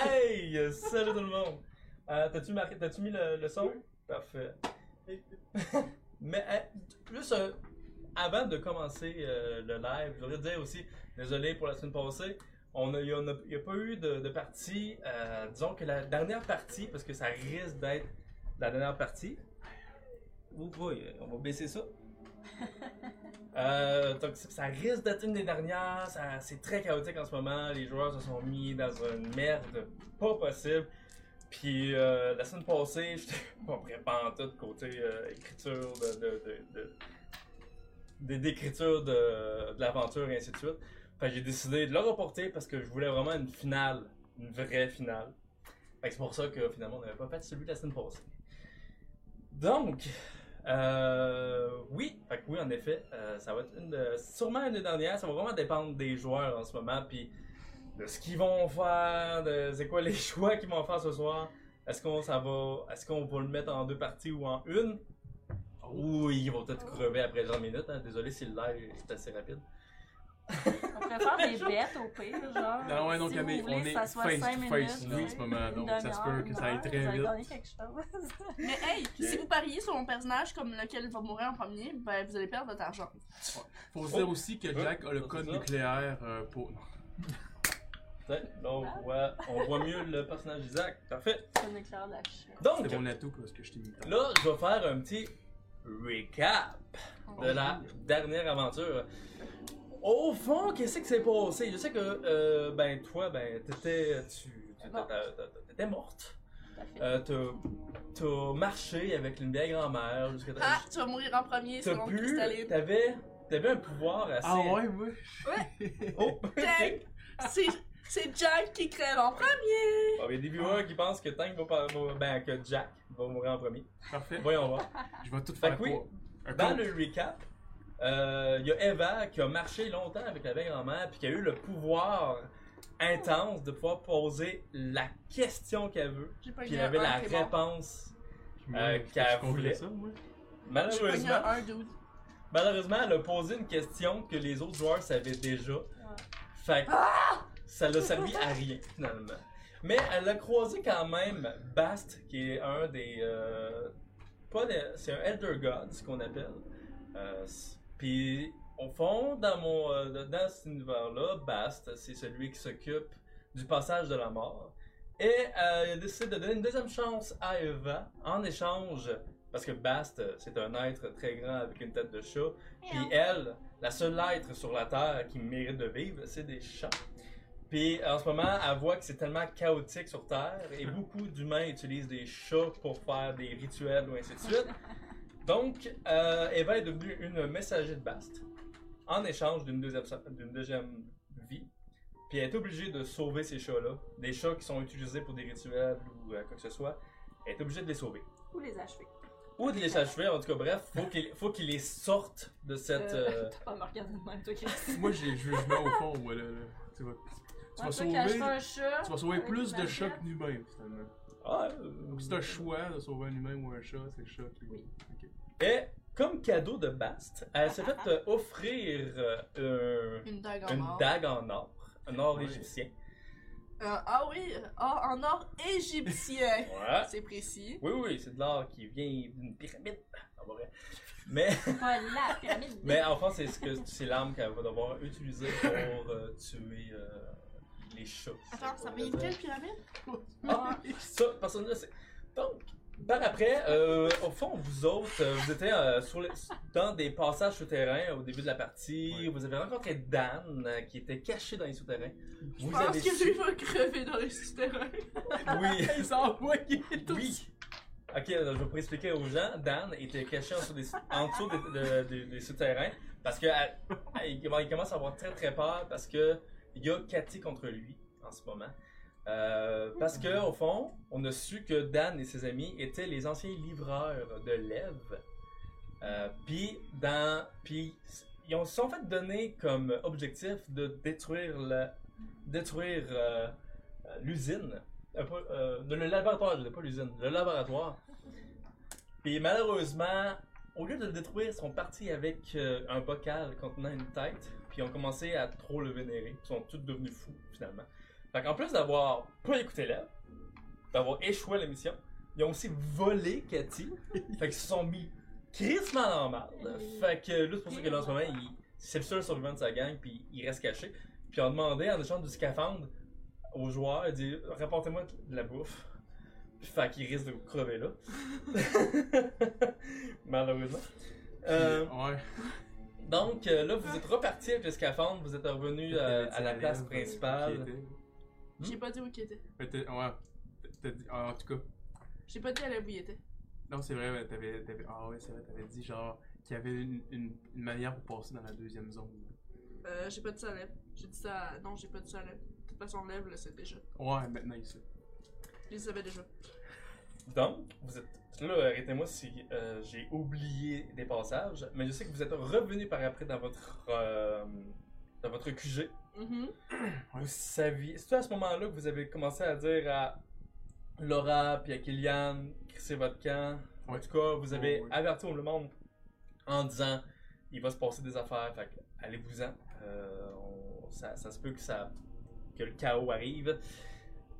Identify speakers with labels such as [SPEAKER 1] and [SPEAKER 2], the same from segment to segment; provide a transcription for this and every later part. [SPEAKER 1] filles! Salut tout le monde! Euh, T'as-tu marqué- t'as-tu mis le, le son? Parfait. Mais euh, plus euh, avant de commencer euh, le live, je voudrais dire aussi, désolé pour la semaine passée, on a- il n'y a, il y a pas eu de, de partie. euh, disons que la dernière partie, parce que ça risque d'être la dernière partie. Ouh, boy, on va baisser ça. Euh, donc ça risque d'être une des dernières, ça- c'est très chaotique en ce moment, les joueurs se sont mis dans une merde pas possible. Puis euh, la semaine passée, j'étais pas prêt en tout côté euh, écriture, de, de, de- de- de- d'écriture de, de l'aventure et ainsi de suite. Fait que j'ai décidé de le reporter parce que je voulais vraiment une finale, une vraie finale. Fait que c'est pour ça que finalement on n'avait pas fait celui de la semaine passée. Donc, euh, oui, fait que oui, en effet, euh, ça va être une de- sûrement une des dernières. Ça va vraiment dépendre des joueurs en ce moment, puis de ce qu'ils vont faire, de c'est quoi les choix qu'ils vont faire ce soir. Est-ce qu'on ça va, est-ce qu'on va le mettre en deux parties ou en une Ou ils vont peut-être crever après 20 minutes. hein. Désolé si le live est assez rapide.
[SPEAKER 2] On préfère des bêtes au pire, genre.
[SPEAKER 3] Non, ouais, non,
[SPEAKER 2] si
[SPEAKER 3] Camille,
[SPEAKER 2] vous
[SPEAKER 3] on
[SPEAKER 2] voulez
[SPEAKER 3] est
[SPEAKER 2] que ça
[SPEAKER 3] face to
[SPEAKER 2] soit
[SPEAKER 3] face,
[SPEAKER 2] cinq minutes,
[SPEAKER 3] nous, en ce moment, donc ça se peut que ça aille très vite.
[SPEAKER 2] donner quelque chose.
[SPEAKER 4] Mais hey, si vous pariez sur mon personnage comme lequel va mourir en premier, ben vous allez perdre votre argent.
[SPEAKER 3] Faut se dire aussi que Jack a le
[SPEAKER 1] Oh,
[SPEAKER 3] code
[SPEAKER 1] c'est ça.
[SPEAKER 3] nucléaire euh, pour. non.
[SPEAKER 1] Tiens, Là, on voit, on voit mieux le personnage d'Isaac. Parfait.
[SPEAKER 2] Ça m'éclaire la chute.
[SPEAKER 1] Donc,
[SPEAKER 3] C'était mon atout parce que je t'ai mis dedans.
[SPEAKER 1] là, je vais faire un petit recap. de la
[SPEAKER 4] Oh.
[SPEAKER 1] dernière aventure. Au fond, qu'est-ce qui s'est passé? Je sais que, euh, ben, toi, ben, t'étais, tu, t'étais- t'étais morte. Euh, t'as, t'as marché avec une vieille grand-mère jusqu'à ta-
[SPEAKER 4] Ah, tu vas mourir en premier, c'est
[SPEAKER 1] T'as
[SPEAKER 4] mon
[SPEAKER 1] pu,
[SPEAKER 4] cristalline.
[SPEAKER 1] t'avais, t'avais un pouvoir assez.
[SPEAKER 3] Ah ouais, ouais.
[SPEAKER 1] Oh!
[SPEAKER 4] Jack! C'est, c'est Jack qui crève en premier!
[SPEAKER 1] Bon, Ah, il y a des viewers qui pensent que Tank va, pas- va- ben, que Jack va mourir en premier.
[SPEAKER 3] Parfait.
[SPEAKER 1] Voyons voir.
[SPEAKER 3] Je vais tout
[SPEAKER 1] Fait
[SPEAKER 3] faire
[SPEAKER 1] que oui.
[SPEAKER 3] pour. Un
[SPEAKER 1] Dans
[SPEAKER 3] compte.
[SPEAKER 1] le recap, euh, il y a Eva qui a marché longtemps avec la vieille grand-mère puis qui a eu le pouvoir intense de pouvoir poser la question qu'elle veut.
[SPEAKER 4] J'ai pas
[SPEAKER 1] Puis
[SPEAKER 4] eu
[SPEAKER 1] elle avait
[SPEAKER 4] un,
[SPEAKER 1] la
[SPEAKER 4] t'es mort.
[SPEAKER 1] réponse.
[SPEAKER 3] Moi,
[SPEAKER 1] euh,
[SPEAKER 3] je- je
[SPEAKER 1] qu'elle
[SPEAKER 3] contrôle
[SPEAKER 1] voulait.
[SPEAKER 3] ça, moi.
[SPEAKER 4] J'ai pas eu
[SPEAKER 1] Malheureusement,
[SPEAKER 4] un dude.
[SPEAKER 1] malheureusement, elle a posé une question que les autres joueurs savaient déjà. Fait que ça l'a servi à rien finalement. Mais elle a croisé quand même Bast, qui est un des. euh, pas des- c'est un Elder God, ce qu'on appelle. Euh, c- Puis, au fond, dans, mon, euh, dans cet univers-là, Bast, c'est celui qui s'occupe du passage de la mort. Et euh, il a décidé de donner une deuxième chance à Eva en échange, parce que Bast, euh, c'est un être très grand avec une tête de chat. Puis elle, la seule être sur la Terre qui mérite de vivre, c'est des chats. Puis en ce moment, elle voit que c'est tellement chaotique sur Terre et beaucoup d'humains utilisent des chats pour faire des rituels ou ainsi de suite. Donc, euh, Eva est devenue une messager de Bast en échange d'une deuxième, d'une deuxième vie. Puis elle est obligée de sauver ces chats-là, des chats qui sont utilisés pour des rituels ou euh, quoi que ce soit. Elle est obligée de les sauver.
[SPEAKER 2] Ou les achever.
[SPEAKER 1] Ou de les achever, en tout cas, bref, faut qu'il faut qu'il les sorte de cette. euh,
[SPEAKER 2] Euh, T'as pas me regardé de même, toi, Chris.
[SPEAKER 3] Moi, j'ai le jugement au fond, moi, là. là. Tu vas, tu vas
[SPEAKER 2] Moi, toi qui achètes
[SPEAKER 3] sauver.
[SPEAKER 2] un chat.
[SPEAKER 3] Tu vas sauver
[SPEAKER 2] avec
[SPEAKER 3] plus
[SPEAKER 2] une
[SPEAKER 3] de
[SPEAKER 2] machette.
[SPEAKER 3] chats que d'humains, finalement.
[SPEAKER 1] Ah, euh,
[SPEAKER 3] Donc, si t'as le choix de sauver un humain ou un chat, c'est le chat qui. Ok.
[SPEAKER 1] Et comme cadeau de Bast, elle s'est fait euh, offrir euh,
[SPEAKER 4] Une dague
[SPEAKER 1] un-
[SPEAKER 4] en
[SPEAKER 1] une
[SPEAKER 4] or.
[SPEAKER 1] dague en or, un or
[SPEAKER 3] Ouais.
[SPEAKER 1] égyptien.
[SPEAKER 4] Euh, ah oui, or en or égyptien.
[SPEAKER 1] Ouais.
[SPEAKER 4] c'est précis.
[SPEAKER 1] Oui, oui, c'est de l'or qui vient d'une pyramide. Ah, pas vrai. Mais,
[SPEAKER 2] Pas la pyramide.
[SPEAKER 1] mais enfin, c'est ce que c'est l'arme qu'elle va devoir utiliser pour euh, tuer euh, les chats.
[SPEAKER 4] Attends, ça vient de quelle pyramide?
[SPEAKER 1] Ah, ça, personne ne sait. Donc, par après, euh, au fond, vous autres, euh, vous étiez euh, sur le- dans des passages souterrains au début de la partie.
[SPEAKER 3] Oui.
[SPEAKER 1] Vous avez rencontré Dan, euh, qui était caché dans les souterrains.
[SPEAKER 4] Je
[SPEAKER 1] Vous
[SPEAKER 4] pense
[SPEAKER 1] avez
[SPEAKER 4] que lui
[SPEAKER 1] su...
[SPEAKER 4] va crever dans les souterrains.
[SPEAKER 1] Oui.
[SPEAKER 3] Ils ont envoyé tout
[SPEAKER 1] oui. Ok, alors, je vais pas expliquer aux gens. Dan était caché en dessous des, en dessous des, de- de- des souterrains parce que elle- elle- il, commence à avoir très très peur parce que il y a Cathy contre lui en ce moment. Euh, parce que au fond, on a su que Dan et ses amis étaient les anciens livreurs de l'Ève. Euh, puis dans, puis ils ont se sont fait donner comme objectif de détruire la, détruire euh, euh, l'usine, Euh, pas- euh, le le laboratoire, je dis pas l'usine, le laboratoire. Puis malheureusement, au lieu de le détruire, ils sont partis avec euh, un bocal contenant une tête, puis ils ont commencé à trop le vénérer. Ils sont tous devenus fous, finalement. Fait qu'en plus d'avoir pas écouté l'œuvre, d'avoir échoué à la mission. Ils ont aussi volé Cathy. fait qu'ils se sont mis crissement dans la merde. Fait que là, c'est pour ça que là, en ce moment, il- c'est le seul survivant de sa gang, puis il reste caché. Puis on demandait en échange du scaphandre aux joueurs, il dit Rapportez-moi de la bouffe. Fait qu'il risque de crever là. Malheureusement. Euh,
[SPEAKER 3] Ouais.
[SPEAKER 1] donc euh, là, vous êtes reparti avec le scaphandre, vous êtes revenu euh, à la place
[SPEAKER 3] Alice,
[SPEAKER 1] principale.
[SPEAKER 3] qui était-
[SPEAKER 4] J'ai pas dit où il était.
[SPEAKER 3] Mais t'es- Ouais. t'as- t'as dit- ah, En tout cas.
[SPEAKER 4] J'ai pas dit à la où il était.
[SPEAKER 3] Non, c'est vrai, mais t'avais. t'avais- Ah ouais, c'est vrai, t'avais dit genre qu'il y avait une, une, une manière pour passer dans la deuxième zone.
[SPEAKER 4] Euh, j'ai pas dit ça à Lève. J'ai dit ça à... Non, j'ai pas dit ça à Lève. De toute façon, Lève, là, c'est déjà.
[SPEAKER 3] Ouais, maintenant il sait.
[SPEAKER 4] Je les savais déjà.
[SPEAKER 1] Donc, vous êtes. Là, arrêtez-moi si euh, j'ai oublié des passages, mais je sais que vous êtes revenu par après dans votre. euh, dans votre QG. Mm-hmm.
[SPEAKER 4] Mhm.
[SPEAKER 1] Vous saviez. C'est à ce moment-là que vous avez commencé à dire à Laura puis à Kylian, crissez votre camp. En
[SPEAKER 3] Ouais.
[SPEAKER 1] tout cas, vous avez
[SPEAKER 3] Ouais, ouais.
[SPEAKER 1] averti le monde en disant il va se passer des affaires, fait que allez-vous-en. Euh, on- ça, ça se peut que ça que le chaos arrive.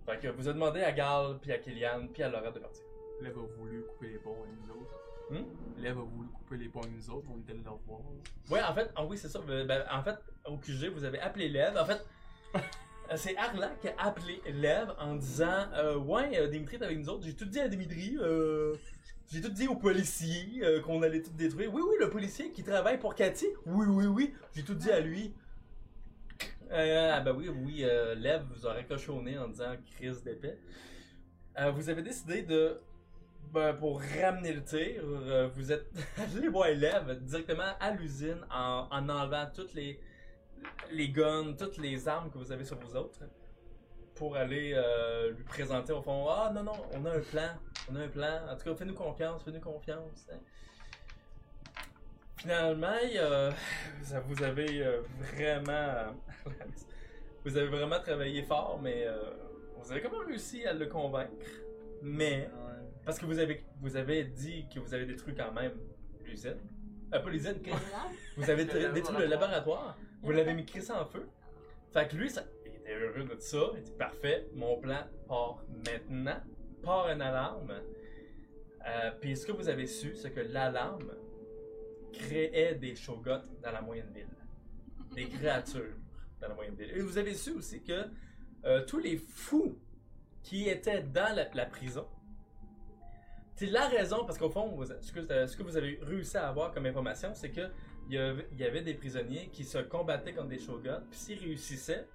[SPEAKER 1] Fait que vous avez demandé à Gal, puis à Kylian, puis à Laura de partir.
[SPEAKER 3] Lève a voulu couper les ponts avec nous autres.
[SPEAKER 1] Hmm?
[SPEAKER 3] Lève a voulu couper les ponts avec nous autres, on était là voir.
[SPEAKER 1] Ouais, en fait, ah oui, c'est ça. Ben, ben, en fait, au QG, vous avez appelé Lev. En fait, euh, c'est Arla qui a appelé Lev en disant euh, Ouais, euh, Dimitri est avec nous autres. J'ai tout dit à Dimitri. euh, J'ai tout dit au policier euh, qu'on allait tout détruire. Oui, oui, le policier qui travaille pour Cathy. Oui, oui, oui. J'ai tout dit à lui. Euh, ah, ben oui, oui, euh, Lev vous a raccroché au nez en disant crise d'épée. Euh, vous avez décidé de. ben, pour ramener le tir, euh, vous êtes allé voir Lev directement à l'usine en, en enlevant toutes les, les guns, toutes les armes que vous avez sur vous autres pour aller euh, lui présenter au fond Ah non, non, on a un plan, on a un plan. En tout cas, fais-nous confiance, fais-nous confiance. hein. Finalement, il, euh, ça- vous avez euh, vraiment. vous avez vraiment travaillé fort, mais euh, vous avez quand même réussi à le convaincre. Mais. Parce que vous avez, vous avez dit que vous avez détruit quand même l'usine. Euh, pas l'usine, que- vous avez
[SPEAKER 3] Le
[SPEAKER 1] dé- détruit le
[SPEAKER 3] laboratoire.
[SPEAKER 1] laboratoire. Vous l'avez mis crissé en feu. Fait que lui, ça- il était heureux de ça. Il dit parfait, mon plan part maintenant. Part une alarme. Euh, Puis ce que vous avez su, c'est que l'alarme créait des shogots dans la moyenne ville. Des créatures dans la moyenne ville. Et vous avez su aussi que euh, tous les fous qui étaient dans la, la prison, c'est la raison, parce qu'au fond, vous- ce, que, ce que vous avez réussi à avoir comme information, c'est que il y, avait, il y avait des prisonniers qui se combattaient contre des shoguns, puis s'ils réussissaient,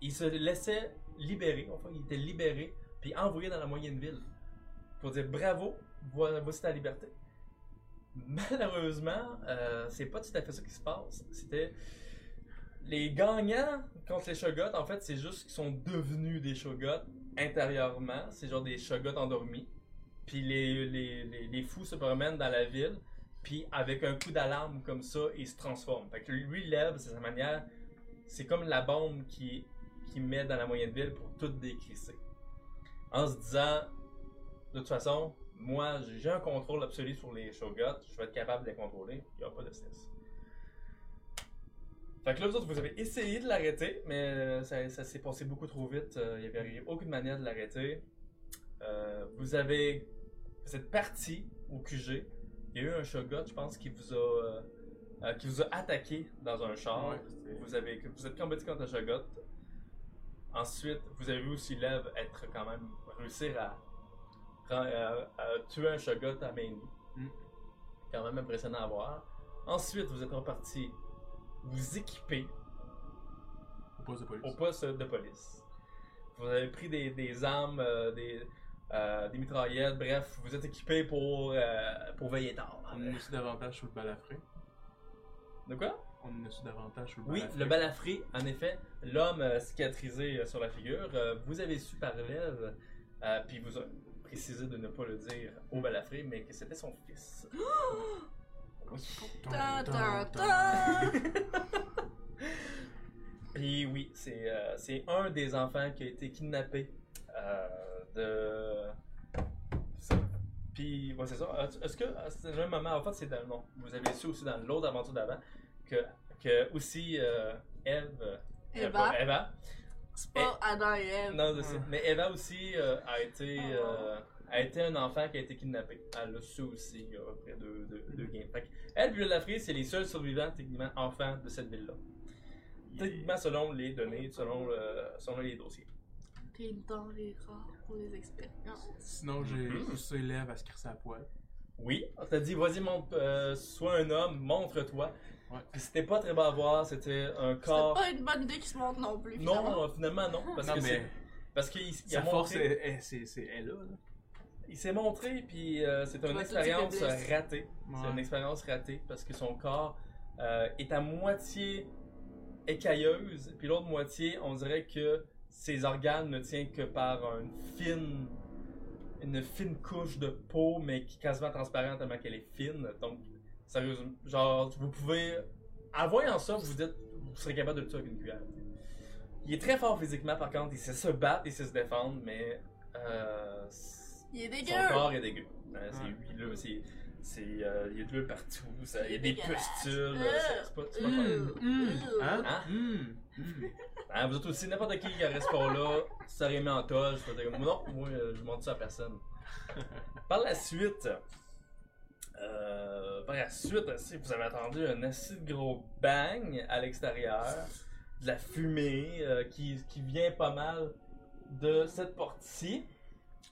[SPEAKER 1] ils se laissaient libérer, enfin, ils étaient libérés, puis envoyés dans la moyenne ville pour dire bravo, vo- voici ta liberté. Malheureusement, euh, c'est pas tout à fait ça qui se passe. C'était les gagnants contre les shogots, en fait, c'est juste qu'ils sont devenus des shogots intérieurement, c'est genre des shogots endormis. Puis les, les, les, les fous se promènent dans la ville, puis avec un coup d'alarme comme ça, il se transforme. Fait que lui, lève, c'est sa manière. C'est comme la bombe qui, qui met dans la moyenne ville pour tout décrisser. En se disant, de toute façon, moi, j'ai un contrôle absolu sur les shogots, je vais être capable de les contrôler, il n'y a pas de stress. Fait que là, vous autres, vous avez essayé de l'arrêter, mais euh, ça, ça s'est passé beaucoup trop vite. euh, Il n'y avait aucune manière de l'arrêter. Euh, vous avez. Vous êtes parti au QG. Il y a eu un shogun, je pense, qui vous a. euh, euh, qui vous a attaqué dans un char.
[SPEAKER 3] Ouais, c'était-
[SPEAKER 1] Vous, avez, que vous êtes combattu contre un shogun. Ensuite, vous avez vu aussi Lev être quand même. réussir à. ren- euh, à tuer un shogun à main nue.
[SPEAKER 3] Mm.
[SPEAKER 1] Quand même impressionnant à voir. Ensuite, vous êtes reparti vous équipez
[SPEAKER 3] Au poste de police.
[SPEAKER 1] au poste de police. Vous avez pris des, des armes, euh, des, euh, des mitraillettes, bref, vous êtes équipé pour, euh, pour veiller tard.
[SPEAKER 3] On est su davantage sur le balafré.
[SPEAKER 1] De quoi?
[SPEAKER 3] On est su davantage sur le
[SPEAKER 1] Oui,
[SPEAKER 3] balafré.
[SPEAKER 1] le balafré, en effet, l'homme euh, cicatrisé euh, sur la figure, euh, vous avez su par Lev, euh, puis vous a précisé de ne pas le dire au balafré, mais que c'était son fils.
[SPEAKER 4] Tan, tan,
[SPEAKER 3] Tan, tan,
[SPEAKER 4] tan!
[SPEAKER 1] Puis oui, c'est euh, c'est un des enfants qui a été kidnappé euh, de. ça. Puis, ouais, c'est ça. Euh, Est-ce- Est-ce que c'est le même moment En fait, c'est dans. Non, vous avez su aussi dans l'autre aventure d'avant que, que aussi euh, Eve. euh,
[SPEAKER 4] Eva.
[SPEAKER 1] pas Eva
[SPEAKER 4] Eh ben, C'est pas Adam et Ève.
[SPEAKER 1] Eh. Non, je sais. Mais Eva aussi euh, a été euh, a été un enfant qui a été kidnappé. Elle a su aussi il y a à peu près deux, deux, deux games. Fait que elle puis la c'est les seuls survivants techniquement enfants de cette ville-là. Techniquement selon les données, selon, le- selon les dossiers.
[SPEAKER 4] T'es une denrée rare pour les expériences.
[SPEAKER 3] Sinon, j'ai
[SPEAKER 1] Mhm.
[SPEAKER 3] poussé l'élève à se crisser à poil.
[SPEAKER 1] Oui, on t'a dit vas-y montre, euh, sois un homme, montre-toi.
[SPEAKER 3] Ouais.
[SPEAKER 1] Puis c'était pas très bon à voir, c'était un
[SPEAKER 4] C'est
[SPEAKER 1] corps.
[SPEAKER 4] pas une bonne idée qu'ils se montrent non plus. finalement.
[SPEAKER 1] Non, euh, finalement non, parce
[SPEAKER 3] Non,
[SPEAKER 1] que
[SPEAKER 3] mais
[SPEAKER 1] c'est- parce qu'il il a
[SPEAKER 3] sa force,
[SPEAKER 1] montré-
[SPEAKER 3] elle, elle- c'est c'est- elle là. là.
[SPEAKER 1] il s'est montré puis euh, c'est
[SPEAKER 4] Ouais,
[SPEAKER 1] une
[SPEAKER 4] tout
[SPEAKER 1] expérience
[SPEAKER 4] était blessé.
[SPEAKER 1] ratée. C'est une
[SPEAKER 3] Ouais.
[SPEAKER 1] expérience ratée parce que son corps euh, est à moitié écailleuse, puis l'autre moitié, on dirait que ses organes ne tiennent que par une fine, une fine couche de peau, mais qui est quasiment transparente tellement qu'elle est fine. Donc, sérieusement, genre, vous pouvez, en voyant ça, vous dites, vous serez capable de le tuer avec une cuillère. Il est très fort physiquement, par contre, il sait se battre, il sait se défendre, mais euh,
[SPEAKER 4] Il est
[SPEAKER 1] son corps
[SPEAKER 4] dégueu.
[SPEAKER 1] est dégueu. Euh, c'est
[SPEAKER 3] Ouais.
[SPEAKER 1] huileux, c'est. c'est, euh, il y a de l'huile partout, ça- il y a
[SPEAKER 4] C'est
[SPEAKER 1] des
[SPEAKER 4] dégueulasse.
[SPEAKER 1] pustules.
[SPEAKER 4] Euh,
[SPEAKER 1] c'est- c'est pas- c'est pas fun.
[SPEAKER 3] Hum, hum, Hein?
[SPEAKER 1] Hein?
[SPEAKER 3] Hum, hum.
[SPEAKER 1] Hein, vous êtes aussi, n'importe qui qui aurait ce corps-là, ça aurait mis en toge. ça aurait dit, Non, moi, euh, je montre ça à personne. Par la suite, euh, par la suite, si vous avez entendu un assez gros bang à l'extérieur, de la fumée euh, qui, qui vient pas mal de cette porte-ci,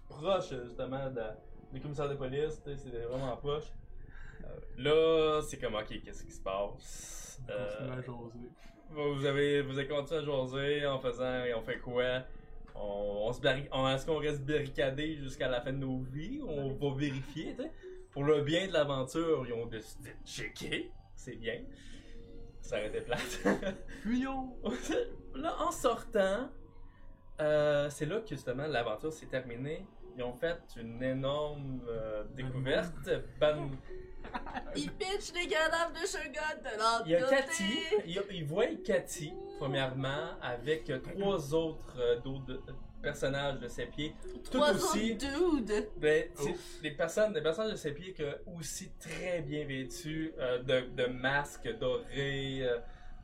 [SPEAKER 1] proche euh, justement de, du commissaire de police, tu sais, c'est vraiment proche. Euh, là, c'est comme, ok, qu'est-ce qui se passe?
[SPEAKER 3] On continue
[SPEAKER 1] Euh,
[SPEAKER 3] à jaser.
[SPEAKER 1] vous avez, vous avez continué à jaser en faisant et on fait quoi? On, on se barri- on- Est-ce qu'on reste barricadé jusqu'à la fin de nos vies? On va vérifier, tu sais. Pour le bien de l'aventure, ils ont décidé de checker. C'est bien. Ça aurait été plate.
[SPEAKER 3] Fuyons!
[SPEAKER 1] là, en sortant, euh, c'est là que justement l'aventure s'est terminée. Ils ont fait une énorme euh, découverte. Ban-
[SPEAKER 4] Il pitch des cadavres de Shogun de l'autre
[SPEAKER 1] Il y a
[SPEAKER 4] côté.
[SPEAKER 1] Cathy, il, il voit Cathy, premièrement, avec trois autres euh, d'autres personnages de ses pieds. Tout
[SPEAKER 4] Trois
[SPEAKER 1] aussi,
[SPEAKER 4] autres dudes.
[SPEAKER 1] ben, c'est des personnes, des personnages de ses pieds que aussi très bien vêtus, euh, de, de masques dorés, euh,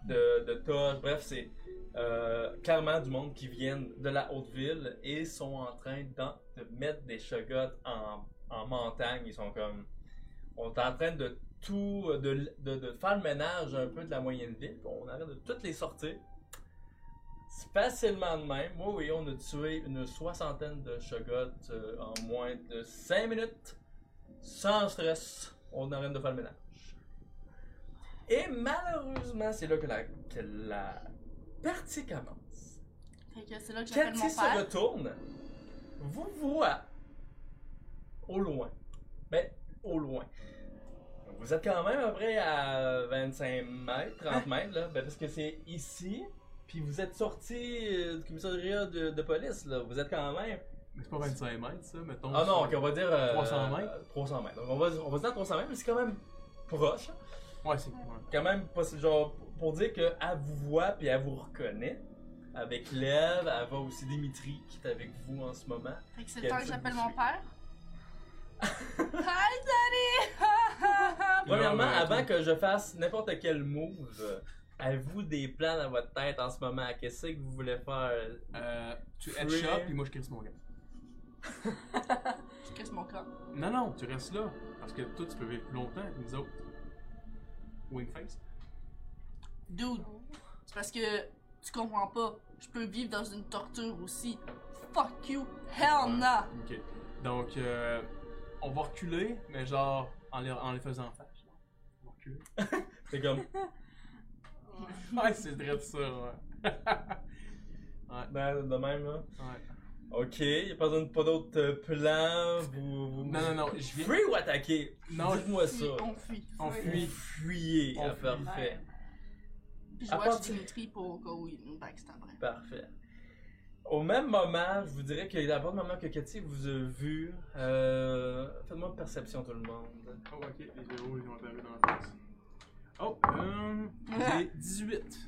[SPEAKER 1] de, de toges, bref, c'est euh, clairement du monde qui viennent de la haute ville et sont en train d'en- de mettre des shogots en, en montagne. Ils sont comme, on est en train de tout, euh, de, l- de, de faire le ménage un peu de la moyenne ville. puis On arrête de toutes les sortir. C'est facilement de même. Moi, oui, on a tué une soixantaine de shogots euh, en moins de 5 minutes. Sans stress, on arrête de faire le ménage. Et malheureusement, c'est là que la, que la partie commence.
[SPEAKER 4] Fait que c'est là que j'appelle
[SPEAKER 1] Cathy
[SPEAKER 4] mon
[SPEAKER 1] se
[SPEAKER 4] père.
[SPEAKER 1] retourne, vous voit au loin. Ben, au loin. Vous êtes quand même après à 25 mètres, 30 mètres, là, ben, parce que c'est ici, puis vous êtes sorti euh, du commissariat de, de police, là. Vous êtes quand même.
[SPEAKER 3] Mais c'est pas 25 mètres, ça, mettons.
[SPEAKER 1] Ah non,
[SPEAKER 3] ça.
[SPEAKER 1] ok, on va dire. euh,
[SPEAKER 3] 300 mètres?
[SPEAKER 1] 300 mètres. Donc, on va, on va dire 300 mètres, mais c'est quand même proche.
[SPEAKER 3] Ouais, c'est. ouais.
[SPEAKER 1] Quand même, pas, genre, pour dire qu'elle vous voit puis elle vous reconnaît. Avec Lev, elle va aussi Dimitri qui est avec vous en ce moment.
[SPEAKER 4] Fait que c'est le temps que
[SPEAKER 1] Cathy
[SPEAKER 4] j'appelle
[SPEAKER 1] vous
[SPEAKER 4] mon
[SPEAKER 1] suit.
[SPEAKER 4] père. Hi daddy!
[SPEAKER 1] Premièrement,
[SPEAKER 3] Non, mais-
[SPEAKER 1] avant que je fasse n'importe quel move, euh, avez-vous des plans dans votre tête en ce moment? Qu'est-ce que vous voulez faire?
[SPEAKER 3] Euh, tu
[SPEAKER 1] Free.
[SPEAKER 3] headshot, puis moi je crisse mon gars.
[SPEAKER 4] Je casse mon corps.
[SPEAKER 3] Non, non, tu restes là. Parce que toi, tu peux vivre plus longtemps que nous autres. Wingface.
[SPEAKER 4] Dude, c'est parce que tu comprends pas. Je peux vivre dans une torture aussi. Fuck you. Hell
[SPEAKER 3] Ouais.
[SPEAKER 4] no!
[SPEAKER 3] Ok. Donc, euh, on va reculer, mais genre en les, en les faisant face. genre. On va reculer.
[SPEAKER 1] C'est comme,
[SPEAKER 3] Ouais, c'est vrai de ça, ouais.
[SPEAKER 1] ben, de même, là.
[SPEAKER 3] ouais.
[SPEAKER 1] Ok, y a pas, besoin de- pas d'autres euh, plans? Vous, vous-
[SPEAKER 3] Non, non, non, je viens.
[SPEAKER 1] Free ou attaquer?
[SPEAKER 3] Non,
[SPEAKER 1] Dites-moi
[SPEAKER 4] Fuis,
[SPEAKER 1] ça.
[SPEAKER 4] On fuit.
[SPEAKER 3] On
[SPEAKER 4] Ouais.
[SPEAKER 3] fuit.
[SPEAKER 1] Fuyez,
[SPEAKER 3] On
[SPEAKER 1] ah,
[SPEAKER 3] fuit.
[SPEAKER 1] parfait.
[SPEAKER 4] Puis je
[SPEAKER 1] À
[SPEAKER 4] watch
[SPEAKER 1] part-
[SPEAKER 4] Dimitri pour go où il nous backstab.
[SPEAKER 1] Parfait. Au même moment, je vous dirais que à partir du moment que Cathy vous a vu, euh, faites-moi une perception tout le monde.
[SPEAKER 3] Oh, ok, les héros, ils ont apparu dans la face. Oh, euh, j'ai 18.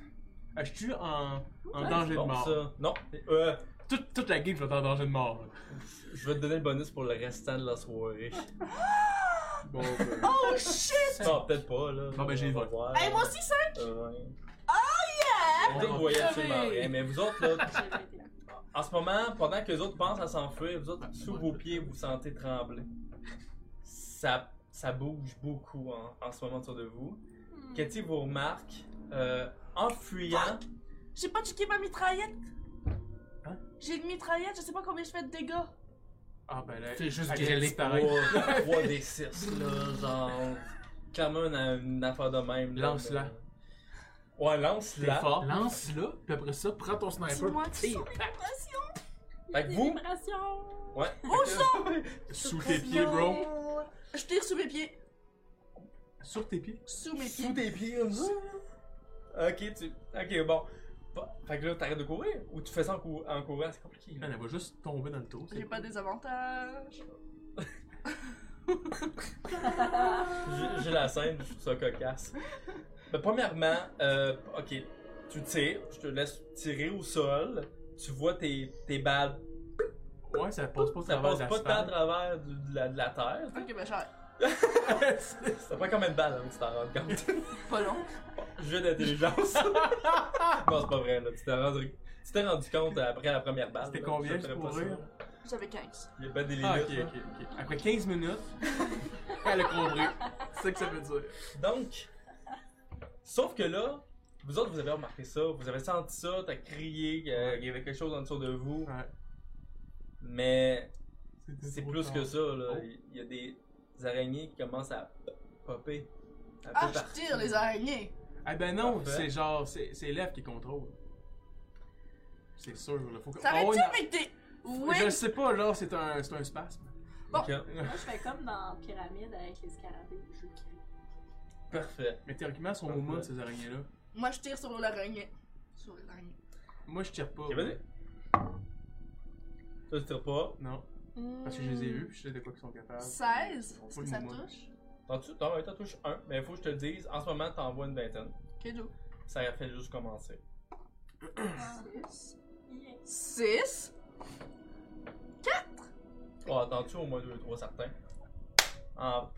[SPEAKER 3] Ah, je suis en, en
[SPEAKER 1] Ouais,
[SPEAKER 3] danger
[SPEAKER 1] c'est bon,
[SPEAKER 3] de mort.
[SPEAKER 1] ça. Non, euh,
[SPEAKER 3] Toute, toute la game, je vais être en danger de mort. là.
[SPEAKER 1] je vais te donner le bonus pour le restant de la soirée.
[SPEAKER 3] Bon, ben,
[SPEAKER 4] Oh shit!
[SPEAKER 1] Non, peut-être pas, là.
[SPEAKER 3] Bon, ben, j'ai
[SPEAKER 1] On va
[SPEAKER 3] voté.
[SPEAKER 1] voir.
[SPEAKER 4] Hey, moi aussi ça!
[SPEAKER 1] Euh, ouais.
[SPEAKER 4] Yeah!
[SPEAKER 1] Dave
[SPEAKER 3] on-
[SPEAKER 1] voyait
[SPEAKER 4] on-
[SPEAKER 1] absolument
[SPEAKER 4] on-
[SPEAKER 1] rien, mais vous autres, là,
[SPEAKER 2] J'ai pas été.
[SPEAKER 1] en ce moment, pendant que les autres pensent à s'enfuir, vous autres, sous vos pieds, vous sentez trembler. Ça, ça bouge beaucoup en, en ce moment autour de vous. Cathy vous remarque, euh, en fuyant,
[SPEAKER 4] J'ai pas checké ma mitraillette.
[SPEAKER 3] Hein?
[SPEAKER 4] J'ai une mitraillette, je sais pas combien je fais de dégâts.
[SPEAKER 3] Ah, ben là.
[SPEAKER 5] C'est juste
[SPEAKER 3] elle vient de
[SPEAKER 5] grêlé.
[SPEAKER 3] disparaître.
[SPEAKER 1] 3 des 6, là, genre. Clairement, une, une affaire de même. là,
[SPEAKER 3] Lance-la.
[SPEAKER 1] mais- Ouais,
[SPEAKER 3] C'est
[SPEAKER 1] lance-la.
[SPEAKER 3] fort.
[SPEAKER 5] Lance-là, puis après ça, prends ton sniper.
[SPEAKER 4] Dis-moi que
[SPEAKER 5] puis
[SPEAKER 4] ça-
[SPEAKER 5] tire. Pac!
[SPEAKER 1] Fait que vous,
[SPEAKER 2] Vibration.
[SPEAKER 1] ouais.
[SPEAKER 3] Sous tes pieds, bro.
[SPEAKER 4] Je tire sous mes pieds.
[SPEAKER 3] Sur tes pieds.
[SPEAKER 4] Sous mes
[SPEAKER 1] Sous
[SPEAKER 4] pieds.
[SPEAKER 1] tes pieds, comme ça. Ok, tu. Ok, bon. Bah, Fait que là, t'arrêtes de courir ou tu fais ça en, cou- en courant, c'est compliqué.
[SPEAKER 3] Man, elle va juste tomber dans le tour. c'est
[SPEAKER 4] J'ai pas des avantages.
[SPEAKER 1] J'ai- J'ai la scène, je trouve ça cocasse. Mais Ben, premièrement, euh, ok, tu tires, je te laisse tirer au sol, tu vois tes, tes balles,
[SPEAKER 3] cool. Ouais, ça passe pas au
[SPEAKER 1] ça passe
[SPEAKER 3] travers de
[SPEAKER 1] pas tant à
[SPEAKER 3] l'asphalte.
[SPEAKER 1] travers du- de, la, de la terre.
[SPEAKER 4] Ok, ben j'arrête.
[SPEAKER 1] Ça prend combien de balles avant que tu t'en rendes compte?
[SPEAKER 4] Pas long.
[SPEAKER 1] Jeu d'intelligence. non, c'est pas vrai, là. Tu t'es rendu, tu t'es rendu compte après la première balle.
[SPEAKER 3] C'était
[SPEAKER 1] là.
[SPEAKER 3] combien,
[SPEAKER 1] Je te ferais
[SPEAKER 3] juste
[SPEAKER 1] pas
[SPEAKER 3] pour
[SPEAKER 1] ça.
[SPEAKER 3] rire?
[SPEAKER 4] J'avais 15.
[SPEAKER 1] Il y a pas des limites.
[SPEAKER 3] Ah, ok,
[SPEAKER 1] là.
[SPEAKER 3] ok, ok. Après 15 minutes, elle a compris. C'est ça que ça veut dire.
[SPEAKER 1] Donc, sauf que là, vous autres, vous avez remarqué ça, vous avez senti ça, t'as crié qu'il y a-
[SPEAKER 3] Ouais.
[SPEAKER 1] qu'il y avait quelque chose en dessous de vous,
[SPEAKER 3] Ouais.
[SPEAKER 1] mais
[SPEAKER 3] C'était
[SPEAKER 1] c'est
[SPEAKER 3] trop
[SPEAKER 1] plus
[SPEAKER 3] tard.
[SPEAKER 1] que ça, là.
[SPEAKER 3] Oh.
[SPEAKER 1] Il y a des araignées qui commencent à popper. un peu
[SPEAKER 4] Ah, je
[SPEAKER 1] partout.
[SPEAKER 4] tire les araignées.
[SPEAKER 3] Ah ben non,
[SPEAKER 1] Parfait.
[SPEAKER 3] c'est genre, c'est c'est l'élève qui contrôle. C'est sûr, là. Faut que...
[SPEAKER 4] Ça
[SPEAKER 3] Oh,
[SPEAKER 4] arrête-tu
[SPEAKER 3] non.
[SPEAKER 4] avec des. Oui.
[SPEAKER 3] Je le sais pas, genre, c'est un, c'est un spasme.
[SPEAKER 1] Ok,
[SPEAKER 2] Moi, je fais comme dans Pyramide avec les scarabées. Je crie.
[SPEAKER 1] parfait.
[SPEAKER 3] Mais théoriquement, ils sont
[SPEAKER 1] Parfait.
[SPEAKER 3] au mode, ces araignées-là.
[SPEAKER 4] Moi, je tire sur l'araignée. Sur l'araignée.
[SPEAKER 3] Moi, je tire pas.
[SPEAKER 1] Ok, vas-y. Toi, tu tires pas.
[SPEAKER 3] Non,
[SPEAKER 4] Mmh.
[SPEAKER 3] parce que je les ai vus, puis je sais de quoi ils sont capables.
[SPEAKER 4] 16.
[SPEAKER 3] Ils
[SPEAKER 4] Est-ce
[SPEAKER 3] font
[SPEAKER 4] que
[SPEAKER 3] le
[SPEAKER 4] ça
[SPEAKER 3] mouvement.
[SPEAKER 4] touche?
[SPEAKER 1] T'en tu t'en t'en touches un, mais il faut que je te le dise, en ce moment, t'envoies une vingtaine.
[SPEAKER 4] Ok, Joe.
[SPEAKER 1] Ça a fait juste commencer.
[SPEAKER 4] 6.
[SPEAKER 1] Oh, attends-tu au moins deux, trois certains. Ah, En...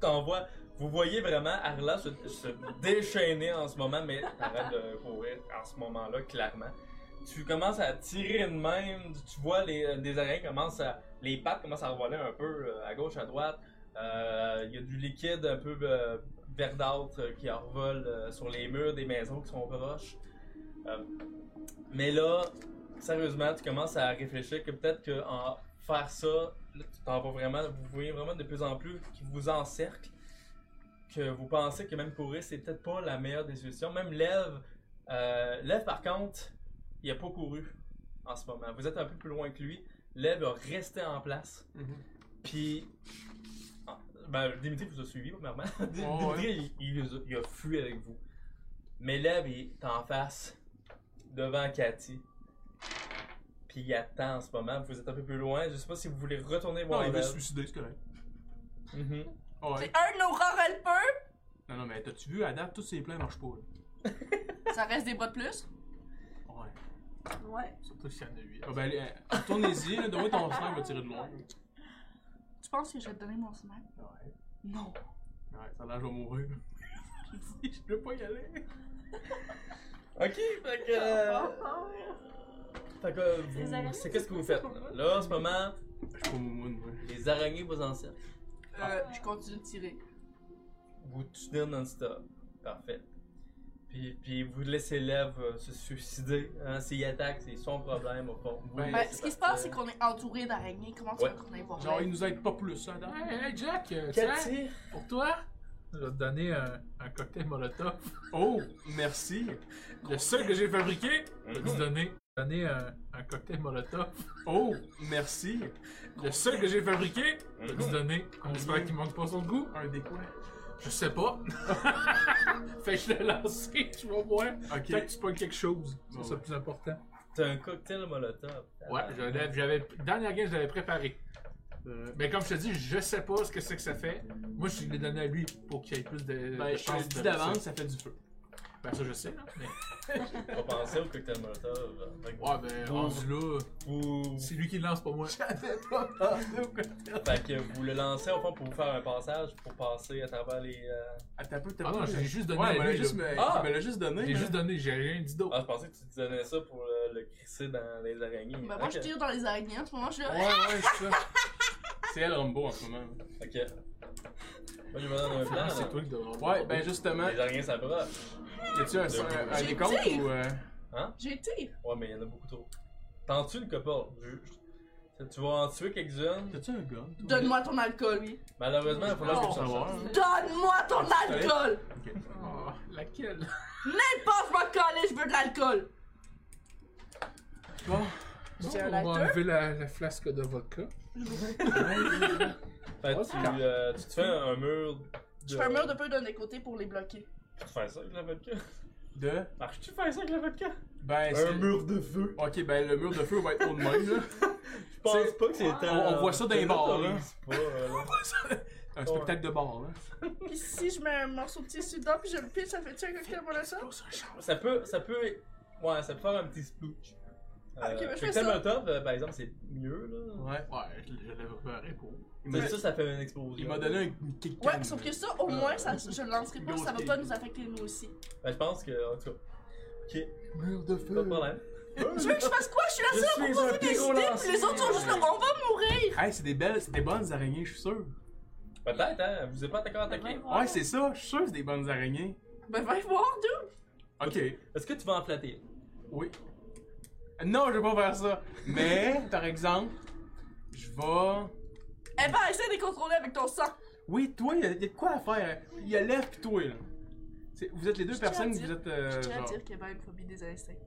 [SPEAKER 1] T'envoies. Vous voyez vraiment Arla se, se déchaîner en ce moment, mais arrête de courir en ce moment-là, clairement. Tu commences à tirer de même, tu vois les euh, des araignées commencent à. Les pattes commencent à revoler un peu euh, à gauche, à droite. Euh, Il y a du liquide un peu euh, verdâtre euh, qui en revole euh, sur les murs des maisons qui sont proches. Euh, mais là, sérieusement, tu commences à réfléchir que peut-être qu'en faire ça, là, tu t'en vas vraiment, vous voyez vraiment de plus en plus qui vous encercle, que vous pensez que même courir, c'est peut-être pas la meilleure des solutions. Même Lève, euh, Lève par contre, il a pas couru en ce moment. Vous êtes un peu plus loin que lui. Lève a resté en place.
[SPEAKER 3] Mhm.
[SPEAKER 1] Puis. ah, Ben, Dimitri vous a suivi, premièrement. Dimitri,
[SPEAKER 3] Oh, ouais.
[SPEAKER 1] il, il vous a- il a fui avec vous. Mais Lev, il est en face, devant Cathy. Puis il attend en ce moment. Vous êtes un peu plus loin. Je sais pas si vous voulez retourner
[SPEAKER 3] Non,
[SPEAKER 1] voir
[SPEAKER 3] il veut
[SPEAKER 1] Lev.
[SPEAKER 3] se suicider, c'est correct.
[SPEAKER 1] Mhm.
[SPEAKER 3] Oh, ouais.
[SPEAKER 4] J'ai un aurore helper.
[SPEAKER 3] Non, non, mais t'as-tu vu, à date, tous ces plans marchent pas, là.
[SPEAKER 4] Ça reste des bas de plus.
[SPEAKER 3] Ouais.
[SPEAKER 2] Ouais.
[SPEAKER 5] Surtout s'il y en a 8.
[SPEAKER 3] Ah ben, allez, euh, retournez-y, là. Donne-moi ton sniper, va tirer de loin.
[SPEAKER 4] Tu penses que je vais te donner mon snipe?
[SPEAKER 3] Ouais.
[SPEAKER 4] Non.
[SPEAKER 3] Ouais, ça a l'air, je vais mourir. je dis, je peux pas y aller.
[SPEAKER 1] Ok, fait que. euh, fait que, euh, vous-
[SPEAKER 2] Les araignées,
[SPEAKER 1] c'est qu'est-ce que vous faites? Là, Là, en ce moment,
[SPEAKER 3] Je suis pas moumoune, moi.
[SPEAKER 1] les araignées vous encerclent.
[SPEAKER 4] Euh,
[SPEAKER 3] Ah.
[SPEAKER 4] je continue de tirer.
[SPEAKER 1] Vous tuez non-stop. Parfait. Puis, puis vous laissez Lev euh, se suicider. Hein, S'il attaque, c'est son problème au fond. Vous
[SPEAKER 3] Ben,
[SPEAKER 1] laissez
[SPEAKER 4] Ben, ce qui se passe,
[SPEAKER 1] partir.
[SPEAKER 4] c'est qu'on est entouré d'araignées. Comment tu
[SPEAKER 1] Ouais.
[SPEAKER 4] veux qu'on aille voir
[SPEAKER 3] Genre,
[SPEAKER 4] là?
[SPEAKER 3] ils nous aident pas plus, ça, à date.
[SPEAKER 5] Hey, hey, Jack, euh, tiens,
[SPEAKER 1] Cathy!
[SPEAKER 5] pour toi, je vais te donner un, un cocktail Molotov.
[SPEAKER 3] Oh, merci.
[SPEAKER 5] Le seul que j'ai fabriqué, je vais te
[SPEAKER 1] Mhm.
[SPEAKER 5] donner, donner un, un cocktail Molotov.
[SPEAKER 3] Oh, merci.
[SPEAKER 5] Le seul que j'ai fabriqué, je vais te
[SPEAKER 1] Mhm.
[SPEAKER 5] donner. On espère qu'il manque pas son goût.
[SPEAKER 3] Un des quoi?
[SPEAKER 5] Je sais pas. fait que je l'ai lancé, tu vas voir.
[SPEAKER 3] Ok.
[SPEAKER 5] Peut-être que tu pognes quelque chose.
[SPEAKER 3] Bon,
[SPEAKER 5] C'est ça
[SPEAKER 3] ouais.
[SPEAKER 5] le plus important.
[SPEAKER 1] T'as un cocktail molotov.
[SPEAKER 5] Ouais, je l'ai- j'avais. Dernière game, je l'avais préparé.
[SPEAKER 3] Euh.
[SPEAKER 5] Mais comme je te dis, je sais pas ce que c'est que ça fait. Moi, je l'ai donné à lui pour qu'il ait plus de.
[SPEAKER 3] Ben,
[SPEAKER 5] de
[SPEAKER 3] je te le
[SPEAKER 5] chances
[SPEAKER 3] dis
[SPEAKER 5] de
[SPEAKER 3] d'avance,
[SPEAKER 5] réussir.
[SPEAKER 3] ça fait du feu.
[SPEAKER 5] Ben ça je sais, là. Mais...
[SPEAKER 1] On va penser au cocktail Molotov. Fait que-
[SPEAKER 5] Ouais, ben rendu là,
[SPEAKER 1] Vous...
[SPEAKER 5] c'est lui qui le lance pour moi.
[SPEAKER 3] J'avais pas pensé au cocktail.
[SPEAKER 1] Fait que vous le lancez au fond pour vous faire un passage, pour passer à travers les. euh,
[SPEAKER 3] Attends un peu, t'as
[SPEAKER 5] Ah non,
[SPEAKER 3] pas-
[SPEAKER 5] j'ai juste donné
[SPEAKER 3] Ouais,
[SPEAKER 5] à
[SPEAKER 3] mais
[SPEAKER 5] lui,
[SPEAKER 3] juste,
[SPEAKER 5] là.
[SPEAKER 3] me-
[SPEAKER 1] Ah!
[SPEAKER 3] il me l'a juste donné. hein.
[SPEAKER 5] J'ai
[SPEAKER 3] là.
[SPEAKER 5] juste donné, j'ai rien dit d'autre.
[SPEAKER 1] Ah, je pensais que tu te donnais ça pour euh, le crisser dans les araignées.
[SPEAKER 4] Bah, moi,
[SPEAKER 1] Ok.
[SPEAKER 4] je tire dans les araignées en ce moment, je suis
[SPEAKER 3] Ouais,
[SPEAKER 4] là.
[SPEAKER 3] ouais, c'est ça. Ah. C'est elle, Rambo, en ce moment.
[SPEAKER 1] Ok. Moi, je me donne un plan.
[SPEAKER 5] c'est
[SPEAKER 1] là.
[SPEAKER 5] toi qui devrais.
[SPEAKER 3] Ouais, ben justement,
[SPEAKER 1] Les araignées s'approchent.
[SPEAKER 3] y'a-tu un, un, un
[SPEAKER 4] J'ai
[SPEAKER 3] décompte
[SPEAKER 4] tir.
[SPEAKER 3] ou. euh,
[SPEAKER 4] J'ai tiré.
[SPEAKER 1] Ouais, mais il y en a beaucoup trop. T'en tues une copole. Je- je- Tu vas en tuer quelques-unes.
[SPEAKER 3] T'as-tu un gun? toi?
[SPEAKER 4] Donne-moi ton alcool, oui.
[SPEAKER 1] Malheureusement, il va falloir que
[SPEAKER 3] Pour
[SPEAKER 1] tu en
[SPEAKER 3] savoir.
[SPEAKER 1] fasses.
[SPEAKER 4] Donne-moi ton alcool!
[SPEAKER 3] Ok.
[SPEAKER 5] Oh, laquelle?
[SPEAKER 4] Même pas, je vais coller, je veux de l'alcool!
[SPEAKER 3] Bon,
[SPEAKER 4] J'ai un
[SPEAKER 5] on va
[SPEAKER 4] lighter.
[SPEAKER 5] enlever la, la flasque de vodka.
[SPEAKER 1] Fait que tu, euh, tu te fais un mur.
[SPEAKER 4] Je fais un mur de peu d'un des côtés pour les bloquer.
[SPEAKER 1] Tu fais ça avec la vodka?
[SPEAKER 3] de.
[SPEAKER 1] Marches-tu faire ça avec la vodka?
[SPEAKER 3] Ben,
[SPEAKER 1] Un
[SPEAKER 3] c'est-
[SPEAKER 1] mur de feu.
[SPEAKER 3] Ok, ben le mur de feu va être haut de même, là.
[SPEAKER 1] Je pense pas que c'est
[SPEAKER 2] on-
[SPEAKER 1] tant-
[SPEAKER 3] on voit ça hein. dans les
[SPEAKER 1] Je
[SPEAKER 3] bars, là.
[SPEAKER 1] l'autorise pas, euh, là.
[SPEAKER 3] Un spectacle de bord, là.
[SPEAKER 4] Pis si je mets un morceau de tissu dedans pis je le pisse, ça fait-tu un cocktail pour le sol?
[SPEAKER 1] Ça peut, ça peut, ouais, ça peut faire un petit splooch.
[SPEAKER 4] Ah, ok, ben, je fais
[SPEAKER 1] Cocktail
[SPEAKER 4] ça.
[SPEAKER 1] Molotov, euh, par exemple, c'est mieux, là.
[SPEAKER 3] Ouais.
[SPEAKER 5] Ouais, je, je l'avais préparé pour.
[SPEAKER 3] Il
[SPEAKER 1] Mais
[SPEAKER 3] m'a-
[SPEAKER 1] ça, ça fait une explosion.
[SPEAKER 3] il m'a donné un kick
[SPEAKER 4] Ouais, sauf que ça, au moins, ça, je le lancerai pas,
[SPEAKER 3] Grosse
[SPEAKER 4] ça va
[SPEAKER 3] cake.
[SPEAKER 4] pas nous affecter nous aussi.
[SPEAKER 1] Ben, je pense que, en tout cas,
[SPEAKER 3] Mur de
[SPEAKER 1] pas
[SPEAKER 3] feu.
[SPEAKER 1] de problème.
[SPEAKER 4] Tu veux que je fasse quoi? Je suis
[SPEAKER 1] Je
[SPEAKER 4] là seule
[SPEAKER 1] suis un
[SPEAKER 4] pour
[SPEAKER 1] pyro
[SPEAKER 4] décider, pis les autres sont juste là, on va mourir!
[SPEAKER 3] Hey, c'est des belles, c'est des bonnes araignées, je suis sûr.
[SPEAKER 1] Peut-être, hein, vous êtes pas encore attaqué.
[SPEAKER 3] Ouais, c'est ça, je suis sûr que c'est des bonnes araignées.
[SPEAKER 4] Ben, va y voir, dude!
[SPEAKER 3] Ok,
[SPEAKER 1] Est-ce que tu vas en flatter?
[SPEAKER 3] oui. Non, je vais pas faire ça. Mais, par exemple, je vais.
[SPEAKER 4] Eh ben, essaie de les contrôler avec ton sang!
[SPEAKER 3] Oui, toi, il y, a de quoi à faire. hein. Il y a l'œuf pis toi, là. C'est- Vous êtes les deux
[SPEAKER 4] Je tiens à
[SPEAKER 3] personnes,
[SPEAKER 4] dire-
[SPEAKER 3] vous êtes. euh,
[SPEAKER 4] Je tiens à
[SPEAKER 3] genre,
[SPEAKER 4] dire qu'il y avait une phobie des insectes.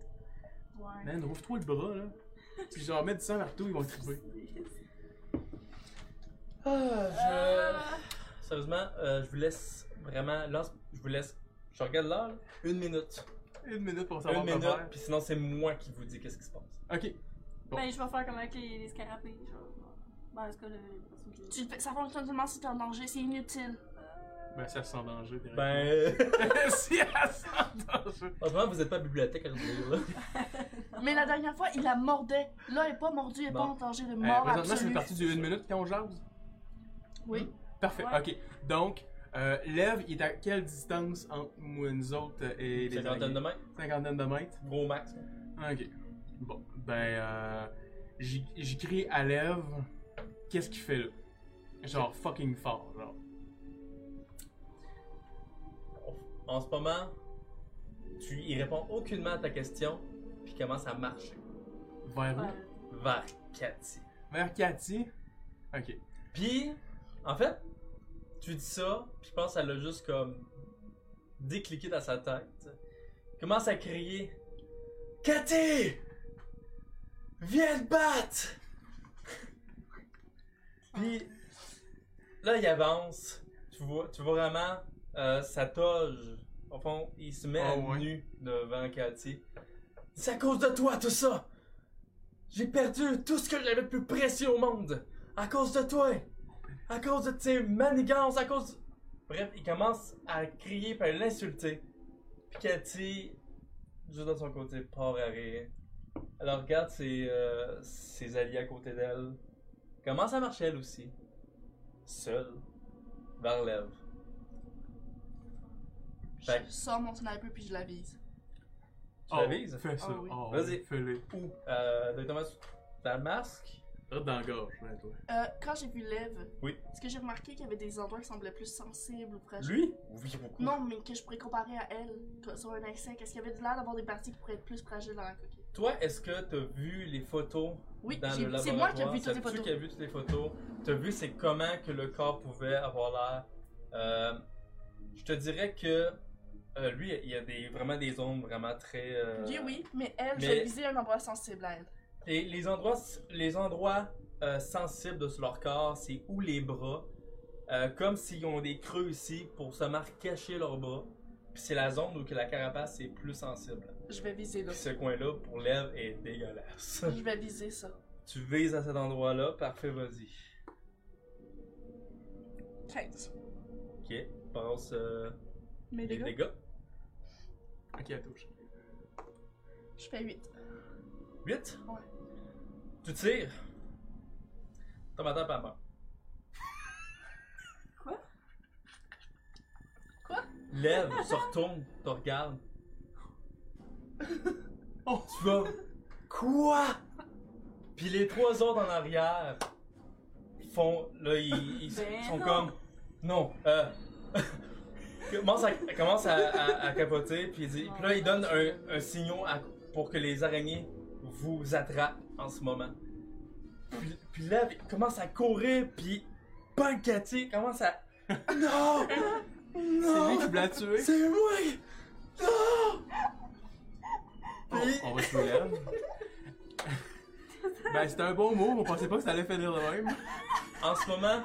[SPEAKER 2] Ouais.
[SPEAKER 3] man, rouvre-toi le bras, là. Si j'en mets du sang partout, ils vont triper.
[SPEAKER 4] Euh,
[SPEAKER 1] Ah, je... Sérieusement, euh, je vous laisse vraiment, lance, je vous laisse, je regarde l'heure, là. une minute.
[SPEAKER 3] Une minute pour savoir
[SPEAKER 1] Une
[SPEAKER 3] quoi
[SPEAKER 1] minute,
[SPEAKER 3] faire.
[SPEAKER 1] puis sinon c'est moi qui vous dis qu'est-ce qui se passe.
[SPEAKER 3] Ok, Bon.
[SPEAKER 2] Ben, je vais faire comme avec les, les scarabées. je vais- Ben, en tout cas, le- le personne qui-
[SPEAKER 4] Tu le fais- ça fonctionne seulement si t'es en danger, c'est inutile.
[SPEAKER 3] ben ça se sent danger. direct.
[SPEAKER 1] Ben,
[SPEAKER 3] si elle se sent danger.
[SPEAKER 1] en ce moment vous êtes pas à la bibliothèque à le dire, là.
[SPEAKER 4] Mais la dernière fois, il la mordait. Là, elle est pas mordue, elle est
[SPEAKER 1] Bon.
[SPEAKER 4] pas en danger de
[SPEAKER 3] Euh,
[SPEAKER 4] mort
[SPEAKER 3] présentement, c'est
[SPEAKER 4] absolue.
[SPEAKER 3] parti du 1 minute quand on jase.
[SPEAKER 4] Oui.
[SPEAKER 3] Parfait,
[SPEAKER 2] Ouais.
[SPEAKER 3] ok. Donc, euh, Lev, il est à quelle distance entre nous, nous autres et les
[SPEAKER 1] Cinquantaine de mètres,
[SPEAKER 3] araignées? Cinquantaine de mètres.
[SPEAKER 1] gros max.
[SPEAKER 3] Ok. Bon, ben, euh, j'y j'y crie à Lev, qu'est-ce qu'il fait là? Genre fucking fort, genre.
[SPEAKER 1] En ce moment, tu y réponds aucunement à ta question, puis commence à marcher
[SPEAKER 3] Vers
[SPEAKER 2] Ouais.
[SPEAKER 3] où?
[SPEAKER 1] vers Cathy.
[SPEAKER 3] Vers Cathy? Ok.
[SPEAKER 1] Puis, en fait, tu dis ça, puis je pense qu'elle a juste comme décliqué dans sa tête. Commence à crier Cathy Viens te battre Puis, là, il avance. Tu vois, tu vois vraiment euh, sa toge. Au fond, il se met à
[SPEAKER 3] Ah ouais.
[SPEAKER 1] nu devant Cathy. C'est à cause de toi, tout ça J'ai perdu tout ce que j'avais de plus précieux au monde à cause de toi! À cause de tes manigances, à cause. Bref, il commence à crier puis à l'insulter. Puis Cathy, juste de son côté, part à rire. Alors regarde ses, euh, ses alliés à côté d'elle. Commence à marcher elle aussi. Seule. Vers l'Ève. Fait que-
[SPEAKER 4] Je sors mon sniper puis je la vise.
[SPEAKER 1] Tu la vises?
[SPEAKER 3] Oh, Fais ça.
[SPEAKER 4] Ah oui.
[SPEAKER 3] Oh,
[SPEAKER 1] Vas-y.
[SPEAKER 3] Fais-le.
[SPEAKER 1] Où? Euh, directement sur ta masque?
[SPEAKER 3] Rentre dans la gorge, là, toi.
[SPEAKER 4] Euh, quand j'ai vu Lev,
[SPEAKER 1] Oui.
[SPEAKER 4] est-ce que j'ai remarqué qu'il y avait des endroits qui semblaient plus sensibles ou fragiles?
[SPEAKER 1] Lui? Oui, beaucoup.
[SPEAKER 4] Non, mais que je pourrais comparer à elle, que- sur un insecte. Est-ce qu'il y avait de l'air d'avoir des parties qui pourraient être plus fragiles dans la coquille?
[SPEAKER 1] Toi, est-ce que t'as vu les photos
[SPEAKER 4] Oui,
[SPEAKER 1] dans
[SPEAKER 4] j'ai-
[SPEAKER 1] le
[SPEAKER 4] c'est moi
[SPEAKER 1] laboratoire.
[SPEAKER 4] qui ai vu toutes les
[SPEAKER 1] C'est
[SPEAKER 4] photos.
[SPEAKER 1] toi qui as vu toutes les photos. Tu as vu c'est comment que le corps pouvait avoir l'air. Euh, je te dirais que euh, lui, il y a des, vraiment des zones vraiment très. euh,
[SPEAKER 4] Lui, oui, mais elle, je
[SPEAKER 1] mais-
[SPEAKER 4] vais viser un endroit sensible à elle.
[SPEAKER 1] Et les endroits, les endroits euh, sensibles de leur corps, c'est où les bras, euh, comme s'ils ont des creux ici pour se cacher leurs bras. Puis c'est la zone où que la carapace est plus sensible.
[SPEAKER 4] Je vais viser là.
[SPEAKER 1] Puis ce coin-là pour lèvres est dégueulasse.
[SPEAKER 4] Je vais viser ça.
[SPEAKER 1] tu vises à cet endroit-là, parfait, vas-y.
[SPEAKER 4] 15.
[SPEAKER 1] Ok, euh, passe euh,
[SPEAKER 4] Mais
[SPEAKER 1] les
[SPEAKER 4] les gars,
[SPEAKER 1] dégâts.
[SPEAKER 3] Ok, elle touche.
[SPEAKER 4] Je fais 8.
[SPEAKER 1] 8?
[SPEAKER 4] Ouais.
[SPEAKER 1] Tu tires. Ton bâton par mort.
[SPEAKER 2] Quoi?
[SPEAKER 4] Quoi?
[SPEAKER 1] Lève, se retourne, te regarde.
[SPEAKER 3] Oh.
[SPEAKER 1] Tu vas. Quoi? Puis les trois autres en arrière font. Là, ils, ils
[SPEAKER 2] Ben
[SPEAKER 1] sont
[SPEAKER 2] non.
[SPEAKER 1] comme. Non, euh. commence à, commence à, à- à capoter, puis, il dit- puis là, il donne un, un signal à- pour que les araignées vous attrapent en ce moment. Puis, puis là, il commence à courir, puis pancatier commence à. Non!
[SPEAKER 3] C'est
[SPEAKER 1] Non!
[SPEAKER 3] lui qui me l'a tué.
[SPEAKER 1] C'est moi! Non!
[SPEAKER 3] Oh,
[SPEAKER 1] Puis-
[SPEAKER 3] on va se lève. ben, c'était un bon mot, on pensait pas que ça allait finir de même.
[SPEAKER 1] En ce moment,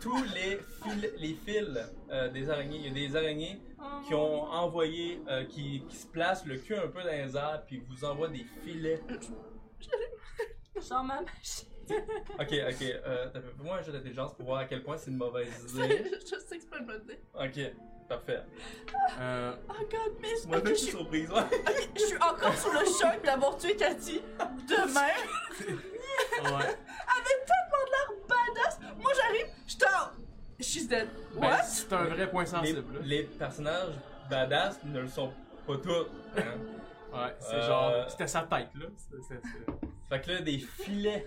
[SPEAKER 1] tous les fils, les fils euh, des araignées, il y a des araignées qui ont envoyé, euh, qui, qui se placent le cul un peu dans les airs, puis vous envoient des filets.
[SPEAKER 2] Genre ma machine.
[SPEAKER 1] Ok, ok, euh, moi un jeu d'intelligence pour voir à quel point c'est une mauvaise idée.
[SPEAKER 4] je sais que c'est pas une bonne idée.
[SPEAKER 1] Ok, parfait.
[SPEAKER 3] Euh,
[SPEAKER 4] Oh god, mais je,
[SPEAKER 1] Moi,
[SPEAKER 4] ok,
[SPEAKER 1] je
[SPEAKER 4] je
[SPEAKER 1] suis
[SPEAKER 4] suis,
[SPEAKER 1] surprise, ouais.
[SPEAKER 4] je suis encore sous le choc d'avoir tué Cathy. De même,
[SPEAKER 3] ouais.
[SPEAKER 4] moi j'arrive, je t'en. She's dead.
[SPEAKER 3] Ben,
[SPEAKER 4] What?
[SPEAKER 3] c'est un vrai point
[SPEAKER 1] Les,
[SPEAKER 3] sensible. là.
[SPEAKER 1] les personnages badass ne le sont pas tous. hein.
[SPEAKER 3] Ouais, c'est
[SPEAKER 1] Euh,
[SPEAKER 3] genre. C'était sa tête, là. C'est- c'est- c'est-
[SPEAKER 1] Fait que là, des filets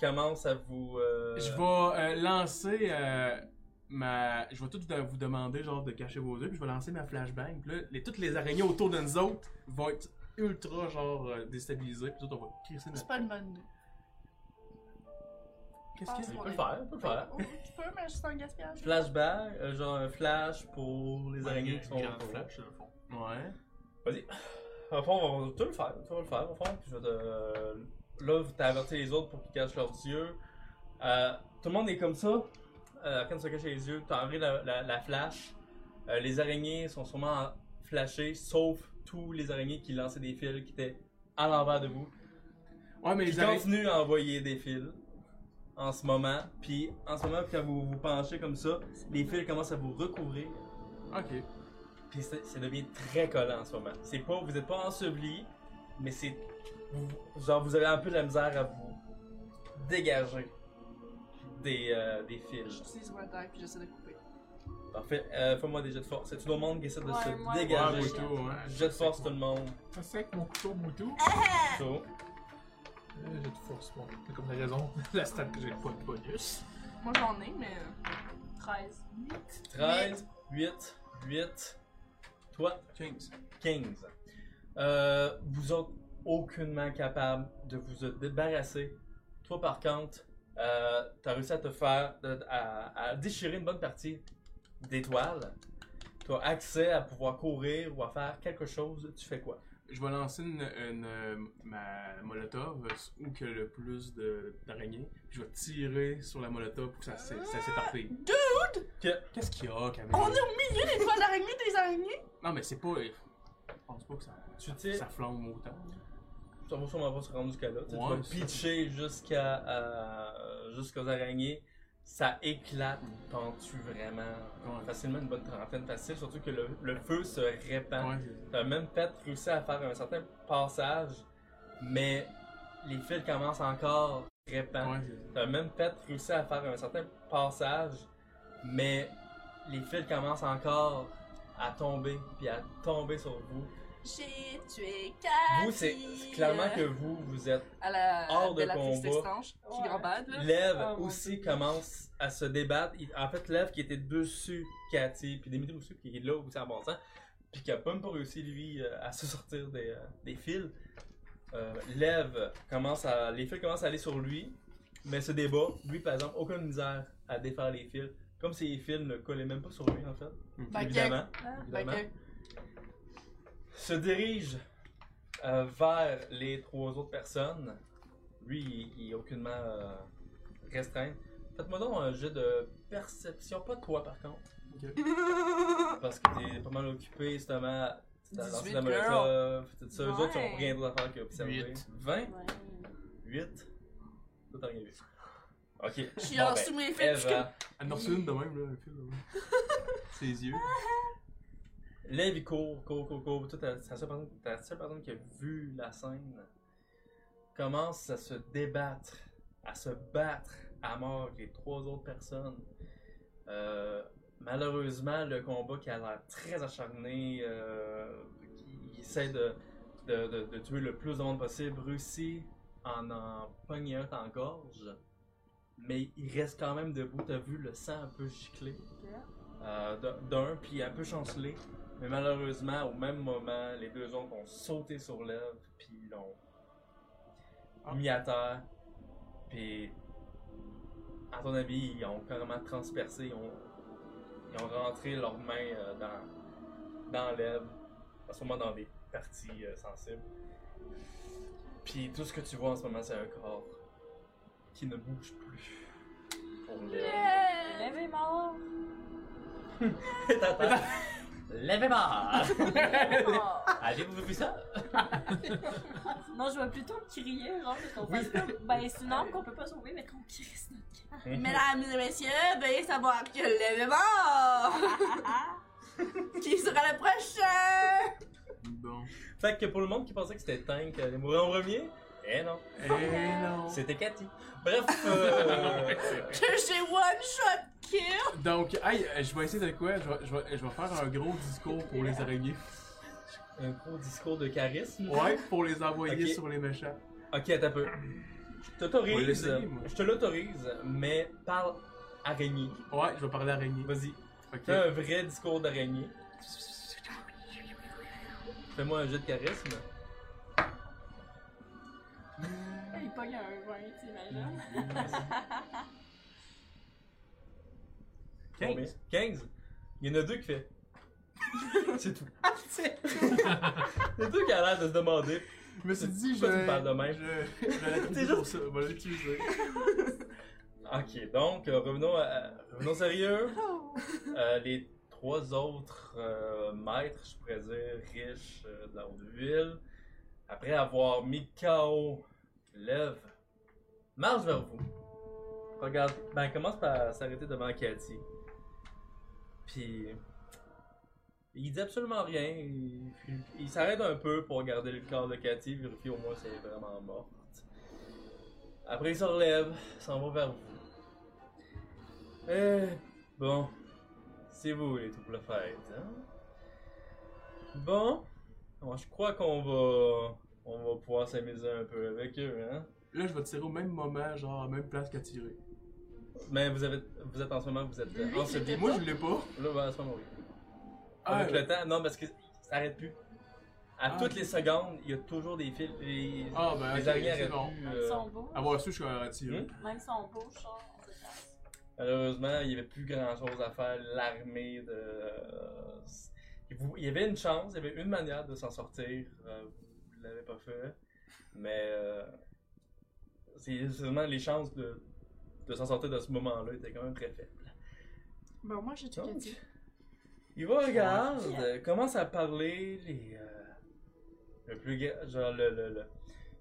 [SPEAKER 1] commencent à vous. euh,
[SPEAKER 3] Je vais euh, lancer euh, ma. Je vais tout de- vous demander, genre, de cacher vos yeux, puis je vais lancer ma flashbang. Puis là, les, toutes les araignées autour de nous autres vont être ultra, genre, euh, déstabilisées, puis tout, on va crisser notre.
[SPEAKER 4] C'est pas une bonne idée.
[SPEAKER 3] Qu'est-ce que
[SPEAKER 4] Ah,
[SPEAKER 3] c'est?
[SPEAKER 1] Tu peux le faire, tu peux le faire.
[SPEAKER 4] Oh, tu peux, mais c'est un gaspillage.
[SPEAKER 1] Flashback, euh, genre un flash pour les araignées
[SPEAKER 5] Ouais,
[SPEAKER 1] qui
[SPEAKER 5] une
[SPEAKER 1] sont
[SPEAKER 5] grande
[SPEAKER 1] autour.
[SPEAKER 5] flash, dans le fond.
[SPEAKER 3] Ouais.
[SPEAKER 1] Au fond, on va tout le faire, tu vas le faire, au fond, puis je vais te... Là, t'as averti les autres pour qu'ils cachent leurs yeux. Euh, tout le monde est comme ça. Euh, quand tu se cache les yeux, t'as enlevé la, la, la flash. Euh, les araignées sont sûrement flashées, sauf tous les araignées qui lançaient des fils qui étaient à l'envers de vous.
[SPEAKER 3] Ouais, mais
[SPEAKER 1] Ils
[SPEAKER 3] les araignées.
[SPEAKER 1] continuent à envoyer des fils en ce moment. Puis en ce moment, quand vous vous penchez comme ça, les fils commencent à vous recouvrir.
[SPEAKER 3] Ok.
[SPEAKER 1] Puis ça, ça devient très collant en ce moment. C'est pas, vous êtes pas enseveli, mais c'est. vous- Genre, vous avez un peu de la misère à vous dégager des, euh, des fils.
[SPEAKER 4] J'utilise mon attaque puis j'essaie de couper.
[SPEAKER 1] Parfait. Euh, Fais-moi des jets de force. C'est tout le monde qui essaie de
[SPEAKER 2] Ouais, moi,
[SPEAKER 1] se
[SPEAKER 3] Ouais,
[SPEAKER 1] dégager.
[SPEAKER 2] moi,
[SPEAKER 3] plutôt, ouais.
[SPEAKER 1] Jet de force, tout le monde.
[SPEAKER 5] Ça sec, mon couteau, mon tout.
[SPEAKER 1] So,
[SPEAKER 5] Euh, J'ai de force, bon. C'est comme la raison, la stat que j'ai pas de bonus.
[SPEAKER 4] Moi j'en ai, mais.
[SPEAKER 2] Euh, 13. Ah!
[SPEAKER 1] 13, 8, 8. Toi,
[SPEAKER 3] 15.
[SPEAKER 1] 15. Euh, vous êtes aucunement capable de vous en débarrasser. Toi, par contre, euh, t'as réussi à te faire, de- à, à déchirer une bonne partie d'étoiles. T'as accès à pouvoir courir ou à faire quelque chose. Tu fais quoi?
[SPEAKER 3] Je vais lancer une, une, euh, ma molotov euh, où que le plus de- d'araignées. puis Je vais tirer sur la molotov pour que ça, s'é- ça s'éparpille.
[SPEAKER 1] Que-
[SPEAKER 3] Qu'est-ce qu'il y a, Camille?
[SPEAKER 4] On est au milieu des toiles d'araignée des araignées!
[SPEAKER 3] Non, mais c'est pas. euh, Je pense pas que ça,
[SPEAKER 1] Tu tires.
[SPEAKER 3] ça flambe autant.
[SPEAKER 1] Ça va sûrement pas se rendre jusqu'à là. Tu sais,
[SPEAKER 3] Ouais,
[SPEAKER 1] tu
[SPEAKER 3] ça.
[SPEAKER 1] vas pitcher jusqu'à, euh, jusqu'aux araignées. Ça éclate. T'en-tu vraiment
[SPEAKER 3] Ouais.
[SPEAKER 1] facilement une bonne trentaine facile, surtout que le, le feu se répand.
[SPEAKER 3] Ouais, c'est-
[SPEAKER 1] T'as même peut-être réussi à faire un certain passage, mais les fils commencent encore à se répandre.
[SPEAKER 3] ouais, c'est-
[SPEAKER 1] T'as même peut-être réussi à faire un certain passage, mais les fils commencent encore à tomber, puis à tomber sur vous.
[SPEAKER 4] J'ai tué Cathy!
[SPEAKER 1] Vous, c'est c'est clairement que vous, vous êtes.
[SPEAKER 4] À la.
[SPEAKER 1] hors de
[SPEAKER 4] Bellatrix
[SPEAKER 1] combat.
[SPEAKER 4] Lestrange, qui
[SPEAKER 2] Ouais.
[SPEAKER 4] gambade, là.
[SPEAKER 1] Lève
[SPEAKER 2] Ah, mon
[SPEAKER 1] aussi
[SPEAKER 2] Dieu.
[SPEAKER 1] commence à se débattre. Il- en fait, Lève qui était dessus Cathy, puis Dimitri aussi, qui est là aussi en bon sens, puis qui a même pas réussi, lui, euh, à se sortir des, euh, des fils. Euh, Lève commence à. Les fils commencent à aller sur lui, mais se débat. Lui, par exemple, aucune misère à défaire les fils. Comme si les fils ne collaient même pas sur lui, en fait.
[SPEAKER 4] Fait que-
[SPEAKER 1] évidemment.
[SPEAKER 4] Fait
[SPEAKER 1] évidemment.
[SPEAKER 4] que.
[SPEAKER 1] Se dirige euh, vers les trois autres personnes. Lui, il, il est aucunement euh, restreint. Faites-moi donc un jet de perception, pas toi par contre. Parce que t'es pas mal occupé justement. T'as lancé
[SPEAKER 4] 18,
[SPEAKER 1] la
[SPEAKER 4] girl.
[SPEAKER 1] molotov, tout ça. Eux
[SPEAKER 2] Ouais.
[SPEAKER 1] autres, ils ont rien d'autre à faire que observer.
[SPEAKER 5] Huit.
[SPEAKER 1] 20,
[SPEAKER 2] Ouais.
[SPEAKER 1] 8. Toi, t'as rien vu. Ok.
[SPEAKER 4] Je suis
[SPEAKER 1] Bon,
[SPEAKER 4] en
[SPEAKER 1] ben,
[SPEAKER 4] sous mes fesses, je suis
[SPEAKER 1] Eve,
[SPEAKER 4] comme.
[SPEAKER 1] hein,
[SPEAKER 3] Elle en reçoit une de même, là, le fil, là. Ses yeux.
[SPEAKER 1] Lève, il court, court, court, court. Toi, t'as- c'est la seule personne- t'as la seule personne qui a vu la scène commence à se débattre, à se battre à mort avec les trois autres personnes. Euh, malheureusement, le combat qui a l'air très acharné, euh, qui essaie de, de, de- de tuer le plus de monde possible, réussit en en pognant un en gorge. Mais il reste quand même debout, t'as vu le sang un peu gicler euh, d'un- d'un, puis un peu chancelé. Mais malheureusement, au même moment, les deux autres ont sauté sur l'œuvre, puis l'ont mis à terre. Puis, à ton avis, ils ont carrément transpercé, ils ont, ils ont rentré leurs mains euh, dans, dans l'œuvre, à ce moment dans des parties euh, sensibles. Puis tout ce que tu vois en ce moment, c'est un corps qui ne bouge plus. Pour l'herbe.
[SPEAKER 2] Lève est mort.
[SPEAKER 1] T'entends? Lève-moi!
[SPEAKER 4] Ah.
[SPEAKER 1] Avez-vous vu ça?
[SPEAKER 2] Non, je vais plutôt crier, genre, parce qu'on fasse comme. Ben, c'est une arme qu'on peut pas sauver, mais qu'on crisse notre cœur.
[SPEAKER 1] Mhm.
[SPEAKER 4] Mesdames et messieurs, veuillez savoir que l'événement qui sera le prochain.
[SPEAKER 3] Bon.
[SPEAKER 1] Fait que pour le monde qui pensait que c'était Tank qui allait mourir en premier, eh non,
[SPEAKER 3] Eh non.
[SPEAKER 1] c'était Cathy. Bref, euh,
[SPEAKER 4] Que j'ai one shot kill.
[SPEAKER 3] Donc, hey, euh, je vais essayer de quoi? Je vais, je vais- je vais faire un gros discours pour les araignées.
[SPEAKER 1] un gros discours de charisme.
[SPEAKER 3] Ouais, pour les envoyer
[SPEAKER 1] Ok.
[SPEAKER 3] sur les méchants.
[SPEAKER 1] Ok, attends un peu. Je
[SPEAKER 3] On va
[SPEAKER 1] t'autorise,
[SPEAKER 3] l'essayer, moi.
[SPEAKER 1] je te l'autorise, mais parle araignée.
[SPEAKER 3] Ouais, je vais parler araignée.
[SPEAKER 1] Vas-y,
[SPEAKER 3] Ok.
[SPEAKER 1] fais un vrai discours d'araignée. Fais-moi un jeu de charisme.
[SPEAKER 2] Il pogne un 20, t'imagines?
[SPEAKER 3] 15.
[SPEAKER 1] Combien? 15? Il y en a deux qui fait. C'est tout. Il y en a deux qui a l'air de se demander.
[SPEAKER 3] Je me suis dit, je.
[SPEAKER 1] Pourquoi tu me parles de même?
[SPEAKER 3] Je, je l'ai
[SPEAKER 1] T'es
[SPEAKER 3] trouvé pour ça. On va l'utiliser.
[SPEAKER 1] Ok, donc euh, revenons, à- à- revenons sérieux. Euh, les trois autres euh, maîtres, je pourrais dire, riches euh, de la haute ville, après avoir mis KO Lève, marche vers vous. Regarde, ben elle commence par s'arrêter devant Cathy. Puis il dit absolument rien. Il, il s'arrête un peu pour regarder le corps de Cathy, vérifier au moins si elle est vraiment morte. Après il se relève, s'en va vers vous. Eh, bon. C'est vous les troubles fêtes, hein? Bon. Bon, je crois qu'on va. On va pouvoir s'amuser un peu avec eux, hein?
[SPEAKER 3] Là, je vais tirer au même moment, genre, à la même place qu'à tirer.
[SPEAKER 1] Mais vous avez. Vous êtes en ce moment, vous êtes
[SPEAKER 4] Lui,
[SPEAKER 1] euh, enseveli.
[SPEAKER 3] Moi, je l'ai pas.
[SPEAKER 1] Là, ben, en ce moment, oui.
[SPEAKER 3] Ah,
[SPEAKER 1] Avec le temps, non, parce que ça arrête plus. À
[SPEAKER 3] Ah,
[SPEAKER 1] toutes
[SPEAKER 3] ok.
[SPEAKER 1] les secondes, il y a toujours des fils. Les,
[SPEAKER 3] Ah, ben,
[SPEAKER 1] les
[SPEAKER 3] ok,
[SPEAKER 1] araignées
[SPEAKER 3] c'est
[SPEAKER 1] arrêtent
[SPEAKER 3] bon.
[SPEAKER 1] plus,
[SPEAKER 2] Même
[SPEAKER 1] euh,
[SPEAKER 2] si on bouge,
[SPEAKER 3] Avoir su, je suis à tirer.
[SPEAKER 1] Hmm?
[SPEAKER 2] même si on bouge, genre, on se casse.
[SPEAKER 1] Malheureusement, il n'y avait plus grand chose à faire. L'armée de. euh, Il vous- il y avait une chance, il y avait une manière de s'en sortir. euh, Vous ne l'avez pas fait. Mais. euh, C'est seulement les chances de, de s'en sortir de ce moment-là étaient quand même très faibles.
[SPEAKER 4] Bon, moi j'ai tout
[SPEAKER 1] Donc,
[SPEAKER 4] dit.
[SPEAKER 1] Il va, regarde, euh, commence à parler. Les, euh, le plus grand. Genre, le, le- le-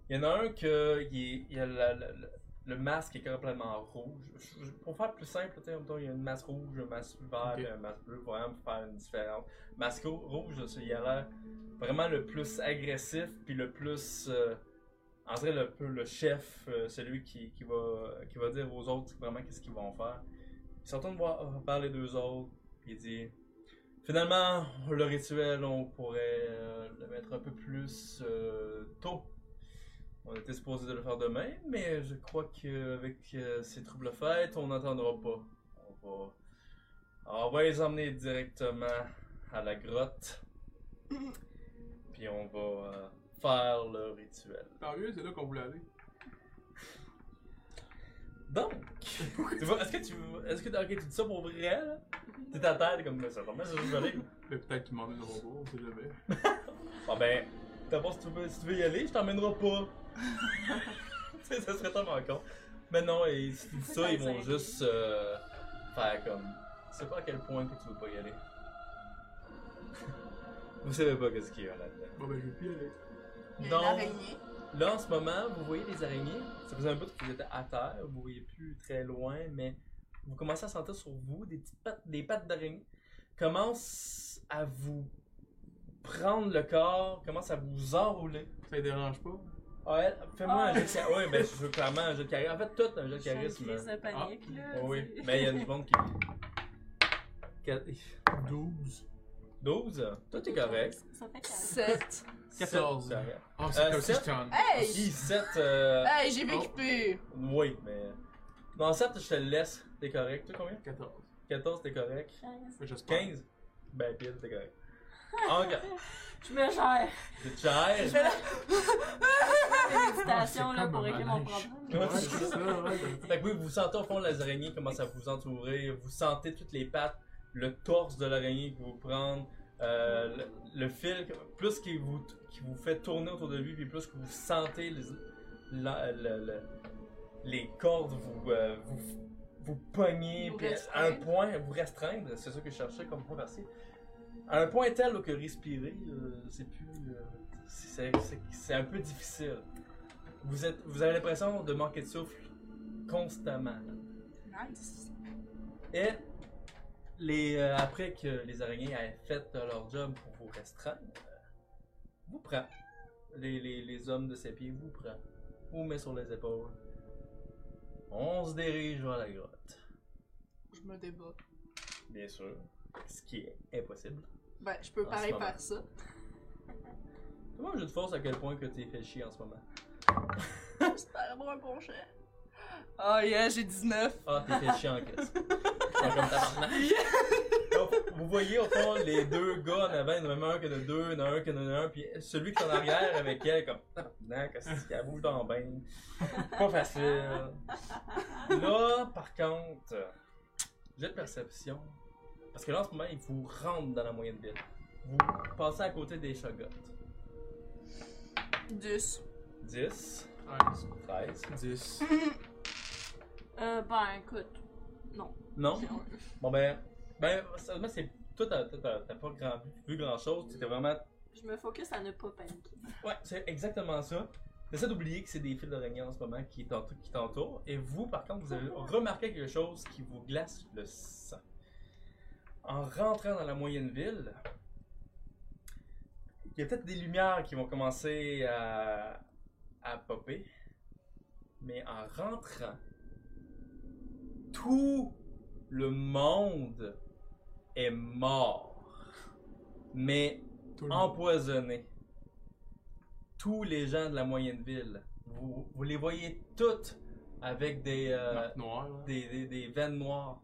[SPEAKER 1] Il y en a un que. Il, est- il a la- la- la- le masque est complètement rouge. Je- je- Pour faire plus simple, tu sais, en même temps, il y a une masque rouge, un masque vert,
[SPEAKER 3] Ok.
[SPEAKER 1] et un masque bleu, pour vraiment faire une différence. Masque rou- rouge, ça, il a l'air vraiment le plus agressif, puis le plus. euh, en vrai, le peu le chef, euh, celui qui, qui, va, qui va dire aux autres vraiment qu'est-ce qu'ils vont faire. Il se retourne voir, vers les deux autres, puis il dit Finalement, le rituel, on pourrait euh, le mettre un peu plus euh, tôt. On était supposé de le faire demain, mais je crois qu'avec ces troubles fêtes, on n'attendra pas. On va... Alors, on va les emmener directement à la grotte. Puis on va euh, faire le rituel.
[SPEAKER 3] Tant mieux, c'est là qu'on voulait aller.
[SPEAKER 1] Donc, tu vois, est-ce que tu. Est-ce que. Ok, tu dis ça pour vrai, là? T'es à terre, t'es comme ça. Bon, ben, c'est juste aller.
[SPEAKER 3] Mais peut-être qu'ils m'emmèneront pas, on sait jamais.
[SPEAKER 1] Bon, ben, t'as pas si tu veux, si tu veux y aller, je t'emmènerai pas. Tu sais, ça serait tellement con. Mais non, et si tu dis ça, ils vont juste euh, faire comme. Tu sais pas à quel point que tu veux pas y aller. Vous savez pas qu'est-ce qu'il y a là-dedans.
[SPEAKER 3] Bon, ben, je vais plus y aller.
[SPEAKER 1] Non.
[SPEAKER 4] L'araignée.
[SPEAKER 1] Là, en ce moment, vous voyez les araignées. Ça faisait un bout que vous étiez à terre, vous voyez plus très loin, mais vous commencez à sentir sur vous des petites pattes, des pattes d'araignée commencent à vous prendre le corps, commence à vous enrouler.
[SPEAKER 3] Ça les dérange pas.
[SPEAKER 1] Ouais, fais-moi
[SPEAKER 2] Ah.
[SPEAKER 1] un jeu de charisme. Ouais, ben je veux clairement un jeu de charisme. En fait, tout un jeu de
[SPEAKER 2] J'ai une
[SPEAKER 1] charisme.
[SPEAKER 2] crise de panique, là.
[SPEAKER 1] Ouais, oui,
[SPEAKER 2] tu sais.
[SPEAKER 1] mais il y a du monde qui. Quatre-
[SPEAKER 3] 12.
[SPEAKER 1] 12 Toi, t'es correct.
[SPEAKER 2] Ça fait quatre.
[SPEAKER 4] 7.
[SPEAKER 3] 14.
[SPEAKER 1] Sept, correct.
[SPEAKER 5] Oh, c'est
[SPEAKER 1] Euh,
[SPEAKER 5] comme si
[SPEAKER 1] sept.
[SPEAKER 5] j'étais en.
[SPEAKER 1] Si,
[SPEAKER 4] Hey!
[SPEAKER 1] 7. Euh...
[SPEAKER 4] Hey, j'ai vécu pire.
[SPEAKER 1] Oui, mais. Dans 7, je te le laisse. T'es correct. Toi, combien
[SPEAKER 3] 14.
[SPEAKER 1] 14, t'es correct.
[SPEAKER 2] Quinze.
[SPEAKER 3] J'espère.
[SPEAKER 1] 15 Ben, pile, t'es correct. Encore.
[SPEAKER 2] Je me gère.
[SPEAKER 1] T'es cher.
[SPEAKER 2] Une méditation,
[SPEAKER 5] Ah, c'est
[SPEAKER 2] là,
[SPEAKER 5] comme
[SPEAKER 2] pour
[SPEAKER 5] un
[SPEAKER 2] régler mon
[SPEAKER 5] manège.
[SPEAKER 2] problème.
[SPEAKER 1] Ouais,
[SPEAKER 3] Ouais, c'est ça, ouais.
[SPEAKER 1] Fait que oui, vous sentez au fond les araignées commencent à vous entourer, vous sentez toutes les pattes, le torse de l'araignée qui vous prend, euh, le, le fil, que- plus qui vous, qui vous fait tourner autour de lui, puis plus que vous sentez les, la- la- la- les cordes vous, euh, vous, vous pogner,
[SPEAKER 4] Vous
[SPEAKER 1] puis à un
[SPEAKER 4] restreindre.
[SPEAKER 1] point, vous restreindre, c'est ça que je cherchais comme point passé. À un point tel là, que respirer, euh, c'est plus. euh, c'est- c'est c'est un peu difficile. Vous, êtes, vous avez l'impression de manquer de souffle constamment.
[SPEAKER 4] Nice.
[SPEAKER 1] Et les, euh, après que les araignées aient fait euh, leur job pour vous restreindre, euh, vous prend. Les, les, les hommes de ses pieds vous prend. Vous met sur les épaules. On se dirige vers la grotte.
[SPEAKER 4] Je me débat.
[SPEAKER 1] Bien sûr. Ce qui est impossible.
[SPEAKER 4] Ben, je peux
[SPEAKER 1] En
[SPEAKER 4] pareil
[SPEAKER 1] ce moment.
[SPEAKER 4] faire ça.
[SPEAKER 1] Comment je te force à quel point que t'es fait chier en ce moment?
[SPEAKER 4] J'espère avoir un bon chien. Oh yeah, j'ai 19.
[SPEAKER 1] Ah, t'es fait chier en caisse. C'est comme tabarnak. Donc, vous voyez au fond les deux gars en avant, il y en a même un qui en a deux, il y en a un qui en a un, puis celui qui est en arrière avec elle, comme tabarnak, qu'est-ce qu'elle bouge dans le bain. Pas facile. Là, par contre, j'ai de perception. Parce que là, en ce moment, ils vous rentrent dans la moyenne ville. Vous passez à côté des shogots.
[SPEAKER 4] 10.
[SPEAKER 1] 10,
[SPEAKER 3] 13.
[SPEAKER 1] 13.
[SPEAKER 3] 10.
[SPEAKER 2] Euh, ben, écoute.
[SPEAKER 1] Non? Bon ben, ben, sérieusement, c'est. Toi, t'as, t'as- t'as- t'as pas grand- vu grand chose, t'étais vraiment.
[SPEAKER 2] Je me focus à ne pas paniquer.
[SPEAKER 1] Ouais, c'est exactement ça. T'essaies d'oublier que c'est des fils d'araignée en ce moment qui, t'ent- qui t'entourent. Et vous, par contre, vous avez remarqué quelque chose qui vous glace le sang. En rentrant dans la moyenne ville, il y a peut-être des lumières qui vont commencer à, à popper. Mais en rentrant, tout le monde est mort. Mais
[SPEAKER 3] Tout le monde.
[SPEAKER 1] empoisonné. Tous les gens de la moyenne ville, vous, vous les voyez toutes avec des, euh,
[SPEAKER 3] Marque noire, là.
[SPEAKER 1] des, des- des veines noires.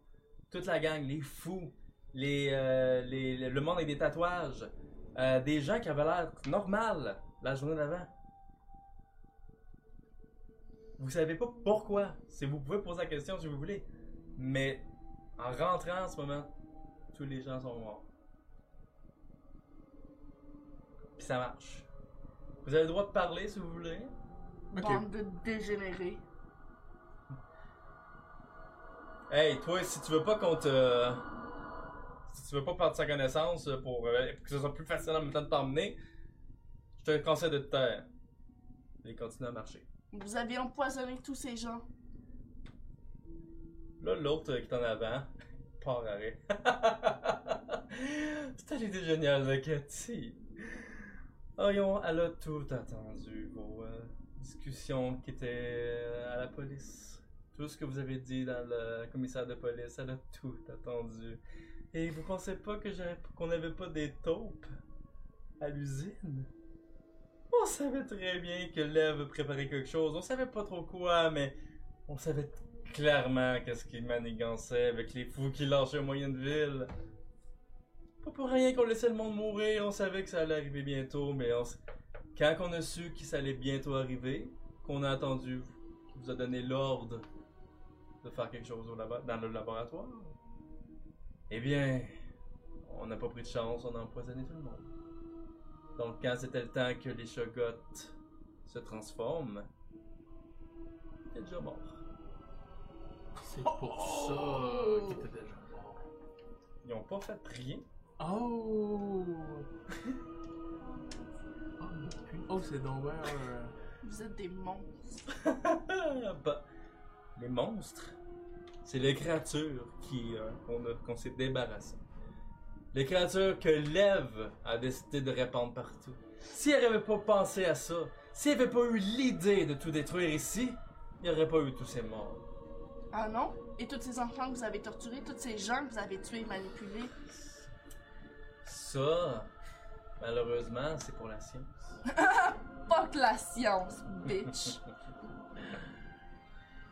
[SPEAKER 1] Toute la gang, les fous, les, euh, les- le monde avec des tatouages, euh, des gens qui avaient l'air normal la journée d'avant. Vous savez pas pourquoi, si vous pouvez poser la question si vous voulez, mais en rentrant en ce moment, tous les gens sont morts. Puis ça marche. Vous avez le droit de parler si vous voulez.
[SPEAKER 3] Ok.
[SPEAKER 4] Bande de dégénérés.
[SPEAKER 1] Hey, toi, si tu veux pas qu'on te. Si tu veux pas perdre sa connaissance euh, pour, euh, pour que ce soit plus facile en même temps de t'emmener, je te conseille de te taire. Et continue à marcher.
[SPEAKER 4] Vous avez empoisonné tous ces gens.
[SPEAKER 1] Là, l'autre euh, qui est en avant, part arrêt. C'était l'idée géniale de Cathy. Voyons, elle a tout entendu, vos euh, discussions qui étaient à la police. Tout ce que vous avez dit dans le commissaire de police, elle a tout entendu. Et vous pensez pas que j'aurais- qu'on n'avait pas des taupes à l'usine? On savait très bien que Lev préparait quelque chose. On savait pas trop quoi, mais on savait clairement qu'est-ce qu'il manigançait avec les fous qui lâchaient au moyen de ville. Pas pour rien qu'on laissait le monde mourir. On savait que ça allait arriver bientôt, mais on s- quand on a su que ça allait bientôt arriver, qu'on a attendu, qui vous a donné l'ordre de faire quelque chose au labo- dans le laboratoire, eh bien, on n'a pas pris de chance, on a empoisonné tout le monde. Donc quand c'était le temps que les Shogots se transforment, il est déjà mort.
[SPEAKER 3] C'est pour
[SPEAKER 4] Oh!
[SPEAKER 3] ça euh, qu'il était déjà mort.
[SPEAKER 1] Ils n'ont pas fait rien.
[SPEAKER 3] Oh! oh, oh c'est donc bien, euh,
[SPEAKER 4] Vous êtes des monstres.
[SPEAKER 1] Ah, bah, les monstres, c'est les créatures qui euh, qu'on a- qu'on s'est débarrassé. Les créatures que l'Ève a décidé de répandre partout. Si elle n'avait pas pensé à ça, si elle n'avait pas eu l'idée de tout détruire ici, il n'y aurait pas eu tous ces morts.
[SPEAKER 4] Ah non? Et tous ces enfants que vous avez torturés, tous ces gens que vous avez tués et manipulés.
[SPEAKER 1] Ça, malheureusement, c'est pour la science.
[SPEAKER 4] Fuck la science, bitch!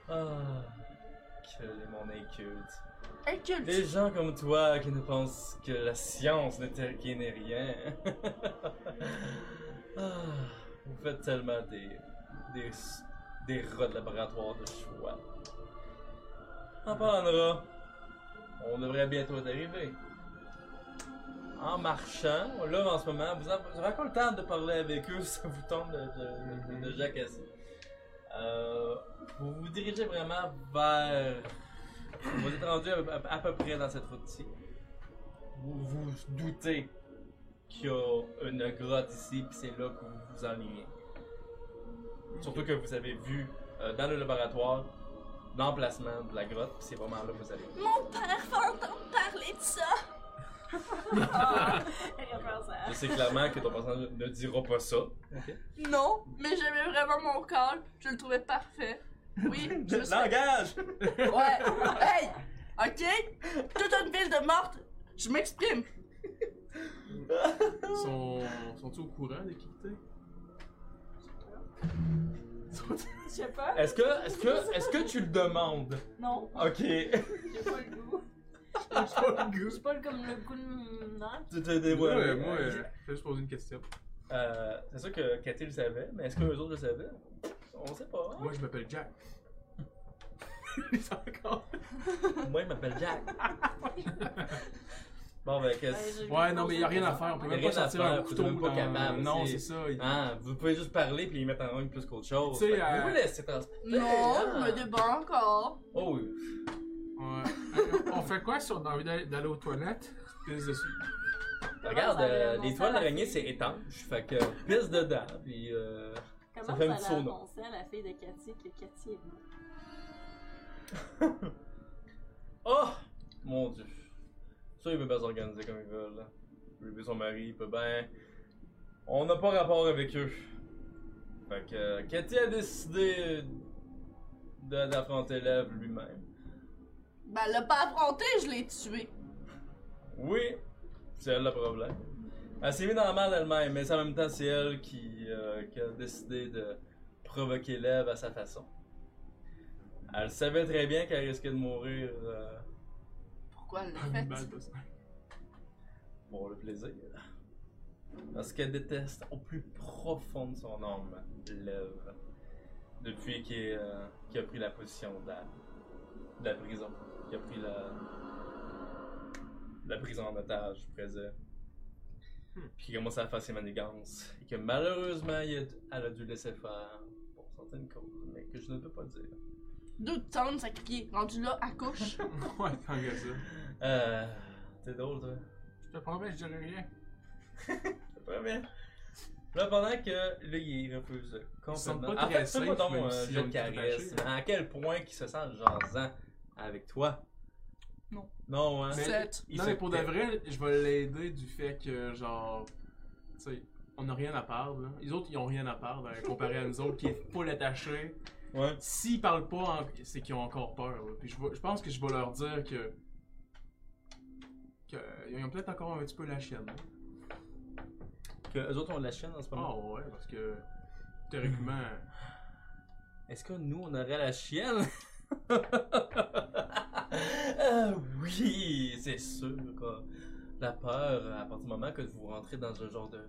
[SPEAKER 1] Ah, quel est mon inculte.
[SPEAKER 4] Inculte!
[SPEAKER 1] Des gens comme toi qui ne pensent que la science n'était qui n'est rien. Ah, vous faites tellement des, des, des rats de laboratoire de choix. En parlant de rats, on devrait bientôt arriver. En marchant, là en ce moment, vous en- vous avez encore le temps de parler avec eux si ça vous tombe de, de, de, de jacasse. Euh, vous vous dirigez vraiment vers vous êtes rendu à, à- à peu près dans cette route-ci. Vous vous doutez qu'il y a une grotte ici, puis c'est là que vous vous enlignez. Surtout que vous avez vu euh, dans le laboratoire l'emplacement de la grotte, puis c'est vraiment là que vous allez.
[SPEAKER 4] Mon père va entendre parler de ça!
[SPEAKER 2] Il a peur, ça.
[SPEAKER 1] Je sais clairement que ton personnage ne dira pas ça.
[SPEAKER 4] Non, mais j'aimais vraiment mon col. Je le trouvais parfait. Oui, je suis...
[SPEAKER 1] Langage!
[SPEAKER 4] Ouais. Hey! OK? Toute une ville de mortes, je m'exprime.
[SPEAKER 3] Sont... Sont-ils au courant de qui t'es?
[SPEAKER 2] Je sais pas.
[SPEAKER 1] Est-ce que, est-ce que, est-ce que tu le demandes?
[SPEAKER 2] Non,
[SPEAKER 1] Ok. tu
[SPEAKER 2] j'ai pas le goût. J'ai pas le- comme le goût de. Non.
[SPEAKER 1] te
[SPEAKER 3] Moi,
[SPEAKER 1] dévoiles.
[SPEAKER 3] euh, moi, euh, je vais juste poser une question.
[SPEAKER 1] Euh, c'est sûr que Cathy le savait, mais est-ce que les autres le savaient? On sait pas.
[SPEAKER 3] Moi, je m'appelle Jack. Il est encore.
[SPEAKER 1] Moi, il m'appelle Jack. bon, ben, qu'est-ce
[SPEAKER 2] j'ai-
[SPEAKER 3] Ouais, non, mais il n'y a rien à faire. On peut
[SPEAKER 1] Y a
[SPEAKER 3] même
[SPEAKER 1] rien
[SPEAKER 3] pas
[SPEAKER 1] à
[SPEAKER 3] sortir un
[SPEAKER 1] faire,
[SPEAKER 3] couteau.
[SPEAKER 1] t'es même pas
[SPEAKER 3] dans-
[SPEAKER 1] capable,
[SPEAKER 3] Non,
[SPEAKER 1] c'est-
[SPEAKER 3] c'est ça. il-
[SPEAKER 1] Hein, vous pouvez juste parler puis les mettre en ligne plus qu'autre chose.
[SPEAKER 3] Tu sais,
[SPEAKER 1] Fait que
[SPEAKER 3] euh,
[SPEAKER 1] Vous pouvez laisser trans-
[SPEAKER 4] Non, je
[SPEAKER 1] Ah.
[SPEAKER 4] me débat encore.
[SPEAKER 1] Oh, oui.
[SPEAKER 5] On, on fait quoi si on a envie d'aller d'aller aux toilettes?
[SPEAKER 3] Pisse dessus.
[SPEAKER 1] Regarde,
[SPEAKER 2] ça allait
[SPEAKER 1] euh,
[SPEAKER 2] annoncer
[SPEAKER 1] les toiles
[SPEAKER 2] à la
[SPEAKER 1] d'araignée,
[SPEAKER 2] fille?
[SPEAKER 1] c'est étanche. Fait que pisse dedans, puis euh,
[SPEAKER 2] Comment
[SPEAKER 1] Ça
[SPEAKER 2] ça
[SPEAKER 1] fait un
[SPEAKER 2] allait
[SPEAKER 1] petit sauna.
[SPEAKER 2] annoncer à la fille de Cathy que Cathy est venue?
[SPEAKER 1] Oh! Mon dieu. Ça, ils peuvent pas s'organiser comme ils veulent. là. Ruby, son mari, il peut ben. On n'a pas rapport avec eux. Fait que euh, Cathy a décidé de- d'affronter l'Ève lui-même.
[SPEAKER 4] Ben, elle l'a pas affronté, je l'ai tué.
[SPEAKER 1] Oui, c'est elle le problème. Elle s'est mise dans la merde elle-même, mais c'est en même temps c'est elle qui, euh, qui a décidé de provoquer l'Ève à sa façon. Elle savait très bien qu'elle risquait de mourir euh,
[SPEAKER 4] Pourquoi elle l'a
[SPEAKER 3] Une balle
[SPEAKER 4] fait?
[SPEAKER 3] de sang.
[SPEAKER 1] pour le plaisir. Parce qu'elle déteste au plus profond de son âme l'œuvre. Depuis qu'il est, euh, qu'il a pris la position de la, de la prison. Qu'il a pris la, la prison en otage, je pourrais dire. Puis qu'il commence à faire ses manigances. Et que malheureusement, il a- elle a dû laisser faire pour certaines causes, mais que je ne peux pas dire.
[SPEAKER 4] Deux tonnes sacrifiées. Rendu là, à couche.
[SPEAKER 3] Ouais, tant que ça.
[SPEAKER 1] Euh, T'es drôle, toi.
[SPEAKER 5] Je te promets, je dirai rien.
[SPEAKER 1] Très bien. Là, pendant que là, il refuse
[SPEAKER 3] semble
[SPEAKER 1] complètement.
[SPEAKER 3] pas
[SPEAKER 1] En fait,
[SPEAKER 3] très
[SPEAKER 1] fais-moi
[SPEAKER 3] safe,
[SPEAKER 1] donc euh,
[SPEAKER 3] même
[SPEAKER 1] un
[SPEAKER 3] si
[SPEAKER 1] jeu
[SPEAKER 3] on
[SPEAKER 1] de
[SPEAKER 3] est attaché,
[SPEAKER 1] charisme.
[SPEAKER 3] là.
[SPEAKER 1] À quel point il se sent jasant avec toi
[SPEAKER 4] Non.
[SPEAKER 1] Non, hein
[SPEAKER 3] Mais-
[SPEAKER 4] Sept.
[SPEAKER 1] Il
[SPEAKER 3] non,
[SPEAKER 1] se
[SPEAKER 3] mais pour de
[SPEAKER 1] tait.
[SPEAKER 3] vrai, je vais l'aider du fait que, genre, tu sais, on n'a rien à perdre. Là. Les autres, ils ont rien à perdre hein, comparé à nous autres qui est full attachés.
[SPEAKER 1] Ouais.
[SPEAKER 3] S'ils parlent pas, en- c'est qu'ils ont encore peur. là. Puis je, vais- je pense que je vais leur dire que. que ils ont peut-être encore un petit peu la chienne. hein.
[SPEAKER 1] Que eux autres ont de la chienne en ce
[SPEAKER 3] Ah
[SPEAKER 1] moment.
[SPEAKER 3] ouais, parce que. théoriquement.
[SPEAKER 1] Est-ce que nous, on aurait la chienne Ah Oui, c'est sûr. quoi. La peur, à partir du moment que vous rentrez dans un genre de.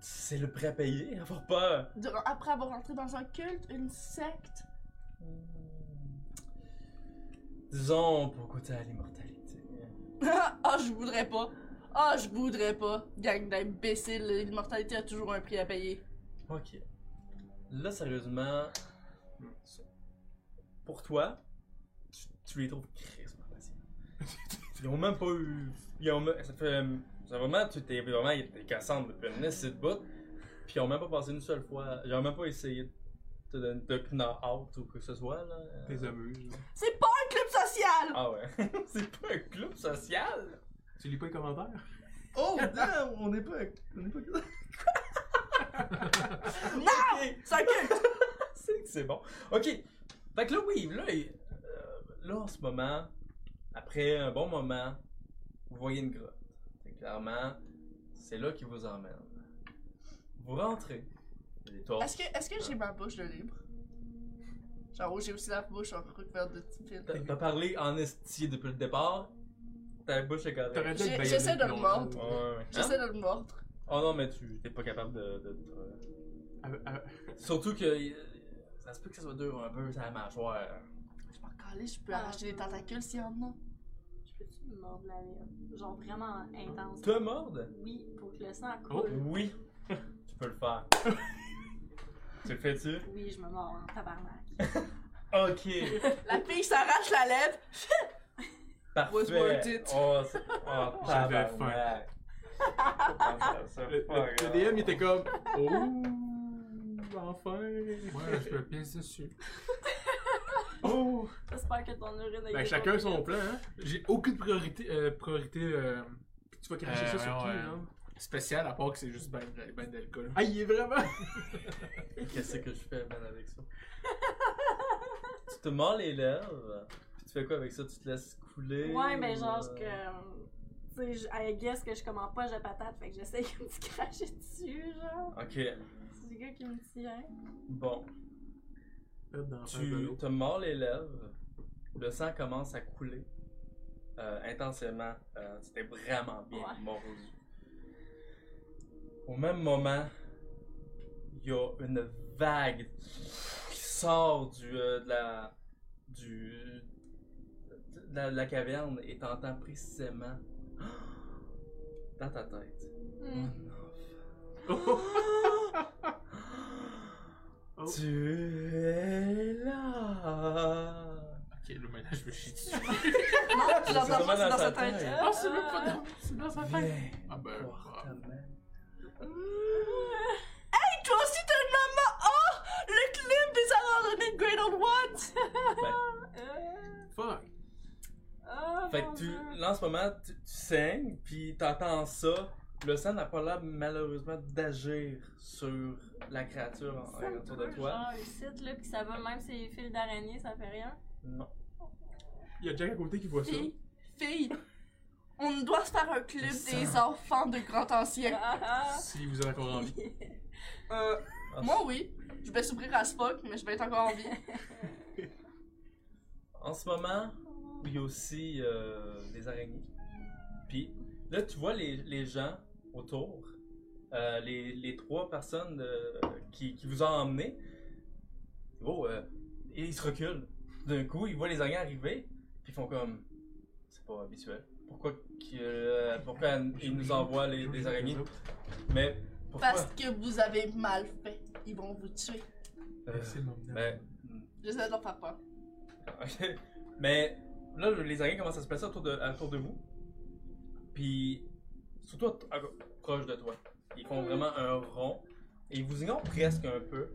[SPEAKER 1] C'est le prêt à payer, avoir peur.
[SPEAKER 4] Durant- après avoir rentré dans un culte, une secte.
[SPEAKER 1] Disons pour goûter à l'immortalité.
[SPEAKER 4] Ah, je voudrais pas. Ah, je voudrais pas. Gang d'imbéciles, l'immortalité a toujours un prix à payer.
[SPEAKER 1] Ok. Là, sérieusement, pour toi, tu, tu les trouves crissement faciles. Ils ont même pas eu. Ils ont me- ça fait. euh, ça fait vraiment, tu t'es vraiment t'es cassant depuis une de bout. Puis ils ont même pas passé une seule fois. Ils ont même pas essayé de te donner de knock out ou que ce soit là.
[SPEAKER 3] Tes amuses.
[SPEAKER 4] C'est pas un club social!
[SPEAKER 1] Ah ouais. C'est pas un club social!
[SPEAKER 3] Tu lis pas les commentaires?
[SPEAKER 1] Oh, damn, on n'est pas. On n'est pas. non!
[SPEAKER 4] Ça gueule!
[SPEAKER 1] C'est c'est bon. Ok. Fait que là, oui, là, il- euh, là, en ce moment, après un bon moment, vous voyez une grotte. Fait que clairement, c'est là qu'il vous emmène. Vous rentrez. Il y a des torches.
[SPEAKER 4] Est-ce que, est-ce que j'ai ma bouche de libre? Genre, oh, j'ai aussi la bouche en recouverte de petits fils.
[SPEAKER 1] T'as t'as parlé en estier depuis le départ. Ta bouche est correcte.
[SPEAKER 3] T'aurais dû
[SPEAKER 4] J'ai-
[SPEAKER 3] être baïonné
[SPEAKER 4] j'essaie de
[SPEAKER 3] plus
[SPEAKER 4] le
[SPEAKER 3] longtemps.
[SPEAKER 4] mordre.
[SPEAKER 1] Ouais, ouais, ouais.
[SPEAKER 4] J'essaie de le mordre.
[SPEAKER 1] Oh non, mais tu t'es pas capable de. de te-
[SPEAKER 3] Ah, ah,
[SPEAKER 1] Surtout que. euh, Ça se peut que ça soit dur un peu, ça la mâchoire.
[SPEAKER 4] Je m'en calisse, je peux
[SPEAKER 2] Ah.
[SPEAKER 4] arracher des tentacules s'il y en a.
[SPEAKER 2] Je peux-tu me mordre la lèvre? Genre vraiment intense.
[SPEAKER 1] Te mordre?
[SPEAKER 2] Oui, pour que le sang
[SPEAKER 3] Oh.
[SPEAKER 2] coule.
[SPEAKER 1] Oui, tu peux le faire. tu le fais-tu?
[SPEAKER 2] Oui, je me mords en tabarnak.
[SPEAKER 1] Ok,
[SPEAKER 4] La fille s'arrache la lèvre. Was worth
[SPEAKER 1] parfait.
[SPEAKER 4] it.
[SPEAKER 1] Oh, c'est- oh,
[SPEAKER 3] J'avais
[SPEAKER 1] tabarnak.
[SPEAKER 3] faim.
[SPEAKER 1] Ça, ça, hein.
[SPEAKER 3] Le, le- le DM il était comme Oh enfin
[SPEAKER 5] Moi, je peux pisser dessus.
[SPEAKER 3] Oh
[SPEAKER 2] J'espère que ton urine a
[SPEAKER 3] Ben
[SPEAKER 2] été
[SPEAKER 3] chacun
[SPEAKER 2] contaminée.
[SPEAKER 3] son plan hein
[SPEAKER 5] J'ai aucune priorité, euh, priorité euh,
[SPEAKER 3] Tu vas cracher ça
[SPEAKER 5] Euh,
[SPEAKER 3] sur
[SPEAKER 5] ouais,
[SPEAKER 3] qui hein? là?
[SPEAKER 5] ouais. spéciale, à part que c'est juste ben, ben d'alcool.
[SPEAKER 3] Ah il est vraiment
[SPEAKER 1] Qu'est-ce que je fais, Ben, avec ça? tu te mords les lèvres, puis tu fais quoi avec ça? Tu te laisses couler?
[SPEAKER 2] Ouais, mais genre,
[SPEAKER 1] euh,
[SPEAKER 2] je, que. Tu sais, je- I guess que je commande pas, j'ai patate, fait que j'essaie de me petit cracher dessus, genre.
[SPEAKER 1] Ok,
[SPEAKER 2] C'est le gars qui me tient.
[SPEAKER 1] bon. Tu te mords les lèvres, le sang commence à couler euh, intensément. Euh, C'était vraiment bien
[SPEAKER 2] Ouais.
[SPEAKER 1] mordu. Au même moment, il y a une vague qui sort du, euh, de la, du, de la, de la caverne et t'entends précisément dans ta tête.
[SPEAKER 2] Hmm.
[SPEAKER 3] Oh.
[SPEAKER 1] Tu es là.
[SPEAKER 5] Ok, là, maintenant, je me chie dessus.
[SPEAKER 4] Non, Ah, tu l'entends
[SPEAKER 1] Ah, vraiment
[SPEAKER 4] pas, hein? c'est
[SPEAKER 1] dans
[SPEAKER 4] dans
[SPEAKER 1] sa
[SPEAKER 4] sa tête.
[SPEAKER 1] tête.
[SPEAKER 5] Ah, c'est même pas dans- c'est dans sa tête.
[SPEAKER 1] Viens
[SPEAKER 5] Ah ben,
[SPEAKER 1] voir ta mère.
[SPEAKER 2] ah.
[SPEAKER 4] Hey, toi aussi, t'as une maman! Oh! Le clip des abandonnés de Great Old One!
[SPEAKER 2] Euh,
[SPEAKER 3] Fuck
[SPEAKER 2] ah,
[SPEAKER 1] Ben, Fait
[SPEAKER 2] mon
[SPEAKER 1] que tu,
[SPEAKER 2] Dieu.
[SPEAKER 1] là en ce moment, tu, tu saignes, puis t'entends ça. Le sang n'a pas l'air malheureusement d'agir sur la créature en-
[SPEAKER 2] Ça
[SPEAKER 1] autour de
[SPEAKER 2] peut,
[SPEAKER 1] toi.
[SPEAKER 2] Genre, ici, là, pis ça va même ses fils d'araignée, ça fait rien.
[SPEAKER 1] Non.
[SPEAKER 3] Il y a Jack à côté qui voit ça
[SPEAKER 4] Fille, fille, on doit se faire un clip
[SPEAKER 1] Le
[SPEAKER 4] des
[SPEAKER 1] sang.
[SPEAKER 4] enfants de grand ancien.
[SPEAKER 2] Ah, ah.
[SPEAKER 3] Si vous avez encore envie
[SPEAKER 4] Euh,
[SPEAKER 1] Ah,
[SPEAKER 4] moi, oui. Je vais s'ouvrir à Spock, mais je vais être encore en vie.
[SPEAKER 1] En ce moment, il y a aussi euh, des araignées. Puis là, tu vois les, les gens autour, euh, les, les trois personnes euh, qui, qui vous ont emmené. Oh, euh, et ils se reculent. D'un coup, ils voient les araignées arriver, puis ils font comme. C'est pas habituel. Pourquoi, qu'ils, euh, pourquoi ils nous envoient les, les araignées Mais pourquoi
[SPEAKER 4] Parce que vous avez mal fait. Ils vont vous tuer.
[SPEAKER 1] Euh,
[SPEAKER 5] C'est le moment.
[SPEAKER 1] ben,
[SPEAKER 4] J'essaie de leur faire peur.
[SPEAKER 1] Ok. Mais là, les araignées commencent à se placer autour de, autour de vous. Puis, surtout à- à- proche de toi. Ils font vraiment un rond. Et ils vous ignorent presque un peu.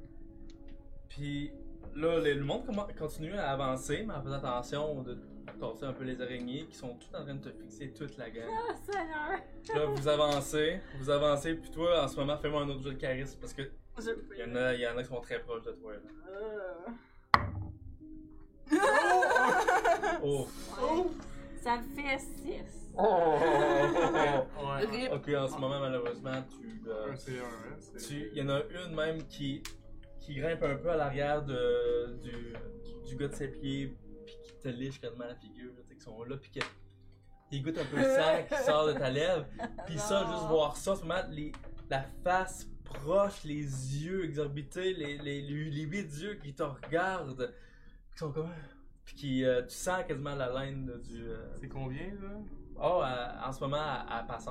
[SPEAKER 1] Puis, là, le, le monde commen- continue à avancer, mais en faisant attention de torser un peu les araignées qui sont toutes en train de te fixer toute la gang.
[SPEAKER 2] Ah, Seigneur!
[SPEAKER 1] Là, vous avancez, vous avancez. Puis toi, en ce moment, fais-moi un autre jeu de charisme parce que
[SPEAKER 2] Je
[SPEAKER 1] il y, en a- il y en a qui sont très proches de toi. là.
[SPEAKER 2] Euh,
[SPEAKER 1] Oh!
[SPEAKER 2] ouais. Ça me fait 6.
[SPEAKER 5] Ouais.
[SPEAKER 4] Rip.
[SPEAKER 1] Ok, en ce moment, malheureusement, tu. euh,
[SPEAKER 3] Un, euh, C'est un hein, c'est-
[SPEAKER 1] Tu- Il y en a une même qui, qui grimpe un peu à l'arrière de, du, du gars de ses pieds, puis qui te liche quasiment la figure, tu sais, qui sont là, puis qui qui goûte un peu le sang qui sort de ta lèvre. Puis ça,
[SPEAKER 2] Non.
[SPEAKER 1] juste voir ça, en ce moment, les, la face proche, les yeux exorbités, les, les, les, les huit yeux qui te regardent, qui sont comme. Puis qui, euh, tu sens quasiment la laine là, du. euh,
[SPEAKER 3] C'est combien là
[SPEAKER 1] Oh, euh, en ce moment, à, passe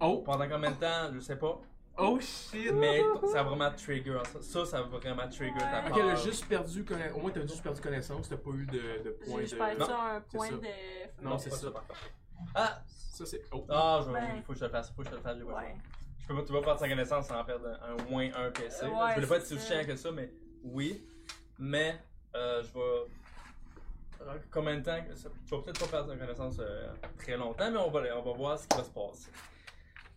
[SPEAKER 3] Oh
[SPEAKER 1] Pendant combien de temps, je sais pas.
[SPEAKER 3] Oh shit
[SPEAKER 1] Mais ça a vraiment trigger. Ça, ça, ça a vraiment trigger ta
[SPEAKER 2] Ouais.
[SPEAKER 1] part.
[SPEAKER 3] Ok, elle a juste perdu conna- Au moins, t'as juste perdu connaissance, t'as pas eu de, de point
[SPEAKER 2] Je,
[SPEAKER 3] de.
[SPEAKER 2] je perds
[SPEAKER 3] Non.
[SPEAKER 2] ça un point
[SPEAKER 3] ça.
[SPEAKER 2] de.
[SPEAKER 3] Non, c'est
[SPEAKER 1] pas
[SPEAKER 3] ça.
[SPEAKER 1] par contre. Ah!
[SPEAKER 3] Ça, c'est. Oh.
[SPEAKER 1] Ah, je
[SPEAKER 2] Ouais.
[SPEAKER 1] il faut que je le fasse, faut que je le fasse, j'ai pas le
[SPEAKER 2] Ouais.
[SPEAKER 1] choix. Je peux pas, tu vas perdre sa connaissance sans perdre un, un moins un PC.
[SPEAKER 2] Euh,
[SPEAKER 1] là.
[SPEAKER 2] ouais,
[SPEAKER 1] je voulais pas être
[SPEAKER 2] c'est
[SPEAKER 1] si
[SPEAKER 2] ça.
[SPEAKER 1] chiant que ça, mais oui. Mais, euh, je vais euh, combien de temps. que ça- Tu vas peut-être pas perdre ta connaissance euh, très longtemps, mais on va, on va voir ce qui va se passer.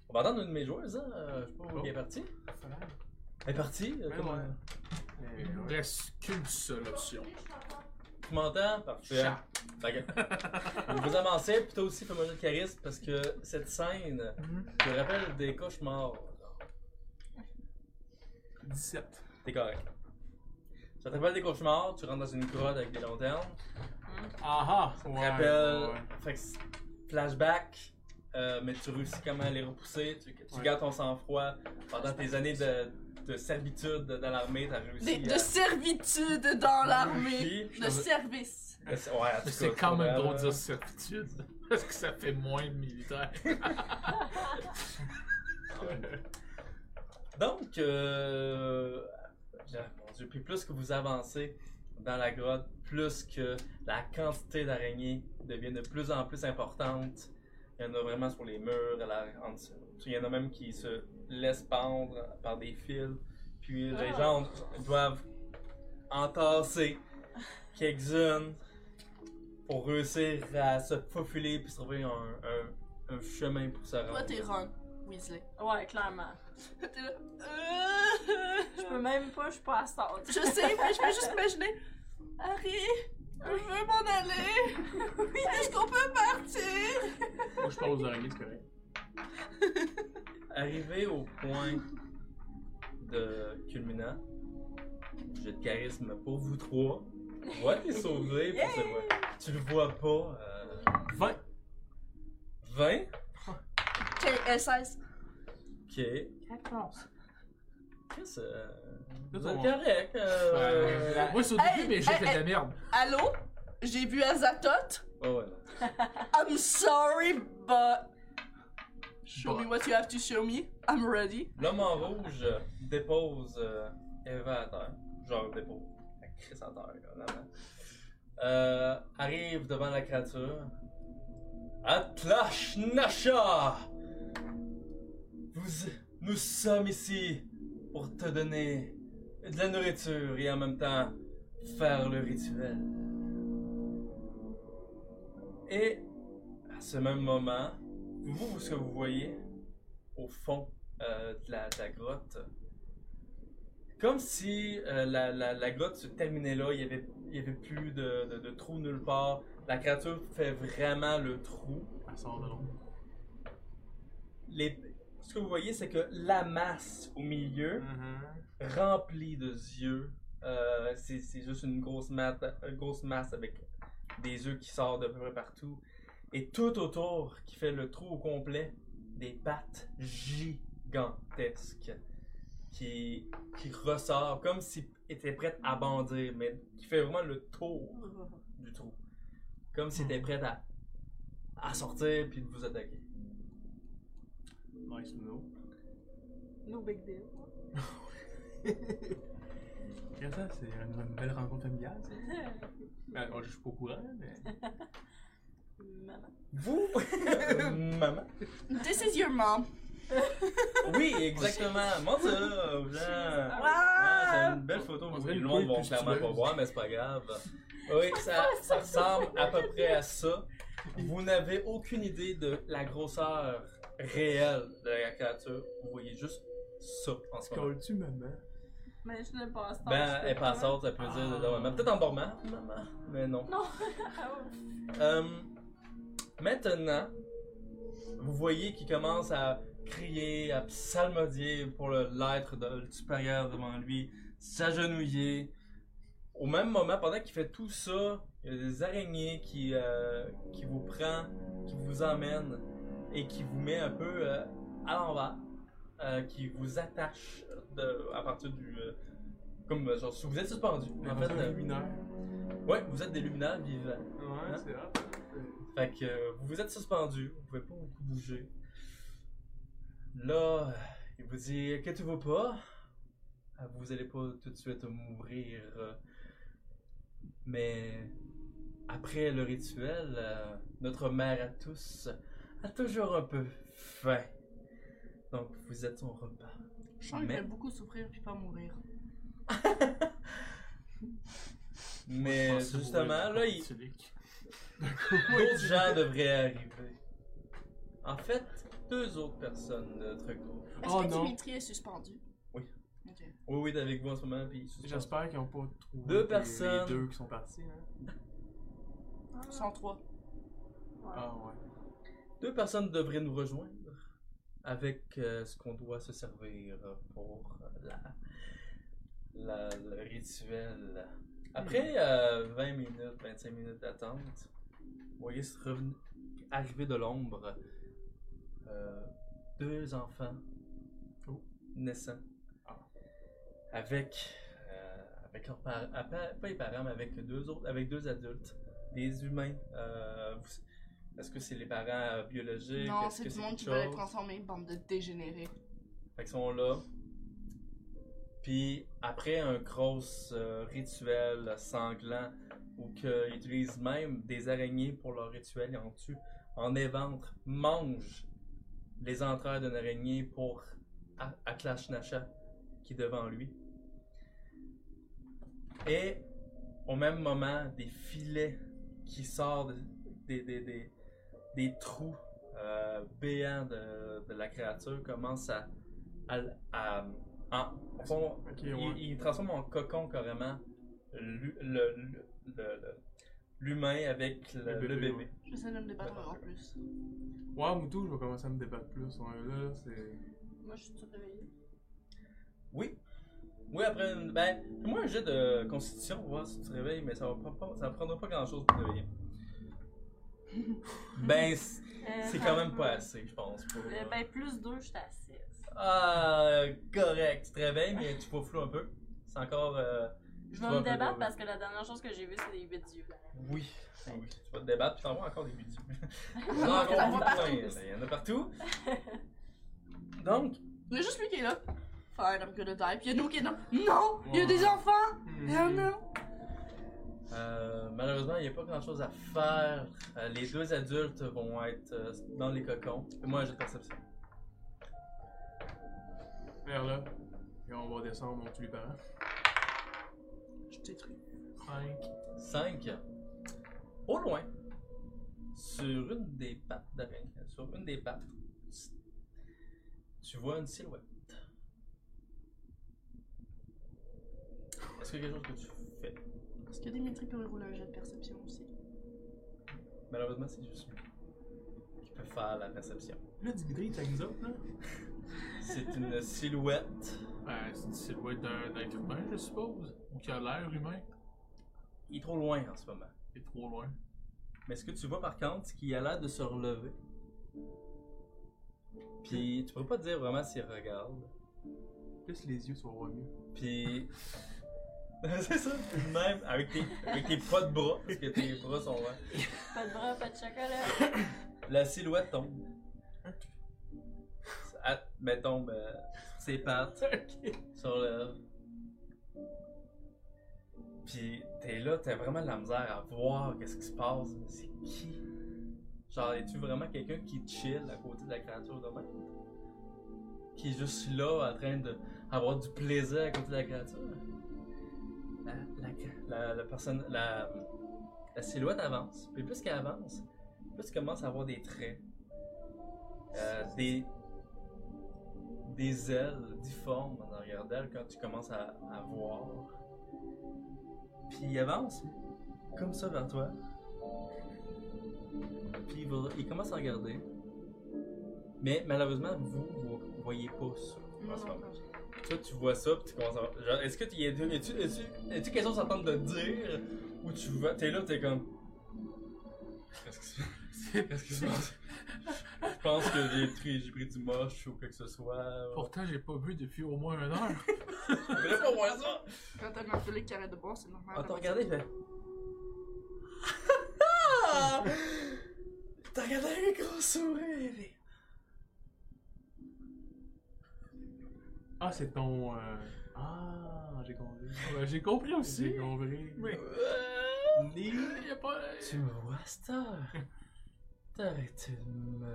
[SPEAKER 1] On va attendre une de mes joueuses, hein. euh, je sais pas où
[SPEAKER 3] Oh.
[SPEAKER 1] elle est partie. Elle est partie. euh,
[SPEAKER 3] Ouais,
[SPEAKER 1] comme-
[SPEAKER 3] ouais. Eh,
[SPEAKER 5] Il ne reste qu'une seule option.
[SPEAKER 1] Tu m'entends? Parfait.
[SPEAKER 5] Chat.
[SPEAKER 1] Fait que- vous avancez, puis toi aussi, fais-moi un jeu de charisme, parce que cette scène te rappelle des cauchemars.
[SPEAKER 3] 17.
[SPEAKER 1] T'es correct. Ça te rappelle des cauchemars, tu rentres dans une grotte avec des lanternes.
[SPEAKER 3] Ah ah!
[SPEAKER 1] Ça te rappelle. Fait que c'est- flashback, euh, mais tu réussis comment à les repousser. Tu, tu
[SPEAKER 3] Ouais.
[SPEAKER 1] gardes ton sang-froid. Pendant tes années de, de servitude dans l'armée, t'as réussi.
[SPEAKER 4] Des- de servitude dans l'armée.
[SPEAKER 1] Puis-
[SPEAKER 4] De service.
[SPEAKER 1] Ouais, en tout cas,
[SPEAKER 5] C'est hein. quand même
[SPEAKER 1] pour
[SPEAKER 5] drôle de
[SPEAKER 1] elle,
[SPEAKER 5] dire certitude. Parce que ça fait moins militaire.
[SPEAKER 1] Donc, euh, euh, mon Dieu, puis plus que vous avancez dans la grotte, plus que la quantité d'araignées devient de plus en plus importante. Il y en a vraiment sur les murs, à la- en dessous. Il y en a même qui se laissent pendre par des fils. Puis les
[SPEAKER 2] Ah.
[SPEAKER 1] gens doivent entasser quelques-unes pour réussir à se faufiler puis se trouver un, un- un chemin pour se rendre.
[SPEAKER 4] Toi, t'es Ron Weasley.
[SPEAKER 2] Ouais, clairement.
[SPEAKER 4] Euh, T'es là, euh,
[SPEAKER 2] Je peux même pas, je suis pas à ça.
[SPEAKER 4] Je sais, mais je peux juste imaginer. Harry, je veux m'en aller. Est-ce qu'on peut partir?
[SPEAKER 3] Moi, je parle aux araignées, c'est correct.
[SPEAKER 1] Arrivé au point de culminant, j'ai de charisme pour vous trois. Ouais, t'es sauvé. pour ce vote. Tu le vois pas. euh,
[SPEAKER 3] 20.
[SPEAKER 1] 20?
[SPEAKER 4] Ok, 16.
[SPEAKER 1] Ok. Qu'est-ce que euh,
[SPEAKER 3] Là,
[SPEAKER 1] Vous
[SPEAKER 3] ton-
[SPEAKER 1] êtes correct. euh,
[SPEAKER 5] Euh, Moi, c'est au
[SPEAKER 4] Hey,
[SPEAKER 5] début, mais j'ai
[SPEAKER 4] hey,
[SPEAKER 5] fait de
[SPEAKER 4] hey.
[SPEAKER 5] la merde.
[SPEAKER 4] Allô? J'ai vu Azatoth?
[SPEAKER 1] ouais, ouais.
[SPEAKER 4] I'm sorry, but. Show
[SPEAKER 5] But.
[SPEAKER 4] me what you have to show me. I'm ready.
[SPEAKER 1] L'homme en rouge euh, dépose euh, Eva à terre. Genre dépose. Elle crisse à terre, là, vraiment. Euh, arrive devant la créature. Atlash Nasha! Vous, nous sommes ici pour te donner de la nourriture et en même temps faire le rituel. Et à ce même moment, vous, ce que vous voyez au fond euh, de, la, de la grotte. Comme si euh, la, la- la grotte se terminait là, il n'y avait, il y avait plus de, de, de trou nulle part. La créature fait vraiment le trou.
[SPEAKER 3] Elle sort de l'ombre.
[SPEAKER 1] Les- Ce que vous voyez, c'est que la masse au milieu,
[SPEAKER 3] Mm-hmm.
[SPEAKER 1] remplie de yeux, euh, c'est c'est juste une grosse, mat- une grosse masse avec des yeux qui sortent de peu près partout. Et tout autour, qui fait le trou au complet, des pattes gigantesques qui, qui ressort comme s'ils étaient prêtes à bondir, mais qui fait vraiment le tour du trou. Comme s'ils étaient prêtes à, à sortir puis de vous attaquer.
[SPEAKER 3] Nice, no.
[SPEAKER 2] No big deal.
[SPEAKER 3] Qu'est-ce que ça? C'est une une belle rencontre familiale, ça? Ben, oh, je suis pas au courant, mais.
[SPEAKER 2] Maman.
[SPEAKER 1] Vous, maman.
[SPEAKER 4] This is your mom.
[SPEAKER 1] Oui, exactement. Montre ça, aux gens. Ah, c'est une belle photo.
[SPEAKER 3] On
[SPEAKER 1] vous voyez,
[SPEAKER 3] dirait une
[SPEAKER 1] le monde
[SPEAKER 3] couille
[SPEAKER 1] va
[SPEAKER 3] plus
[SPEAKER 1] clairement pas
[SPEAKER 3] tubeuse.
[SPEAKER 1] voir, mais c'est pas grave. Oui, ça, ça ressemble à peu près à ça. Vous n'avez aucune idée de la grosseur réelle de la créature. Vous voyez juste ça en ce moment.
[SPEAKER 3] Colles-tu, maman?
[SPEAKER 2] Mais je ne passe pas.
[SPEAKER 3] Ah,
[SPEAKER 1] Ben, elle est
[SPEAKER 2] passe
[SPEAKER 1] passante, ça peut dire de la maman. Peut-être en dormant, maman. Mais non. Euh, maintenant, vous voyez qu'il commence à crier, à psalmodier pour le- l'être de- le supérieur devant lui, s'agenouiller. Au même moment, pendant qu'il fait tout ça, il y a des araignées qui, euh, qui vous prend, qui vous emmène et qui vous met un peu euh, à l'envers, euh, qui vous attache de- à partir du... euh, comme euh, genre, si vous êtes suspendu. En fait, euh,
[SPEAKER 3] luminaire.
[SPEAKER 1] ouais, vous êtes des luminaires vivants.
[SPEAKER 3] Ouais, c'est hop.
[SPEAKER 1] Fait que euh, vous vous êtes suspendu, vous pouvez pas beaucoup bouger. Là, euh, il vous dit inquiétez-vous pas, euh, vous allez pas tout de suite mourir. euh, Mais après le rituel, euh, notre mère à tous a toujours un peu faim. Donc vous êtes son repas.
[SPEAKER 4] Je sens qu'il
[SPEAKER 1] Mais-
[SPEAKER 4] aime beaucoup souffrir puis pas mourir.
[SPEAKER 1] Mais justement, là, il- d'autres gens devraient arriver. En fait, deux autres personnes de notre groupe.
[SPEAKER 4] Est-ce
[SPEAKER 3] Oh
[SPEAKER 4] que
[SPEAKER 3] non.
[SPEAKER 4] Dimitri est suspendu?
[SPEAKER 1] Oui.
[SPEAKER 4] Ok.
[SPEAKER 1] Oui, oui, t'es avec vous en ce moment, puis ils se
[SPEAKER 3] J'espère qu'ils n'ont pas trouvé
[SPEAKER 1] Deux
[SPEAKER 3] les-
[SPEAKER 1] personnes.
[SPEAKER 3] les deux qui sont partis. Hein.
[SPEAKER 4] Ils sont trois.
[SPEAKER 3] Ah ouais.
[SPEAKER 1] Deux personnes devraient nous rejoindre avec euh, ce qu'on doit se servir euh, pour la, la- le rituel.
[SPEAKER 3] Mm.
[SPEAKER 1] Après euh, 20 minutes, 25 minutes d'attente, vous voyez se reven- arriver de l'ombre euh, deux enfants
[SPEAKER 3] Oh.
[SPEAKER 1] naissants
[SPEAKER 3] Ah.
[SPEAKER 1] avec euh, avec leurs parents, pas les parents, mais avec deux autres, avec deux adultes, des humains. euh, vous- est-ce que c'est les parents euh, biologiques?
[SPEAKER 4] Non,
[SPEAKER 1] Est-ce
[SPEAKER 4] c'est
[SPEAKER 1] que
[SPEAKER 4] du monde qui
[SPEAKER 1] quelque
[SPEAKER 4] veut les
[SPEAKER 1] chose?
[SPEAKER 4] transformer, bande de dégénérés.
[SPEAKER 1] Fait qu'ils sont là. Puis après un gros euh, rituel sanglant où qu'ils utilisent même des araignées pour leur rituel, ils en tuent, en éventre, mangent les entrailles d'une araignée pour A- Aklashnacha qui est devant lui. Et au même moment, des filets qui sortent des, des, des- des trous euh, béants de, de la créature commencent à, à, à- Euh, en- font-
[SPEAKER 3] Ok,
[SPEAKER 1] il,
[SPEAKER 3] ouais.
[SPEAKER 1] il transforme en cocon carrément l'hu- le- le- le- le- l'humain avec le,
[SPEAKER 3] Le bébé,
[SPEAKER 1] le bébé.
[SPEAKER 3] ouais.
[SPEAKER 4] J'essaie de me débattre en plus.
[SPEAKER 3] Ouais, Moutou, je vais commencer à me débattre plus. Ouais, là, c'est.
[SPEAKER 2] Moi, je suis réveillée.
[SPEAKER 1] Oui. Oui, après, une- ben, fais-moi un jet de constitution pour voir si tu te réveilles, mais ça va pas- pas, ça prendra pas grand-chose pour te réveiller. ben, c- c'est quand même pas assez, je pense. Pour, euh,
[SPEAKER 2] Euh, ben, plus deux, j'étais à 6.
[SPEAKER 1] Ah, correct. Tu te réveilles, mais tu poufles un peu. C'est encore. euh,
[SPEAKER 2] Je
[SPEAKER 1] tu
[SPEAKER 2] vais
[SPEAKER 1] vas un
[SPEAKER 2] me
[SPEAKER 1] peu
[SPEAKER 2] débattre
[SPEAKER 1] dormir.
[SPEAKER 2] parce que la dernière chose que j'ai vue, c'est des huit yeux.
[SPEAKER 1] Oui. Ah oui. Tu vas te débattre, puis t'en vois encore des Ah, vidéos. Il y en a
[SPEAKER 4] On en voit
[SPEAKER 1] encore plein,
[SPEAKER 4] partout.
[SPEAKER 1] là. Il y en a partout. Donc,
[SPEAKER 4] Il y a juste lui qui est là. Fine, I'm gonna die. Puis il y a nous qui est là. Non! Il y a des enfants!
[SPEAKER 5] Hmm.
[SPEAKER 4] Non, non!
[SPEAKER 1] Euh, malheureusement, il n'y a pas grand chose à faire. Euh, les deux adultes vont être euh, dans les cocons. Moi, j'ai de perception.
[SPEAKER 3] Vers là. Et on va descendre, on tue les parents.
[SPEAKER 4] Je détruis.
[SPEAKER 3] 5.
[SPEAKER 1] 5. Au loin, sur une des pattes d'araignée, sur une des pattes, tu vois une silhouette. Est-ce qu'il y a quelque chose que tu fais
[SPEAKER 4] Est-ce que Dimitri peut rouler un jet de perception aussi?
[SPEAKER 1] Malheureusement, c'est juste lui qui peut faire la perception.
[SPEAKER 3] Là, Dimitri, il tag nous autres, là.
[SPEAKER 1] C'est une silhouette.
[SPEAKER 5] Ben, c'est une silhouette d'un d'un être humain, je suppose. Ou qui a l'air humain.
[SPEAKER 1] Il est trop loin en ce moment.
[SPEAKER 5] Il est trop loin.
[SPEAKER 1] Mais ce que tu vois par contre, c'est qu'il a l'air de se relever. Puis tu peux pas dire vraiment s'il regarde.
[SPEAKER 3] Plus les yeux, tu vas voir mieux.
[SPEAKER 1] Puis. c'est ça, puis de même, avec tes, avec tes pas de bras, parce que tes bras sont loin.
[SPEAKER 2] Pas de bras, pas de chocolat.
[SPEAKER 1] La silhouette tombe. Ah, mais tombe euh, sur ses pattes, sur le. Puis t'es là, t'as vraiment de la misère à voir qu'est-ce qui se passe, mais c'est qui? Genre, es-tu vraiment quelqu'un qui chill à côté de la créature de même? Qui est juste là, en train d'avoir du plaisir à côté de la créature? La, la, la, la personne, la, la silhouette avance, puis plus qu'elle avance, Là, tu commences à avoir des traits, euh, des, des ailes difformes en arrière d'elle quand tu commences à, à voir. Puis il avance comme ça vers toi. Puis il, va- il commence à regarder. Mais malheureusement, vous, vous voyez pas ça. en ce moment. Toi, tu vois ça, puis tu commences à. Genre, est-ce que tu y es. Es-tu es quelque chose à tente de dire Ou tu vas. T'es là, t'es comme. Qu'est-ce qui se Qu'est-ce qui se passe? Je pense que j'ai pris, j'ai pris du moche ou quoi que ce soit.
[SPEAKER 5] Pourtant, j'ai pas vu depuis au moins une heure.
[SPEAKER 1] Je voulais pas voir ça!
[SPEAKER 4] Quand t'as un collègue qui arrête de boire, c'est normal.
[SPEAKER 1] Ah, t'as
[SPEAKER 4] d'avoir
[SPEAKER 1] regardé,
[SPEAKER 4] ça.
[SPEAKER 1] je fais. T'as regardé avec un gros sourire!
[SPEAKER 3] Ah, c'est ton. euh, Ah, j'ai compris.
[SPEAKER 5] Ben, j'ai compris aussi.
[SPEAKER 3] J'ai compris.
[SPEAKER 5] Oui. Y a pas...
[SPEAKER 1] Tu me vois, Star? T'as arrêté de me.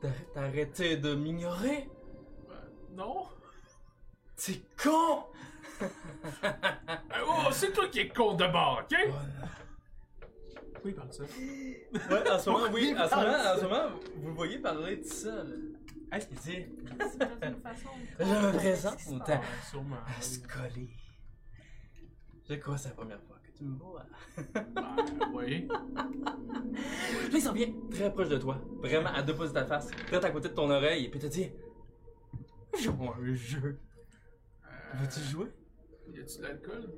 [SPEAKER 1] T'as t'as arrêté de m'ignorer?
[SPEAKER 5] Ben, non.
[SPEAKER 1] T'es con!
[SPEAKER 5] Ben, oh, c'est toi qui es con de bord, ok?
[SPEAKER 3] Pourquoi il parle de ça?
[SPEAKER 1] Ouais, en ce moment, oui, en ce moment, en ce moment, vous le voyez parler tout seul.
[SPEAKER 3] Est-ce
[SPEAKER 1] Il dit,
[SPEAKER 2] C'est pas une façon.
[SPEAKER 1] je me présente mon temps
[SPEAKER 3] Ah, Sûrement.
[SPEAKER 1] à se coller. Je crois que c'est la première fois que tu me vois.
[SPEAKER 5] Ben, oui.
[SPEAKER 1] Là, il s'en vient très proche de toi, vraiment à deux pouces de ta face, prête à côté de ton oreille, puis il te dit, jouons à un jeu. Euh, Veux-tu jouer?
[SPEAKER 5] Y a-tu de l'alcool?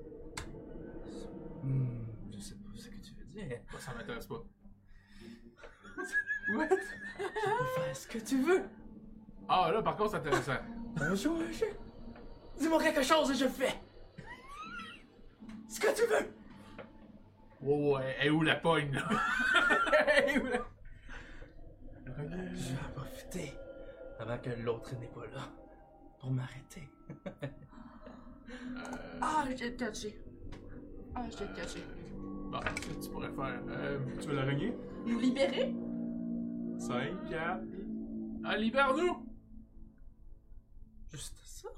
[SPEAKER 1] Hmm, je sais pas ce que tu veux dire.
[SPEAKER 5] Moi, Bah, ça m'intéresse pas.
[SPEAKER 1] What? Tu peux faire ce que tu veux.
[SPEAKER 5] Ah, là, par contre, c'est intéressant.
[SPEAKER 1] On joue à un jeu. Dis-moi quelque chose et je fais. Ce que tu veux.
[SPEAKER 5] Oh, ouais, elle est où la pogne, là? Elle est où la-
[SPEAKER 1] Je vais en profiter avant que l'autre n'est pas là pour m'arrêter.
[SPEAKER 4] Ah, j'ai le caché. Ah, j'ai le caché.
[SPEAKER 5] Bon, qu'est-ce que tu pourrais faire? Euh...
[SPEAKER 3] Tu veux l'araignée?
[SPEAKER 4] Nous libérer?
[SPEAKER 3] 5, 4.
[SPEAKER 5] Ah, libère-nous!
[SPEAKER 1] Juste ça.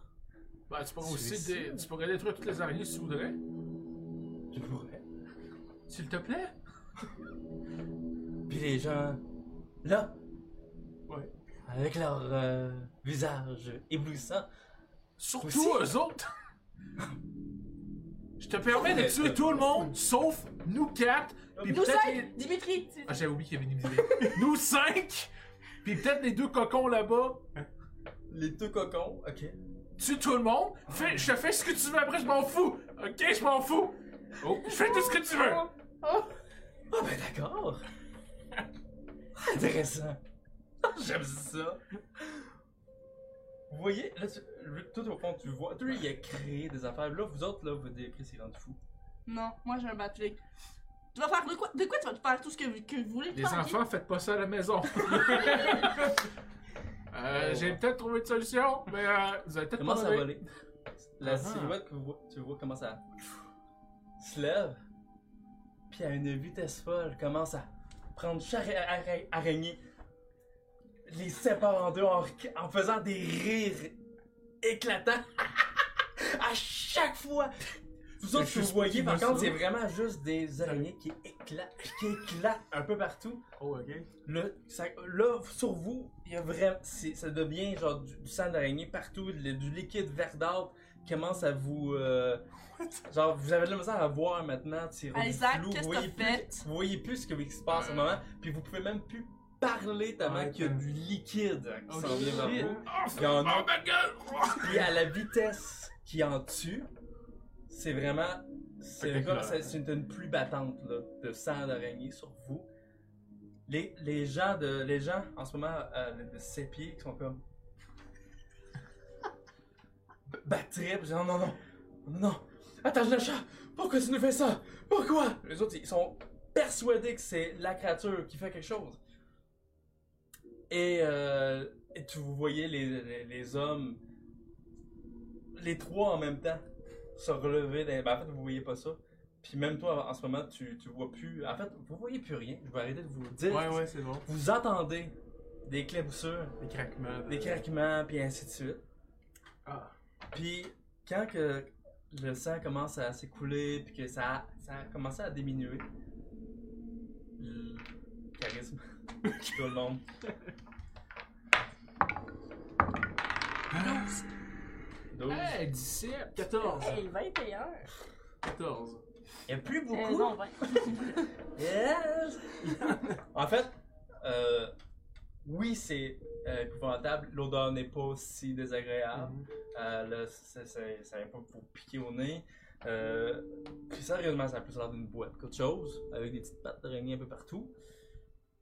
[SPEAKER 5] Ben, tu pourrais
[SPEAKER 1] Tu
[SPEAKER 5] aussi
[SPEAKER 1] es
[SPEAKER 5] dé- tu pourrais détruire toutes les araignées si tu voudrais.
[SPEAKER 1] Je pourrais.
[SPEAKER 5] S'il te plaît?
[SPEAKER 1] Puis les gens là.
[SPEAKER 3] Ouais.
[SPEAKER 1] Avec leur euh, visage éblouissant.
[SPEAKER 5] Surtout
[SPEAKER 1] Aussi.
[SPEAKER 5] eux autres! Je te permets de tuer tout le monde, sauf nous quatre, puis
[SPEAKER 4] Nous
[SPEAKER 5] peut-être les-
[SPEAKER 4] cinq! Dimitri!
[SPEAKER 5] Ah, j'avais oublié qu'il y avait une idée. Nous cinq! Puis peut-être les deux cocons là-bas.
[SPEAKER 1] Les deux cocons. Ok.
[SPEAKER 5] Tue tout le monde. Fais, je te fais ce que tu veux après, je m'en fous. Ok, je m'en fous. Oh, je fais tout ce que tu veux.
[SPEAKER 1] Ah ben d'accord. Intéressant. Ah, J'aime ça. Vous voyez, là, tu- le- tout au fond, tu vois. Lui, il a créé des affaires. Là, vous autres, là, vous décrivez ces grands fous.
[SPEAKER 4] Non, moi j'ai un batterie. Tu vas faire de quoi? De quoi tu vas te faire tout ce que, vous- que vous voulez?
[SPEAKER 5] Les
[SPEAKER 4] faire,
[SPEAKER 5] enfants, faites pas ça à la maison. Euh, J'ai peut-être trouvé une solution, mais euh, vous allez peut-être
[SPEAKER 1] Commence à
[SPEAKER 5] trouvé.
[SPEAKER 1] voler. La
[SPEAKER 5] Ah.
[SPEAKER 1] silhouette que vous vois- tu vois commence à. se lève. Puis à une vitesse folle, commence à prendre chaque ara- ara- araignée. Les sépare en deux en, rec- en faisant des rires éclatants. à chaque fois. Vous autres,
[SPEAKER 5] Je
[SPEAKER 1] vous
[SPEAKER 5] sais
[SPEAKER 1] voyez,
[SPEAKER 5] qui
[SPEAKER 1] par
[SPEAKER 5] veut
[SPEAKER 1] contre,
[SPEAKER 5] ça.
[SPEAKER 1] c'est vraiment juste des araignées qui éclatent, qui éclatent un peu partout.
[SPEAKER 3] Oh, ok.
[SPEAKER 1] Le, ça- là, sur vous, il y a vraiment, c'est- ça devient genre du, du sang d'araignée partout, le- du liquide verdâtre qui commence à vous, euh, genre vous avez de la misère à voir maintenant, c'est rendu
[SPEAKER 4] Isaac,
[SPEAKER 1] flou,
[SPEAKER 4] qu'est-ce
[SPEAKER 1] vous
[SPEAKER 4] que
[SPEAKER 1] voyez
[SPEAKER 4] t'as
[SPEAKER 1] plus-
[SPEAKER 4] fait?
[SPEAKER 1] Vous voyez plus ce qui se passe en ce moment, puis vous pouvez même plus parler tellement
[SPEAKER 3] Ouais,
[SPEAKER 1] qu'il y a
[SPEAKER 3] t'as-
[SPEAKER 1] du liquide qui
[SPEAKER 3] Oh,
[SPEAKER 1] s'en vient vers
[SPEAKER 3] shit.
[SPEAKER 1] vous.
[SPEAKER 5] Oh,
[SPEAKER 1] Il y en a-
[SPEAKER 5] oh, ma gueule!
[SPEAKER 1] Puis à la vitesse qui en tue, c'est vraiment. C'est
[SPEAKER 3] Spectaculaire.
[SPEAKER 1] comme- c'est- c'est une, une pluie battante là, de sang d'araignée sur vous. Les, les, gens de, les gens en ce moment euh, de- de ses pieds qui sont comme. B- Battrip, genre non, non, non. Attends, je le chat! Pourquoi tu nous fais ça? Pourquoi? Les autres, ils sont persuadés que c'est la créature qui fait quelque chose. Et, euh, et tu, vous voyez les- les, les hommes les trois en même temps se relever. d'un- Ben, en fait, vous voyez pas ça. Puis même toi, en ce moment, tu, tu vois plus. En fait, vous voyez plus rien. Je vais arrêter de vous le dire.
[SPEAKER 3] Ouais, ouais, c'est bon.
[SPEAKER 1] Vous entendez des cléboussures,
[SPEAKER 3] Des craquements. de-
[SPEAKER 1] des craquements, puis ainsi de suite.
[SPEAKER 3] Ah.
[SPEAKER 1] Puis quand que le sang commence à s'écouler, puis que ça, ça a commencé à diminuer, le charisme, tout le monde.
[SPEAKER 4] Douze.
[SPEAKER 1] 12.
[SPEAKER 5] Hey, 17!
[SPEAKER 3] 14.
[SPEAKER 2] Hey, 21.
[SPEAKER 3] 14.
[SPEAKER 1] Il n'y a plus beaucoup.
[SPEAKER 2] Euh, non, 20.
[SPEAKER 1] Yes! en fait, euh, oui, c'est euh, épouvantable. L'odeur n'est pas si désagréable. Euh, là, c'est- c'est- ça vient pas vous piquer au nez. Euh, puis sérieusement, ça a plus l'air d'une boîte qu'autre chose, avec des petites pattes d'araignée un peu partout.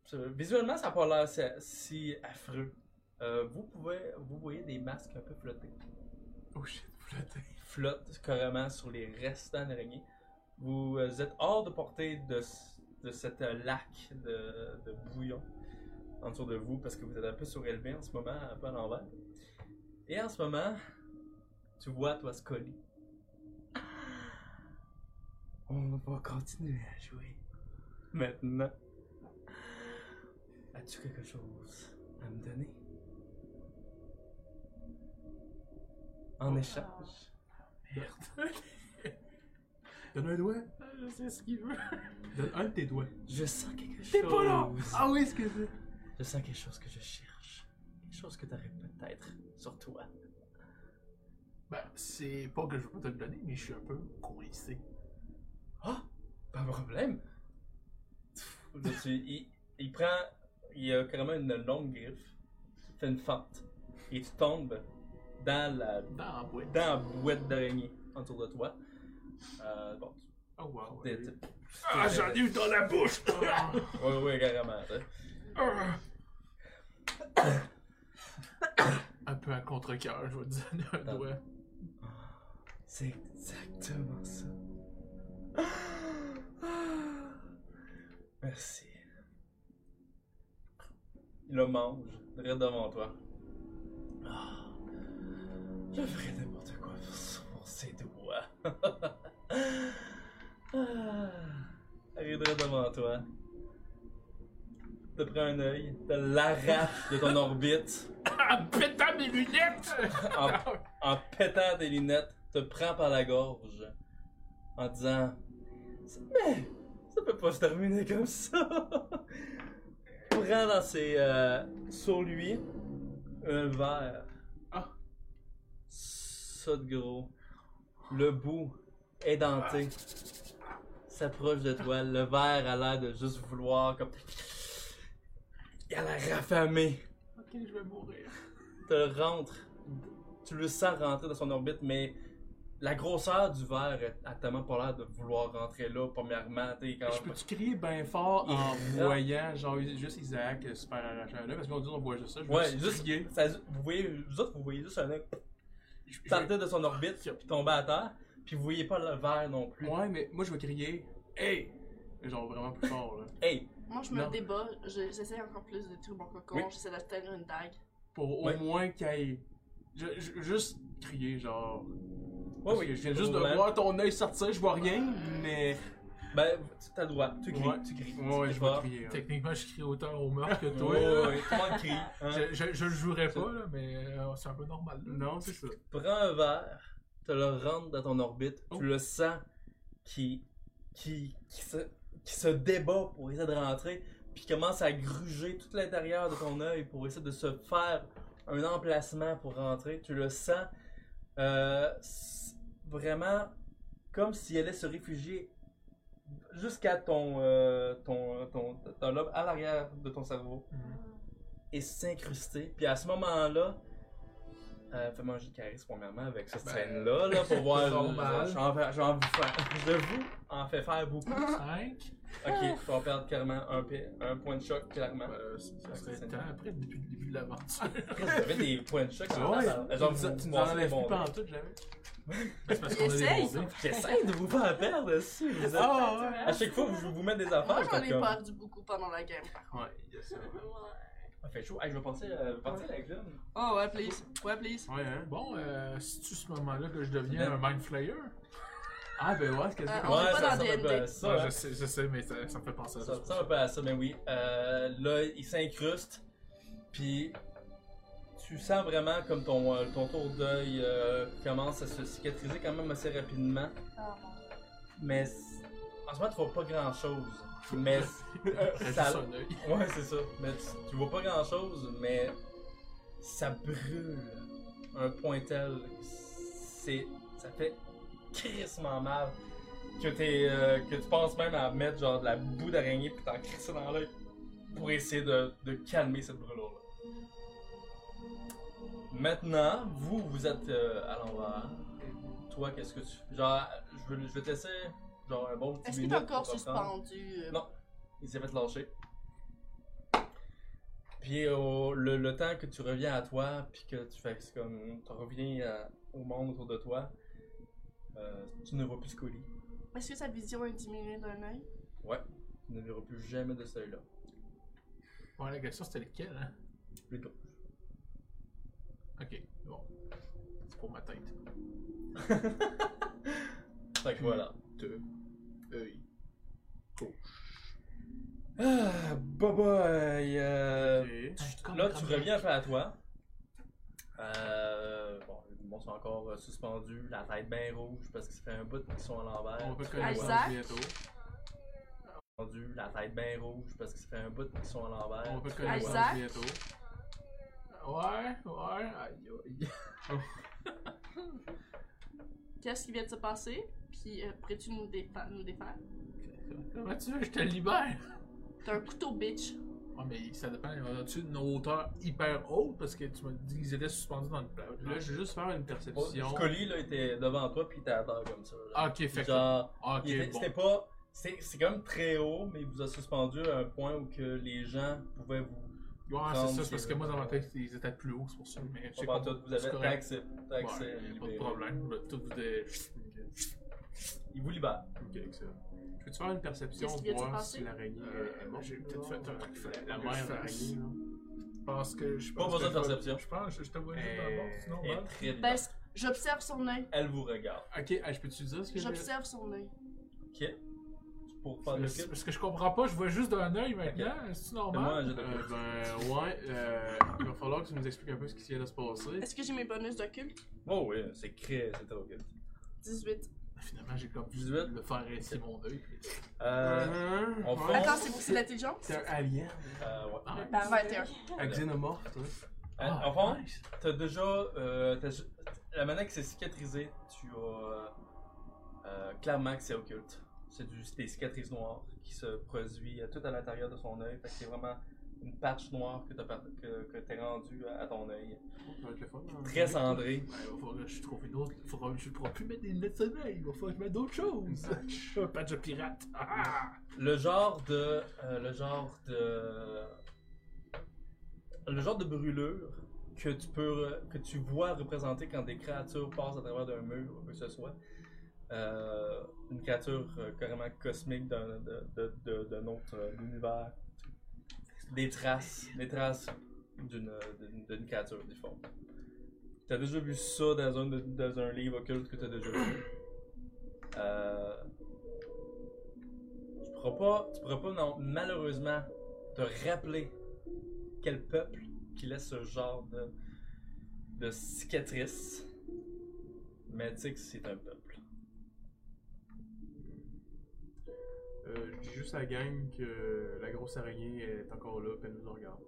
[SPEAKER 1] Ça- Visuellement, ça n'a pas l'air si, si affreux. Euh, vous pouvez, vous voyez des masques un peu flottés
[SPEAKER 3] Oh shit, vous l'avez.
[SPEAKER 1] flotte carrément sur les restants d'araignées. Vous euh, êtes hors de portée de, ce- de cet euh, lac de, de bouillon en dessous de vous parce que vous êtes un peu surélevé en ce moment, un peu à l'envers. Et en ce moment, tu vois toi Scully. Ah! On va continuer à jouer. Maintenant. As-tu quelque chose à me donner? en échange.
[SPEAKER 3] Donne un doigt.
[SPEAKER 5] Je sais Euh, ce qu'il veut.
[SPEAKER 3] Donne un de tes doigts.
[SPEAKER 1] Je sens quelque chose.
[SPEAKER 5] T'es pas là!
[SPEAKER 3] Ah oui, ce que c'est.
[SPEAKER 1] Je sens quelque chose que je cherche. Quelque chose que t'aurais peut-être sur toi.
[SPEAKER 3] Ben, c'est pas que je veux pas te le donner, mais je suis un peu coincé.
[SPEAKER 1] Ah! Pas de problème! Là, tu- il, il prend. Il a carrément une longue griffe. Fait une fente. Et tu tombes dans la, dans
[SPEAKER 3] Dans la boîte.
[SPEAKER 1] la bouette d'araignée autour de toi. Euh, bon,
[SPEAKER 3] Oh wow.
[SPEAKER 1] t'es-
[SPEAKER 3] ouais.
[SPEAKER 1] t'es-
[SPEAKER 5] Ah, j'en ai eu dans la bouche!
[SPEAKER 1] Ouais, ouais, carrément. hein. t'sais.
[SPEAKER 5] Ah.
[SPEAKER 3] Un peu à contre-cœur, je vais te donner un
[SPEAKER 1] Attends.
[SPEAKER 3] doigt.
[SPEAKER 1] C'est exactement ça. Ah! Merci. Il le mange, direct devant toi. Ah, Je ferais n'importe quoi pour ce- pour ses doigts. Ah, Arrive direct devant toi. Te prends un œil, te l'arrache de ton orbite
[SPEAKER 5] Ah, pétard mes lunettes!
[SPEAKER 1] en, en pétant tes lunettes, te prend par la gorge en disant Mais ça peut pas se terminer comme ça Prends dans ses. euh, sur lui un verre.
[SPEAKER 3] Ah.
[SPEAKER 1] Ça de gros. Le bout édenté s'approche de toi. Le verre a l'air de juste vouloir comme. Il a l'air affamé
[SPEAKER 3] Ok, je vais mourir.
[SPEAKER 1] te le rentre. Tu le sens rentrer dans son orbite, mais la grosseur du verre a tellement pas l'air de vouloir rentrer là, premièrement. T'es quand
[SPEAKER 3] Je peux-tu crier bien fort en
[SPEAKER 1] Il-
[SPEAKER 3] voyant, genre, juste Isaac euh, super arraché un œil? Parce qu'on dit on voit juste ça. Je
[SPEAKER 1] Ouais,
[SPEAKER 3] veux
[SPEAKER 1] juste.
[SPEAKER 3] crier.
[SPEAKER 1] ça- vous, voyez, vous autres, vous voyez juste un mec
[SPEAKER 3] Je- je-
[SPEAKER 1] partir de son orbite, puis tomber à terre, puis vous voyez pas le verre non plus.
[SPEAKER 3] Ouais, mais moi, je vais crier. Hey! Genre vraiment plus fort, là.
[SPEAKER 1] Hey!
[SPEAKER 4] Moi, je me
[SPEAKER 3] Non.
[SPEAKER 4] débat, je- j'essaie encore plus de tuer mon cocon,
[SPEAKER 1] Oui.
[SPEAKER 4] j'essaie d'atteindre une dague.
[SPEAKER 3] Pour
[SPEAKER 1] Ouais.
[SPEAKER 3] au moins qu'il aille. Je- je- juste crier, genre.
[SPEAKER 1] Ouais,
[SPEAKER 3] Parce
[SPEAKER 1] oui,
[SPEAKER 3] que je viens juste de
[SPEAKER 1] Ouais.
[SPEAKER 3] voir ton œil sortir, je vois rien, mais.
[SPEAKER 1] Ben, tu t'as le droit. Tu cries,
[SPEAKER 3] Ouais.
[SPEAKER 1] tu cries.
[SPEAKER 3] Ouais, ouais,
[SPEAKER 1] tu
[SPEAKER 3] je
[SPEAKER 1] vas.
[SPEAKER 3] vais crier. hein.
[SPEAKER 5] Techniquement, je crie autant au meurtre que
[SPEAKER 1] Toi,
[SPEAKER 5] toi.
[SPEAKER 1] ouais,
[SPEAKER 5] là.
[SPEAKER 1] ouais, tout le monde crie. hein.
[SPEAKER 5] Je, je, je le jouerais pas, là, mais euh, c'est un peu normal. là.
[SPEAKER 3] Non, c'est ça.
[SPEAKER 1] prends un verre, te le rentre dans ton orbite,
[SPEAKER 3] Oh.
[SPEAKER 1] tu le sens qui, qui, qui, se, qui se débat pour essayer de rentrer, puis commence à gruger tout l'intérieur de ton œil pour essayer de se faire un emplacement pour rentrer. Tu le sens euh, s- vraiment comme si elle allait se réfugier jusqu'à ton, euh, ton, ton, ton lobe à l'arrière de ton cerveau et s'incruster. Puis à ce moment-là, euh, fais manger Caris premièrement avec cette
[SPEAKER 5] Ben,
[SPEAKER 1] scène-là là, pour voir.
[SPEAKER 5] normal.
[SPEAKER 1] bah, J'en fais- j'en vous fais- Je vous en fais faire beaucoup. Ok,
[SPEAKER 5] 5.
[SPEAKER 4] Ah.
[SPEAKER 1] tu vas perdre clairement un, pi- un point de choc, clairement.
[SPEAKER 5] Euh, ça
[SPEAKER 1] Ouais,
[SPEAKER 5] fait
[SPEAKER 1] c'est-
[SPEAKER 5] temps après, depuis le début de l'aventure.
[SPEAKER 1] Vous avez des points de choc.
[SPEAKER 3] Ah ouais?
[SPEAKER 1] ça-
[SPEAKER 3] Tu
[SPEAKER 1] genre,
[SPEAKER 3] nous-
[SPEAKER 1] vous-
[SPEAKER 3] tu
[SPEAKER 1] vous
[SPEAKER 3] nous enlèves
[SPEAKER 1] pensez
[SPEAKER 3] plus
[SPEAKER 1] bon,
[SPEAKER 3] pantoute, jamais.
[SPEAKER 5] c'est parce qu'on a des
[SPEAKER 2] Essaye,
[SPEAKER 5] bons dés.
[SPEAKER 1] J'essaie de vous faire perdre dessus. vous êtes- Ah, À chaque fois que je vous mets des affaires,
[SPEAKER 4] Moi,
[SPEAKER 1] je
[SPEAKER 4] j'en
[SPEAKER 1] fais
[SPEAKER 4] ai
[SPEAKER 1] comme.
[SPEAKER 4] perdu beaucoup pendant la game.
[SPEAKER 3] Ouais, yes, ouais.
[SPEAKER 1] Ça Ah, fait chaud. Hey, je vais passer, euh, je vais partir avec John.
[SPEAKER 4] Oh, ouais, please. Ouais, please.
[SPEAKER 3] Ouais, hein.
[SPEAKER 5] Bon, euh, c'est-tu ce moment-là que je deviens un Mind Flayer?
[SPEAKER 3] Ah, ben ouais, c'est quasiment
[SPEAKER 4] Ah,
[SPEAKER 3] comme
[SPEAKER 4] on
[SPEAKER 3] ça.
[SPEAKER 4] est pas
[SPEAKER 1] ça
[SPEAKER 4] dans
[SPEAKER 1] ça fait
[SPEAKER 4] D&D.
[SPEAKER 1] pas ça.
[SPEAKER 5] Ouais,
[SPEAKER 1] hein.
[SPEAKER 5] je, sais, je sais, mais ça, ça me fait penser à
[SPEAKER 1] Ça
[SPEAKER 5] ça.
[SPEAKER 1] ressemble un peu à ça, mais oui. Euh, là, il s'incruste, puis tu sens vraiment comme ton, euh, ton tour d'œil euh, commence à se cicatriser quand même assez rapidement. Mais c- en ce moment, tu vois pas grand chose. Mais
[SPEAKER 5] Juste
[SPEAKER 1] ça,
[SPEAKER 5] un œil.
[SPEAKER 1] ouais, c'est ça. Mais tu, tu vois pas grand chose, mais ça brûle un point tel. que C'est, ça fait crissement mal que t'es, euh, que tu penses même à mettre genre de la boue d'araignée puis t'en crisser dans l'œil pour essayer de, de calmer cette brûlure là. Maintenant, vous, vous êtes euh, à l'envers. Toi, qu'est-ce que tu. Genre, je veux, je vais te laisser genre un bon petit
[SPEAKER 4] Est-ce qu'il est
[SPEAKER 1] minute
[SPEAKER 4] encore
[SPEAKER 1] pour reprendre.
[SPEAKER 4] suspendu? euh,
[SPEAKER 1] Non. Il s'est fait lâcher. Puis au- le, le temps que tu reviens à toi, puis que tu fais c'est comme. Tu reviens à- au monde autour de toi, euh, tu ne vois plus ce colis.
[SPEAKER 4] Est-ce que sa vision est diminuée d'un œil?
[SPEAKER 1] Ouais. Tu ne verras plus jamais de celui-là.
[SPEAKER 5] Ouais, la question c'était lequel, hein?
[SPEAKER 1] Plus gros.
[SPEAKER 5] Ok, bon. C'est pour ma tête.
[SPEAKER 1] Fait que voilà.
[SPEAKER 5] Deux.
[SPEAKER 3] Euh,
[SPEAKER 5] Œil. Gauche.
[SPEAKER 1] Ah, bye bye! euh,
[SPEAKER 3] Ok.
[SPEAKER 1] Là, tu reviens un peu à toi. Euh, bon, poumons sont encore euh, suspendus, la tête bien rouge parce que ça fait un bout qu'ils sont à l'envers.
[SPEAKER 3] On peut connaître
[SPEAKER 4] Isaac?
[SPEAKER 3] bientôt.
[SPEAKER 1] Suspendus, La tête bien rouge parce que ça fait un bout qu'ils sont à l'envers.
[SPEAKER 3] On peut connaître
[SPEAKER 4] Isaac?
[SPEAKER 3] bientôt.
[SPEAKER 5] Ouais, ouais, aïe, aïe.
[SPEAKER 4] Qu'est-ce qui vient de se passer? Puis euh, pourrais-tu nous, défa- nous défaire?
[SPEAKER 5] Comment tu veux, que je te libère?
[SPEAKER 4] T'as un couteau, bitch.
[SPEAKER 5] Ouais, mais ça dépend. As-tu une hauteur hyper haute? Parce que tu m'as dit qu'ils étaient suspendus dans le plat.
[SPEAKER 3] Là, je vais juste faire une
[SPEAKER 1] Oh,
[SPEAKER 3] perception.
[SPEAKER 1] le colis là était devant toi puis t'es à terre comme ça. là.
[SPEAKER 5] Ah, ok, fait que.
[SPEAKER 1] Genre,
[SPEAKER 5] ah,
[SPEAKER 1] il était-
[SPEAKER 5] ok, bon.
[SPEAKER 1] c'était pas. C'est c'est comme très haut, mais il vous a suspendu à un point où que les gens pouvaient vous.
[SPEAKER 5] Ouais, c'est ça,
[SPEAKER 1] c'est-
[SPEAKER 5] c'est parce que moi, dans ma tête, ils étaient plus hauts, c'est pour ça. Mais je sais
[SPEAKER 1] euh, Pas
[SPEAKER 5] pas.
[SPEAKER 1] pantoute, vous
[SPEAKER 5] c'est
[SPEAKER 1] avez
[SPEAKER 5] correct.
[SPEAKER 1] accès.
[SPEAKER 5] Ouais,
[SPEAKER 1] accès
[SPEAKER 5] y a pas de
[SPEAKER 1] libéré.
[SPEAKER 5] problème. Là, Tout vous dé-
[SPEAKER 1] Il vous libère.
[SPEAKER 5] Ok, excellent.
[SPEAKER 3] Je peux-tu faire une perception
[SPEAKER 4] Qu'est-ce qui vient de se
[SPEAKER 3] voir
[SPEAKER 4] passer?
[SPEAKER 3] si l'araignée est
[SPEAKER 5] Euh,
[SPEAKER 3] morte?
[SPEAKER 5] J'ai peut-être fait un truc flagrant.
[SPEAKER 3] euh, La
[SPEAKER 5] que
[SPEAKER 3] mère
[SPEAKER 5] je fasse.
[SPEAKER 3] d'araignée, là.
[SPEAKER 5] Je pense que je
[SPEAKER 1] Pas
[SPEAKER 5] pense
[SPEAKER 1] besoin
[SPEAKER 5] que
[SPEAKER 1] de
[SPEAKER 5] je vais-
[SPEAKER 1] perception.
[SPEAKER 5] Je pense que je te vois juste dans
[SPEAKER 3] Euh,
[SPEAKER 5] le monde, sinon,
[SPEAKER 1] Elle est
[SPEAKER 5] ben,
[SPEAKER 1] très bien.
[SPEAKER 4] Parce que j'observe son œil.
[SPEAKER 1] Elle vous regarde.
[SPEAKER 3] Ok, ah, je peux-tu dire ce que j'ai
[SPEAKER 4] J'observe son œil.
[SPEAKER 1] Ok. Pour faire le
[SPEAKER 5] Parce
[SPEAKER 1] kit.
[SPEAKER 5] parce que je comprends pas, je vois juste d'un œil maintenant, c'est
[SPEAKER 1] Moi,
[SPEAKER 5] normal.
[SPEAKER 1] je
[SPEAKER 3] Euh, ben ouais, euh, il va falloir que tu nous expliques un peu ce qui vient de se passer.
[SPEAKER 4] Est-ce que j'ai mes bonus d'occulte?
[SPEAKER 1] Oh oui, c'est créé, c'est trop good.
[SPEAKER 4] 18.
[SPEAKER 5] Finalement, j'ai comme
[SPEAKER 1] 18.
[SPEAKER 5] le faire ainsi mon œil.
[SPEAKER 1] Euh,
[SPEAKER 5] Mhm.
[SPEAKER 3] Euh,
[SPEAKER 1] on
[SPEAKER 3] ouais.
[SPEAKER 1] fonce.
[SPEAKER 4] Attends, c'est c'est l'intelligence?
[SPEAKER 3] C'est un alien,
[SPEAKER 1] euh, ouais.
[SPEAKER 5] Ah,
[SPEAKER 2] Par-
[SPEAKER 4] 21.
[SPEAKER 3] un xénomorphe, toi.
[SPEAKER 1] Euh,
[SPEAKER 5] ah,
[SPEAKER 1] enfin,
[SPEAKER 5] nice.
[SPEAKER 1] t'as déjà. Euh, t'as- la manière que c'est cicatrisé, tu as. euh, euh, clairement que c'est occulte. C'est du- c'est des cicatrices noires qui se produisent tout à l'intérieur de son œil. Fait que c'est vraiment une patch noire que t'as par- que, que t'es rendu à, à ton œil.
[SPEAKER 3] Ça va être le fun. hein.
[SPEAKER 1] Très cendré.
[SPEAKER 5] Ben, il va falloir que je trouve une autre. il faudra- je pourrai plus mettre des lunettes de soleil, il va falloir que je mette d'autres choses. Un patch de pirate. Ah!
[SPEAKER 1] Le genre de. euh, le genre de. Le genre de brûlure que tu peux. re- que tu vois représenter quand des créatures passent à travers d'un mur, ou que ce soit. Euh, une créature euh, carrément cosmique d'un de- de- de- d'un autre euh, univers. Des traces. Des traces d'une d'une- d'une créature, des formes. T'as déjà vu ça dans un, dans un livre occulte que t'as déjà vu. Euh, tu pourras pas, tu pourras pas non, malheureusement te rappeler quel peuple qui laisse ce genre de, de cicatrices. Mais tu sais que c'est un peuple.
[SPEAKER 3] Euh, je dis juste à la gang que la grosse araignée est encore là, puis elle nous regarde.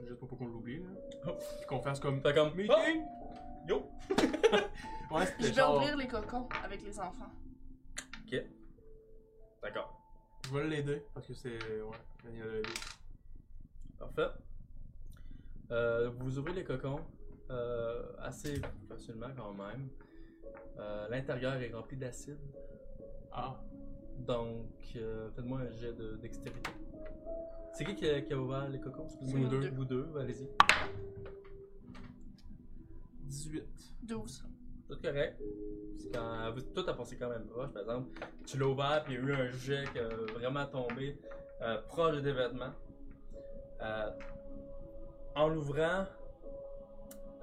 [SPEAKER 3] Juste pour pas qu'on l'oublie, là.
[SPEAKER 1] Oh.
[SPEAKER 3] Puis qu'on fasse comme.
[SPEAKER 1] Fait comme.
[SPEAKER 3] Meeting!
[SPEAKER 1] Oh! Yo!
[SPEAKER 3] Ouais,
[SPEAKER 4] Je
[SPEAKER 3] c'était
[SPEAKER 4] vais
[SPEAKER 3] genre.
[SPEAKER 4] ouvrir les cocons avec les enfants.
[SPEAKER 1] D'accord.
[SPEAKER 3] Je vais l'aider, parce que c'est. Ouais, Daniel l'a aidé.
[SPEAKER 1] Parfait. Euh, vous ouvrez les cocons euh, assez facilement quand même. Euh, L'intérieur est rempli d'acide.
[SPEAKER 3] Ah,
[SPEAKER 1] Donc, euh, faites-moi un jet de dextérité. C'est qui qui a, qui a ouvert les cocons? excusez-moi?
[SPEAKER 4] Nous deux.
[SPEAKER 1] Vous deux, allez-y.
[SPEAKER 3] 18.
[SPEAKER 4] 12.
[SPEAKER 1] Tout correct. C'est Quand, vous, tout a passé quand même proche, par exemple. Tu l'as ouvert, puis il y a eu un jet qui a vraiment tombé euh, proche de tes vêtements. Euh, en l'ouvrant,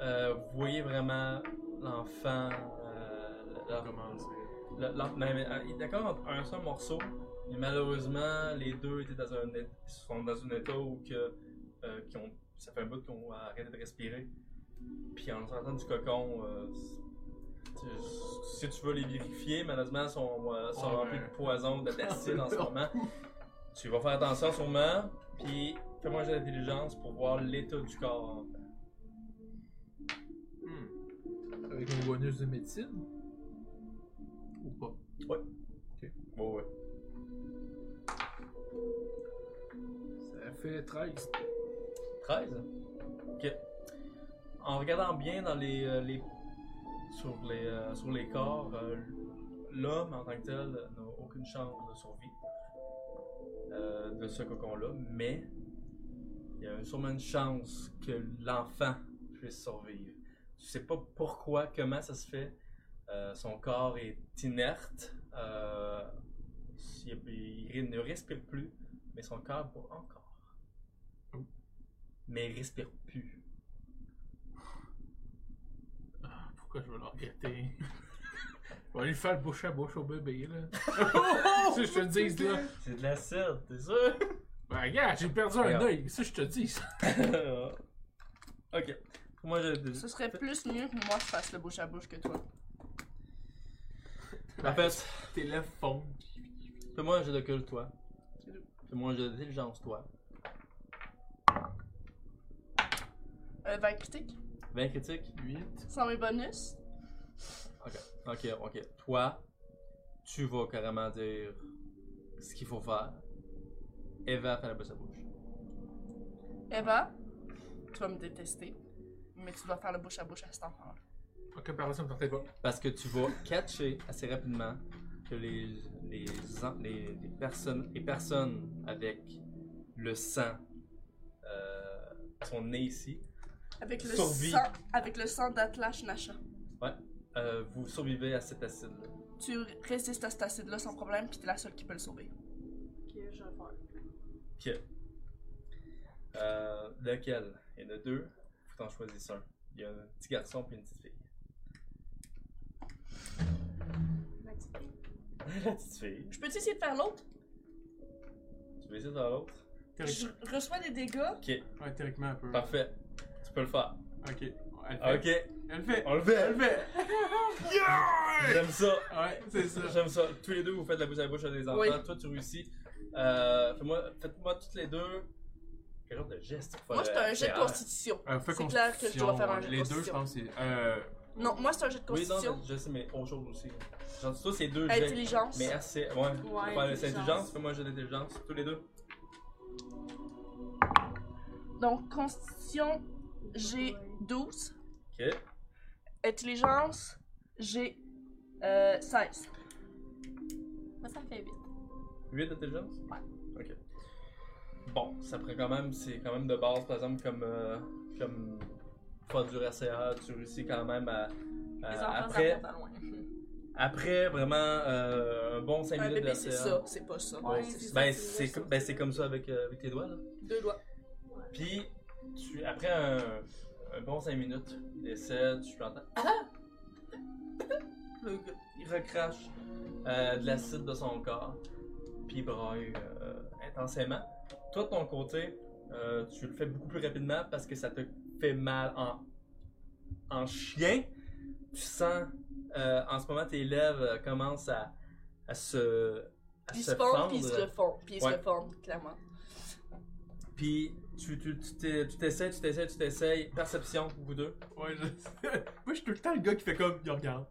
[SPEAKER 1] euh, vous voyez vraiment l'enfant, euh, la-
[SPEAKER 3] Comment dire?
[SPEAKER 1] le- le- non, mais, euh, il est d'accord entre un seul morceau, mais malheureusement, les deux étaient dans un, é- sont dans un état où que, euh, qu'ils ont- ça fait un bout qu'on a arrêté de respirer. Puis en sortant du cocon, euh, tu- si tu veux les vérifier, malheureusement, ils sont, euh, sont
[SPEAKER 3] Ouais,
[SPEAKER 1] remplis
[SPEAKER 3] ben.
[SPEAKER 1] de poison, de d'acide en ce moment. Tu vas faire attention sûrement, puis fais-moi un jet d'intelligence pour voir l'état du corps.
[SPEAKER 3] Hmm.
[SPEAKER 5] Avec mon bonus de médecine. Ou pas.
[SPEAKER 1] Bon, ouais.
[SPEAKER 5] Ça fait 13.
[SPEAKER 1] 13? hein? Ok. En regardant bien dans les, euh, les- sur, les, euh, sur les corps, euh, l'homme en tant que tel n'a aucune chance de survivre euh, de ce cocon-là, mais il y a sûrement une chance que l'enfant puisse survivre. Tu sais pas pourquoi, comment ça se fait. Euh, son corps est inerte. euh, il, il ne respire plus, mais son corps bat encore mais il respire plus.
[SPEAKER 5] Pourquoi je vais le regretter? On va lui faire le bouche à bouche au bébé, là. ça, je te le dis, là.
[SPEAKER 1] C'est de la cire, t'es sûr?
[SPEAKER 5] Ben, regarde, j'ai perdu un
[SPEAKER 1] Regarde.
[SPEAKER 5] œil. Ça, je te dis.
[SPEAKER 1] ok. Moi, je.
[SPEAKER 4] Ce serait plus mieux que moi je fasse le bouche à bouche que toi.
[SPEAKER 1] En fait,
[SPEAKER 3] Tes lèvres fondent.
[SPEAKER 1] fais-moi un jeu de culte, toi.
[SPEAKER 4] C'est tout.
[SPEAKER 1] Fais-moi un jeu d'intelligence, toi.
[SPEAKER 4] Euh, 20 critiques,
[SPEAKER 1] 20 critiques.
[SPEAKER 3] 8.
[SPEAKER 4] sans mes bonus.
[SPEAKER 1] Ok, ok, ok. Toi, tu vas carrément dire ce qu'il faut faire. Eva fait la bouche à bouche.
[SPEAKER 4] Eva, tu vas me détester, mais tu dois faire le bouche à bouche à cet enfant-là.
[SPEAKER 5] Ok, par là, ça me tentait pas.
[SPEAKER 1] Parce que tu vas catcher assez rapidement que les, les, en- les, les personnes, les personnes avec le sang euh, sont nées ici.
[SPEAKER 4] Avec le
[SPEAKER 1] Survie.
[SPEAKER 4] sang, avec le sang d'Atlash Nacha.
[SPEAKER 1] Euh, vous survivez à cet acide-là.
[SPEAKER 4] Tu résistes à cet acide-là sans problème, puis t'es la seule qui peut le sauver.
[SPEAKER 2] Ok, je vais faire.
[SPEAKER 1] Euh, lequel Il y en a deux. Faut t'en choisir un. Il y a un petit garçon puis une petite fille.
[SPEAKER 2] Ma petite fille.
[SPEAKER 1] La petite fille.
[SPEAKER 4] Je peux essayer de faire l'autre?
[SPEAKER 1] Tu veux essayer de faire l'autre
[SPEAKER 4] Je
[SPEAKER 3] Théoriquement,
[SPEAKER 4] reçois des dégâts.
[SPEAKER 3] ouais, théoriquement un peu.
[SPEAKER 1] Parfait. Tu peux le faire.
[SPEAKER 3] Ok. Elle fait.
[SPEAKER 1] Ah. Ok.
[SPEAKER 3] Elle fait.
[SPEAKER 1] On le fait.
[SPEAKER 3] Elle fait.
[SPEAKER 1] J'aime ça.
[SPEAKER 3] Ouais, c'est ça.
[SPEAKER 1] J'aime ça. Tous les deux, vous faites la bouche à bouche à des enfants.
[SPEAKER 4] Oui.
[SPEAKER 1] Toi, tu réussis. Euh, fais-moi, faites-moi toutes les deux. Quel genre de geste faut
[SPEAKER 4] Moi,
[SPEAKER 1] faire,
[SPEAKER 4] c'est un jet de
[SPEAKER 1] faire?
[SPEAKER 4] constitution.
[SPEAKER 3] Euh, fais
[SPEAKER 4] C'est clair que je dois
[SPEAKER 3] constitution,
[SPEAKER 4] faire un
[SPEAKER 3] ouais.
[SPEAKER 4] jeu de
[SPEAKER 3] Les deux, je
[SPEAKER 4] constitution.
[SPEAKER 3] pense, c'est. Euh.
[SPEAKER 4] Non, moi, c'est un jet de
[SPEAKER 1] Oui, non,
[SPEAKER 4] constitution.
[SPEAKER 1] je sais, mais autre chose aussi. Genre, toi, c'est deux jets.
[SPEAKER 4] Intelligence.
[SPEAKER 1] Mais assez. Ouais. ouais faire
[SPEAKER 2] intelligence.
[SPEAKER 1] l'intelligence. Fais-moi un jet d'intelligence. Tous les deux.
[SPEAKER 4] Donc, constitution, j'ai 12.
[SPEAKER 1] Ok.
[SPEAKER 4] Intelligence, j'ai euh, 16.
[SPEAKER 2] Moi, ça me fait 8.
[SPEAKER 1] 8 d'intelligence Ok. Bon, ça prend quand même, c'est quand même de base, par exemple, comme, euh, comme pas du RCA, tu réussis quand même à. à-
[SPEAKER 2] Les enfants, ça
[SPEAKER 1] Euh, après,
[SPEAKER 2] monte à loin.
[SPEAKER 1] après, vraiment, euh, un bon 5
[SPEAKER 4] Un
[SPEAKER 1] minutes de
[SPEAKER 4] bébé, c'est
[SPEAKER 1] RCA.
[SPEAKER 4] ça. C'est pas ça.
[SPEAKER 1] Ouais,
[SPEAKER 2] Ouais,
[SPEAKER 1] c'est-
[SPEAKER 2] c'est
[SPEAKER 1] ben,
[SPEAKER 2] ça,
[SPEAKER 1] c'est
[SPEAKER 2] c'est
[SPEAKER 1] comme,
[SPEAKER 2] ça.
[SPEAKER 1] ben, c'est comme ça avec, euh, avec tes doigts, là.
[SPEAKER 4] Deux doigts.
[SPEAKER 1] Puis, tu, après un, un bon 5 minutes d'essai, tu l'entends. Ah! Le gars, il recrache euh, de l'acide de son corps, puis il braille euh, intensément. Toi, de ton côté, euh, tu le fais beaucoup plus rapidement parce que ça te fait mal en, en chien. Tu sens, euh, en ce moment, tes lèvres euh, commencent à, à se, à
[SPEAKER 4] Ils
[SPEAKER 1] se
[SPEAKER 4] se fondent, puis ils se
[SPEAKER 1] fendre.
[SPEAKER 4] refondent. Puis ils
[SPEAKER 1] Ouais.
[SPEAKER 4] se refondent, clairement.
[SPEAKER 1] Puis tu tu- tu t'es- tu t'essayes, tu t'essayes, tu t'essayes. Perception, vous deux.
[SPEAKER 3] Ouais, je Moi, je suis tout le temps le gars qui fait comme. Il regarde.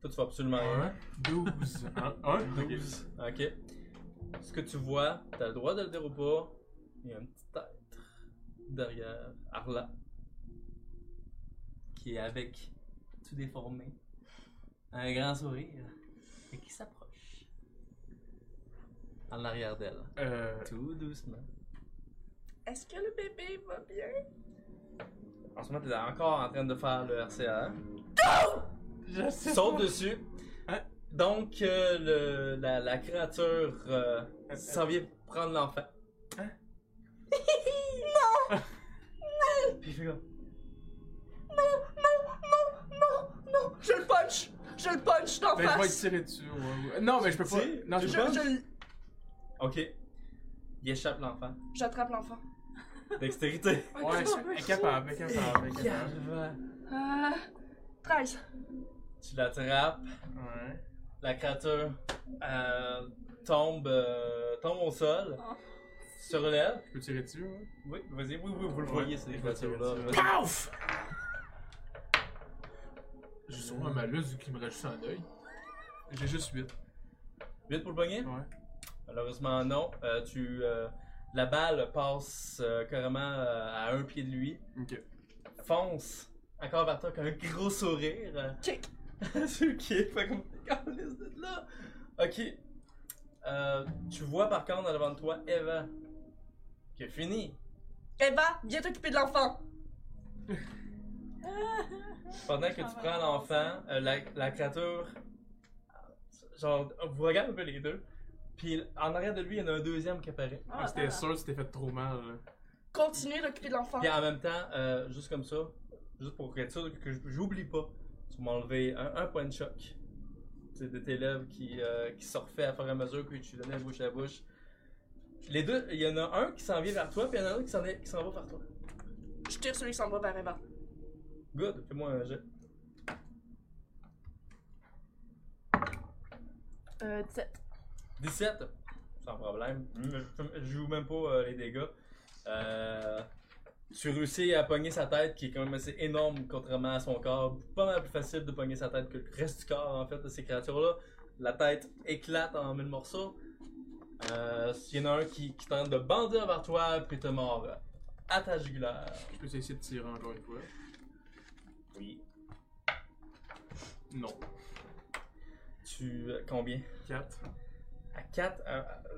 [SPEAKER 1] Toi, tu vois absolument rien.
[SPEAKER 3] 12. 1. 1.
[SPEAKER 1] 12. Ok. Ce que tu vois, t'as le droit de le dire ou pas. Il y a une petite tête derrière Arla. Qui est avec tout déformé. Un grand sourire. Et qui s'approche. En arrière d'elle.
[SPEAKER 3] Euh.
[SPEAKER 1] Tout doucement.
[SPEAKER 4] Est-ce que le bébé va bien?
[SPEAKER 1] En ce moment, t'es encore en train de faire le RCR.
[SPEAKER 3] Je sais.
[SPEAKER 1] hein? saute
[SPEAKER 3] pas.
[SPEAKER 1] dessus.
[SPEAKER 3] Hein?
[SPEAKER 1] Donc, euh, le- la, la créature euh,
[SPEAKER 3] Euh,
[SPEAKER 1] s'en vient prendre l'enfant.
[SPEAKER 3] Hein?
[SPEAKER 1] non! Puis Ah. il fait comme,
[SPEAKER 4] Je le punch! Je le punch d'en
[SPEAKER 3] Ben, je vais lui
[SPEAKER 4] face!
[SPEAKER 3] tirer dessus. ouais, ouais. Non, mais je peux pas.
[SPEAKER 1] Tu-
[SPEAKER 3] Non,
[SPEAKER 1] tu
[SPEAKER 3] je
[SPEAKER 4] Je,
[SPEAKER 3] peux
[SPEAKER 1] punch?
[SPEAKER 4] je l-
[SPEAKER 1] Ok. Il échappe l'enfant.
[SPEAKER 4] J'attrape l'enfant.
[SPEAKER 1] Dextérité.
[SPEAKER 3] pas. Ouais, incapable,
[SPEAKER 1] Ah,
[SPEAKER 3] incapable, incapable.
[SPEAKER 4] Euh, 13.
[SPEAKER 1] Tu l'attrapes.
[SPEAKER 3] Ouais.
[SPEAKER 1] La créature euh, tombe, euh, tombe au sol.
[SPEAKER 2] Oh.
[SPEAKER 1] Se relève.
[SPEAKER 3] Je peux tirer dessus, ouais.
[SPEAKER 5] hein?
[SPEAKER 1] Oui, vas-y. Oui, oui, vous le voyez, ces
[SPEAKER 3] Ouais,
[SPEAKER 1] créatures-là.
[SPEAKER 3] je vais tirer dessus.
[SPEAKER 5] Paf! J'ai sûrement un malus vu qu'il me reste juste un œil.
[SPEAKER 3] J'ai juste 8.
[SPEAKER 1] Vite pour le poignet?
[SPEAKER 3] Ouais.
[SPEAKER 1] Malheureusement, non. Euh, tu, euh, la balle passe euh, carrément euh, à un pied de lui.
[SPEAKER 3] Ok.
[SPEAKER 1] Fonce encore vers toi avec un gros sourire.
[SPEAKER 4] Kick.
[SPEAKER 1] C'est ok. Fait comme Câlisse de là. Ok. Euh, tu vois par contre devant toi Eva qui a fini.
[SPEAKER 4] Eva, viens t'occuper de l'enfant!
[SPEAKER 1] Pendant que tu prends l'enfant, euh, la, la créature, genre, vous regarde un peu les deux. Puis en arrière de lui, il y en a un deuxième qui apparaît.
[SPEAKER 2] Ah,
[SPEAKER 3] Ah, c'était
[SPEAKER 2] voilà.
[SPEAKER 3] sûr, c'était fait trop mal. là.
[SPEAKER 4] Continuez d'occuper de l'enfant.
[SPEAKER 1] Puis en même temps, euh, juste comme ça, juste pour être sûr que j- j'oublie pas, tu m'as enlevé un, un point de choc. C'est de tes lèvres qui, euh, qui se refait à fur et à mesure que tu donnais bouche à bouche. Les deux, il y en a un qui s'en vient vers toi, puis il y en a un autre qui s'en est- qui s'en va vers toi.
[SPEAKER 4] Je tire celui qui s'en va vers Eva.
[SPEAKER 1] Good, fais-moi un jet.
[SPEAKER 4] Euh, 17.
[SPEAKER 1] 17, sans problème. Hum, Je, je joue même pas euh, les dégâts. Euh, tu réussis à pogner sa tête, qui est quand même assez énorme, contrairement à son corps. Pas mal plus facile de pogner sa tête que le reste du corps, en fait, de ces créatures-là. La tête éclate en mille morceaux. Euh, Il y en a un qui, qui tente de bandir vers toi, puis te mord à ta jugulaire.
[SPEAKER 3] Je peux essayer de tirer encore une fois.
[SPEAKER 1] Oui.
[SPEAKER 3] Non.
[SPEAKER 1] Tu. euh, Combien
[SPEAKER 3] 4.
[SPEAKER 1] À 4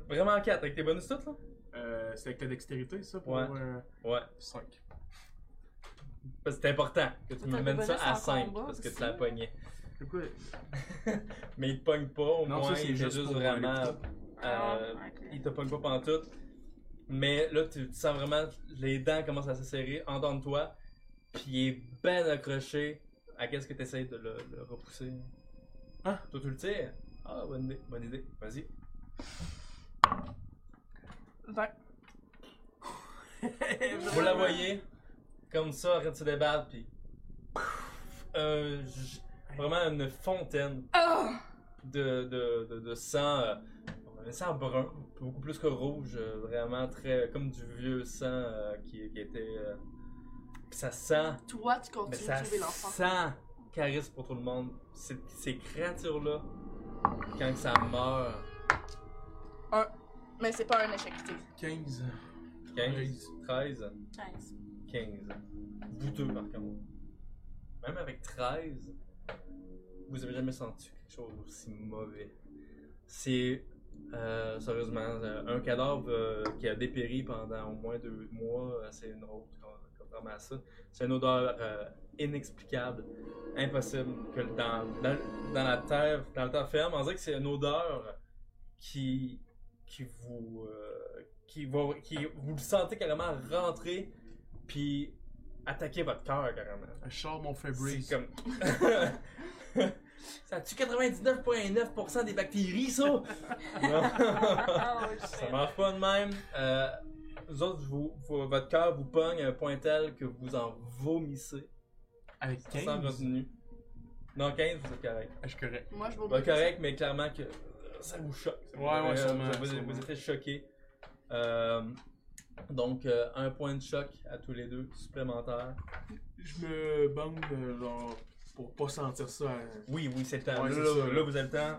[SPEAKER 1] Vraiment à 4 avec tes bonus toutes, là
[SPEAKER 3] Euh, c'est avec ta dextérité, ça, pour
[SPEAKER 1] Ouais.
[SPEAKER 3] euh,
[SPEAKER 1] Ouais.
[SPEAKER 3] 5.
[SPEAKER 1] Parce que c'est important que tu
[SPEAKER 2] T'as
[SPEAKER 1] me mènes
[SPEAKER 2] des
[SPEAKER 1] ça
[SPEAKER 2] bonus
[SPEAKER 1] à
[SPEAKER 2] en
[SPEAKER 1] 5
[SPEAKER 2] combat
[SPEAKER 1] parce que tu
[SPEAKER 2] aussi.
[SPEAKER 1] l'as pogné.
[SPEAKER 3] C'est quoi
[SPEAKER 1] Mais il te pogne pas, au
[SPEAKER 3] Non,
[SPEAKER 1] moins
[SPEAKER 3] ça, c'est
[SPEAKER 1] il est
[SPEAKER 3] juste
[SPEAKER 1] juste
[SPEAKER 3] pour
[SPEAKER 1] vraiment.
[SPEAKER 3] aller
[SPEAKER 1] euh, il te pogne pas pantoute. Mais là, tu, tu sens vraiment les dents commencent à se serrer, entendre toi, puis il est ben accroché. À qu'est-ce que tu essaies de le, le repousser
[SPEAKER 3] Ah.
[SPEAKER 1] Toi, tu le tires Ah, bonne idée, bonne idée. Vas-y.
[SPEAKER 4] 20.
[SPEAKER 1] Vous la voyez, comme ça, arrête de se débattre, puis. Euh, j- vraiment une fontaine
[SPEAKER 4] Ah!
[SPEAKER 1] de, de, de, de sang, euh, un sang brun, beaucoup plus que rouge, euh, vraiment très comme du vieux sang euh, qui, qui était. euh, puis ça sent,
[SPEAKER 4] Toi, tu
[SPEAKER 1] mais
[SPEAKER 4] continues
[SPEAKER 1] ça
[SPEAKER 4] de sauver l'enfant.
[SPEAKER 1] sent charisme pour tout le monde. Ces, ces créatures-là, quand ça meurt,
[SPEAKER 4] Mais c'est pas un échec critique.
[SPEAKER 3] 15.
[SPEAKER 1] 15, 13,
[SPEAKER 2] 15.
[SPEAKER 1] 15. Vous deux, par contre. Même avec 13, vous avez jamais senti quelque chose d'aussi mauvais. C'est, euh, sérieusement, euh, un cadavre euh, qui a dépéri pendant au moins deux mois, euh, c'est une autre, con- contrairement à ça. C'est une odeur euh, inexplicable, impossible que le- dans, dans, dans la terre, dans la terre ferme, on dirait que c'est une odeur qui, qui vous, euh, qui va, qui vous le sentez carrément rentrer, puis attaquer votre cœur carrément.
[SPEAKER 3] Je sors mon Febreze.
[SPEAKER 1] C'est comme. ça tue 99,9% des bactéries, ça! Non. Ah,
[SPEAKER 4] Ah,
[SPEAKER 1] ça marche pas de même. Euh, vous autres, vous, vous- votre cœur vous pogne à un point tel que vous en vomissez
[SPEAKER 3] Avec
[SPEAKER 1] sans
[SPEAKER 3] 15.
[SPEAKER 1] retenue. Non, 15, vous êtes correct.
[SPEAKER 3] Ah, Je suis correct.
[SPEAKER 4] Moi, je vais
[SPEAKER 1] Vous êtes correct, mais clairement que euh, ça vous choque. Ça vous-
[SPEAKER 3] Ouais, ouais,
[SPEAKER 1] euh,
[SPEAKER 3] sûrement,
[SPEAKER 1] vous- vous,
[SPEAKER 3] sûrement.
[SPEAKER 1] vous êtes choqué. donc, euh, un point de choc à tous les deux supplémentaire.
[SPEAKER 3] Je me bande, euh, genre, pour pas sentir ça. euh,
[SPEAKER 1] Oui, oui, c'est le temps.
[SPEAKER 3] Ouais,
[SPEAKER 1] là,
[SPEAKER 3] c'est
[SPEAKER 1] là,
[SPEAKER 3] ça.
[SPEAKER 1] là, vous avez le temps.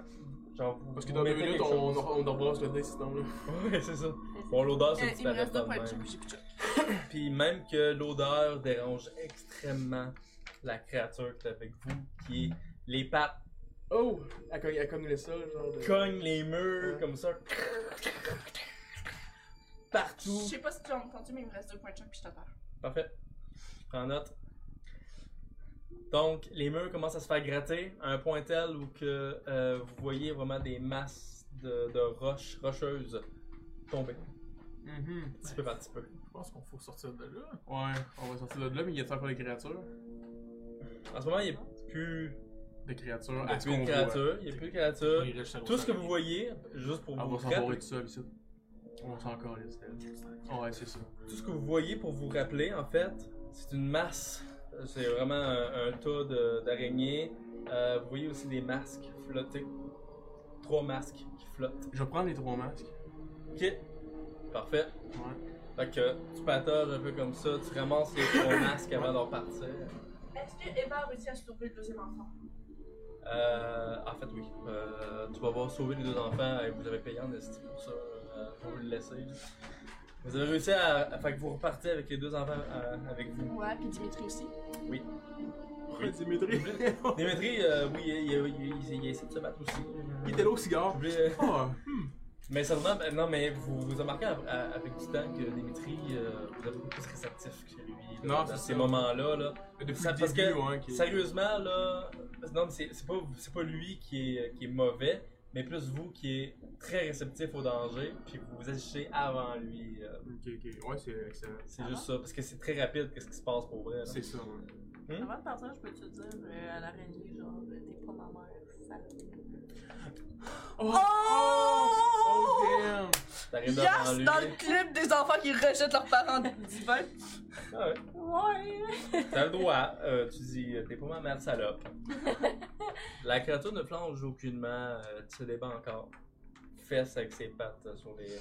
[SPEAKER 1] Genre, vous-
[SPEAKER 3] Parce que
[SPEAKER 1] vous
[SPEAKER 3] dans deux
[SPEAKER 1] mettez
[SPEAKER 3] minutes,
[SPEAKER 1] quelque
[SPEAKER 3] on,
[SPEAKER 1] chose.
[SPEAKER 3] on, on embrasse le dé, sinon, là.
[SPEAKER 1] Ouais, c'est ça. Bon, l'odeur,
[SPEAKER 4] Euh,
[SPEAKER 1] c'est
[SPEAKER 4] il me reste deux points de
[SPEAKER 1] même.
[SPEAKER 4] choc, puis j'ai plus de choc.
[SPEAKER 1] Puis même que l'odeur dérange extrêmement la créature qui est avec vous, qui est les pattes
[SPEAKER 3] Oh! Elle cogne, elle cogne le sol, genre. De...
[SPEAKER 1] cognent les murs
[SPEAKER 3] Ouais.
[SPEAKER 1] comme ça.
[SPEAKER 4] Je
[SPEAKER 1] Partout.
[SPEAKER 4] sais pas si tu as entendu, mais il me reste deux points de choc, puis je t'attends.
[SPEAKER 1] Parfait. Je Prends note. Donc, les murs commencent à se faire gratter à un point tel où que euh, vous voyez vraiment des masses de, de roches, rocheuses tomber.
[SPEAKER 3] Mhm.
[SPEAKER 1] Petit peu par petit peu.
[SPEAKER 5] Je pense qu'on faut sortir de là.
[SPEAKER 3] Ouais, on va sortir de là, mais il y a encore des créatures.
[SPEAKER 1] En ce moment, il n'y a plus
[SPEAKER 3] Des créatures.
[SPEAKER 1] Il y a
[SPEAKER 3] à ce
[SPEAKER 1] plus de
[SPEAKER 3] qu'on voit.
[SPEAKER 1] créatures, il n'y a plus de créatures.
[SPEAKER 5] Il reste à
[SPEAKER 1] Tout ce que vous voyez, juste pour
[SPEAKER 3] Ah, On
[SPEAKER 1] vous
[SPEAKER 3] va s'en
[SPEAKER 1] rappeler,
[SPEAKER 3] bourrer tout seul, ici. On s'en encore d'elle. Ah Ouais, c'est ça.
[SPEAKER 1] tout ce que vous voyez pour vous rappeler, en fait, c'est une masse. C'est vraiment un, un tas de- d'araignées. Euh, vous voyez aussi des masques flotter. Trois masques qui flottent.
[SPEAKER 3] Je vais prendre les trois masques.
[SPEAKER 1] Ok, parfait.
[SPEAKER 3] Ouais.
[SPEAKER 1] Fait que tu patauges un peu comme ça, tu ramasses les trois masques avant d'en partir.
[SPEAKER 4] Est-ce que Eva a réussi à sauver le deuxième enfant?
[SPEAKER 1] Euh, en fait, oui. Euh, tu vas avoir sauvé les deux enfants et vous avez payé en esti pour ça. Euh, faut vous le laisser. là. Vous avez réussi à. à- Fait que vous repartez avec les deux enfants euh, avec vous.
[SPEAKER 4] Ouais, puis Dimitri aussi.
[SPEAKER 1] Oui.
[SPEAKER 3] Dimitri.
[SPEAKER 1] Dimitri, euh, oui, il, il, il- il- il essaie de se battre aussi.
[SPEAKER 3] Il était là au cigare.
[SPEAKER 1] Oubliez-
[SPEAKER 3] Oh,
[SPEAKER 1] Mais seulement, ben, non, mais vous, vous remarquez à- à- avec du temps que Dimitri, euh, vous êtes beaucoup plus réceptif que lui. là,
[SPEAKER 3] Non,
[SPEAKER 1] dans
[SPEAKER 3] c'est
[SPEAKER 1] ces
[SPEAKER 3] ça.
[SPEAKER 1] moments-là. Là.
[SPEAKER 3] depuis
[SPEAKER 1] Ça,
[SPEAKER 3] le
[SPEAKER 1] parce
[SPEAKER 3] début,
[SPEAKER 1] que,
[SPEAKER 3] hein, qui-
[SPEAKER 1] Sérieusement, là, non, mais c'est c'est pas, c'est pas lui qui est, qui est mauvais, mais plus vous qui est très réceptif au danger, puis vous vous agissez avant lui. euh,
[SPEAKER 3] Ok, ok. Ouais, c'est excellent.
[SPEAKER 1] C'est
[SPEAKER 2] Ah
[SPEAKER 1] juste ça, parce que c'est très rapide, qu'est-ce qui se passe pour vrai. là.
[SPEAKER 3] C'est ça. ouais.
[SPEAKER 2] Avant de partir, je peux te dire euh, à l'araignée, genre, euh, t'es pas ma mère, sale.
[SPEAKER 3] Oh! Oh, damn!
[SPEAKER 1] T'arrives devant
[SPEAKER 4] Yes!
[SPEAKER 1] lui.
[SPEAKER 4] Dans le club des enfants qui rejettent leurs parents divins.
[SPEAKER 1] Ah ouais.
[SPEAKER 2] Ouais.
[SPEAKER 1] T'as le droit, euh, tu dis, euh, t'es pas ma mère salope. La créature ne flanche aucunement, euh, tu se débat encore. Fesse avec ses pattes euh, sur les.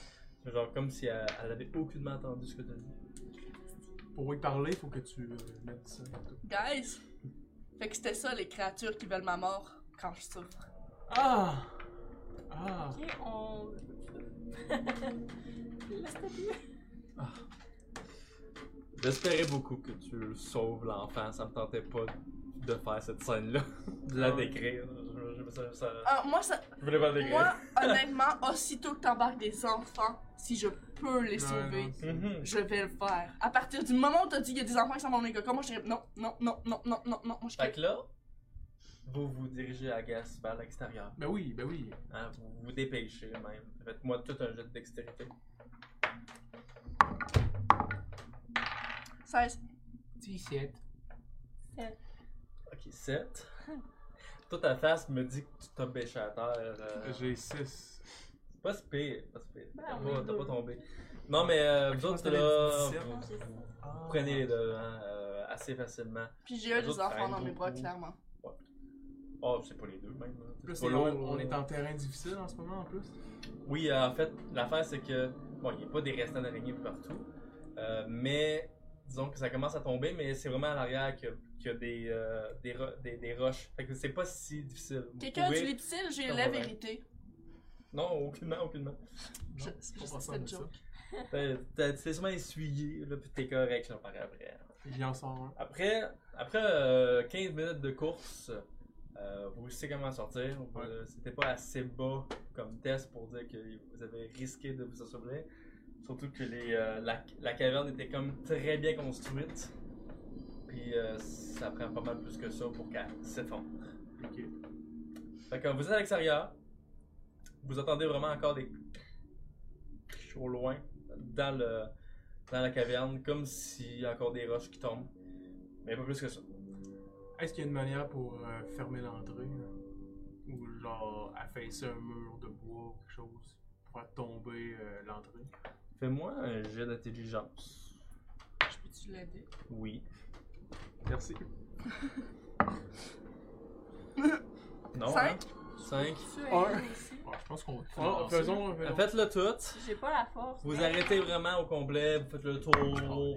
[SPEAKER 1] Genre comme si elle, elle avait aucunement entendu ce que t'as dit.
[SPEAKER 3] Pour y parler, faut que tu euh, mettes ça.
[SPEAKER 4] Guys! Fait que c'était ça les créatures qui veulent ma mort quand je souffre.
[SPEAKER 3] Ah! Ah!
[SPEAKER 2] Ok, on. La statue.
[SPEAKER 1] J'espérais beaucoup que tu sauves l'enfant, ça me tentait pas de faire cette scène-là, de
[SPEAKER 3] Ah.
[SPEAKER 1] la décrire. Je, je- ça- ça-
[SPEAKER 4] Ah, moi, ça,
[SPEAKER 1] je voulais pas la décrire.
[SPEAKER 2] Ah,
[SPEAKER 4] moi honnêtement, aussitôt que t'embarques des enfants, si je peux les sauver,
[SPEAKER 1] Mhm.
[SPEAKER 4] je vais le faire. À partir du moment où t'as dit qu'il y a des enfants qui sont dans les cocos, moi je dirais non, non, non, non, non, non, non, moi je
[SPEAKER 1] Fait que là, vous vous dirigez à gaz vers l'extérieur.
[SPEAKER 3] Ben oui, ben oui.
[SPEAKER 1] hein, vous vous dépêchez même. Faites-moi tout un jet de dextérité.
[SPEAKER 4] 16.
[SPEAKER 5] 17.
[SPEAKER 1] Ok, 7. Toi, ta face me dit que tu t'as bêché à terre. euh,
[SPEAKER 3] J'ai 6.
[SPEAKER 1] C'est pas si pire, pas si pire.
[SPEAKER 2] Ben,
[SPEAKER 1] T'as
[SPEAKER 2] on
[SPEAKER 1] pas-
[SPEAKER 2] est
[SPEAKER 1] T'as
[SPEAKER 2] deux.
[SPEAKER 1] pas tombé. Non, mais euh, vous
[SPEAKER 3] Je pense
[SPEAKER 1] autres,
[SPEAKER 3] que t'avais
[SPEAKER 1] là,
[SPEAKER 3] dit 17.
[SPEAKER 1] vous,
[SPEAKER 2] Ok.
[SPEAKER 1] vous prenez les devants euh, assez facilement.
[SPEAKER 4] Puis j'ai eu
[SPEAKER 1] Les
[SPEAKER 4] des
[SPEAKER 1] autres
[SPEAKER 4] enfants
[SPEAKER 1] traînent
[SPEAKER 4] dans mes bras,
[SPEAKER 1] beaucoup.
[SPEAKER 4] clairement.
[SPEAKER 1] Oh, c'est pas les deux, même. hein.
[SPEAKER 3] Plus,
[SPEAKER 1] pas
[SPEAKER 3] on,
[SPEAKER 1] loin,
[SPEAKER 3] on
[SPEAKER 1] là.
[SPEAKER 3] est en terrain difficile en ce moment en plus.
[SPEAKER 1] Oui, euh, en fait, l'affaire, c'est que, bon, il n'y a pas des restants d'araignées partout, euh, mais disons que ça commence à tomber, mais c'est vraiment à l'arrière qu'il y a- qu'il y a des, euh, des, ro- des, des roches. Fait que c'est pas si difficile. Vous
[SPEAKER 4] Quelqu'un
[SPEAKER 1] pouvez-
[SPEAKER 4] du lipsil, j'ai
[SPEAKER 1] Ça
[SPEAKER 4] la
[SPEAKER 1] va bien.
[SPEAKER 4] vérité.
[SPEAKER 1] Non, aucunement, aucunement.
[SPEAKER 4] Je-
[SPEAKER 3] Non,
[SPEAKER 4] c'est
[SPEAKER 3] pas
[SPEAKER 4] juste
[SPEAKER 3] passant
[SPEAKER 4] une
[SPEAKER 3] avec ça.
[SPEAKER 4] joke.
[SPEAKER 1] T'as- t'as- Tu t'es sûrement essuyé, là, puis t'es correct, là, par après.
[SPEAKER 3] Il en sort un.
[SPEAKER 1] Après, après euh, 15 minutes de course, euh, vous savez comment sortir. Vous-
[SPEAKER 3] Ouais.
[SPEAKER 1] euh, C'était pas assez bas comme test pour dire que vous avez risqué de vous assombrer. Surtout que les, euh, la, la caverne était comme très bien construite. Puis euh, ça prend pas mal plus que ça pour qu'elle s'effondre.
[SPEAKER 3] Ok.
[SPEAKER 1] Fait que quand vous êtes à l'extérieur, vous entendez vraiment encore des au loin dans le dans la caverne comme s'il y a encore des roches qui tombent. Mais pas plus que ça.
[SPEAKER 3] Est-ce qu'il y a une manière pour euh, fermer l'entrée hein? Ou genre affaisser un mur de bois ou quelque chose pour faire tomber euh, l'entrée
[SPEAKER 1] Fais-moi un jet d'intelligence.
[SPEAKER 4] Je peux-tu l'aider?
[SPEAKER 1] Oui.
[SPEAKER 3] Merci.
[SPEAKER 1] Non. hein? 5.
[SPEAKER 4] Cinq?
[SPEAKER 2] Tu
[SPEAKER 3] Un.
[SPEAKER 2] es elle aussi.
[SPEAKER 5] Ouais, je pense qu'on va tout
[SPEAKER 3] Oh,
[SPEAKER 5] lancer.
[SPEAKER 3] faisons, faisons.
[SPEAKER 1] Faites-le tout.
[SPEAKER 2] J'ai pas la force.
[SPEAKER 1] Vous
[SPEAKER 2] mais-
[SPEAKER 1] arrêtez vraiment au complet, vous faites le tour.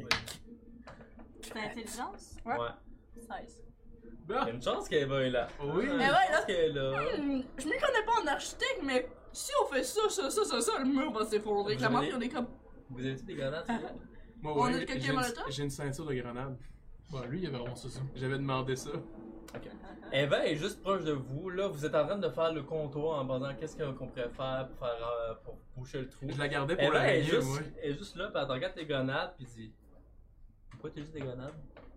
[SPEAKER 2] C'est intelligence?
[SPEAKER 1] Ouais.
[SPEAKER 4] Ouais.
[SPEAKER 2] 16.
[SPEAKER 1] Il y a une chance qu'Eva est là. Il y a
[SPEAKER 3] Oui.
[SPEAKER 4] Mais
[SPEAKER 1] une
[SPEAKER 4] ouais,
[SPEAKER 1] chance qu'elle est là.
[SPEAKER 4] Hmm, Je m'y connais pas en architecte, mais si on fait ça, ça, ça, ça, ça, le mur va s'effondrer.
[SPEAKER 1] Vous
[SPEAKER 4] Clairement,
[SPEAKER 1] allez-
[SPEAKER 4] puis on est comme.
[SPEAKER 1] Vous avez-tu des granates? là?
[SPEAKER 3] Moi,
[SPEAKER 4] On
[SPEAKER 3] ouais,
[SPEAKER 4] a quelqu'un
[SPEAKER 3] j'ai une-
[SPEAKER 4] molotov?
[SPEAKER 3] J'ai une ceinture de grenade.
[SPEAKER 5] Bah, lui, il avait ramassé ça.
[SPEAKER 3] J'avais demandé ça.
[SPEAKER 1] Eva est juste proche de vous. Là, vous êtes en train de faire le comptoir en pensant qu'est-ce qu'on qu'on pourrait faire pour, faire, euh, pour boucher le trou.
[SPEAKER 3] Je la gardais pour
[SPEAKER 1] Eva
[SPEAKER 3] la
[SPEAKER 1] est
[SPEAKER 3] régler,
[SPEAKER 1] juste,
[SPEAKER 3] moi.
[SPEAKER 1] elle est juste là, puis elle te regarde tes grenades, puis dit Pourquoi t'as juste des grenades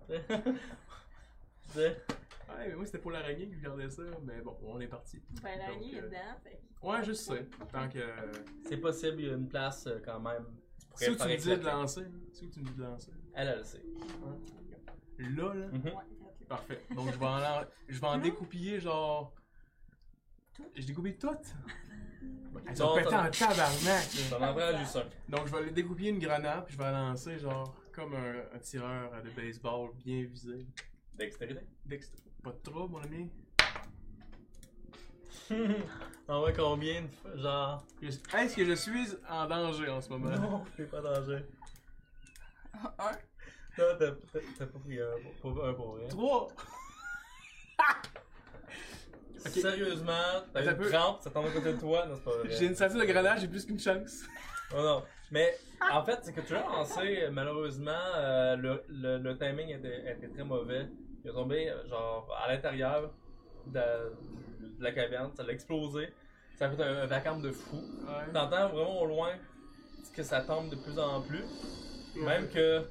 [SPEAKER 1] Je dis,
[SPEAKER 3] Ouais, mais moi c'était pour l'araignée que je gardais ça, mais bon, on est parti.
[SPEAKER 2] Ben, l'araignée
[SPEAKER 3] Donc,
[SPEAKER 2] est
[SPEAKER 3] euh,
[SPEAKER 2] dedans. fait
[SPEAKER 3] Ouais, je sais. Tant que.
[SPEAKER 1] C'est possible, il y a une place euh, quand même. Tu pourrais
[SPEAKER 3] Si tu
[SPEAKER 1] faire
[SPEAKER 3] me dis de
[SPEAKER 1] éclater.
[SPEAKER 3] lancer, hein? c'est où tu me dis de lancer.
[SPEAKER 1] Elle, elle le sait.
[SPEAKER 3] Là, là.
[SPEAKER 2] que-
[SPEAKER 1] Mhm.
[SPEAKER 2] Ouais, ok.
[SPEAKER 3] Parfait. Donc je vais en, lan- je vais en découpiller genre. Je découpille toutes. Elles
[SPEAKER 1] Non,
[SPEAKER 3] ont pété
[SPEAKER 1] t'en-
[SPEAKER 3] en tabarnak. là.
[SPEAKER 1] Ça m'en prend juste un.
[SPEAKER 3] Donc je vais lui découpiller une grenade puis je vais la lancer genre comme un, un tireur euh, de baseball bien visé.
[SPEAKER 1] Dextérité.
[SPEAKER 3] Dextre. Pas de trouble mon ami.
[SPEAKER 1] On voit combien de fois Genre.
[SPEAKER 3] Je- Est-ce que je suis en danger en ce moment?
[SPEAKER 1] Non, j'ai pas danger.
[SPEAKER 4] Un.
[SPEAKER 1] Non, t'as t'as- t'as pas pris un pour- pour, un pour rien.
[SPEAKER 3] Trois! Ok.
[SPEAKER 1] Sérieusement, t'as
[SPEAKER 3] Attends
[SPEAKER 1] une
[SPEAKER 3] un peu.
[SPEAKER 1] crampe, ça tombe à côté de toi. Non, c'est pas vrai.
[SPEAKER 3] J'ai une ceinture de grenade, j'ai plus qu'une chance.
[SPEAKER 1] Oh non. Mais en fait, c'est que tu as lancé, malheureusement, euh, le, le- le timing était, était très mauvais. Il est tombé, euh, genre, à l'intérieur de, de la caverne, ça l'a explosé. Ça a fait un, un vacarme de fou.
[SPEAKER 3] Ouais.
[SPEAKER 1] T'entends vraiment au loin que ça tombe de plus en plus. Même que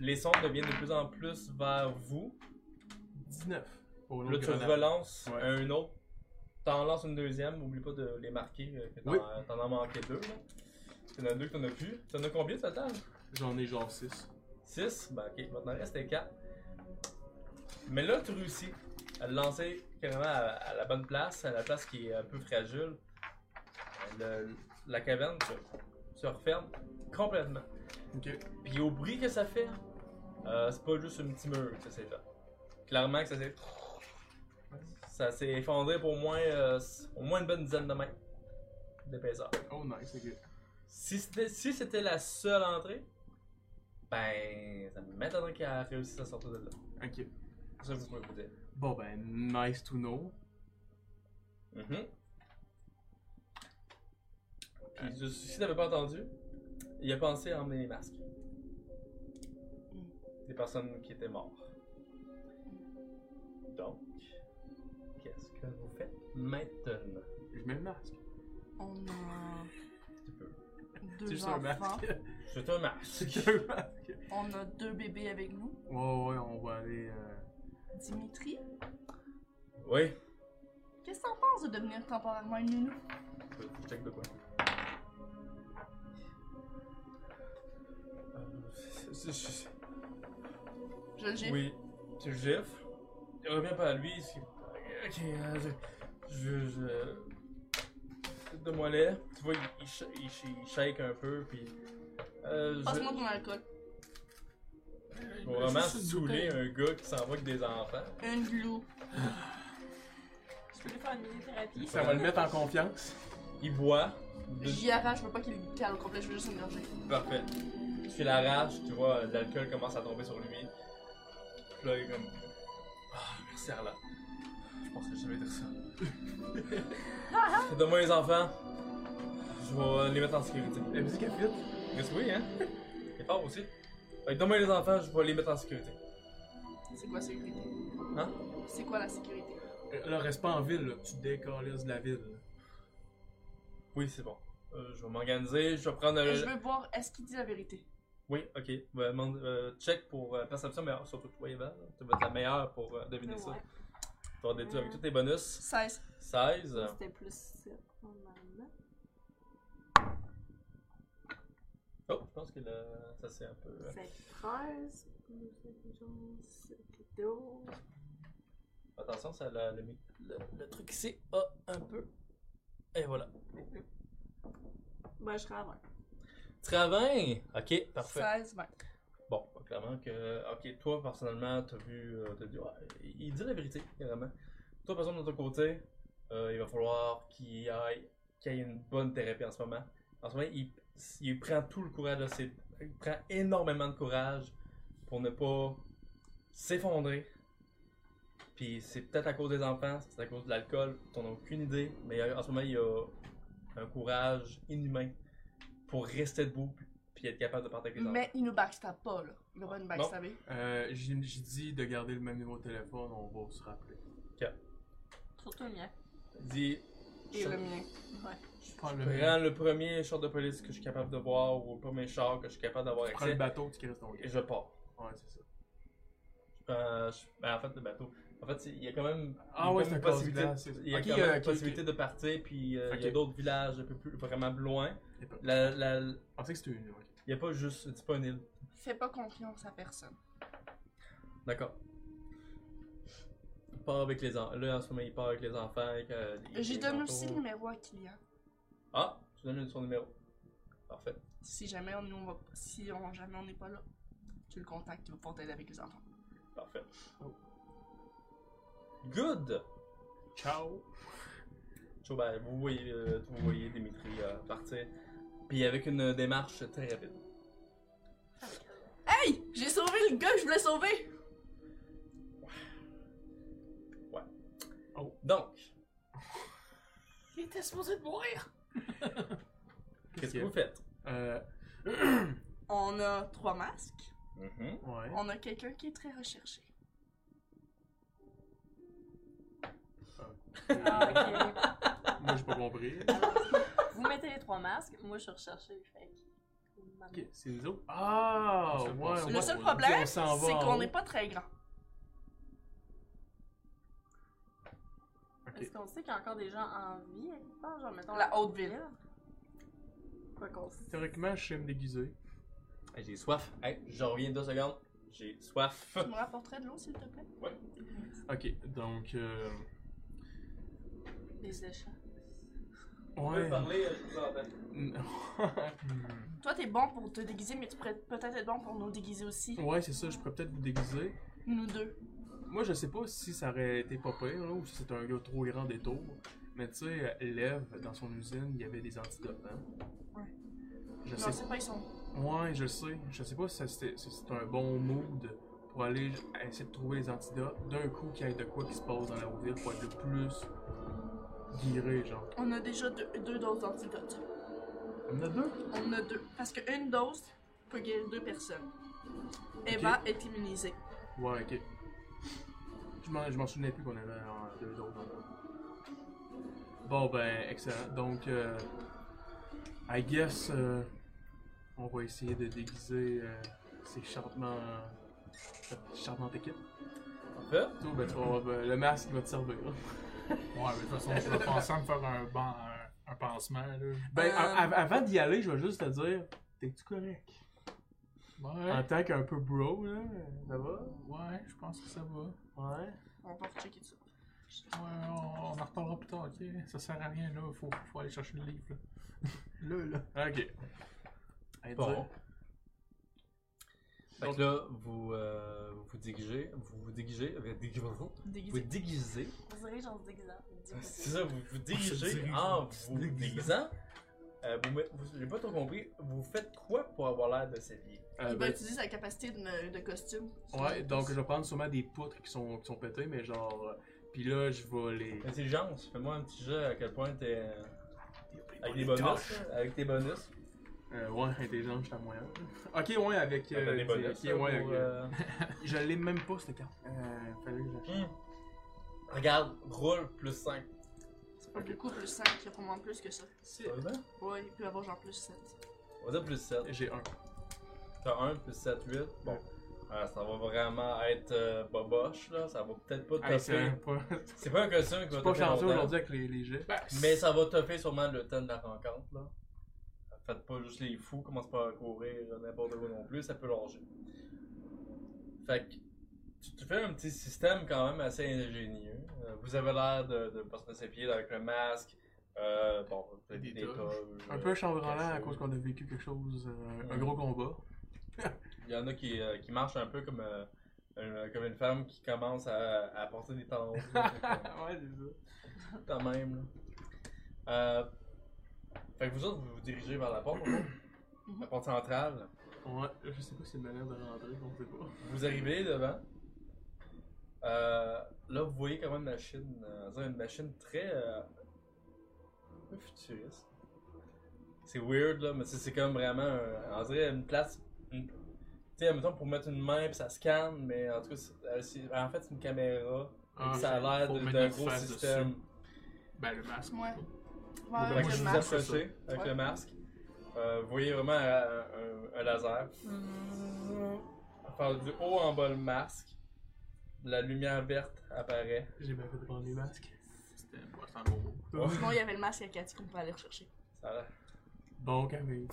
[SPEAKER 1] les sons deviennent de plus en plus vers vous.
[SPEAKER 3] 19. Pour
[SPEAKER 1] Là,
[SPEAKER 3] l'autre
[SPEAKER 1] tu
[SPEAKER 3] grenade.
[SPEAKER 1] relances
[SPEAKER 3] Ouais.
[SPEAKER 1] un autre. T'en lances une deuxième, oublie pas de les marquer, euh, que t'en
[SPEAKER 3] Oui.
[SPEAKER 1] t'en as manqué deux. là. T'en as deux que t'en as plus. T'en as combien total?
[SPEAKER 3] J'en ai genre 6.
[SPEAKER 1] 6, ben ok, maintenant il reste 4. Mais là, tu réussis à le lancer carrément à, à la bonne place, à la place qui est un peu fragile. Le, la caverne se, se referme complètement.
[SPEAKER 3] Ok.
[SPEAKER 1] Puis au bruit que ça fait, euh, c'est pas juste un petit mur que ça s'est fait. Clairement que ça s'est. Ça s'est effondré pour au moins, euh, au moins une bonne dizaine de mètres d'épaisseur.
[SPEAKER 3] Oh, nice, ok.
[SPEAKER 1] Si c'était si c'était la seule entrée, ben, ça m'étonnerait qu'elle a réussi à sortir de là.
[SPEAKER 3] Ok.
[SPEAKER 1] Ça, vous pouvez vous dire.
[SPEAKER 3] Bon, ben, nice to know.
[SPEAKER 1] Mhm. Puis, je- si t'avais pas entendu, il a pensé à emmener les masques. Des personnes qui étaient mortes. Donc, qu'est-ce que vous faites maintenant?
[SPEAKER 3] Je mets le masque.
[SPEAKER 4] On a
[SPEAKER 1] Tu peux.
[SPEAKER 3] C'est
[SPEAKER 4] deux
[SPEAKER 3] juste un
[SPEAKER 4] enfants.
[SPEAKER 3] masque.
[SPEAKER 1] C'est un masque.
[SPEAKER 3] C'est un masque.
[SPEAKER 4] On a deux bébés avec nous.
[SPEAKER 3] Ouais, ouais, on va aller. euh,
[SPEAKER 4] Dimitri,
[SPEAKER 1] oui.
[SPEAKER 4] qu'est-ce que t'en penses de devenir temporairement une nounou?
[SPEAKER 1] Je je check de quoi. Euh, c'est- c'est- c'est-
[SPEAKER 4] Je le gifle.
[SPEAKER 1] Oui, tu le gifles. Il revient pas à lui. c'est- Ok, euh, je. Je. je- Donne-moi l'air. Tu vois, il, il, sh- il sh- il shake un peu, puis. Euh,
[SPEAKER 4] Passe-moi ton alcool.
[SPEAKER 1] je vais vraiment saouler un gars qui s'en va avec des enfants.
[SPEAKER 4] Une glue.
[SPEAKER 2] Je peux lui faire une mini-thérapie.
[SPEAKER 3] Ça va le mettre en confiance.
[SPEAKER 1] Il boit. Deux-
[SPEAKER 4] J'y arrache, je veux pas qu'il le cale au complet, je veux juste une gorgée.
[SPEAKER 1] Parfait. Tu fais la rage, tu vois, l'alcool commence à tomber sur lui. Puis là, il est comme. Ah, merci Arla. Je pensais jamais dire ça. Donne-moi les enfants. Je vais les mettre en sécurité.
[SPEAKER 3] La musique est vite.
[SPEAKER 1] Yes, oui, hein? Il est fort aussi. Fait que donne-moi les enfants, je vais les mettre en sécurité.
[SPEAKER 4] C'est quoi la sécurité?
[SPEAKER 1] Hein?
[SPEAKER 4] C'est quoi la sécurité?
[SPEAKER 3] Là, reste pas en ville, là. Tu décollises de la ville.
[SPEAKER 1] Oui, c'est bon. Euh, je vais m'organiser, je vais prendre le...
[SPEAKER 4] Je veux voir, est-ce qu'il dit la vérité?
[SPEAKER 1] Oui, ok. Ouais, mon- euh, check pour euh, perception, mais surtout toi, Evan. Tu vas être la meilleure pour euh, deviner ça.
[SPEAKER 2] Ouais.
[SPEAKER 1] Tu vas déduire avec tous tes bonus.
[SPEAKER 4] 16.
[SPEAKER 1] 16.
[SPEAKER 2] C'était plus 7 normalement.
[SPEAKER 1] Oh, je pense que là, ça c'est un peu... euh,
[SPEAKER 2] Fait que 13, plus 12, 7, 12.
[SPEAKER 1] Attention, ça, la- le, mi- le, le truc ici a un peu... Et voilà.
[SPEAKER 2] Ben, je serai à 20.
[SPEAKER 1] Travail! Ok, parfait.
[SPEAKER 4] 16, 20.
[SPEAKER 1] Bon, clairement que. Ok, toi personnellement, t'as vu. euh, t'as dit, ouais, il dit la vérité, carrément. Toi, personne de ton côté, euh, il va falloir qu'il aille, qu'il ait une bonne thérapie en ce moment. En ce moment, il, il prend tout le courage de ses. Il prend énormément de courage pour ne pas s'effondrer. Puis c'est peut-être à cause des enfants, c'est à cause de l'alcool, t'en as aucune idée. Mais euh, en ce moment, il a un courage inhumain pour rester debout puis- puis être capable de partager avec les enfants.
[SPEAKER 4] Mais il nous backstab pas, là. Il va pas nous backstabber.
[SPEAKER 3] Euh, J'ai j'ai dit de garder le même numéro de téléphone, on va se rappeler.
[SPEAKER 2] Surtout le mien.
[SPEAKER 1] dit
[SPEAKER 4] Et
[SPEAKER 1] je
[SPEAKER 4] le mien.
[SPEAKER 3] Je prends le,
[SPEAKER 1] prends le premier char de police que je suis capable de voir ou le premier char que je suis capable d'avoir
[SPEAKER 3] prends le
[SPEAKER 1] accès
[SPEAKER 3] bateau, tu restes ton
[SPEAKER 1] et
[SPEAKER 3] gars.
[SPEAKER 1] je pars.
[SPEAKER 3] Ouais, c'est ça.
[SPEAKER 1] Je prends- je- ben, en fait, le bateau. En fait, il y a quand même
[SPEAKER 3] Ah ouais, c'est euh, un
[SPEAKER 1] une
[SPEAKER 3] possibilité.
[SPEAKER 1] possibilité, il y a quand même une possibilité
[SPEAKER 3] Je
[SPEAKER 1] de partir, puis euh, il y a
[SPEAKER 3] Ok.
[SPEAKER 1] d'autres villages un peu plus vraiment loin.
[SPEAKER 3] pensais
[SPEAKER 1] La, la- la-
[SPEAKER 3] que c'était une. ok.
[SPEAKER 1] il n'y a pas juste, c'est pas une île.
[SPEAKER 4] Fais pas confiance à personne.
[SPEAKER 1] D'accord. Il part avec les enfants. Là, en ce moment, il part avec les enfants. avec, euh, les-
[SPEAKER 4] J'y
[SPEAKER 1] les
[SPEAKER 4] donne
[SPEAKER 1] entours.
[SPEAKER 4] aussi le numéro à Kylian.
[SPEAKER 1] Ah, tu donnes son numéro. Parfait.
[SPEAKER 4] Si jamais on, nous, on va- si on, jamais on n'est pas là, tu le contactes, il va pouvoir t'aider avec les enfants.
[SPEAKER 1] Parfait.
[SPEAKER 3] Oh.
[SPEAKER 1] Good!
[SPEAKER 3] Ciao!
[SPEAKER 1] Chaud, ben, vous voyez, euh, vous voyez Dimitri euh, partir. Puis avec une démarche très rapide.
[SPEAKER 4] Hey! J'ai sauvé le gars que je voulais sauver!
[SPEAKER 1] Donc,
[SPEAKER 4] Il était supposé mourir!
[SPEAKER 1] qu'est-ce que vous faites?
[SPEAKER 3] Euh.
[SPEAKER 4] On a trois masques.
[SPEAKER 3] Ouais.
[SPEAKER 4] On a quelqu'un qui est très recherché.
[SPEAKER 2] Ah, ok.
[SPEAKER 3] Moi, j'ai pas compris.
[SPEAKER 2] Vous mettez les trois masques, moi je suis recherchée. Fait que-
[SPEAKER 3] Ok, c'est nous autres. Ah!
[SPEAKER 5] Le seul
[SPEAKER 3] Ouais,
[SPEAKER 5] On
[SPEAKER 4] Le
[SPEAKER 5] va-
[SPEAKER 3] ouais,
[SPEAKER 4] seul
[SPEAKER 3] ouais.
[SPEAKER 4] problème, c'est
[SPEAKER 3] On s'en va en
[SPEAKER 4] qu'on
[SPEAKER 3] haut.
[SPEAKER 4] n'est pas très grand.
[SPEAKER 3] Ok.
[SPEAKER 2] Est-ce qu'on sait qu'il y a encore des gens en vie à quelque part? Genre, mettons
[SPEAKER 4] La haute ville.
[SPEAKER 2] Quoi qu'on sait.
[SPEAKER 3] Théoriquement, je sais me déguiser.
[SPEAKER 1] Hey, J'ai soif. Hey, je reviens deux secondes. J'ai soif.
[SPEAKER 4] Tu me rapporterais de l'eau, s'il te plaît?
[SPEAKER 3] Ok, donc. Euh...
[SPEAKER 2] Les échats.
[SPEAKER 1] On peut parler, euh, je vous entends.
[SPEAKER 4] Toi, t'es bon pour te déguiser, mais tu pourrais peut-être être bon pour nous déguiser aussi.
[SPEAKER 3] ouais, c'est ça, je pourrais peut-être vous déguiser.
[SPEAKER 4] Nous deux.
[SPEAKER 3] Moi, je sais pas si ça aurait été pas pire, là, ou si c'était un gars trop grand détour. Mais tu sais, euh, Lev, dans son usine, il y avait des antidotes, hein?
[SPEAKER 4] Ouais.
[SPEAKER 3] Je
[SPEAKER 4] Non,
[SPEAKER 3] sais
[SPEAKER 4] c'est pas, ils sont.
[SPEAKER 3] Ouais, je le sais. Je sais pas si ça, c'était- si c'est un bon mood pour aller essayer de trouver les antidotes. D'un coup, qu'il y ait de quoi qui se passe dans la ville pour être le plus guéri, genre.
[SPEAKER 4] On a déjà deux, deux doses d'antidote.
[SPEAKER 3] On en a deux?
[SPEAKER 4] On a deux. Parce qu'une dose peut guérir deux personnes. Eva est immunisée.
[SPEAKER 3] Ouais, ok. Je m'en, je m'en souvenais plus qu'on avait euh, deux autres. donc. Bon, ben, excellent. Donc, euh, I guess, euh, on va essayer de déguiser euh, ces charmants. cette charmante équipe.
[SPEAKER 1] Parfait.
[SPEAKER 3] Toi, ben, tu vas avoir, ben, le masque qui va te servir.
[SPEAKER 5] Ouais, mais de toute façon, je vais penser à me faire un, ban- un, un pansement, là.
[SPEAKER 3] Ben,
[SPEAKER 4] Euh,
[SPEAKER 3] a- av- avant d'y aller, je vais juste te dire, t'es-tu correct? En
[SPEAKER 5] Ouais,
[SPEAKER 3] tant qu'un peu bro, là, ça va?
[SPEAKER 5] ouais, je pense que ça va. Ouais,
[SPEAKER 3] Ouais.
[SPEAKER 4] On va rechecker ça.
[SPEAKER 5] on, on en reparlera plus tard, ok? Ça sert à rien, là. Faut, faut aller chercher le livre, là. là, là.
[SPEAKER 3] Ok. Hey,
[SPEAKER 1] Bon.
[SPEAKER 3] dis-
[SPEAKER 1] Fait que là, vous euh, vous dirigez, vous vous dirigez, euh, déguisez-vous, vous
[SPEAKER 4] Déguisée.
[SPEAKER 1] déguisez,
[SPEAKER 2] On dirait genre déguisant.
[SPEAKER 1] c'est ça, vous vous
[SPEAKER 5] On se
[SPEAKER 1] dirigez
[SPEAKER 5] dirige,
[SPEAKER 1] en
[SPEAKER 5] on se
[SPEAKER 1] vous
[SPEAKER 5] déguise.
[SPEAKER 1] déguisant. Euh, vous, met- vous- j'ai pas trop compris, vous faites quoi pour avoir l'air de s'habiller?
[SPEAKER 4] Il
[SPEAKER 3] Euh,
[SPEAKER 4] va
[SPEAKER 3] ben,
[SPEAKER 4] utiliser sa capacité de, de costume.
[SPEAKER 3] Ouais, donc je vais prendre sûrement des poutres qui sont, qui sont pétées, mais genre. euh, Puis là, je vais les.
[SPEAKER 1] Intelligence, fais-moi un petit jeu à quel point t'es... euh, Avec des
[SPEAKER 3] les
[SPEAKER 1] bonus,
[SPEAKER 3] torches.
[SPEAKER 1] là, avec tes bonus.
[SPEAKER 3] Euh, ouais, intelligence, j'étais à moyen. Ok, ouais, avec.
[SPEAKER 1] Ah, t'as
[SPEAKER 3] euh,
[SPEAKER 1] des bonus,
[SPEAKER 3] ok,
[SPEAKER 1] là,
[SPEAKER 3] ouais,
[SPEAKER 1] pour,
[SPEAKER 3] avec, euh,
[SPEAKER 1] euh,
[SPEAKER 3] Je l'ai même pas, cette carte. Euh, fallait que j'achète.
[SPEAKER 1] hmm.
[SPEAKER 3] Hmm.
[SPEAKER 1] Regarde, roule plus 5.
[SPEAKER 4] C'est pas
[SPEAKER 3] Ok.
[SPEAKER 4] beaucoup plus 5, il y a probablement plus que ça.
[SPEAKER 1] On
[SPEAKER 4] Ouais, il peut avoir genre plus 7.
[SPEAKER 1] va dire plus 7.
[SPEAKER 3] J'ai un.
[SPEAKER 1] T'as 1 plus 7, 8. Bon.
[SPEAKER 3] Ouais.
[SPEAKER 1] Ah, ça va vraiment être euh, boboche, là. Ça va peut-être pas topper.
[SPEAKER 3] Hey, c'est pas,
[SPEAKER 1] C'est pas un costume qui va
[SPEAKER 3] c'est pas
[SPEAKER 1] topper
[SPEAKER 3] chanceux
[SPEAKER 1] longtemps.
[SPEAKER 3] aujourd'hui avec les, les jets.
[SPEAKER 5] Ben,
[SPEAKER 1] Mais ça va topper sûrement le temps de la rencontre, là. Faites pas juste les fous, commence pas à courir n'importe où non plus, ça peut longer. Fait que, tu, tu fais un petit système quand même assez ingénieux. Euh, vous avez l'air de, de personnes à ses pieds avec le masque. Euh, bon, peut-être
[SPEAKER 5] Des
[SPEAKER 1] des,
[SPEAKER 5] toges.
[SPEAKER 1] toges,
[SPEAKER 3] Un
[SPEAKER 1] euh,
[SPEAKER 3] peu chambranlant à
[SPEAKER 1] quelque chose.
[SPEAKER 3] cause qu'on a vécu quelque chose, euh, un
[SPEAKER 1] Ouais.
[SPEAKER 3] gros combat.
[SPEAKER 1] Il y en a qui, euh, qui marchent un peu comme, euh, une, comme une femme qui commence à, à porter des talons. hauts, là, fait que-
[SPEAKER 3] Ah ouais, c'est ça.
[SPEAKER 1] quand même. Là. Euh, fait que vous autres, vous vous dirigez vers la porte, au fond. la porte centrale.
[SPEAKER 3] Ouais, je sais pas si c'est une manière de rentrer, on sait pas.
[SPEAKER 1] Vous arrivez devant. Euh, là, vous voyez quand même une machine, euh, c'est une machine très euh, un peu futuriste. C'est weird là, mais c'est c'est comme vraiment, un- on dirait une place, une- tu sais, mettons pour mettre une main puis ça scanne, mais en tout cas, c'est- euh, c'est- en fait, c'est une caméra.
[SPEAKER 5] Ah,
[SPEAKER 1] ça a l'air
[SPEAKER 5] faut
[SPEAKER 1] de-
[SPEAKER 5] mettre
[SPEAKER 1] d'un
[SPEAKER 5] notre
[SPEAKER 1] gros
[SPEAKER 5] face
[SPEAKER 1] système.
[SPEAKER 5] dessus. Ben, le masque.
[SPEAKER 4] Ouais. Ouais,
[SPEAKER 5] ben,
[SPEAKER 1] Fait
[SPEAKER 5] moi,
[SPEAKER 1] que
[SPEAKER 4] le
[SPEAKER 1] vous vous
[SPEAKER 4] masque.
[SPEAKER 5] masque,
[SPEAKER 1] approchez avec
[SPEAKER 4] Ouais.
[SPEAKER 1] le masque. Euh, vous voyez vraiment euh, un, un laser.
[SPEAKER 4] Mm.
[SPEAKER 1] Faire du haut en bas le masque. La lumière verte apparaît.
[SPEAKER 3] J'ai bien fait de prendre les masques.
[SPEAKER 5] C'était ouais, c'est un gros mot.
[SPEAKER 4] Sinon, il y avait le masque à Cathy qu'on peut aller rechercher.
[SPEAKER 1] Ça a-
[SPEAKER 3] Bon, Camille.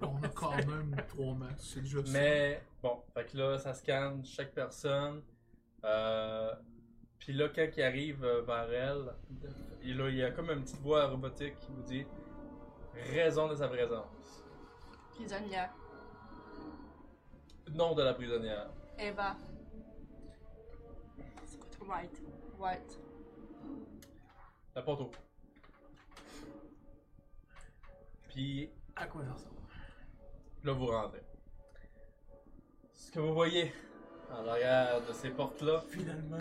[SPEAKER 5] On a quand même trois masques, c'est déjà ça.
[SPEAKER 1] Mais bon, fait que là, ça scanne chaque personne. Euh, Puis là, quand il arrive euh, vers elle, il, là, il y a comme une petite voix robotique qui vous dit raison de sa présence.
[SPEAKER 4] Prisonnière.
[SPEAKER 1] Nom de la prisonnière.
[SPEAKER 4] Eva. C'est quoi ton white? White.
[SPEAKER 1] La porte ouvre. Puis
[SPEAKER 3] À quoi ça ressemble?
[SPEAKER 1] Là, vous rentrez. Ce que vous voyez à l'arrière de ces portes-là,
[SPEAKER 3] Finalement.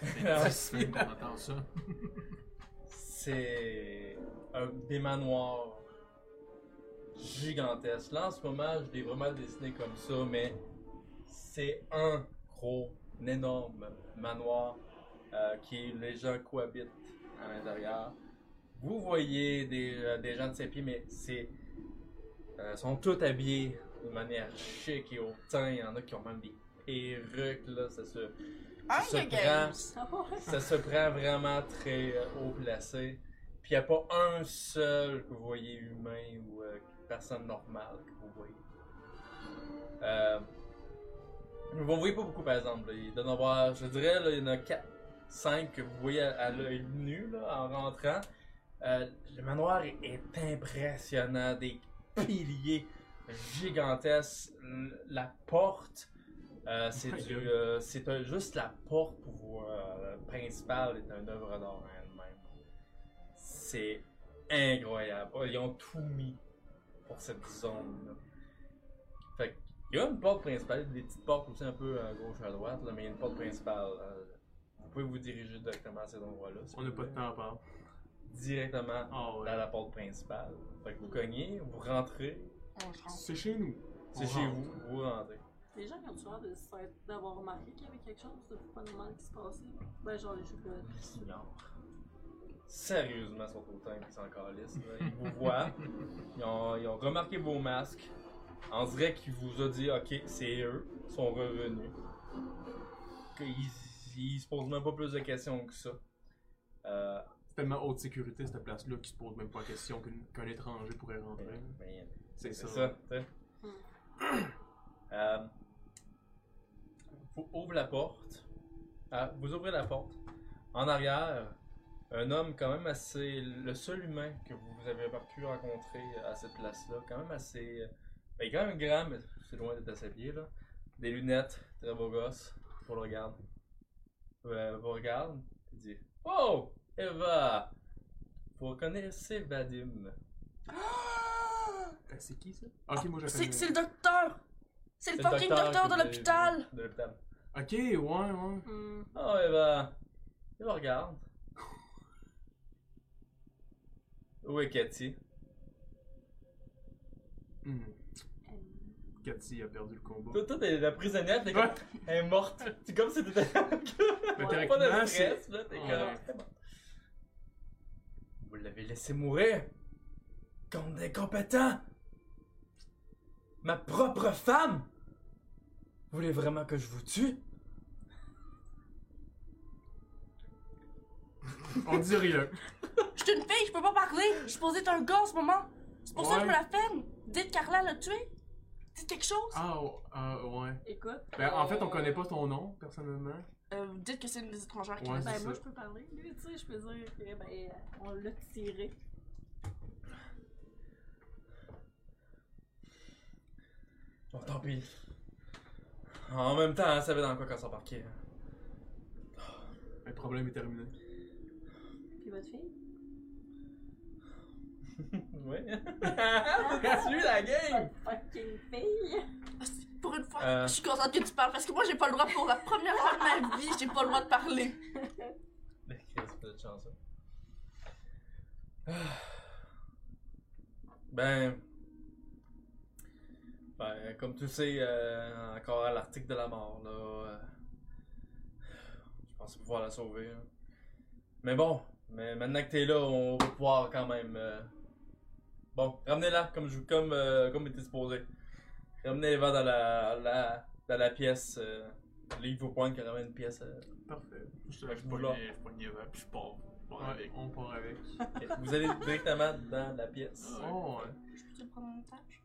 [SPEAKER 5] Ça fait dix semaines qu'on entend ça.
[SPEAKER 1] c'est un des manoirs gigantesques. Là, en ce moment, je l'ai vraiment dessiné comme ça, mais c'est un gros, un énorme manoir euh, qui les gens cohabitent à l'intérieur. Vous voyez des, euh, des gens de ses pieds, mais c'est euh, sont tous habillés de manière chic et haut teint. Il y en a qui ont même des perruques là, ça se
[SPEAKER 4] Un
[SPEAKER 1] se
[SPEAKER 4] de Games.
[SPEAKER 1] ça se prend vraiment très euh, haut placé. Puis il n'y a pas un seul que vous voyez humain ou euh, personne normale que vous voyez. Euh, vous ne voyez pas beaucoup par exemple. là. Il doit y en avoir, je dirais, là, il y en a 4, 5 que vous voyez à, à l'œil nu là, en rentrant. Euh, le manoir est impressionnant, des piliers gigantesques, l- la porte, euh, c'est
[SPEAKER 3] My
[SPEAKER 1] du,
[SPEAKER 3] God.
[SPEAKER 1] euh, c'est un- juste la porte pour, euh, principale est une œuvre d'art en elle-même. C'est incroyable. Oh, Ils ont tout mis pour cette zone. Fait il y a une porte principale, des petites portes aussi un peu à gauche à droite, là, mais il y a une porte principale. euh, vous pouvez vous diriger directement à cet endroit-là. si
[SPEAKER 3] On n'a
[SPEAKER 1] vous
[SPEAKER 3] pas de
[SPEAKER 1] voulez.
[SPEAKER 3] temps à perdre.
[SPEAKER 1] Directement
[SPEAKER 3] Ah ouais.
[SPEAKER 1] à la porte principale. Fait que vous cognez, vous rentrez,
[SPEAKER 4] On se rend.
[SPEAKER 3] C'est chez nous.
[SPEAKER 1] c'est
[SPEAKER 3] On
[SPEAKER 1] chez
[SPEAKER 3] rentre.
[SPEAKER 1] Mm. vous, vous rentrez.
[SPEAKER 2] Les gens qui ont souvent de s'être- d'avoir remarqué qu'il y avait quelque chose de pas normal qui se passait. Ben, genre les chocolats.
[SPEAKER 1] Sérieusement, ils sont autant qu'ils s'en calissent. là. Ils vous voient, ils ont, ils ont remarqué vos masques. On dirait qu'ils vous ont dit, ok, c'est eux, ils sont revenus. Qu'ils- Ils, se posent même pas plus de questions que ça. Euh,
[SPEAKER 3] C'est tellement haute sécurité cette place-là qu'ils se posent même pas la question qu'une- qu'un étranger pourrait rentrer.
[SPEAKER 1] mais-
[SPEAKER 3] C'est
[SPEAKER 1] C'est ça,
[SPEAKER 3] ça.
[SPEAKER 1] tu sais. Euh, vous ouvrez la porte. Ah, vous ouvrez la porte. En arrière, un homme quand même assez... Le seul humain que vous avez pu rencontrer à cette place-là, quand même assez... ben, il est quand même grand, mais c'est loin d'être à ses pieds, là. Des lunettes, très beau gosse. Pour le regarde. Euh, vous regarde, il dit « Oh! Eva! Vous reconnaissez Vadim?
[SPEAKER 3] Euh, C'est qui ça Ok, moi je
[SPEAKER 4] C'est
[SPEAKER 3] fais.
[SPEAKER 4] c'est le docteur! C'est le fucking docteur
[SPEAKER 1] que
[SPEAKER 4] de
[SPEAKER 1] vous
[SPEAKER 4] l'hôpital!
[SPEAKER 1] avez- De l'hôpital.
[SPEAKER 3] Ok, ouais, ouais.
[SPEAKER 2] Hmm.
[SPEAKER 1] Ah ouais, bah. Il me regarde. Où est Cathy?
[SPEAKER 3] Hmm.
[SPEAKER 2] Hum.
[SPEAKER 3] Cathy a perdu le combat.
[SPEAKER 1] Toi, toi, t'es la prisonnière, t'es comme. Elle est morte. C'est comme si t'étais.
[SPEAKER 3] Mais
[SPEAKER 1] pas de
[SPEAKER 3] théoriquement, c'est-
[SPEAKER 1] stress, là, t'es comme.
[SPEAKER 3] Ouais.
[SPEAKER 1] C'est bon. Vous l'avez laissé mourir. Comme des compétents. Ma propre femme! Vous voulez vraiment que je vous tue?
[SPEAKER 3] On dit rien.
[SPEAKER 4] Je suis une fille, je peux pas parler! Je suis posée être un gars en ce moment! C'est pour ça que je me
[SPEAKER 3] Ouais.
[SPEAKER 4] la ferme! Dites Carla l'a tué! Dites quelque chose!
[SPEAKER 3] Ah, oh, ah, ouais.
[SPEAKER 2] Écoute,
[SPEAKER 3] Ben, en fait, on connaît pas ton nom, personnellement.
[SPEAKER 4] Euh, dites que c'est une des étrangères qui
[SPEAKER 3] Ouais,
[SPEAKER 4] l'a
[SPEAKER 3] c'est
[SPEAKER 2] ben, moi
[SPEAKER 3] ça.
[SPEAKER 2] je peux parler. Lui, tu sais, je peux dire que, ben, on l'a tiré.
[SPEAKER 1] Bon, tant pis. En même temps, elle savait dans quoi qu'elle s'embarquait.
[SPEAKER 3] Le problème est terminé.
[SPEAKER 2] Puis votre fille.
[SPEAKER 1] Ouais. T'as tué la game!
[SPEAKER 2] Votre fucking fille.
[SPEAKER 4] Ah, c'est- Pour une fois,
[SPEAKER 1] Euh.
[SPEAKER 4] je suis contente que tu parles parce que moi j'ai pas le droit pour la première fois de ma vie, j'ai pas le droit de parler.
[SPEAKER 1] Mais Bah, qu'est-ce que de chance, hein. Ah. Ben. Ben, comme tu sais, euh, encore à l'article de la mort, là. euh, je pensais pouvoir la sauver. hein. Mais bon, mais maintenant que t'es là, on va pouvoir quand même. euh, Bon, ramenez-la comme je comme euh, comme était supposé. Ramenez-la dans la, la dans la pièce. euh, là, il faut prendre qu'elle ramène une pièce. euh,
[SPEAKER 3] Parfait.
[SPEAKER 5] Je je
[SPEAKER 1] Oula.
[SPEAKER 5] pognais- je pognais vers, puis je pars. Je pars
[SPEAKER 3] Ouais,
[SPEAKER 5] avec.
[SPEAKER 3] on part avec.
[SPEAKER 1] Ok, Vous allez directement dans la pièce.
[SPEAKER 5] Ah,
[SPEAKER 3] Oh, ouais.
[SPEAKER 4] Je peux te prendre en otage?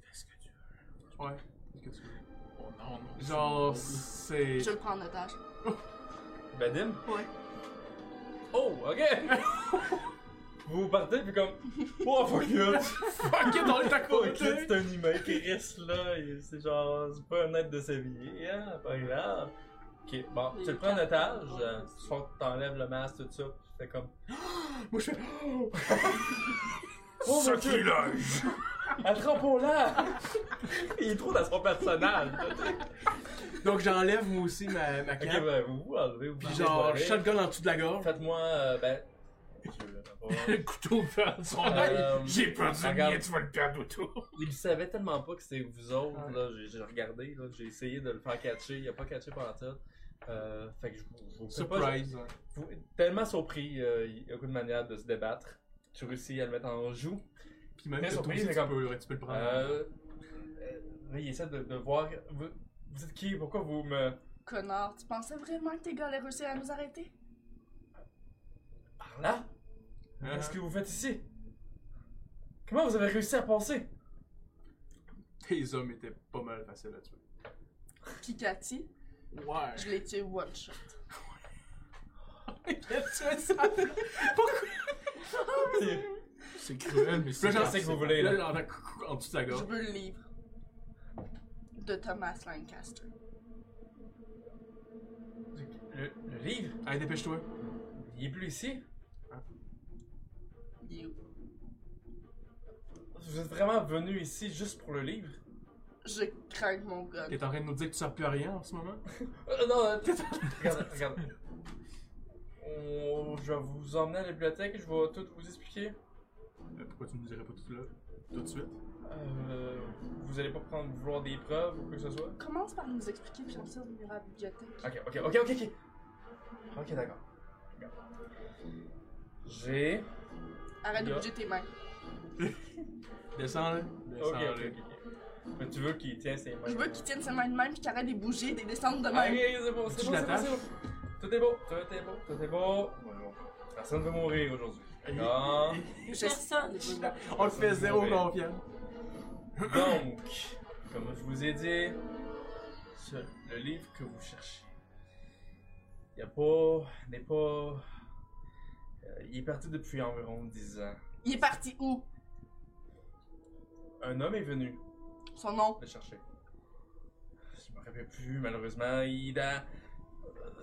[SPEAKER 5] Fais ce que tu veux.
[SPEAKER 3] Ouais. Qu'est-ce que tu veux?
[SPEAKER 5] Oh non, non.
[SPEAKER 3] Genre, c'est.
[SPEAKER 4] Je le prends en otage.
[SPEAKER 1] Badim?
[SPEAKER 4] Ouais.
[SPEAKER 1] Oh, ok! vous partez, puis comme. Oh, fuck you!
[SPEAKER 3] Fuck it, on est à
[SPEAKER 1] Fuck
[SPEAKER 3] côté!
[SPEAKER 1] it, c'est un humain qui reste là. et C'est genre. C'est pas un être de s'habiller, hein? Pas grave. Ok, bon, tu le prends en otage. euh, Tu sors- t'enlèves le masque, tout ça. Tu fais comme.
[SPEAKER 3] Moi je fais.
[SPEAKER 1] Oh,
[SPEAKER 5] ben,
[SPEAKER 1] mon Dieu!
[SPEAKER 5] Sacrilège!
[SPEAKER 1] Attrapons-la! Il est trop dans son personnage. là, tu sais.
[SPEAKER 3] Donc j'enlève moi aussi ma, ma
[SPEAKER 1] ok,
[SPEAKER 3] cape.
[SPEAKER 1] ben, vous vous enlevez, vous
[SPEAKER 3] Puis
[SPEAKER 1] vous
[SPEAKER 3] genre,
[SPEAKER 1] débarrez.
[SPEAKER 3] shotgun en dessous de la gorge.
[SPEAKER 1] Faites-moi. euh, ben. Dieu, là, on va voir.
[SPEAKER 5] Le couteau perd son
[SPEAKER 1] Euh,
[SPEAKER 5] J'ai perdu le
[SPEAKER 1] regarde.
[SPEAKER 5] mien, tu vas le perdre autour.
[SPEAKER 1] Il le savait tellement pas que c'était vous autres,
[SPEAKER 3] Ouais.
[SPEAKER 1] là. J'ai- J'ai regardé, là. J'ai essayé de le faire catcher. Il a pas catché par Euh, fait que je vous- je vous fais pas-
[SPEAKER 3] Surprise.
[SPEAKER 5] hein.
[SPEAKER 1] vous- tellement surpris, euh, il y a aucune manière de se débattre. Tu réussis à le mettre en joue.
[SPEAKER 3] Puis même
[SPEAKER 1] Très
[SPEAKER 3] que toi
[SPEAKER 1] surprise,
[SPEAKER 3] aussi,
[SPEAKER 1] mais
[SPEAKER 3] tu
[SPEAKER 1] comme-
[SPEAKER 3] peux, tu peux le prendre.
[SPEAKER 1] Euh, euh, là, il essaie de, de voir. Vous, vous êtes qui Pourquoi vous me
[SPEAKER 4] Connard, tu pensais vraiment que tes gars allaient réussir à nous arrêter?
[SPEAKER 1] par là
[SPEAKER 3] Hein?
[SPEAKER 1] Qu'est-ce que vous faites ici Comment vous avez réussi à penser
[SPEAKER 3] Tes hommes étaient pas mal faciles à tuer.
[SPEAKER 4] Puis Cathy,
[SPEAKER 5] Ouais.
[SPEAKER 4] je l'ai tué one shot.
[SPEAKER 5] C'est cruel, mais c'est.
[SPEAKER 3] Là, j'en
[SPEAKER 1] sais que vous voulez, là.
[SPEAKER 3] j'entends coucou en dessous de la
[SPEAKER 4] Je
[SPEAKER 3] gorge.
[SPEAKER 4] veux le livre de Thomas Lancaster.
[SPEAKER 3] Le-
[SPEAKER 1] Le livre,
[SPEAKER 3] Allez, dépêche-toi.
[SPEAKER 1] il est plus ici.
[SPEAKER 4] Il est où?
[SPEAKER 1] Vous êtes vraiment venu ici juste pour le livre?
[SPEAKER 4] Je crains que mon gars.
[SPEAKER 3] T'es en train de nous dire que tu sers plus à rien en ce moment?
[SPEAKER 1] Euh, non, euh, regarde, regarde. On- je vais vous emmener à la bibliothèque et je vais tout vous expliquer.
[SPEAKER 3] Euh, Pourquoi tu ne nous dirais pas tout, là, tout de suite?
[SPEAKER 1] Euh, vous allez pas prendre vouloir des preuves ou quoi que ce soit?
[SPEAKER 4] Commence par nous expliquer, puis ensuite on ira à la bibliothèque.
[SPEAKER 1] Ok, ok, ok, ok, ok. Ok, d'accord. D'accord. J'ai.
[SPEAKER 4] Arrête de
[SPEAKER 1] Yeah.
[SPEAKER 4] bouger tes mains.
[SPEAKER 3] Descends, là.
[SPEAKER 1] Ok,
[SPEAKER 3] Descends,
[SPEAKER 1] ok,
[SPEAKER 3] là.
[SPEAKER 1] ok, ok. Mais tu veux qu'il tienne ses mains?
[SPEAKER 4] Je veux qu'ils tiennent ses mains de même, puis qu'ils arrêtent de bouger, de descendre de
[SPEAKER 1] Ah,
[SPEAKER 4] même.
[SPEAKER 1] ok, euh, c'est bon, c'est bon,
[SPEAKER 3] Tu
[SPEAKER 1] c'est bon,
[SPEAKER 3] l'attaches?
[SPEAKER 1] c'est bon. Tout est beau, tout est beau, tout est beau. Bon, Personne ne veut mourir aujourd'hui. D'accord.
[SPEAKER 2] Personne.
[SPEAKER 3] On le fait zéro
[SPEAKER 1] Ouais.
[SPEAKER 3] confiance.
[SPEAKER 1] Donc, comme je vous ai dit, ce- le livre que vous cherchez, il a pas, n'est pas, euh, il est parti depuis environ 10 ans.
[SPEAKER 4] Il est parti où?
[SPEAKER 1] Un homme est venu
[SPEAKER 4] Son nom.
[SPEAKER 1] le chercher. Je me rappelle plus, malheureusement, il a.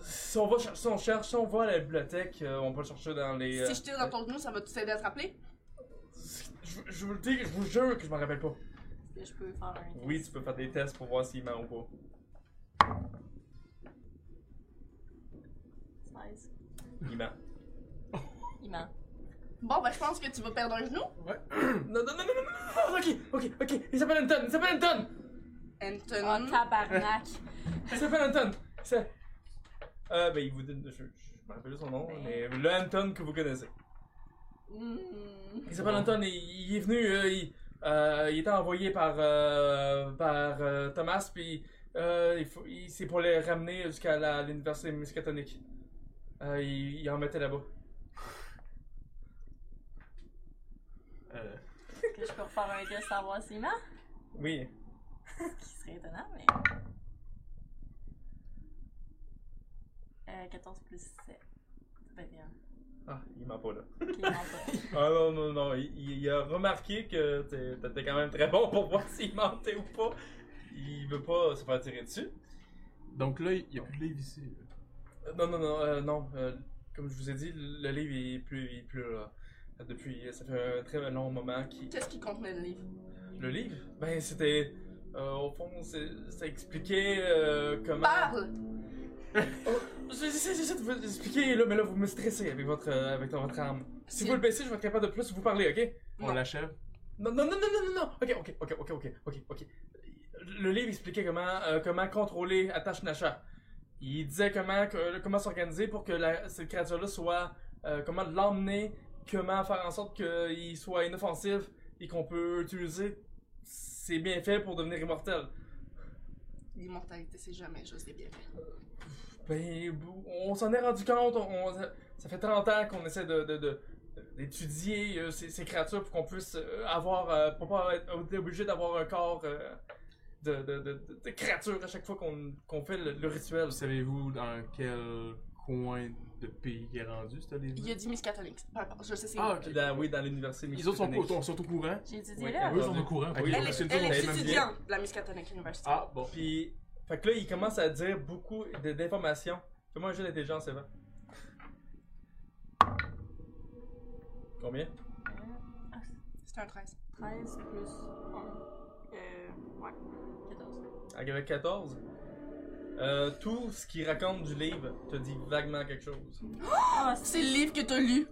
[SPEAKER 1] Si on va chercher, si on cherche, si on va à la bibliothèque, euh, on peut le chercher dans les. euh,
[SPEAKER 4] Si je tire dans ton genou, ça va tout t'aider à te rappeler?
[SPEAKER 1] je, je vous le dis, je vous jure que je me rappelle pas.
[SPEAKER 2] Est-ce que je peux faire un.
[SPEAKER 1] Oui, tu peux faire des tests pour voir s'il ment ou pas.
[SPEAKER 2] 16.
[SPEAKER 1] Il ment.
[SPEAKER 2] Il ment.
[SPEAKER 4] Bon, ben je pense que tu vas perdre un genou.
[SPEAKER 1] Non, non, non, non, non, non, non, ok, ok, ok, il s'appelle Anton, il s'appelle Anton,
[SPEAKER 2] Oh,
[SPEAKER 4] Anton.
[SPEAKER 2] tabarnak.
[SPEAKER 1] il s'appelle Anton, c'est... Euh, ben, il vous donne, je, je me rappelle plus son nom, mais le Anton que vous connaissez.
[SPEAKER 4] Hmm.
[SPEAKER 1] Il s'appelle Anton, et il est venu, euh, il, euh, il était envoyé par, euh, par euh, Thomas, puis euh, il faut- il- c'est pour les ramener jusqu'à la- l'université muscatonique. Euh, il, il en mettait là-bas.
[SPEAKER 5] Euh,
[SPEAKER 2] Est-ce que je peux refaire un test à voir s'il ment?
[SPEAKER 1] Oui.
[SPEAKER 2] Ce qui serait étonnant, mais. Euh, 14 plus 7. 21.
[SPEAKER 1] Ah, il ment pas là.
[SPEAKER 2] Ok, non, pas.
[SPEAKER 1] Ah non, non, non, il, il- il a remarqué que t'es- t'étais quand même très bon pour voir s'il mentait ou pas. Il veut pas se faire tirer dessus.
[SPEAKER 3] Donc là, il n'y a plus de livre ici. là.
[SPEAKER 1] Euh, Non, non, non, euh, non. euh, comme je vous ai dit, le livre il est plus, il est plus là. Depuis, ça fait un très long moment qu'il...
[SPEAKER 4] Qu'est-ce qui contenait le livre?
[SPEAKER 1] Le livre, ben c'était... euh, au fond, c'est ça expliquait euh, comment...
[SPEAKER 4] Parle!
[SPEAKER 1] J'essaie j'essaie de vous expliquer, là, mais là, vous me stressez avec votre, euh, avec votre arme. Si vous le baissez, je vais être capable de plus vous parler, ok?
[SPEAKER 3] On
[SPEAKER 4] Non.
[SPEAKER 3] l'achève.
[SPEAKER 1] Non, non, non, non, non, non, non. Ok, ok, ok, ok, ok, ok, ok. Le livre expliquait comment, euh, comment contrôler Attache Nacha. Il disait comment, que- comment s'organiser pour que la- cette créature-là soit, euh, comment l'emmener, comment faire en sorte qu'il soit inoffensif et qu'on peut utiliser ses bienfaits pour devenir immortel.
[SPEAKER 4] L'immortalité, c'est jamais juste des bienfaits.
[SPEAKER 1] Ben, on s'en est rendu compte. on- on- ça fait 30 ans qu'on essaie de, de- de- d'étudier euh, ces, ces créatures pour qu'on puisse euh, avoir, euh, pour pas être obligé d'avoir un corps euh, de, de, de, de- de créature à chaque fois qu'on, qu'on fait le, le rituel.
[SPEAKER 3] Savez-vous dans quel coin de pays il est rendu, ce livre
[SPEAKER 4] Il y a du miscatholique. Peu importe, Je sais c'est
[SPEAKER 3] Ah,
[SPEAKER 4] où.
[SPEAKER 3] ok.
[SPEAKER 1] Dans- oui, dans l'université.
[SPEAKER 3] Les autres sont,
[SPEAKER 1] Michiganique.
[SPEAKER 3] sont, sont au courant.
[SPEAKER 2] J'ai étudié
[SPEAKER 1] Oui,
[SPEAKER 2] là.
[SPEAKER 5] eux, ils sont au courant.
[SPEAKER 3] Oui,
[SPEAKER 4] Elle
[SPEAKER 3] on
[SPEAKER 4] est,
[SPEAKER 3] sait
[SPEAKER 4] elle est
[SPEAKER 1] tout, on sait
[SPEAKER 4] étudiante de la Miskatonic University.
[SPEAKER 3] Ah, bon.
[SPEAKER 1] Puis, fait que là, il commence à dire beaucoup de- d'informations. Fais-moi un jeu d'intelligence, Evan. Combien?
[SPEAKER 4] C'est un 13.
[SPEAKER 2] 13 plus 1. Euh, ouais. 14.
[SPEAKER 1] Avec 14. Euh, tout ce qu'il raconte du livre te dit vaguement quelque chose.
[SPEAKER 2] Ah, c'est-
[SPEAKER 4] C'est le livre que t'as lu.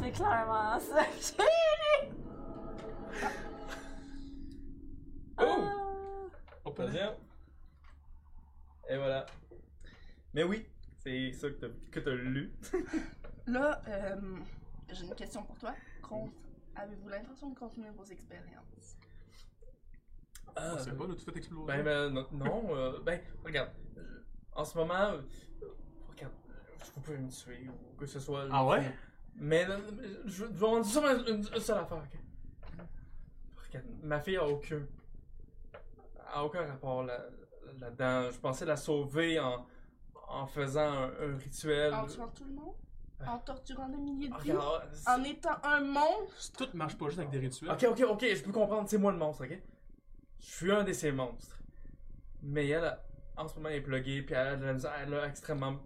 [SPEAKER 2] c'est clairement ça.
[SPEAKER 3] Oh!
[SPEAKER 2] Ah.
[SPEAKER 3] On peut dire.
[SPEAKER 1] Deuxième. Et voilà. Mais oui, c'est ça que t'as- que t'as lu.
[SPEAKER 4] Là, euh, j'ai une question pour toi. Con- Avez-vous l'intention de continuer vos expériences?
[SPEAKER 3] On sait pas, là, tout fait exploser.
[SPEAKER 1] Ben, ben, non, non, euh, ben, regarde. euh, En ce moment, euh, regarde, euh, vous pouvez me tuer ou que ce soit.
[SPEAKER 3] Ah ouais?
[SPEAKER 1] Mais euh, je, je vais en dire seulement une, une seule affaire, ok? Regarde, ma fille a aucun. a aucun rapport là- là-dedans. je pensais la sauver en, en faisant un, un rituel.
[SPEAKER 4] En tuant tout le monde? En torturant des milliers de
[SPEAKER 1] Ok,
[SPEAKER 4] vies?
[SPEAKER 1] alors, c'est-
[SPEAKER 4] En étant un monstre?
[SPEAKER 3] Tout marche pas juste avec des rituels.
[SPEAKER 1] ok, ok, ok, je peux comprendre, c'est moi le monstre, ok? Je suis un de ces monstres. Mais elle, en ce moment, elle est pluguée, puis elle a de la misère, elle a extrêmement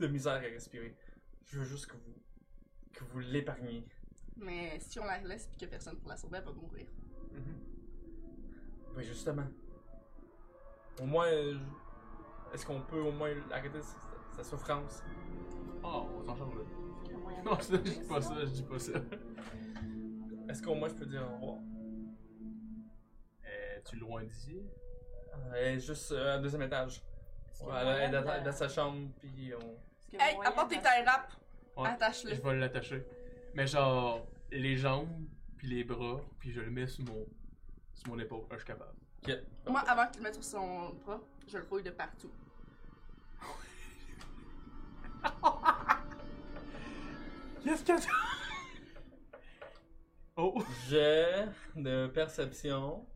[SPEAKER 1] de misère à respirer. Je veux juste que vous, que vous l'épargniez.
[SPEAKER 4] Mais si on la laisse et que personne pour la sauver, elle va mourir.
[SPEAKER 1] Oui, justement. Au moins, euh, je- est-ce qu'on peut au moins arrêter sa, sa souffrance?
[SPEAKER 3] Oh, on s'en charge là.
[SPEAKER 2] Il y a moyen
[SPEAKER 3] Non,
[SPEAKER 2] de-
[SPEAKER 3] je dis pas ça, je dis pas ça.
[SPEAKER 1] Est-ce qu'au moins je peux dire au revoir?
[SPEAKER 3] Euh, tu es loin d'ici?
[SPEAKER 1] Euh, Elle est juste euh, au deuxième étage.
[SPEAKER 2] Est-ce qu'il y
[SPEAKER 1] Ouais,
[SPEAKER 2] a
[SPEAKER 1] elle,
[SPEAKER 2] moyen
[SPEAKER 1] elle est dans-
[SPEAKER 2] de-
[SPEAKER 1] dans sa chambre, puis on.
[SPEAKER 2] est-ce qu'il y a
[SPEAKER 4] Hey,
[SPEAKER 2] moyen
[SPEAKER 4] apporte tes
[SPEAKER 2] de-
[SPEAKER 4] tailles rap!
[SPEAKER 3] Ouais.
[SPEAKER 4] Attache-le.
[SPEAKER 3] Je vais l'attacher. Mais genre, les jambes, puis les bras, puis je le mets sous mon, sous mon épaule. Ah, je suis capable.
[SPEAKER 4] Moi, avant qu'il le mette sur son bras, je le rouille de partout.
[SPEAKER 3] Qu'est-ce que Oh!
[SPEAKER 1] J'ai de perception.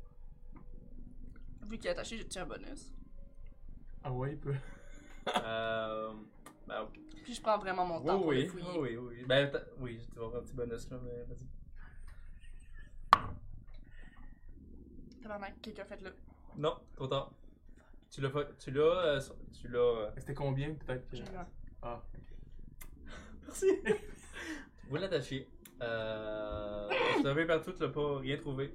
[SPEAKER 4] Vu qu'il est attaché, j'ai tué un bonus.
[SPEAKER 3] Ah ouais, il peut.
[SPEAKER 1] Euh, ben, ok.
[SPEAKER 4] Puis je prends vraiment mon
[SPEAKER 1] Oui,
[SPEAKER 4] temps pour le
[SPEAKER 1] oui,
[SPEAKER 4] fouiller.
[SPEAKER 1] oui, oui, oui. Ben, attends, oui, tu vas avoir un petit bonus là, mais vas-y.
[SPEAKER 4] Tabarnak, quelqu'un fait le.
[SPEAKER 1] Non, trop tard. Tu l'as, pas- tu l'as, euh, sur- tu l'as. euh,
[SPEAKER 3] C'était combien peut-être? que-
[SPEAKER 4] J'ai eu un.
[SPEAKER 3] Ah.
[SPEAKER 1] Merci. Vous l'attachez. Euh, tu l'avais partout, tu l'as pas rien trouvé.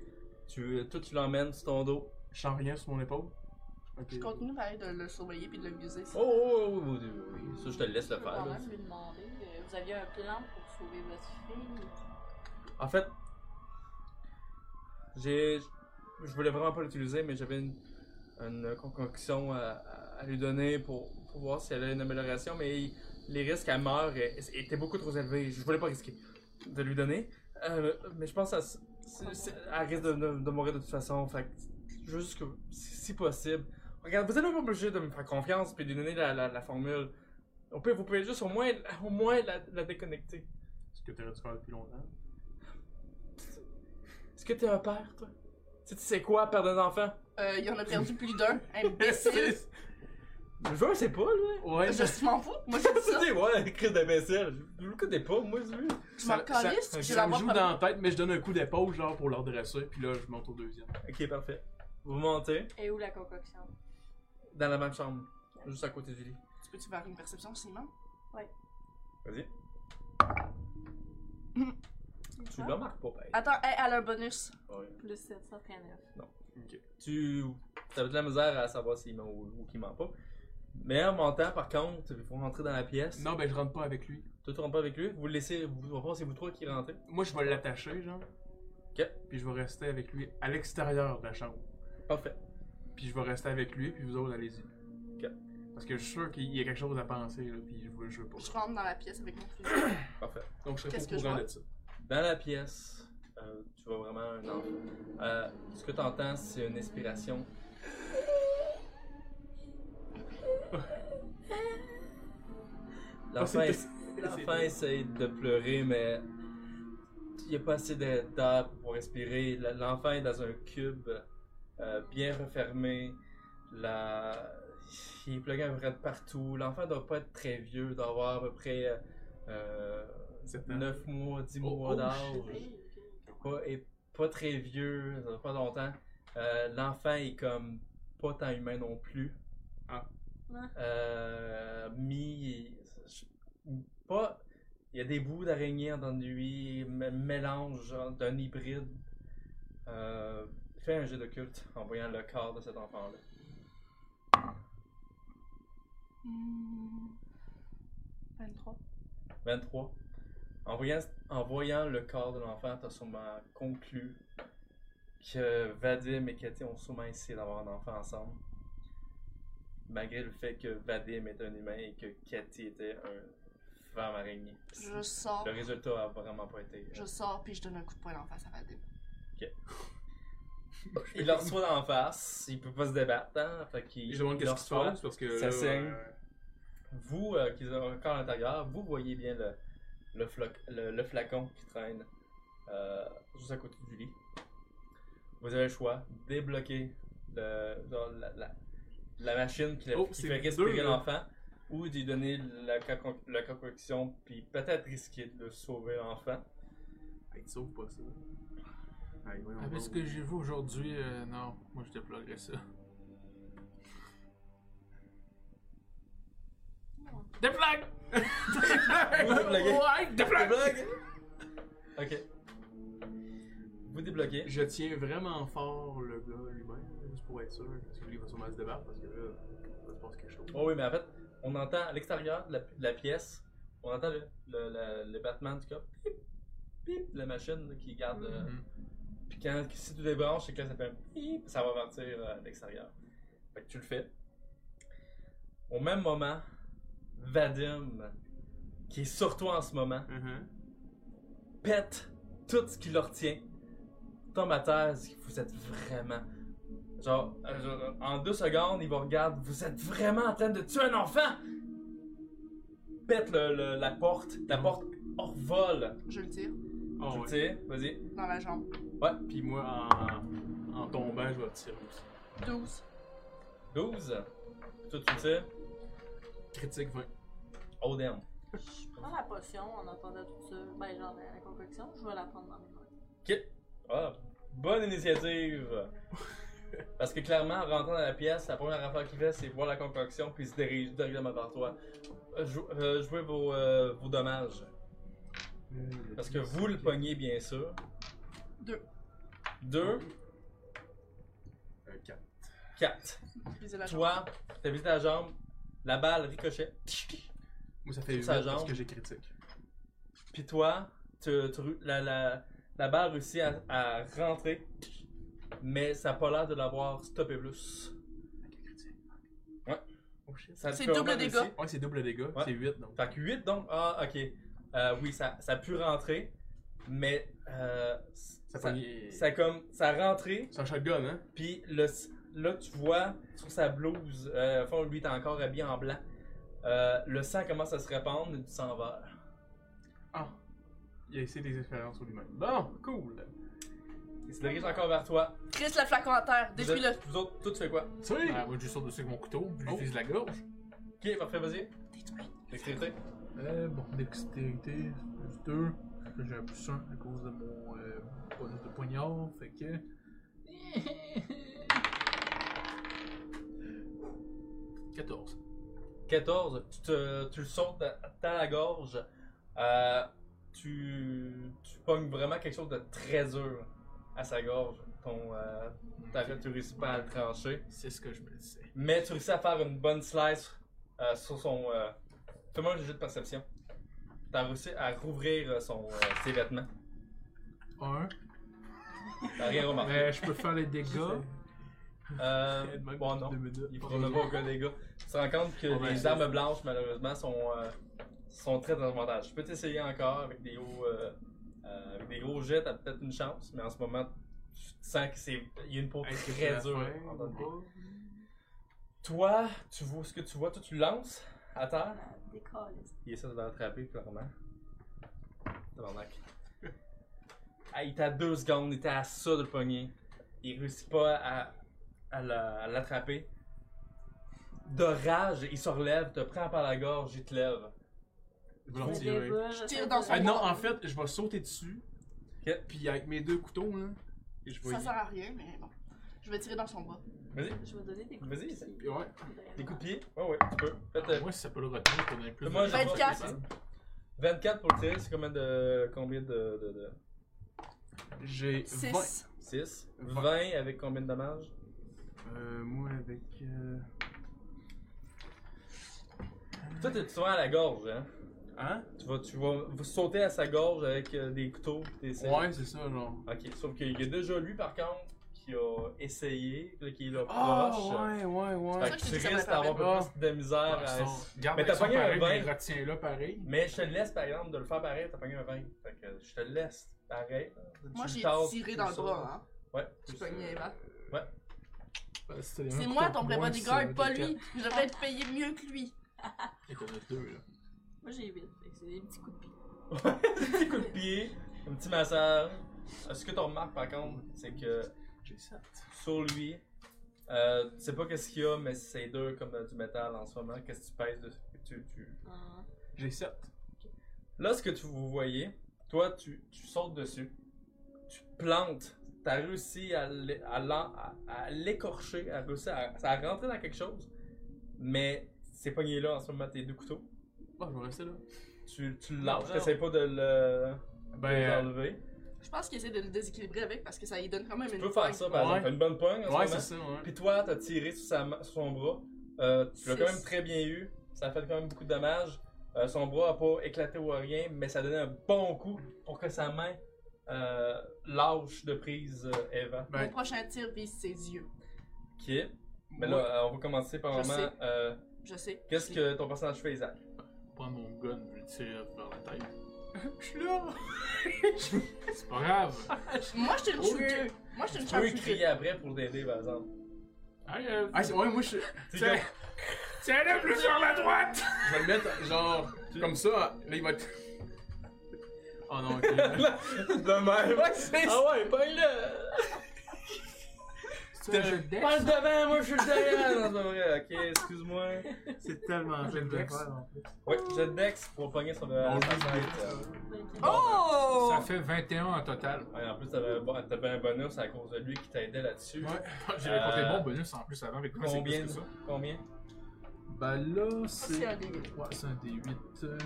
[SPEAKER 1] Tu, toi, tu l'emmènes sur ton dos.
[SPEAKER 3] Je sens rien sur mon épaule. Ok.
[SPEAKER 4] Je continue pareil de le surveiller puis de le viser.
[SPEAKER 1] Oh, oh, oh, oui, oui, oui, oui. Ça, je te le laisse
[SPEAKER 2] Je
[SPEAKER 1] le
[SPEAKER 2] peux
[SPEAKER 1] faire.
[SPEAKER 2] quand
[SPEAKER 1] là.
[SPEAKER 2] même lui demander, euh, vous aviez un plan pour sauver votre fille.
[SPEAKER 1] En fait, j'ai, je voulais vraiment pas l'utiliser, mais j'avais une, une concoction à, à- à lui donner pour, pour voir si elle a une amélioration, mais il- les risques qu'elle meure euh, étaient beaucoup trop élevés. Je voulais pas risquer de lui donner, Euh, mais je pense qu'elle s- c'est- c'est- elle risque de, de- de mourir de toute façon. Fait que je veux juste que, si si possible, regarde, vous êtes même pas obligé de me faire confiance puis de lui donner la, la- la formule. Au pire, vous pouvez juste au moins, au moins la- la déconnecter.
[SPEAKER 3] Ce que t'aurais dû faire depuis longtemps.
[SPEAKER 1] Est-ce que t'es un père, toi? Tu sais, tu sais quoi, perdre un enfant?
[SPEAKER 4] Euh, il en a perdu plus d'un, imbécile.
[SPEAKER 3] C'est-
[SPEAKER 1] Le joueur sait pas, là.
[SPEAKER 3] ouais, je...
[SPEAKER 4] je m'en fous. Moi, j'ai dit
[SPEAKER 1] Tu
[SPEAKER 4] ça.
[SPEAKER 1] dis, ouais, crise d'imbécile. Je le connais pas, moi, celui.
[SPEAKER 4] Je m'en
[SPEAKER 3] ça-
[SPEAKER 4] calisse. Je vais
[SPEAKER 3] ça me
[SPEAKER 4] l'avoir
[SPEAKER 3] joue
[SPEAKER 4] pas-
[SPEAKER 3] dans la tête, mais je donne un coup d'épaule genre pour leur dresser, puis là je monte au deuxième.
[SPEAKER 1] Ok, parfait. Vous montez
[SPEAKER 2] Et où la concoction?
[SPEAKER 1] dans la même chambre, juste à côté du lit.
[SPEAKER 4] Tu peux-tu faire une perception, Simon?
[SPEAKER 1] Vas-y. Tu
[SPEAKER 2] Ah,
[SPEAKER 1] le remarques pas, pareil.
[SPEAKER 4] Attends, hey, elle a un bonus.
[SPEAKER 1] Ouais.
[SPEAKER 2] Plus 739.
[SPEAKER 1] Tu. T'as de la misère à savoir s'il ment ou, ou qu'il ment pas. Mais en montant, par contre, il faut rentrer dans la pièce.
[SPEAKER 3] Non, ben je rentre pas avec lui.
[SPEAKER 1] Toi, tu rentres pas avec lui. Vous le laissez. Vous, on va voir si vous trois qui rentrez.
[SPEAKER 3] Moi je vais l'attacher genre.
[SPEAKER 1] Ok.
[SPEAKER 3] Puis je vais rester avec lui à l'extérieur de la chambre.
[SPEAKER 1] Parfait.
[SPEAKER 3] Puis je vais rester avec lui, puis vous autres allez-y.
[SPEAKER 1] Ok.
[SPEAKER 3] Parce que je suis sûr qu'il y a quelque chose à penser là, puis je veux, je veux pas.
[SPEAKER 4] Je rentre dans la pièce avec mon fusil.
[SPEAKER 1] Parfait.
[SPEAKER 3] Donc je serai
[SPEAKER 4] Qu'est-ce
[SPEAKER 3] pas au
[SPEAKER 4] que je
[SPEAKER 3] courant
[SPEAKER 4] vois?
[SPEAKER 3] de ça.
[SPEAKER 1] Dans la pièce, euh, tu vois vraiment un enfant. Euh, ce que tu entends, c'est une inspiration. L'enfant
[SPEAKER 3] Ah,
[SPEAKER 1] essa- l'enfant essaie de pleurer, mais il n'y a pas assez de- d'air pour respirer. L- L'enfant est dans un cube euh, bien refermé. La... Il est plugué à peu près de partout. L'enfant doit pas être très vieux, doit avoir à peu près euh, euh,
[SPEAKER 3] Sept ans.
[SPEAKER 1] 9 mois, 10
[SPEAKER 3] Oh,
[SPEAKER 1] mois
[SPEAKER 3] oh,
[SPEAKER 1] d'âge pas, est pas très vieux, ça fait pas longtemps. Euh, L'enfant est comme pas tant humain non plus.
[SPEAKER 3] Ah.
[SPEAKER 2] Ah.
[SPEAKER 1] Euh, mi. Pas. Il y a des bouts d'araignée dans lui, m- mélange genre, d'un hybride. Euh, fais un jet de culte en voyant le corps de cet enfant-là.
[SPEAKER 4] Hmm. 23.
[SPEAKER 1] 23. En voyant, en voyant le corps de l'enfant, t'as sûrement conclu que Vadim et Cathy ont sûrement essayé d'avoir un enfant ensemble. Malgré le fait que Vadim est un humain et que Cathy était un femme araignée.
[SPEAKER 4] Je sors.
[SPEAKER 1] Le résultat a vraiment pas été.
[SPEAKER 4] Je sors puis je donne un coup de poing en face à Vadim.
[SPEAKER 1] Il leur reçoit en face, il peut pas se débattre, hein? Fait qu'il
[SPEAKER 3] Je demande
[SPEAKER 1] il leur
[SPEAKER 3] qu'est-ce qui se
[SPEAKER 1] reçoit.
[SPEAKER 3] passe parce que
[SPEAKER 1] Ça
[SPEAKER 3] là,
[SPEAKER 1] saigne.
[SPEAKER 3] euh,
[SPEAKER 1] Vous, euh, qui êtes encore à l'intérieur, vous voyez bien le, le, floc- le- le flacon qui traîne euh, juste à côté du lit. Vous avez le choix, débloquer le, genre la, la- la machine qui, le-
[SPEAKER 3] Oh,
[SPEAKER 1] qui
[SPEAKER 3] c'est
[SPEAKER 1] fait
[SPEAKER 3] deux,
[SPEAKER 1] respirer
[SPEAKER 3] là.
[SPEAKER 1] l'enfant, ou d'y donner la, caco- la concoction, puis peut-être risquer de sauver l'enfant.
[SPEAKER 3] Hey, tu sauves pas ça. Hey, voyons
[SPEAKER 5] Avec ce
[SPEAKER 3] donc.
[SPEAKER 5] que j'ai vu aujourd'hui, euh, non, moi je déplorerais ça. Des blagues!
[SPEAKER 1] Vous débloquez.
[SPEAKER 5] Ouais, des blagues!
[SPEAKER 1] Ok. Vous débloquez.
[SPEAKER 3] Je tiens vraiment fort le gars lui-même, juste pour être sûr, parce que lui il va sûrement se débattre, parce que là, il va se passer quelque chose.
[SPEAKER 1] Oh oui, mais en fait, on entend à l'extérieur de la, de la pièce, on entend le, le, la- le battement du cop. Pip, pip, la machine là, qui garde. euh,
[SPEAKER 5] Mhm.
[SPEAKER 1] Puis quand si tu débranches, c'est que là, ça fait un pip, ça va partir euh, à l'extérieur. Fait que tu le fais. Au même moment, Vadim, qui est sur toi en ce moment,
[SPEAKER 3] Mhm.
[SPEAKER 1] pète tout ce qui le retient, tombe à terre, dit, vous êtes vraiment. Genre, euh, genre, en deux secondes, il vous regarde, vous êtes vraiment en train de tuer un enfant! Pète le- le- la porte, la porte hors vol.
[SPEAKER 4] Je le tire
[SPEAKER 3] Oh,
[SPEAKER 1] je
[SPEAKER 3] ouais.
[SPEAKER 1] le tire, vas-y.
[SPEAKER 4] dans la jambe.
[SPEAKER 3] Puis moi, en, en tombant, je vais tirer aussi.
[SPEAKER 4] 12.
[SPEAKER 1] 12. Toi, tu le tires.
[SPEAKER 3] Critique 20.
[SPEAKER 1] Oh damn.
[SPEAKER 2] Je prends la potion en attendant tout ça. Ben, genre la, la concoction, je vais la prendre dans mes mains.
[SPEAKER 1] Ok. Ah, bonne initiative! Parce que clairement, en rentrant dans la pièce, la première affaire qu'il fait, c'est voir la concoction, puis il se dirige directement vers toi. Euh, jou- euh, jouez vos, euh, vos dommages. Parce que vous le pognez, bien sûr.
[SPEAKER 4] Deux.
[SPEAKER 1] Deux,
[SPEAKER 3] Un 4.
[SPEAKER 1] quatre.
[SPEAKER 4] Briser la jambe.
[SPEAKER 1] Toi, t'as visé ta jambe, la balle ricochet.
[SPEAKER 3] Moi, ça fait 8
[SPEAKER 1] Sur sa
[SPEAKER 3] parce
[SPEAKER 1] jambe.
[SPEAKER 3] que j'ai critique.
[SPEAKER 1] Puis toi, tu- tu ru- la, la, la balle réussit à, à rentrer, mais ça n'a pas l'air de l'avoir stoppé plus.
[SPEAKER 3] Oh shit.
[SPEAKER 1] Ça te
[SPEAKER 4] C'est
[SPEAKER 1] fait
[SPEAKER 4] double
[SPEAKER 1] vraiment
[SPEAKER 4] dégâts.
[SPEAKER 1] réussir.
[SPEAKER 3] Ouais, c'est double dégâts,
[SPEAKER 1] Ouais.
[SPEAKER 3] c'est 8 donc.
[SPEAKER 1] Fait que 8 donc, ah ok. Euh, oui, ça, ça a pu rentrer, mais euh, ça,
[SPEAKER 3] Ça, pogne-
[SPEAKER 1] ça a comme, ça a rentré,
[SPEAKER 3] C'est un shotgun, hein?
[SPEAKER 1] puis le, là tu vois sur sa blouse, euh, au fond lui t'es encore habillé en blanc, euh, le sang commence à se répandre, du sang vert.
[SPEAKER 3] Ah. Il a essayé des expériences sur lui-même. Bon, cool.
[SPEAKER 1] Il se dirige encore vers toi.
[SPEAKER 4] Crisse le flacon à terre,
[SPEAKER 1] Vous,
[SPEAKER 4] détruis-le.
[SPEAKER 1] êtes- vous autres, toi tu fais quoi?
[SPEAKER 3] Tu sais,
[SPEAKER 5] Ah, moi je lui saute dessus avec mon couteau, puis je lui
[SPEAKER 3] Oh.
[SPEAKER 5] vise la gorge.
[SPEAKER 1] Ok, parfait, vas-y. Dextérité.
[SPEAKER 5] Euh, bon, dextérité, plus 2. J'ai un plus 1 à cause de mon euh, bonus de poignard, fait que. 14.
[SPEAKER 1] 14, tu, te, tu le sautes dans dans la gorge, euh, tu, tu pognes vraiment quelque chose de très dur à sa gorge. Ton, euh, T'as fait, tu réussis pas à le trancher.
[SPEAKER 5] C'est ce que je me disais.
[SPEAKER 1] Mais tu réussis à faire une bonne slice euh, sur son. Euh, Fais-moi un jeu de perception. T'as réussi à rouvrir euh, son, euh, ses vêtements.
[SPEAKER 5] 1.
[SPEAKER 1] T'as rien remarqué.
[SPEAKER 5] Euh, je peux faire les dégâts.
[SPEAKER 1] Euh,
[SPEAKER 3] Il manque
[SPEAKER 1] bon, non.
[SPEAKER 3] deux minutes.
[SPEAKER 1] Il ne pas aucun dégât. Tu te rends compte que
[SPEAKER 5] Oh, ben,
[SPEAKER 1] les
[SPEAKER 5] c'est-
[SPEAKER 1] armes blanches, malheureusement, sont, euh, sont très désavantages. Je peux t'essayer encore avec des hauts. euh, euh, avec des gros jets, t'as peut-être une chance, mais en ce moment, tu te sens que c'est. Il y a une peau
[SPEAKER 3] Est-ce que
[SPEAKER 1] très
[SPEAKER 3] c'est la
[SPEAKER 1] dure.
[SPEAKER 3] fin
[SPEAKER 1] en
[SPEAKER 3] ou
[SPEAKER 1] tant que-
[SPEAKER 3] pas?
[SPEAKER 1] Toi, tu vois ce que tu vois, toi tu lances à terre.
[SPEAKER 2] La décolle.
[SPEAKER 1] Il essaie de l'attraper, clairement. Tabarnak. Ah, il était à deux secondes, il était à ça de le pogner. Il réussit pas à, à la- à l'attraper. De rage, il se relève, te prend par la gorge, il te lève.
[SPEAKER 3] Je vais leur tirer.
[SPEAKER 4] Je tire dans son
[SPEAKER 3] Ah non, en fait, je vais sauter dessus.
[SPEAKER 1] Ok.
[SPEAKER 3] Puis avec mes deux couteaux, là, et je vais.
[SPEAKER 4] Ça sert à rien, mais bon. Je vais tirer dans son bras.
[SPEAKER 1] Vas-y,
[SPEAKER 2] Je vais donner des coups.
[SPEAKER 1] Ah, Vas-y,
[SPEAKER 2] de
[SPEAKER 3] y- Ouais.
[SPEAKER 2] pied.
[SPEAKER 1] des coups de pied. Ouais, ouais, tu peux. Faites
[SPEAKER 5] Ah,
[SPEAKER 1] euh,
[SPEAKER 5] moi, si ça peut le retenir, je donnerais plus
[SPEAKER 1] Moi,
[SPEAKER 5] de
[SPEAKER 1] je-
[SPEAKER 4] 24.
[SPEAKER 1] 24 pour le tirer, c'est combien de. Combien de. de,
[SPEAKER 3] J'ai 20.
[SPEAKER 4] 6.
[SPEAKER 1] 6.
[SPEAKER 3] Vingt.
[SPEAKER 1] 20 avec combien de dommages
[SPEAKER 3] Euh, moi avec. euh,
[SPEAKER 1] Toi, t'es souvent à la gorge, hein.
[SPEAKER 3] Hein?
[SPEAKER 1] Tu vas, tu vas vous sauter à sa gorge avec euh, des couteaux. pis t'essaies.
[SPEAKER 3] Ouais, c'est ça, genre.
[SPEAKER 1] Ok, sauf qu'il y a déjà lui par contre qui a essayé, là, qui est là
[SPEAKER 3] Ah,
[SPEAKER 1] proche.
[SPEAKER 3] ouais, ouais, ouais.
[SPEAKER 1] Fait
[SPEAKER 4] ça que
[SPEAKER 1] que
[SPEAKER 4] je
[SPEAKER 1] tu
[SPEAKER 4] te dis que ça Ah,
[SPEAKER 1] risques
[SPEAKER 4] va
[SPEAKER 1] d'avoir un
[SPEAKER 4] être
[SPEAKER 1] peu plus de
[SPEAKER 3] Ah,
[SPEAKER 1] misère
[SPEAKER 5] Ouais,
[SPEAKER 1] à-
[SPEAKER 5] ils sont- Ah, Garde
[SPEAKER 1] Mais t'as
[SPEAKER 5] l'action
[SPEAKER 1] pogné un
[SPEAKER 5] pareil,
[SPEAKER 1] vingt.
[SPEAKER 5] mais il retient là pareil.
[SPEAKER 1] Mais je te laisse par exemple de le faire pareil, t'as pogné un 20. Fait que je te laisse pareil.
[SPEAKER 4] Moi,
[SPEAKER 1] Tu
[SPEAKER 4] j'ai
[SPEAKER 1] tasses,
[SPEAKER 4] tiré
[SPEAKER 1] tu
[SPEAKER 4] dans le
[SPEAKER 1] sors.
[SPEAKER 4] bras, hein.
[SPEAKER 1] Ouais.
[SPEAKER 4] Tu
[SPEAKER 1] tu-
[SPEAKER 4] pognais, hein.
[SPEAKER 5] Bah,
[SPEAKER 4] C'est moi ton vrai
[SPEAKER 1] euh,
[SPEAKER 4] bodyguard, pas lui. Je devrais être payé mieux que lui.
[SPEAKER 5] Il y en a deux, là.
[SPEAKER 2] Moi j'ai 8, fait que c'est des petits coups de pied.
[SPEAKER 1] un petit coup de pied, un petit massage. Euh, Ce que tu remarques par contre, c'est que
[SPEAKER 5] J'ai ça.
[SPEAKER 1] sur lui, Euh, tu sais pas qu'est-ce qu'il y a, mais c'est dur comme euh, du métal en ce moment. Qu'est-ce que tu pèses dessus? Tu, tu-
[SPEAKER 2] Ah.
[SPEAKER 3] J'ai 7.
[SPEAKER 1] Là, ce que tu vous voyez, toi, tu, tu sautes dessus, tu te plantes, t'as réussi à l'é- à l'en- à- à l'écorcher, à réussir à, à rentrer dans quelque chose, mais c'est pogné là en ce moment, tes deux couteaux.
[SPEAKER 3] Bon, je vais rester là.
[SPEAKER 1] Tu, tu le lâches,
[SPEAKER 3] Non, non.
[SPEAKER 1] t'essaies pas de le
[SPEAKER 3] Ben, euh,
[SPEAKER 1] enlever.
[SPEAKER 4] Je pense qu'il essaie de le déséquilibrer avec parce que ça lui donne quand même
[SPEAKER 1] Tu
[SPEAKER 4] une.
[SPEAKER 1] peux faire
[SPEAKER 4] pointe.
[SPEAKER 1] ça, par
[SPEAKER 3] Ouais.
[SPEAKER 1] exemple. Une bonne pogne en
[SPEAKER 3] ouais,
[SPEAKER 1] ce
[SPEAKER 3] c'est
[SPEAKER 1] moment.
[SPEAKER 3] ça, ouais.
[SPEAKER 1] Puis toi, t'as tiré sur, sa ma- sur son bras. Euh, tu l'as
[SPEAKER 4] Six.
[SPEAKER 1] quand même très bien eu. Ça a fait quand même beaucoup de dommages. Euh, son bras a pas éclaté ou rien, mais ça donnait un bon coup pour que sa main euh, lâche de prise euh, Eva.
[SPEAKER 4] Mon
[SPEAKER 3] Ben,
[SPEAKER 4] prochain tir vise ses yeux.
[SPEAKER 1] Ok. Mais là,
[SPEAKER 3] ouais.
[SPEAKER 1] euh, on va commencer par
[SPEAKER 4] Je
[SPEAKER 1] moment.
[SPEAKER 4] sais.
[SPEAKER 1] euh,
[SPEAKER 4] Je sais.
[SPEAKER 1] Qu'est-ce que ton personnage fait, Isaac
[SPEAKER 5] Prendre mon gun, je le tire vers la tête.
[SPEAKER 3] je suis là.
[SPEAKER 5] C'est pas grave.
[SPEAKER 4] Moi, je suis une
[SPEAKER 3] Oui.
[SPEAKER 4] shooter. Moi, je
[SPEAKER 1] Oh, Tu
[SPEAKER 4] suis une
[SPEAKER 1] peux
[SPEAKER 4] charge
[SPEAKER 1] lui crier après pour t'aider, par exemple.
[SPEAKER 5] Hey, euh,
[SPEAKER 3] Ah, c'est- ouais, moi, je,
[SPEAKER 1] Tu sais,
[SPEAKER 5] tiens- Tiens-le plus vers la droite!
[SPEAKER 3] je vais le mettre, genre, comme ça. Là, il va être. Oh non, ok.
[SPEAKER 1] comme- de même. Ah ouais, pas là
[SPEAKER 5] C'est un jeu de
[SPEAKER 1] Pas le devant, moi je suis le derrière Non, c'est pas vrai, ok, excuse-moi.
[SPEAKER 3] Ah, C'est tellement
[SPEAKER 5] Jeu de dex.
[SPEAKER 1] Ouais, j'ai le dex pour pogner son devant.
[SPEAKER 3] Bon, je
[SPEAKER 2] Ben,
[SPEAKER 4] Oh!
[SPEAKER 5] Ça fait 21 en total.
[SPEAKER 1] Ouais, en plus, t'avais un, bon- t'avais un bonus à cause de lui qui t'aidait là-dessus.
[SPEAKER 3] Ouais.
[SPEAKER 5] J'avais compté
[SPEAKER 1] Euh,
[SPEAKER 5] mon bonus en plus avant, mais comment c'est
[SPEAKER 1] Combien
[SPEAKER 5] plus que ça?
[SPEAKER 1] Combien
[SPEAKER 3] Bah là,
[SPEAKER 4] Ah, c'est
[SPEAKER 3] c'est.
[SPEAKER 4] un D8.
[SPEAKER 3] Ouais, c'est un D8. euh,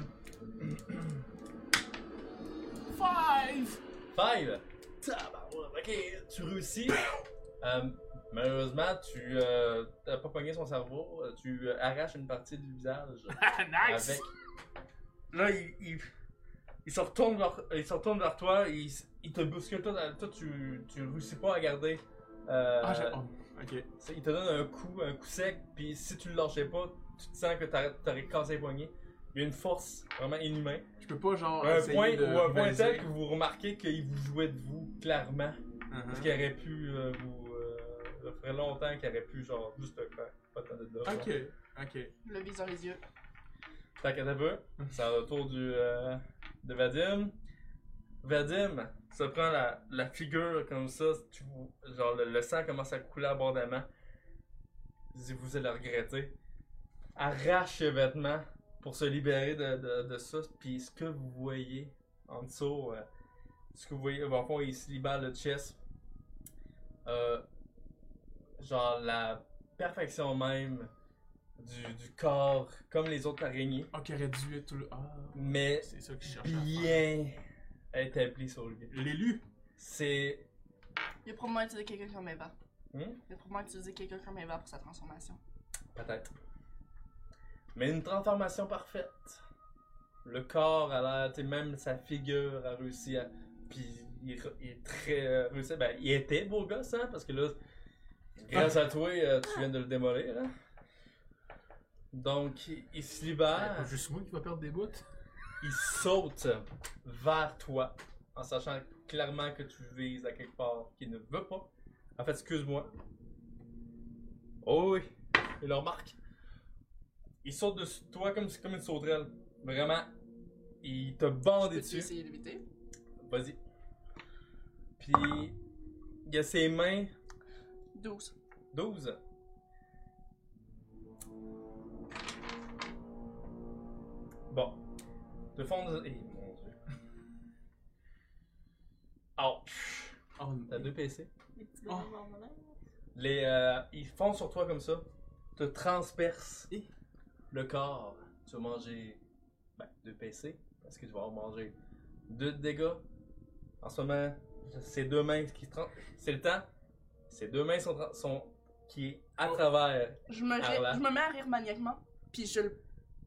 [SPEAKER 4] 5!
[SPEAKER 1] Five Tabarouette, Ok, tu réussis. Euh, malheureusement, tu euh, t'as pas pogné son cerveau. euh, Tu euh, arraches une partie du visage.
[SPEAKER 5] nice!
[SPEAKER 1] Avec. Là, il, il, il se retourne vers, il se retourne vers toi. Il, s- il te bouscule. Toi, dans- toi, tu, tu réussis pas à garder. euh,
[SPEAKER 3] Ah, j'ai. oh, ok.
[SPEAKER 1] Ça, Il te donne un coup, un coup sec, puis si tu le lâchais pas, tu te sens que t'aurais t'aurais cassé les poignets. Il y a une force vraiment inhumaine.
[SPEAKER 3] Je peux pas, genre.
[SPEAKER 1] Un
[SPEAKER 3] essayer
[SPEAKER 1] point,
[SPEAKER 3] de
[SPEAKER 1] ou un point
[SPEAKER 3] rivaliser.
[SPEAKER 1] tel que vous remarquez qu'il vous jouait de vous, clairement.
[SPEAKER 3] Uh-huh.
[SPEAKER 1] Parce qu'il aurait pu euh, vous. euh, ça ferait longtemps qu'il aurait pu, genre, juste te faire. Pas tant de dommage.
[SPEAKER 3] Ok, ok.
[SPEAKER 4] Je le vise dans les yeux.
[SPEAKER 1] Fait qu'à ta peu, c'est le tour du, euh, de Vadim. Vadim se prend la, la figure comme ça, tu, genre le, le sang commence à couler abondamment. Si vous allez le regretter. Arrache ses vêtements pour se libérer de, de, de ça. Puis ce que vous voyez en dessous, euh, ce que vous voyez, en fond, il se libère le chest. Euh, genre la perfection même du, du corps, comme les autres araignées,
[SPEAKER 3] Ok, Oh, aurait dû être tout le. Ah.
[SPEAKER 1] mais
[SPEAKER 5] C'est ça que je cherche.
[SPEAKER 1] bien établi sur lui.
[SPEAKER 3] L'élu.
[SPEAKER 1] C'est.
[SPEAKER 4] Il a probablement utilisé quelqu'un comme Eva.
[SPEAKER 1] Hmm?
[SPEAKER 4] Il a probablement utilisé quelqu'un comme Eva pour sa transformation.
[SPEAKER 1] Peut-être. Mais une transformation parfaite. Le corps a l'air, tu sais, même sa figure a réussi à. Puis il, re- il est très. euh, réussi. Ben, il était beau gosse, hein, parce que là, grâce à toi, euh, tu viens de le démolir, hein. Donc, il- il se libère.
[SPEAKER 5] Ah, juste moi qui va perdre des bouts.
[SPEAKER 1] Il saute vers toi en sachant clairement que tu vises à quelque part qu'il ne veut pas. En fait, excuse-moi. Oh oui, il le remarque. Il saute dessus de toi comme, comme une sauterelle. Vraiment, il te bande
[SPEAKER 4] Peux-tu
[SPEAKER 1] dessus.
[SPEAKER 4] essayer de l'éviter?
[SPEAKER 1] Vas-y. Puis, il a ses mains
[SPEAKER 4] 12.
[SPEAKER 1] 12. Bon. De fond de... Eh, mon dieu. Ouch.
[SPEAKER 3] Oh,
[SPEAKER 1] T'as deux PC.
[SPEAKER 2] Les petits
[SPEAKER 1] Oh.
[SPEAKER 2] bonhommes en malin.
[SPEAKER 1] Les, euh, ils font sur toi comme ça. Te transpercent
[SPEAKER 3] Eh.
[SPEAKER 1] le corps. Tu vas manger... Ben, deux PC. Parce que tu vas en manger deux de dégâts. En ce moment, c'est deux mains qui... se tran- C'est le temps. Ces deux mains sont... tra- sont qui est à travers
[SPEAKER 4] Je me,
[SPEAKER 1] Ah, voilà.
[SPEAKER 4] ré- je me mets à rire maniaquement, puis je le.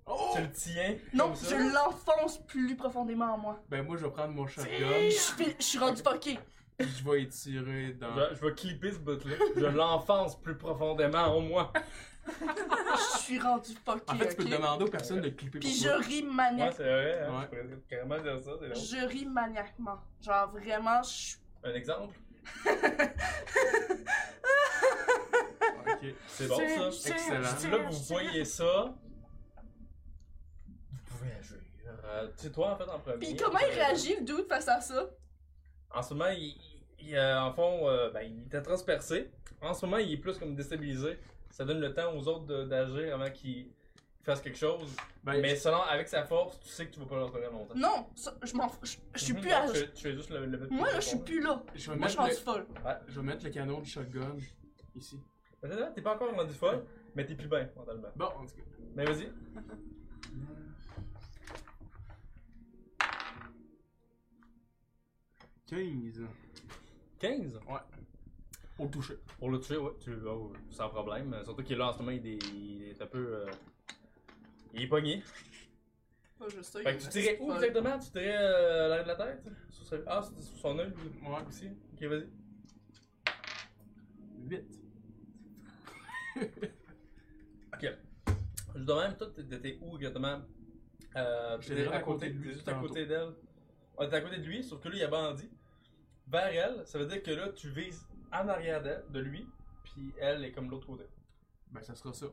[SPEAKER 3] Oh!
[SPEAKER 1] Tu le tiens.
[SPEAKER 4] Non,
[SPEAKER 1] comme ça.
[SPEAKER 4] je l'enfonce plus profondément en moi.
[SPEAKER 3] Ben, moi, je vais prendre mon
[SPEAKER 4] Je
[SPEAKER 3] shotgun.
[SPEAKER 4] suis- je suis rendu fucké.
[SPEAKER 3] puis je vais étirer dans.
[SPEAKER 1] Je, je vais clipper ce bout-là. Je l'enfonce plus profondément en moi.
[SPEAKER 4] Je suis rendu fucké.
[SPEAKER 3] En fait, tu peux
[SPEAKER 4] ok?
[SPEAKER 3] demander aux personnes de clipper pour
[SPEAKER 4] Puis je
[SPEAKER 3] toi.
[SPEAKER 4] ris
[SPEAKER 1] Ouais,
[SPEAKER 4] maniaquement.
[SPEAKER 1] c'est vrai.
[SPEAKER 3] hein,
[SPEAKER 1] Hein?
[SPEAKER 3] je
[SPEAKER 1] carrément dire ça.
[SPEAKER 4] Je ris maniaquement. Genre vraiment, je suis.
[SPEAKER 1] Un exemple.
[SPEAKER 3] Ok.
[SPEAKER 1] C'est bon ça.
[SPEAKER 3] Excellent.
[SPEAKER 1] Puis Là, vous voyez ça. Vous pouvez agir. Euh, C'est toi en fait en premier.
[SPEAKER 4] Puis comment il
[SPEAKER 1] Euh,
[SPEAKER 4] réagit le dude face à ça?
[SPEAKER 1] En ce moment, il, il, euh, en fond, euh, ben, il était transpercé. En ce moment, il est plus comme déstabilisé. Ça donne le temps aux autres de- d'agir avant qu'ils fassent quelque chose.
[SPEAKER 3] Ben,
[SPEAKER 1] Mais selon, avec sa force, tu sais que tu vas pas leur tenir longtemps.
[SPEAKER 4] Non, ça, je m'en fous. Je- Je suis
[SPEAKER 1] Mhm,
[SPEAKER 4] plus
[SPEAKER 1] non,
[SPEAKER 4] à.
[SPEAKER 1] Tu, tu es juste le, le
[SPEAKER 4] Moi, là, je suis plus là.
[SPEAKER 3] je vais,
[SPEAKER 4] Moi, je
[SPEAKER 3] mettre
[SPEAKER 4] pense
[SPEAKER 3] le,
[SPEAKER 4] folle.
[SPEAKER 3] je vais mettre le canon du shotgun ici.
[SPEAKER 1] Peut-être, hein, T'es pas encore rendu folle, mais t'es plus bien mentalement.
[SPEAKER 3] Bon, en tout cas.
[SPEAKER 1] Mais vas-y.
[SPEAKER 3] euh, 15.
[SPEAKER 1] 15
[SPEAKER 3] Au toucher.
[SPEAKER 1] Pour le tuer, ouais, tu vas oh, sans problème. Euh, Surtout qu'il est là en ce moment, il est, il est un peu. euh, il est pogné.
[SPEAKER 4] Moi, je sais.
[SPEAKER 1] Fait que tu tirais où
[SPEAKER 4] folle.
[SPEAKER 1] exactement Tu tirais euh, l'arrière de la tête Sur celui- Ah, c'était sur son œil lui,
[SPEAKER 3] Ouais.
[SPEAKER 1] aussi. Ok, vas-y.
[SPEAKER 3] 8.
[SPEAKER 1] Je demande même, toi, t'étais où exactement euh,
[SPEAKER 3] J'étais
[SPEAKER 1] t'étais
[SPEAKER 3] vraiment à côté de lui
[SPEAKER 1] t'étais juste à
[SPEAKER 3] tantôt.
[SPEAKER 1] côté d'elle. On était à côté de lui, sauf que là, il y a bandit. Vers elle, ça veut dire que là, tu vises en arrière d'elle, de lui, puis elle est comme de l'autre côté.
[SPEAKER 3] Ben, ça sera ça.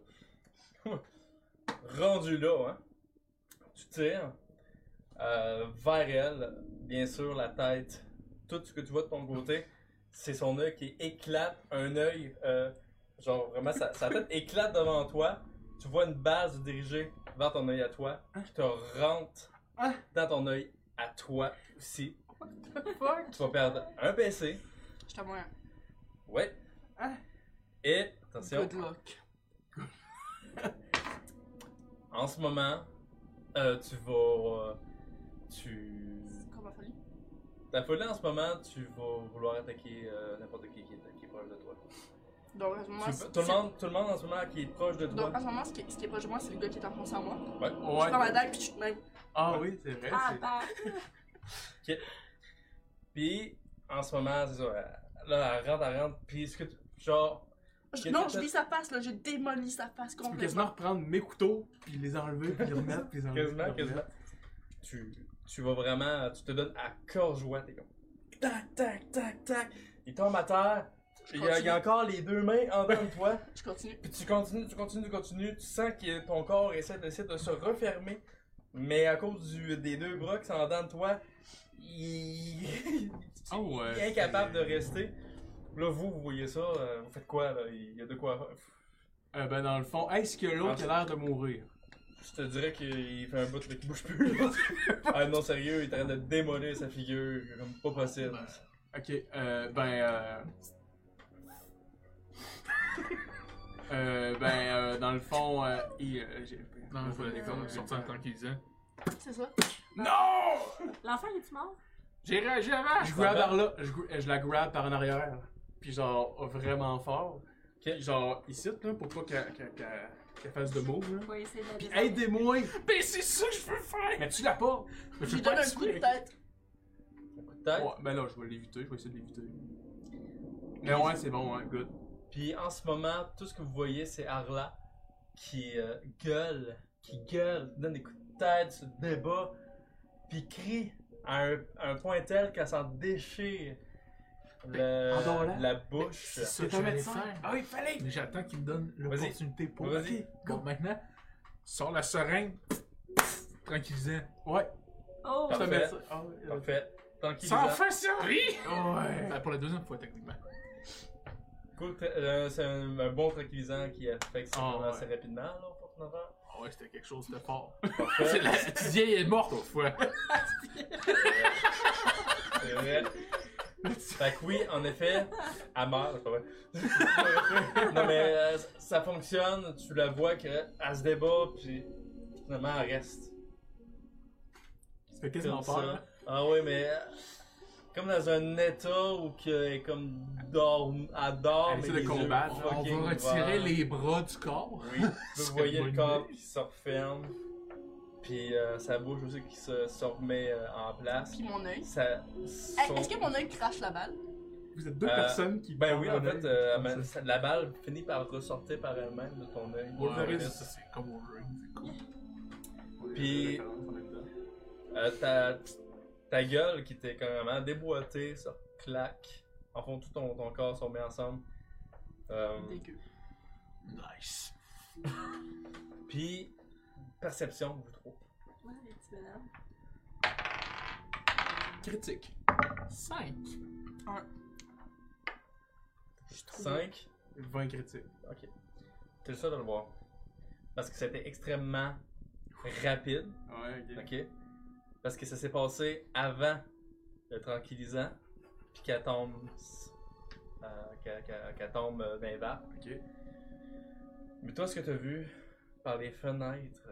[SPEAKER 1] rendu là, hein, tu tires euh, vers elle, bien sûr, la tête, tout ce que tu vois de ton côté, c'est son œil qui éclate, un œil, euh, genre vraiment, sa, sa tête éclate devant toi. Tu vois une base dirigée vers ton œil à toi,
[SPEAKER 4] Ah.
[SPEAKER 1] qui te rentre
[SPEAKER 3] Hein?
[SPEAKER 1] dans ton œil à toi aussi.
[SPEAKER 4] Fuck.
[SPEAKER 1] Tu vas perdre un PC,
[SPEAKER 4] Je t'avoue. hein.
[SPEAKER 1] ouais,
[SPEAKER 3] Hein?
[SPEAKER 1] et attention,
[SPEAKER 4] Ah. Good luck.
[SPEAKER 1] en ce moment, euh, tu vas, euh, tu
[SPEAKER 4] Comme folie.
[SPEAKER 1] T'as folie en ce moment, tu vas vouloir attaquer euh, n'importe qui qui est, qui est proche de toi.
[SPEAKER 4] Donc, à ce moment.
[SPEAKER 1] Tu-
[SPEAKER 4] c'est- ah.
[SPEAKER 1] tout, le monde, tout le monde en ce moment qui est proche de
[SPEAKER 4] c'est-
[SPEAKER 1] toi.
[SPEAKER 4] Donc, à ce moment, ce qui est ce qui est proche de moi, c'est le gars qui est en face à moi. Je
[SPEAKER 3] Ouais.
[SPEAKER 4] prends ma dague, puis je suis même.
[SPEAKER 3] Ah oui, c'est vrai.
[SPEAKER 2] Ah,
[SPEAKER 3] c'est-
[SPEAKER 2] bah,
[SPEAKER 1] Puis en ce moment, c'est ça. elle- Là, elle rentre, elle rentre. Puis ce que tu. Genre.
[SPEAKER 4] je-
[SPEAKER 1] Quelqu'un
[SPEAKER 4] Non, je
[SPEAKER 1] t'a-
[SPEAKER 4] lis sa face, là. Je démolis sa face
[SPEAKER 3] Tu peux
[SPEAKER 4] complètement.
[SPEAKER 3] quasiment reprendre mes couteaux, puis les enlever, puis les remettre, puis les enlever.
[SPEAKER 1] Quasiment,
[SPEAKER 3] puis les
[SPEAKER 1] quasiment.
[SPEAKER 3] remettre.
[SPEAKER 1] Hein, Tu, tu vas vraiment. Tu te donnes à corps joie. T'es comme. Tac, tac, tac, tac. Il tombe à terre. Il y, a, il y a encore les deux mains en dedans de toi.
[SPEAKER 4] Je continue.
[SPEAKER 1] Puis tu continues, tu continues, tu continues. Tu sens que ton corps essaie, d'essayer de se refermer. Mais à cause du- des deux bras qui sont en dedans de toi, il,
[SPEAKER 3] Ah ouais,
[SPEAKER 1] il est incapable de
[SPEAKER 3] c'est-
[SPEAKER 1] rester. Là, vous, vous voyez ça, euh, vous faites quoi, là? Il y a de quoi faire.
[SPEAKER 3] Euh, ben, dans le fond, est-ce que l'autre a l'air de mourir?
[SPEAKER 1] Je te dirais qu'il fait un bout mais qu'il bouge plus, là. ah non, sérieux, il est en train de démolir sa figure, comme pas possible.
[SPEAKER 3] Ok, euh, ben, euh... euh, ben, euh, dans le fond, euh, il, euh, j'ai...
[SPEAKER 5] Non, je voulais
[SPEAKER 4] Euh,
[SPEAKER 5] les cornes, sortir en tant qu'il disait.
[SPEAKER 4] C'est ça.
[SPEAKER 3] Non!
[SPEAKER 2] l'enfant est-tu mort?
[SPEAKER 5] J'ai réagi avant!
[SPEAKER 3] Je grab par là, je, gr- je la grab par en arrière, puis genre, oh, vraiment fort.
[SPEAKER 1] Ok.
[SPEAKER 3] Genre, ici, là, pour pas qu'elle qu'elle- qu'elle- qu'elle fasse de move, là.
[SPEAKER 2] On va essayer de la
[SPEAKER 3] Puis
[SPEAKER 2] descendre.
[SPEAKER 3] aidez-moi!
[SPEAKER 5] Mais c'est ça que je veux faire!
[SPEAKER 3] Mais tu l'as pas! Mais tu
[SPEAKER 4] J'ai
[SPEAKER 3] l'as
[SPEAKER 4] donné
[SPEAKER 3] pas
[SPEAKER 4] un coup de
[SPEAKER 3] tué.
[SPEAKER 4] tête.
[SPEAKER 1] Un coup de tête.
[SPEAKER 3] Ouais, ben là, je vais l'éviter, je vais essayer de l'éviter. Mais ouais, c'est bon, hein, good.
[SPEAKER 1] Puis en ce moment, tout ce que vous voyez, c'est Arla qui euh, gueule, qui gueule, donne des coups de tête, se débat, puis crie à un, à un point tel qu'elle s'en déchire le-
[SPEAKER 3] en dehors-là.
[SPEAKER 1] la bouche.
[SPEAKER 5] C'est ça que j'allais faire.
[SPEAKER 3] Ah oui, fallait!
[SPEAKER 5] Mais j'attends qu'il me donne l'opportunité pour.
[SPEAKER 1] Vas-y.
[SPEAKER 5] Ok, Go. Maintenant, sors la seringue, tranquillisant.
[SPEAKER 3] Ouais,
[SPEAKER 2] Oh,
[SPEAKER 3] je te
[SPEAKER 1] Parfait.
[SPEAKER 3] mets ça. Ah ouais, euh,
[SPEAKER 1] Parfait. Tranquillisant.
[SPEAKER 5] Sans faire ça! Oui! Ben,
[SPEAKER 3] ouais.
[SPEAKER 5] Pour la deuxième fois, techniquement.
[SPEAKER 1] Cool, tra- euh, c'est un, un bon tranquillisant qui affecte ça
[SPEAKER 3] Ah, ouais.
[SPEAKER 1] assez rapidement, là, pour ton affaire.
[SPEAKER 5] Ah ouais, c'était quelque chose de fort. C'est
[SPEAKER 1] Parfait.
[SPEAKER 5] la cette vieille est morte au fois.
[SPEAKER 1] C'est vrai. Fait que oui, en effet, elle meurt, c'est pas vrai. non mais euh, ça fonctionne, tu la vois qu'elle se débat, puis finalement elle reste.
[SPEAKER 3] Ça fait
[SPEAKER 1] Comme
[SPEAKER 3] quasiment
[SPEAKER 1] ça.
[SPEAKER 3] peur, là.
[SPEAKER 1] Ah oui, mais euh, comme dans un état où qu'elle est comme dort, elle dort,
[SPEAKER 3] Elle
[SPEAKER 1] mais
[SPEAKER 3] essaie de
[SPEAKER 1] les yeux
[SPEAKER 3] combattre,
[SPEAKER 5] On
[SPEAKER 1] fucking
[SPEAKER 5] va retirer
[SPEAKER 1] ouverts.
[SPEAKER 5] les bras du corps.
[SPEAKER 1] Oui, vous
[SPEAKER 5] C'est
[SPEAKER 1] voyez
[SPEAKER 5] une
[SPEAKER 1] le
[SPEAKER 5] bonne
[SPEAKER 1] corps
[SPEAKER 5] idée.
[SPEAKER 1] qui se referme, puis euh, sa bouche aussi qui se, se remet euh, en place.
[SPEAKER 4] Puis mon œil.
[SPEAKER 1] Ça,
[SPEAKER 4] Hey,
[SPEAKER 1] son-
[SPEAKER 4] Est-ce que mon œil crache la balle?
[SPEAKER 3] Vous êtes deux
[SPEAKER 1] Euh,
[SPEAKER 3] personnes qui.
[SPEAKER 1] Ben oui, en
[SPEAKER 3] parlent
[SPEAKER 1] fait, euh,
[SPEAKER 3] comme
[SPEAKER 1] ben,
[SPEAKER 3] ça.
[SPEAKER 1] ça- la balle finit par ressortir par elle-même de ton œil.
[SPEAKER 5] Ouais,
[SPEAKER 3] Wolverine.
[SPEAKER 5] ouais, ça, c'est comme Wolverine, c'est cool.
[SPEAKER 1] Puis- Euh, ta, ta gueule qui était carrément déboîtée, ça claque. En fond, tout ton, ton corps se remet ensemble. Euh,
[SPEAKER 4] Dégueu.
[SPEAKER 5] Nice.
[SPEAKER 1] Puis, perception, vous trois.
[SPEAKER 2] Ouais, tu l'as.
[SPEAKER 3] Critique.
[SPEAKER 5] 5.
[SPEAKER 1] 5.
[SPEAKER 3] 20 critiques.
[SPEAKER 1] T'es le seul à le voir. Parce que c'était extrêmement rapide.
[SPEAKER 3] Ouais, ok.
[SPEAKER 1] Ok. Parce que ça s'est passé avant le tranquillisant, puis qu'elle tombe, euh, qu'elle- qu'elle- qu'elle tombe euh, dans les vapes.
[SPEAKER 3] Ok.
[SPEAKER 1] Mais toi, ce que t'as vu par les fenêtres,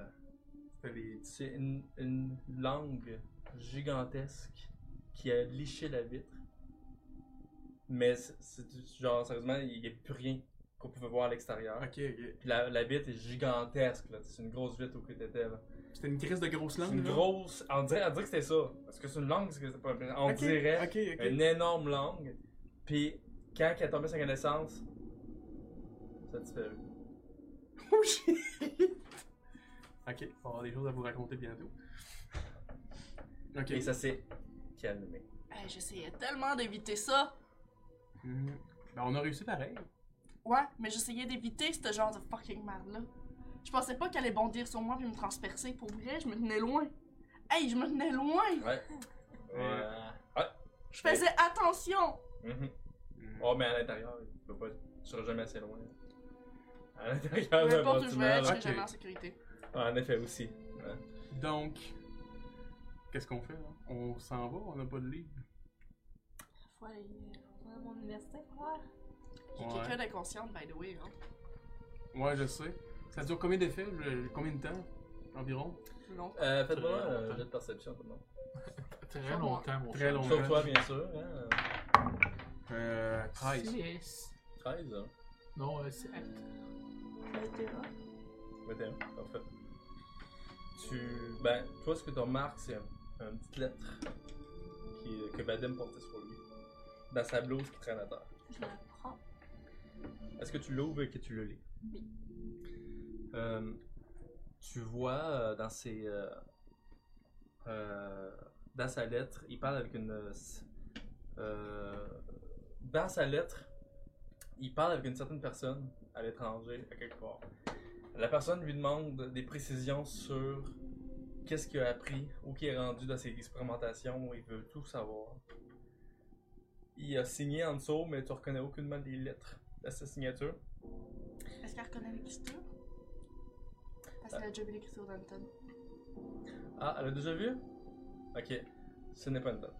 [SPEAKER 3] C'était les.
[SPEAKER 1] c'est une, une langue gigantesque qui a liché la vitre. Mais c'est- c'est du- genre, sérieusement, il n'y a plus rien qu'on pouvait voir à l'extérieur.
[SPEAKER 3] Ok, ok.
[SPEAKER 1] Puis la, la vitre est gigantesque, là. C'est une grosse vitre où que t'étais, là.
[SPEAKER 3] C'était une crise de grosse
[SPEAKER 1] C'est
[SPEAKER 3] langue.
[SPEAKER 1] une
[SPEAKER 3] là?
[SPEAKER 1] grosse. On dirait, on dirait que c'était ça. Parce que c'est une langue, c'est que c'est pas- on
[SPEAKER 3] Ok,
[SPEAKER 1] dirait
[SPEAKER 3] Ok, ok.
[SPEAKER 1] une énorme langue. Puis quand elle est tombée sa connaissance, ça disparu.
[SPEAKER 3] Oh shit! ok, il va avoir des choses à vous raconter bientôt. Ok.
[SPEAKER 1] Et ça s'est calmé.
[SPEAKER 4] Hey, J'essayais tellement d'éviter ça.
[SPEAKER 3] Hmm. Ben, on a réussi pareil.
[SPEAKER 4] Ouais, mais j'essayais d'éviter ce genre de fucking merde-là. Je pensais pas qu'elle allait bondir sur moi puis me transpercer. Pour vrai, je me tenais loin. Hey, je me tenais loin!
[SPEAKER 1] Ouais.
[SPEAKER 3] Euh,
[SPEAKER 1] ouais.
[SPEAKER 4] Je faisais attention!
[SPEAKER 1] ah, Mhm.
[SPEAKER 3] Hmm.
[SPEAKER 1] Oh, mais à l'intérieur, tu peux pas. Tu seras jamais assez loin. À l'intérieur
[SPEAKER 4] Peu
[SPEAKER 1] d'un
[SPEAKER 4] importe où je
[SPEAKER 1] bâtiment.
[SPEAKER 4] vais, je
[SPEAKER 1] là.
[SPEAKER 4] serai
[SPEAKER 3] ok.
[SPEAKER 4] jamais en sécurité.
[SPEAKER 1] Ah, En effet, aussi.
[SPEAKER 3] Donc, qu'est-ce qu'on fait là? On s'en va, on n'a pas de livre.
[SPEAKER 2] Faut aller retourner à mon université, frère.
[SPEAKER 4] J'ai
[SPEAKER 3] Ouais.
[SPEAKER 4] quelqu'un d'inconscient, by the way. Hein.
[SPEAKER 3] Ouais, je sais. Ça dure combien d'effets? Je- Combien de temps? Environ?
[SPEAKER 4] Non.
[SPEAKER 1] Euh, Faites-moi
[SPEAKER 5] Très
[SPEAKER 1] euh,
[SPEAKER 5] longtemps.
[SPEAKER 1] un jeu de perception, tout le monde.
[SPEAKER 5] Très longtemps, mon
[SPEAKER 3] Très
[SPEAKER 5] cher.
[SPEAKER 3] longtemps.
[SPEAKER 1] Sauf toi, bien sûr. Hein?
[SPEAKER 3] Euh, 13.
[SPEAKER 5] Six.
[SPEAKER 1] 13, hein.
[SPEAKER 5] Non, euh, sept.
[SPEAKER 1] Mettez un, parfait. Tu. Ben, toi, ce que tu remarques, c'est un- une petite lettre qui, euh, que Vadim portait sur lui. Dans sa blouse qui traîne à terre.
[SPEAKER 2] Je la prends.
[SPEAKER 1] Est-ce que tu l'ouvres et que tu le lis?
[SPEAKER 2] Oui.
[SPEAKER 1] Euh, tu vois euh, dans ses. euh, euh, dans sa lettre, il parle avec une. euh, s- euh, dans sa lettre, il parle avec une certaine personne à l'étranger, à quelque part. La personne lui demande des précisions sur qu'est-ce qu'il a appris, où qu'il est rendu dans ses expérimentations, il veut tout savoir. Il a signé en dessous, mais tu reconnais aucunement les lettres à sa signature.
[SPEAKER 4] Est-ce qu'elle reconnaît l'écriture? Parce qu'elle a déjà vu l'écriture d'Anton.
[SPEAKER 1] Ah, elle a déjà vu? Ok, ce n'est pas une tonne.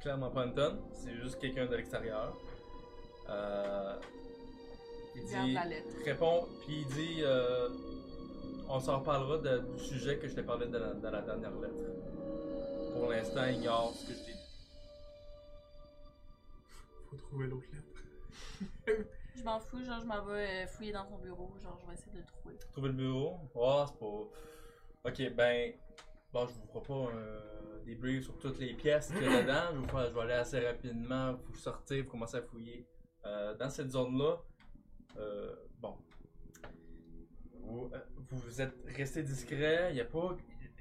[SPEAKER 1] Clairement pas une tonne, c'est juste quelqu'un de l'extérieur. Euh, il
[SPEAKER 4] Regarde
[SPEAKER 1] dit,
[SPEAKER 4] la lettre.
[SPEAKER 1] répond, puis il dit, euh, on s'en reparlera de- du sujet que je t'ai parlé dans la, dans la dernière lettre. Pour l'instant, ignore ce que je t'ai dit.
[SPEAKER 3] Faut trouver l'autre lettre.
[SPEAKER 2] Je m'en fous, genre, je m'en vais euh, fouiller dans son bureau. Genre, je vais essayer de le trouver.
[SPEAKER 1] Trouver le bureau? Oh, c'est pas... Ok, ben... Bon, je vous ferai pas un débrief sur toutes les pièces qu'il y a dedans. Je, vais vous faire- je vais aller assez rapidement. Vous sortez, vous commencez à fouiller. Euh, dans cette zone-là, euh, bon... Vous, euh, vous êtes resté discret. Il n'y a pas...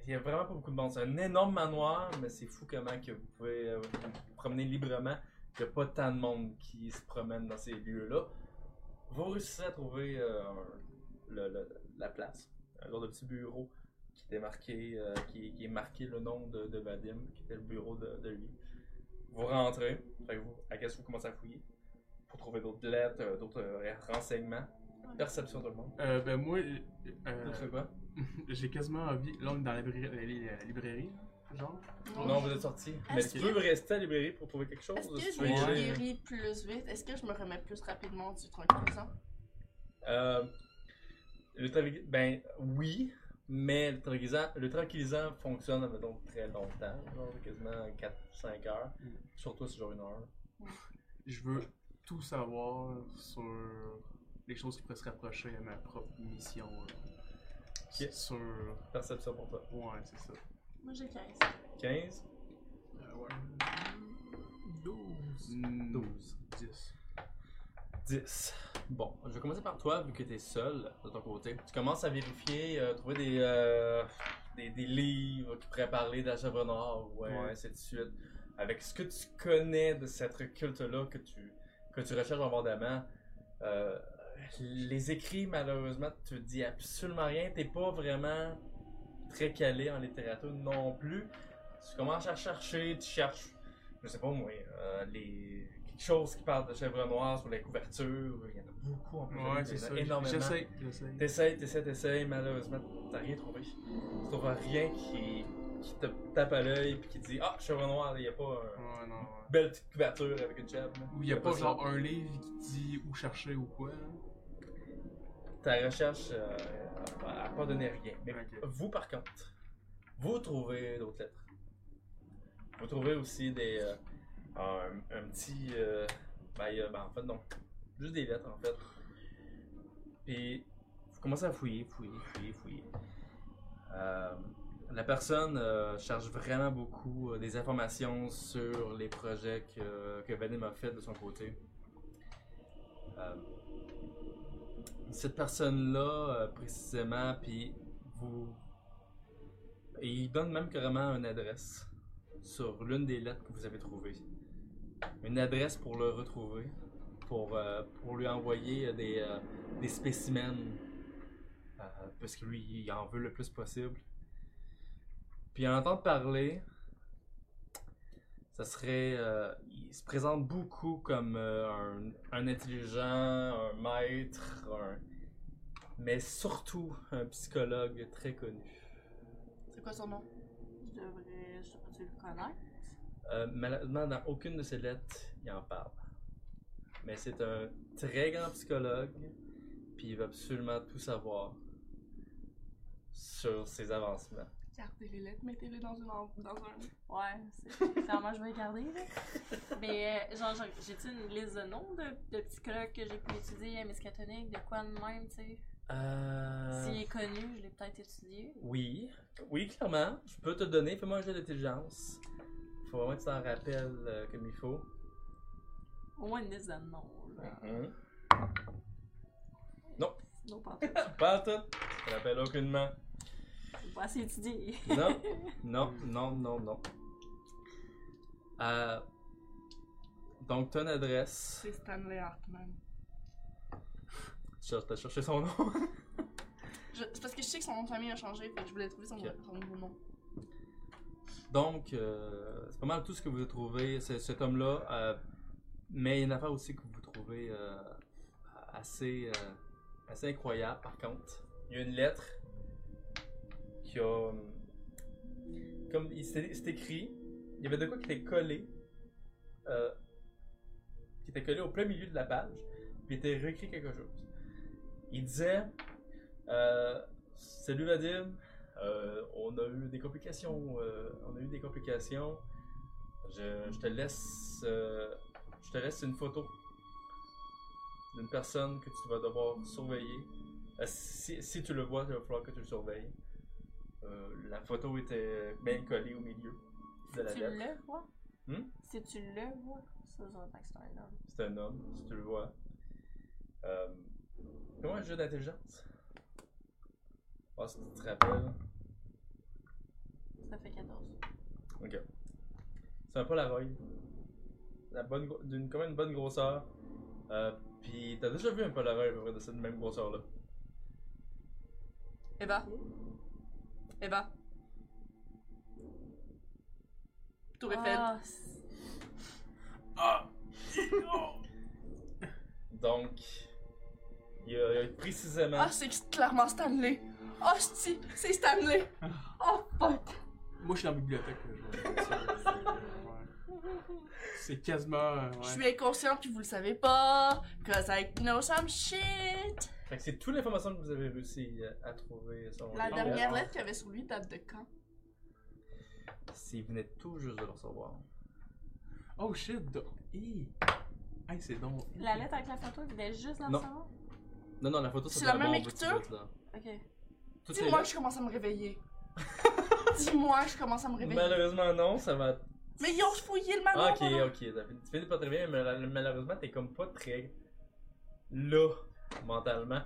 [SPEAKER 1] Il y a vraiment pas beaucoup de monde. C'est un énorme manoir, mais c'est fou comment que vous pouvez euh, vous promener librement. Il n'y a pas tant de monde qui se promène dans ces lieux-là. Vous réussissez à trouver euh, un le- le- la place. Un genre de petit bureau qui était marqué, euh, qui, qui est marqué le nom de, de Vadim, qui était le bureau de, de lui. Vous rentrez, fait que vous, à qu'est-ce que vous commencez à fouiller pour trouver d'autres lettres, euh, d'autres euh, renseignements. Perception de monde.
[SPEAKER 3] Euh, ben moi, euh,
[SPEAKER 1] D'autres quoi
[SPEAKER 3] j'ai quasiment envie. Là, on est dans la librairie, la li- la librairie, genre.
[SPEAKER 1] Non, vous êtes sorti. Mais
[SPEAKER 4] Est-ce
[SPEAKER 1] tu
[SPEAKER 4] que-
[SPEAKER 1] peux rester à la librairie pour trouver quelque chose.
[SPEAKER 4] Est-ce que
[SPEAKER 1] si
[SPEAKER 4] je
[SPEAKER 1] tu veux y
[SPEAKER 4] me
[SPEAKER 1] aller.
[SPEAKER 4] guéris plus vite? Est-ce que je me remets plus rapidement du tranquillisant?
[SPEAKER 1] Euh, le tranquillisant, ben oui, mais le tranquillisant, le tranquillisant fonctionne mettons, très longtemps, genre quasiment 4-5 heures,
[SPEAKER 3] Mm.
[SPEAKER 1] surtout si genre une heure.
[SPEAKER 3] Je veux tout savoir sur les choses qui pourraient se rapprocher à ma propre mission. là.
[SPEAKER 1] Ok.
[SPEAKER 3] Sur.
[SPEAKER 1] Perception pour toi.
[SPEAKER 3] Ouais, c'est ça.
[SPEAKER 2] Moi, j'ai 15.
[SPEAKER 1] 15,
[SPEAKER 5] Euh, ouais. Douze.
[SPEAKER 3] 12. 10.
[SPEAKER 1] 10. Bon, je vais commencer par toi, vu que t'es seul de ton côté. Tu commences à vérifier, euh, trouver des, euh, des, des livres qui pourraient parler de la chèvre noire, ouais,
[SPEAKER 3] Ouais.
[SPEAKER 1] euh, ainsi de suite. Avec ce que tu connais de cette culte-là que tu, que tu recherches abondamment, euh, les écrits, malheureusement, te dis absolument rien. T'es pas vraiment très calé en littérature non plus. Tu commences à chercher, tu cherches, je sais pas moi, euh, les choses qui parlent de chèvre noire sur les couvertures. Il y en a beaucoup en plus.
[SPEAKER 3] Ouais, c'est
[SPEAKER 1] Il y en a
[SPEAKER 3] ça.
[SPEAKER 1] Énormément.
[SPEAKER 3] J'essaie, j'essaie.
[SPEAKER 1] T'essayes, t'essayes, t'essayes, malheureusement, t'as rien trouvé. Tu trouves rien qui, qui te tape à l'œil puis qui dit Ah, chèvre noire, il n'y a pas une
[SPEAKER 3] Ouais, non, ouais.
[SPEAKER 1] belle petite couverture avec une chèvre. là.
[SPEAKER 3] Ou il n'y a pas
[SPEAKER 1] ça.
[SPEAKER 3] genre un livre qui dit où chercher ou quoi. hein?
[SPEAKER 1] Ta recherche euh, n'a pas donné rien. Mais
[SPEAKER 3] Ok.
[SPEAKER 1] vous, par contre, vous trouvez d'autres lettres. Vous trouvez aussi des. euh, un, un petit. euh, ben, il y a- ben, en fait, non. Juste des lettres, en fait. Puis, vous commencez à fouiller, fouiller, fouiller, fouiller. Euh, la personne euh, cherche vraiment beaucoup euh, des informations sur les projets que, que Vadim a fait de son côté. Euh, cette personne-là, euh, précisément, puis vous. Et il donne même carrément une adresse sur l'une des lettres que vous avez trouvées. Une adresse pour le retrouver, pour, euh, pour lui envoyer euh, des, euh, des spécimens, euh, parce que lui, il en veut le plus possible. Puis à entendre parler, ça serait. euh, il se présente beaucoup comme euh, un, un intelligent, un maître, un- mais surtout un psychologue très connu.
[SPEAKER 4] C'est quoi son nom?
[SPEAKER 2] Je devrais. Je sais pas, tu le connais.
[SPEAKER 1] Euh, malheureusement, dans aucune de ses lettres, il en parle. Mais c'est un très grand psychologue, puis il veut absolument tout savoir sur ses avancements.
[SPEAKER 4] Gardez les lettres, mettez-les dans, une en- dans un.
[SPEAKER 2] Ouais, c'est clairement, je vais garder. Là. Mais, euh, genre, genre, j'ai-tu une liste de noms de, de psychologues que j'ai pu étudier à Miskatonic, de quoi de même, tu sais?
[SPEAKER 1] Euh...
[SPEAKER 2] S'il est connu, je l'ai peut-être étudié.
[SPEAKER 1] Oui, oui, clairement. Je peux te donner. Fais-moi un jeu d'intelligence. Faut vraiment que tu t'en rappelles euh, comme il faut.
[SPEAKER 2] Au moins une liste de noms, là.
[SPEAKER 1] Mhm.
[SPEAKER 2] Non, pas en fait.
[SPEAKER 1] Pas en tout. Je te rappelle aucunement.
[SPEAKER 2] J'ai pas assez étudié.
[SPEAKER 1] Non, non, non, non, non. Euh, donc, ton adresse.
[SPEAKER 4] C'est Stanley Hartman.
[SPEAKER 1] Tu cherches- T'as cherché son nom.
[SPEAKER 4] Je- C'est parce que je sais que son nom de famille a changé, fait que je voulais trouver son,
[SPEAKER 1] Ok.
[SPEAKER 4] son nouveau nom.
[SPEAKER 1] Donc, euh, c'est pas mal tout ce que vous trouvez, c'est cet homme-là. euh, mais il y a une affaire aussi que vous trouvez euh, assez, euh, assez incroyable, par contre. Il y a une lettre qui a. euh, Comme il s'est c'est écrit, il y avait de quoi qui était collé. euh, qui était collé au plein milieu de la page, puis il était réécrit quelque chose. Il disait euh, Salut Vadim, euh, on a eu des complications. euh, on a eu des complications. Je, je te laisse. euh, je te laisse une photo d'une personne que tu vas devoir surveiller. Euh, si, si tu le vois, il va falloir que tu le surveilles. Euh, la photo était bien collée au milieu de la
[SPEAKER 2] tu
[SPEAKER 1] lettre.
[SPEAKER 2] le vois?
[SPEAKER 1] Hmm?
[SPEAKER 2] Si tu le vois, ça, je dirais que c'est un homme.
[SPEAKER 1] C'est un homme, si tu le vois. Euh, Fais-moi un jeu d'intelligence. Voir si tu te rappelles.
[SPEAKER 2] Ça fait 14.
[SPEAKER 1] C'est un Polaroid. La bonne, gro- d'une quand même une bonne grosseur. Euh, Puis t'as déjà vu un Polaroid à peu près de cette même grosseur là.
[SPEAKER 4] Eva. Eva. Tour Eiffel.
[SPEAKER 2] Ah, c'est-
[SPEAKER 1] Donc, il a, il a précisément.
[SPEAKER 4] Ah, c'est clairement Stanley. Ah, oh, c'est Stanley. Oh, fuck.
[SPEAKER 3] Moi, je suis dans la bibliothèque. là, je vais dire ça, c'est- euh, ouais. C'est quasiment. euh,
[SPEAKER 4] Je
[SPEAKER 3] ouais.
[SPEAKER 4] suis inconscient puis vous le savez pas. Cause I know some shit.
[SPEAKER 1] Fait que c'est toute l'information que vous avez réussi euh, à trouver. selon
[SPEAKER 4] La
[SPEAKER 1] les-
[SPEAKER 4] dernière lettre qu'il y avait sur lui date de quand?
[SPEAKER 1] S'il venait tout juste de le recevoir.
[SPEAKER 3] Oh shit! donc- Hi. Hey, c'est donc.
[SPEAKER 2] La lettre avec la photo, il venait juste dans le
[SPEAKER 1] Non.
[SPEAKER 2] salon?
[SPEAKER 1] Non, non, la photo
[SPEAKER 4] C'est
[SPEAKER 1] dans
[SPEAKER 4] la
[SPEAKER 1] le
[SPEAKER 4] même
[SPEAKER 1] bon bout de
[SPEAKER 4] écriture?
[SPEAKER 1] suite, là.
[SPEAKER 2] Ok.
[SPEAKER 1] Toutes les
[SPEAKER 4] Dis-moi que
[SPEAKER 1] lettres-
[SPEAKER 4] je commence à me réveiller. Dis-moi que je commence à me réveiller.
[SPEAKER 1] Malheureusement, non, ça va
[SPEAKER 4] Mais ils ont fouillé le
[SPEAKER 1] Ah,
[SPEAKER 4] maman.
[SPEAKER 1] ok, ok. t'as fini- Tu finis pas très bien, mais mal- malheureusement, t'es comme pas très là, mentalement.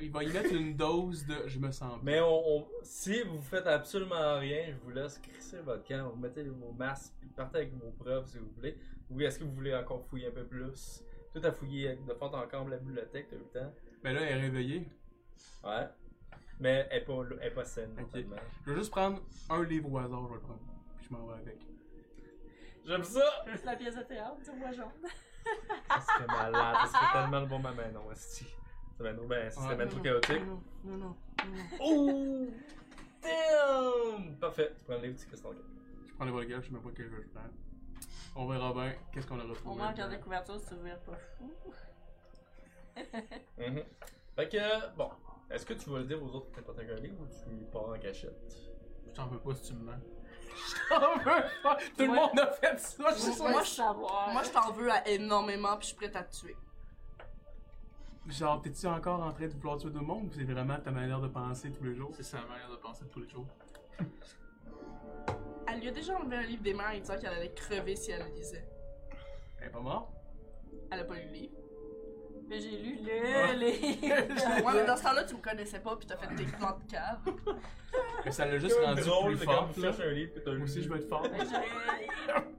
[SPEAKER 3] Il va y mettre ah, une dose de. Je me sens bien.
[SPEAKER 1] Mais on, on- si vous faites absolument rien, je vous laisse crisser votre camp. Vous mettez vos masques, puis partez avec vos preuves si vous voulez. Ou est-ce que vous voulez encore fouiller un peu plus Tout à fouiller avec- de fond en comble la bibliothèque, t'as eu le temps.
[SPEAKER 3] Mais Ben là, elle est réveillée.
[SPEAKER 1] Ouais. Mais elle est pas, elle est pas saine,
[SPEAKER 3] Ok.
[SPEAKER 1] mentalement.
[SPEAKER 3] Je vais juste prendre un livre au hasard, je vais le prendre. Puis je m'en vais avec.
[SPEAKER 1] J'aime ça!
[SPEAKER 2] C'est la pièce de théâtre, dis-moi jaune.
[SPEAKER 1] Ça serait malade, ça serait tellement le bon moment, non, esti. Ça serait ben, ben, ça serait
[SPEAKER 3] Ouais.
[SPEAKER 1] ben trop chaotique.
[SPEAKER 4] Non, non, non. non.
[SPEAKER 1] Oh! Damn! Parfait, tu prends le livre, tu crisses ton cœur.
[SPEAKER 3] Je prends le volga, je sais même pas quel jeu je prends. On verra bien qu'est-ce qu'on a retrouvé.
[SPEAKER 2] Au moins, regarder la couverture, c'est ouvert pas fou.
[SPEAKER 1] Mhm.
[SPEAKER 3] Mm-hmm.
[SPEAKER 1] Fait que, bon, est-ce que tu vas le dire aux autres que t'as pas un livre ou tu pars en cachette?
[SPEAKER 5] Je t'en veux pas si tu me mens.
[SPEAKER 3] J'en veux pas! Tout le
[SPEAKER 2] Ouais.
[SPEAKER 3] monde a fait ça!
[SPEAKER 4] Ouais.
[SPEAKER 3] je-
[SPEAKER 4] Moi,
[SPEAKER 2] Moi,
[SPEAKER 4] je-
[SPEAKER 2] je savoir.
[SPEAKER 4] Moi, je t'en veux à énormément, puis je suis prête à te tuer.
[SPEAKER 3] Genre, t'es-tu encore en train de vouloir tuer tout le monde ou c'est vraiment ta manière de penser tous les jours?
[SPEAKER 5] C'est sa manière de penser tous les jours.
[SPEAKER 4] Elle lui a déjà enlevé un livre des mains et disant qu'elle allait crever si elle le lisait.
[SPEAKER 3] Elle est pas morte?
[SPEAKER 4] Elle a pas lu le livre.
[SPEAKER 2] Mais j'ai lu le livre.
[SPEAKER 4] Ouais, mais dans ce temps-là, tu me connaissais pas, puis t'as fait tes plans de cave.
[SPEAKER 3] Mais ça l'a juste rendu plus
[SPEAKER 1] c'est quand
[SPEAKER 3] fort,
[SPEAKER 1] tu
[SPEAKER 3] là.
[SPEAKER 1] cherches un livre que t'as
[SPEAKER 3] Moi aussi, je vais être fort.
[SPEAKER 2] Ben, J'aurais Hey,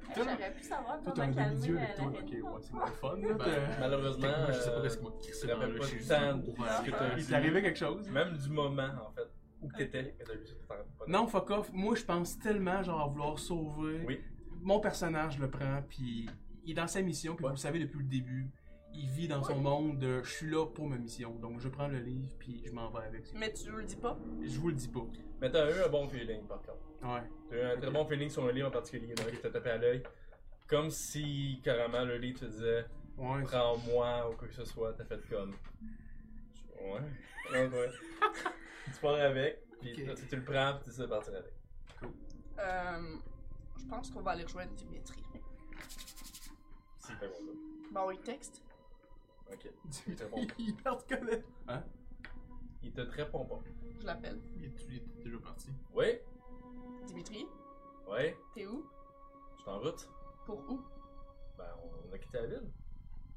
[SPEAKER 2] j'aurais pu savoir
[SPEAKER 3] Toi, t'es un
[SPEAKER 2] comment calmer
[SPEAKER 3] demi-dieu
[SPEAKER 2] la
[SPEAKER 3] avec toi.
[SPEAKER 2] la-
[SPEAKER 3] Ok, ouais, c'est moins le fun, là.
[SPEAKER 5] Ben,
[SPEAKER 1] Malheureusement,
[SPEAKER 5] Moi, je sais pas
[SPEAKER 1] euh,
[SPEAKER 5] qu'est-ce qui m'a crissé
[SPEAKER 1] il y
[SPEAKER 5] dans
[SPEAKER 1] avait
[SPEAKER 5] le
[SPEAKER 1] pas
[SPEAKER 5] chez
[SPEAKER 1] de temps
[SPEAKER 5] nous.
[SPEAKER 1] de
[SPEAKER 5] Ouais.
[SPEAKER 1] discuter un
[SPEAKER 3] Il t'est
[SPEAKER 1] livre.
[SPEAKER 3] arrivé quelque chose?
[SPEAKER 1] Même du moment, en fait, où que t'étais, que t'as lu ça, tu t'en rappelles pas.
[SPEAKER 3] Non, fuck off. Moi, je pense tellement, genre, à vouloir sauver.
[SPEAKER 1] Oui.
[SPEAKER 3] Mon personnage le prend, puis il est dans sa mission, puis vous le savez depuis le début. Il vit dans son monde de je suis là pour ma mission. Donc, je prends le livre, puis je m'en vais avec.
[SPEAKER 4] Mais tu le dis pas.
[SPEAKER 3] Je vous le dis pas.
[SPEAKER 1] Mais t'as eu un bon feeling, par contre.
[SPEAKER 3] Ouais.
[SPEAKER 1] T'as eu un très
[SPEAKER 3] Ok.
[SPEAKER 1] bon feeling sur un livre en particulier, là, qui t'a tapé à l'œil. Comme si, carrément, le livre te disait
[SPEAKER 3] Ouais.
[SPEAKER 1] Prends-moi ou quoi que ce soit, t'as fait comme. Ouais. Donc, ouais. tu pars avec, puis
[SPEAKER 5] Ok.
[SPEAKER 1] là, tu, tu le prends, puis tu sais partir avec.
[SPEAKER 4] Euh, je pense qu'on va aller rejoindre Dimitri.
[SPEAKER 1] Si, t'as bon ça.
[SPEAKER 4] Bon, on lui texte.
[SPEAKER 1] Ok. Il te répond pas.
[SPEAKER 3] Il part de connaître.
[SPEAKER 1] Il te répond pas.
[SPEAKER 4] Je l'appelle.
[SPEAKER 5] Il est- il est déjà parti.
[SPEAKER 1] Oui,
[SPEAKER 4] Dimitri,
[SPEAKER 1] oui,
[SPEAKER 4] t'es où
[SPEAKER 1] je suis en route.
[SPEAKER 4] Pour où
[SPEAKER 1] Ben, on- on a quitté la ville.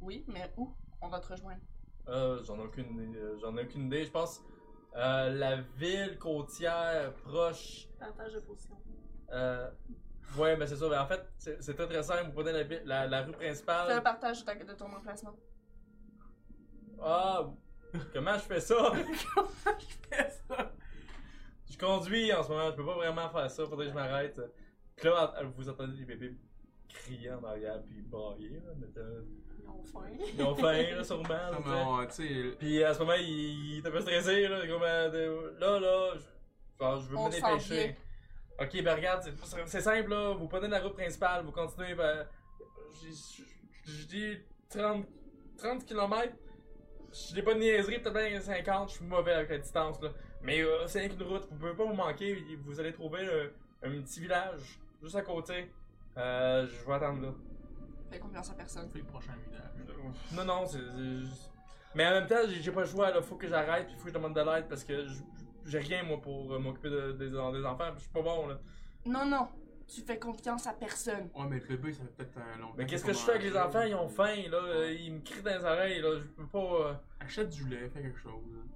[SPEAKER 4] Oui, mais où On va te rejoindre.
[SPEAKER 1] Euh, j'en ai aucune idée. euh, J'en ai aucune idée. Je pense euh, la ville côtière proche.
[SPEAKER 2] Partage de potion.
[SPEAKER 1] euh, ouais, mais c'est ça. Mais en fait, c'est c'est très très simple. Vous prenez la, vi- la, la rue
[SPEAKER 4] Fais le
[SPEAKER 1] principale.
[SPEAKER 4] partage de, ta- de ton emplacement.
[SPEAKER 1] Ah, comment je fais ça
[SPEAKER 3] ça.
[SPEAKER 1] Je conduis en ce moment. Je peux pas vraiment faire ça. Faudrait que je m'arrête. Puis là, en- vous entendez les bébés crier en arrière puis brailler. Là, mais, euh,
[SPEAKER 2] Ils ont faim.
[SPEAKER 1] ils ont faim, là, sûrement. là,
[SPEAKER 5] Ah,
[SPEAKER 3] Non,
[SPEAKER 1] tu sais.
[SPEAKER 3] mais on- euh, tu sais.
[SPEAKER 1] Puis à ce moment, il, il était un peu stressé, là, comme, euh, de- là, là, je, genre, je veux
[SPEAKER 4] On
[SPEAKER 1] me
[SPEAKER 4] s'en vient.
[SPEAKER 1] dépêcher. Ok, ben regarde, c'est- c'est simple, là, vous prenez la route principale, vous continuez, ben, j'ai- je je dis 30, 30 km, je dis pas de niaiserie, peut-être bien 50, je suis mauvais avec la distance, là. Mais euh, c'est rien qu'une route, vous pouvez pas vous manquer, vous allez trouver euh, un petit village, juste à côté. Euh, je vais attendre là.
[SPEAKER 4] Fais confiance à personne.
[SPEAKER 5] Fait le prochain village.
[SPEAKER 1] Non, non, c'est. c'est juste- Mais en même temps, j'ai j'ai pas le choix, là. Faut que j'arrête, puis faut que je demande de l'aide parce que j- j'ai rien, moi, pour euh, m'occuper de- des des enfants, puis je suis pas bon, là.
[SPEAKER 4] Non, non, tu fais confiance à personne.
[SPEAKER 3] Ouais, mais le bébé, ça fait peut-être un long
[SPEAKER 1] Mais qu'est-ce que je fais avec les enfants? Ils ont faim, là. euh, Ils me crient dans les oreilles, là. Je peux pas. euh,
[SPEAKER 3] Achète du lait, fais quelque chose. hein.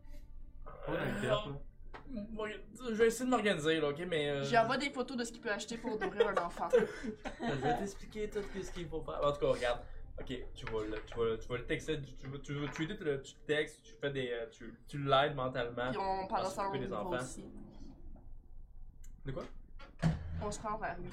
[SPEAKER 3] Pas dans
[SPEAKER 1] euh,
[SPEAKER 3] le tête, là.
[SPEAKER 1] m'organ- Je vais essayer de m'organiser, là, ok, mais. euh,
[SPEAKER 4] J'y envoie des photos de ce qu'il peut acheter pour nourrir un enfant.
[SPEAKER 1] Je vais t'expliquer tout ce qu'il faut faire. En tout cas, regarde. Ok, tu vas le, tu vas le, tu vas le texter, tu, tu, vas- tu, vas- tu, lui dis, tu le, tu le textes, tu fais des. euh, Tu, tu l'aides mentalement.
[SPEAKER 4] Puis on parle
[SPEAKER 1] Ah,
[SPEAKER 4] ensemble au
[SPEAKER 1] s'occuper des
[SPEAKER 4] niveau
[SPEAKER 1] enfants.
[SPEAKER 4] aussi.
[SPEAKER 1] De quoi?
[SPEAKER 4] On se rend vers lui.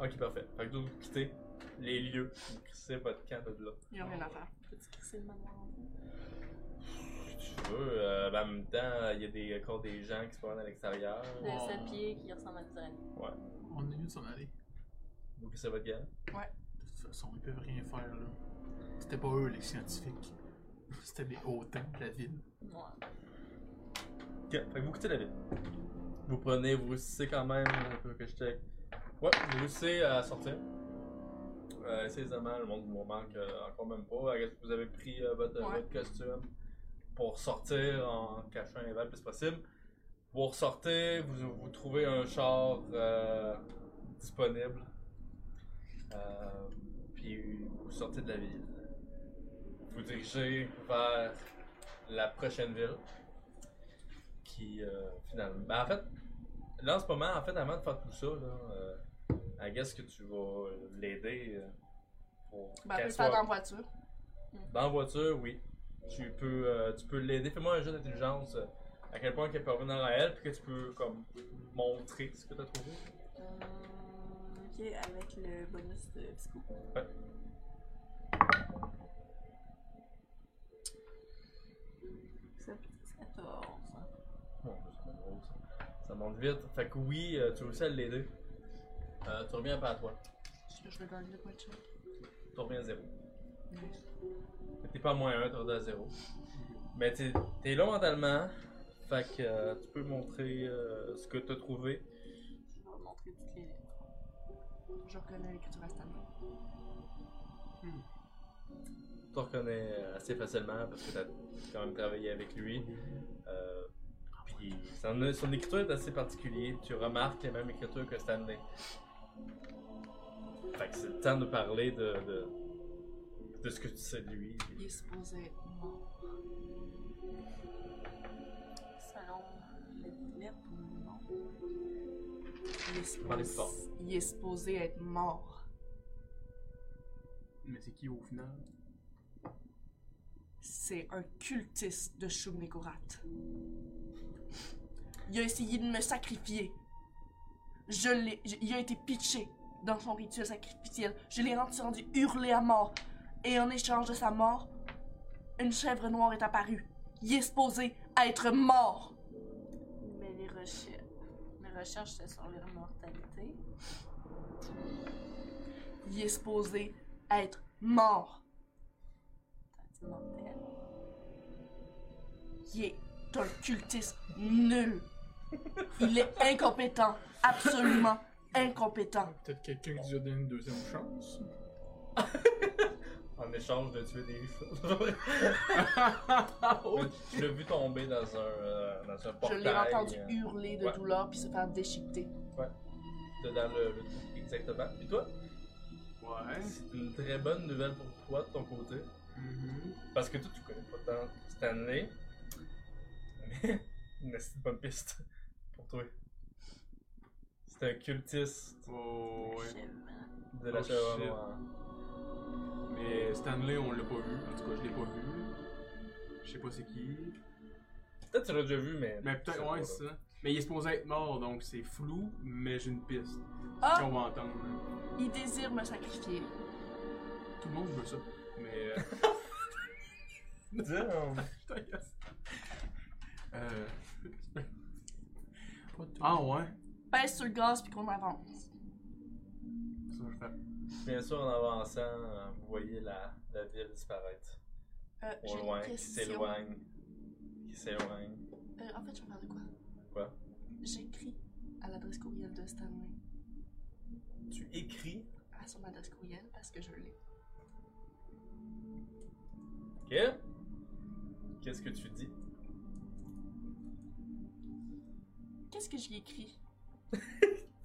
[SPEAKER 1] Ok, parfait. Fait que d'autres, vous quittez les lieux. Vous crissez votre camp de là.
[SPEAKER 4] Il n'y a rien à faire.
[SPEAKER 2] Peux-tu crisser le manoir en fait?
[SPEAKER 1] Si tu veux, euh, ben, en même temps, il y a des, encore des gens qui se promènent à l'extérieur.
[SPEAKER 2] Le
[SPEAKER 5] Oh.
[SPEAKER 2] sept pieds qui ressemble à des araignées.
[SPEAKER 5] On a eu de s'en aller.
[SPEAKER 1] Vous crissez votre gang.
[SPEAKER 5] De toute façon, ils peuvent rien faire, là. C'était pas eux, les scientifiques. C'était les hautains de la ville.
[SPEAKER 2] Moi.
[SPEAKER 1] Ok, fait que vous quittez la ville. Vous prenez, vous réussissez quand même, un peu que je check. Ouais, vous réussissez à sortir. Euh, essayez aisément, le monde vous manque euh, encore même pas. Est-ce que vous avez pris euh, votre,
[SPEAKER 4] Ouais.
[SPEAKER 1] votre costume pour sortir en cachant les balles le plus possible? Vous ressortez, vous, vous trouvez un char euh, disponible. Euh, puis vous sortez de la ville. Vous dirigez vers la prochaine ville. Qui euh, finalement. Ben, en fait, là en ce moment, en fait, avant de faire tout ça, là, euh, I guess que tu vas l'aider euh, pour
[SPEAKER 4] Ben, on peut
[SPEAKER 1] qu'elle
[SPEAKER 4] le faire
[SPEAKER 1] soit-
[SPEAKER 4] dans la voiture.
[SPEAKER 1] dans la voiture, oui. Tu peux, euh, tu peux l'aider. Fais-moi un jeu d'intelligence. euh, à quel point qu'elle peut revenir à elle, puis que tu peux comme montrer ce que t'as trouvé.
[SPEAKER 2] Euh, ok. attaquer avec le bonus de psycho.
[SPEAKER 1] Ouais.
[SPEAKER 2] Ça fait 14.
[SPEAKER 1] Mon Dieu, ça monte drôle, ça. Ça monte vite. Fait que oui, euh, tu réussis à l'aider. Euh, tu reviens pas à toi.
[SPEAKER 4] Je je vais gagner le point de choc.
[SPEAKER 1] Tu reviens à zéro. Fait que T'es pas à moins 1, t'es rendu à zéro. Mais t'es t'es là mentalement. Fait que euh, tu peux montrer euh, ce que t'as trouvé.
[SPEAKER 2] Je vais montrer toutes les lettres.
[SPEAKER 4] Je reconnais l'écriture à cette année.
[SPEAKER 1] Tu te reconnais euh, assez facilement parce que t'as quand même travaillé avec lui. Euh, puis son, son écriture est assez particulière. Tu remarques la même écriture que Stanley. Fait que c'est le temps de parler de, de, de ce que tu sais de lui.
[SPEAKER 4] Il est supposé être mort.
[SPEAKER 2] Selon les lettres ou non.
[SPEAKER 4] Il est
[SPEAKER 1] Parlez plus
[SPEAKER 4] supposé,
[SPEAKER 1] fort.
[SPEAKER 4] il est supposé être mort.
[SPEAKER 3] Mais c'est qui au final
[SPEAKER 4] C'est un cultiste de Shumnekorat. Il a essayé de me sacrifier. Je l'ai, je- il a été pitché dans son rituel sacrificiel. Je l'ai entendu hurler à mort. Et en échange de sa mort, une chèvre noire est apparue. Il est supposé être mort.
[SPEAKER 2] Mais les recherches. Mes recherches, c'est sur l'immortalité.
[SPEAKER 4] Il est supposé être mort.
[SPEAKER 2] C'est mortel.
[SPEAKER 4] Il est un cultiste nul. Il est incompétent, absolument incompétent.
[SPEAKER 5] Peut-être quelqu'un qui lui a donné une deuxième chance.
[SPEAKER 1] en échange de tuer des choses. Je l'ai vu tomber dans un, euh, dans un
[SPEAKER 4] Je
[SPEAKER 1] portail.
[SPEAKER 4] l'ai entendu
[SPEAKER 1] euh,
[SPEAKER 4] hurler de
[SPEAKER 1] ouais.
[SPEAKER 4] douleur puis se faire déchiqueter.
[SPEAKER 1] de- dans euh, le, le trou. Exactement. Et toi,
[SPEAKER 3] Ouais.
[SPEAKER 1] c'est une très bonne nouvelle pour toi de ton côté.
[SPEAKER 3] Mhm.
[SPEAKER 1] Parce que toi, tu connais pas tant Stanley. Mais, mais c'est une bonne piste pour toi. C'est un cultiste
[SPEAKER 3] Oh, ouais.
[SPEAKER 1] de la
[SPEAKER 3] Oh,
[SPEAKER 1] Chèvre
[SPEAKER 3] shit.
[SPEAKER 1] Noire.
[SPEAKER 3] Mais Stanley, on l'a pas vu. En tout cas, je l'ai pas vu. Je sais pas c'est qui.
[SPEAKER 1] Peut-être tu l'as déjà vu, mais.
[SPEAKER 3] Mais peut-être, ouais,
[SPEAKER 1] c'est
[SPEAKER 3] c'est ça. Mais il est supposé être mort, donc c'est flou, mais j'ai une piste.
[SPEAKER 4] Ah!
[SPEAKER 3] Qu'on va entendre. hein.
[SPEAKER 4] Il désire me sacrifier.
[SPEAKER 3] Tout le monde veut ça. Mais. euh,
[SPEAKER 1] euh, Damn.
[SPEAKER 3] Putain, yes. Euh. Ah ouais?
[SPEAKER 4] Pèse sur le gaz puis qu'on avance.
[SPEAKER 3] Ça, je fais.
[SPEAKER 1] Bien sûr, en avançant, euh, vous voyez la, la ville disparaître.
[SPEAKER 4] Euh,
[SPEAKER 1] Au
[SPEAKER 4] j'ai une
[SPEAKER 1] loin, qui
[SPEAKER 4] question.
[SPEAKER 1] s'éloigne. Qui s'éloigne.
[SPEAKER 4] Euh, en fait, je vais faire de quoi
[SPEAKER 1] Quoi?
[SPEAKER 4] J'écris à l'adresse courriel de Stanley.
[SPEAKER 1] Tu écris.
[SPEAKER 4] À son adresse courriel parce que je l'ai.
[SPEAKER 1] Ok. Qu'est-ce que tu dis?
[SPEAKER 4] Qu'est-ce que j'y écris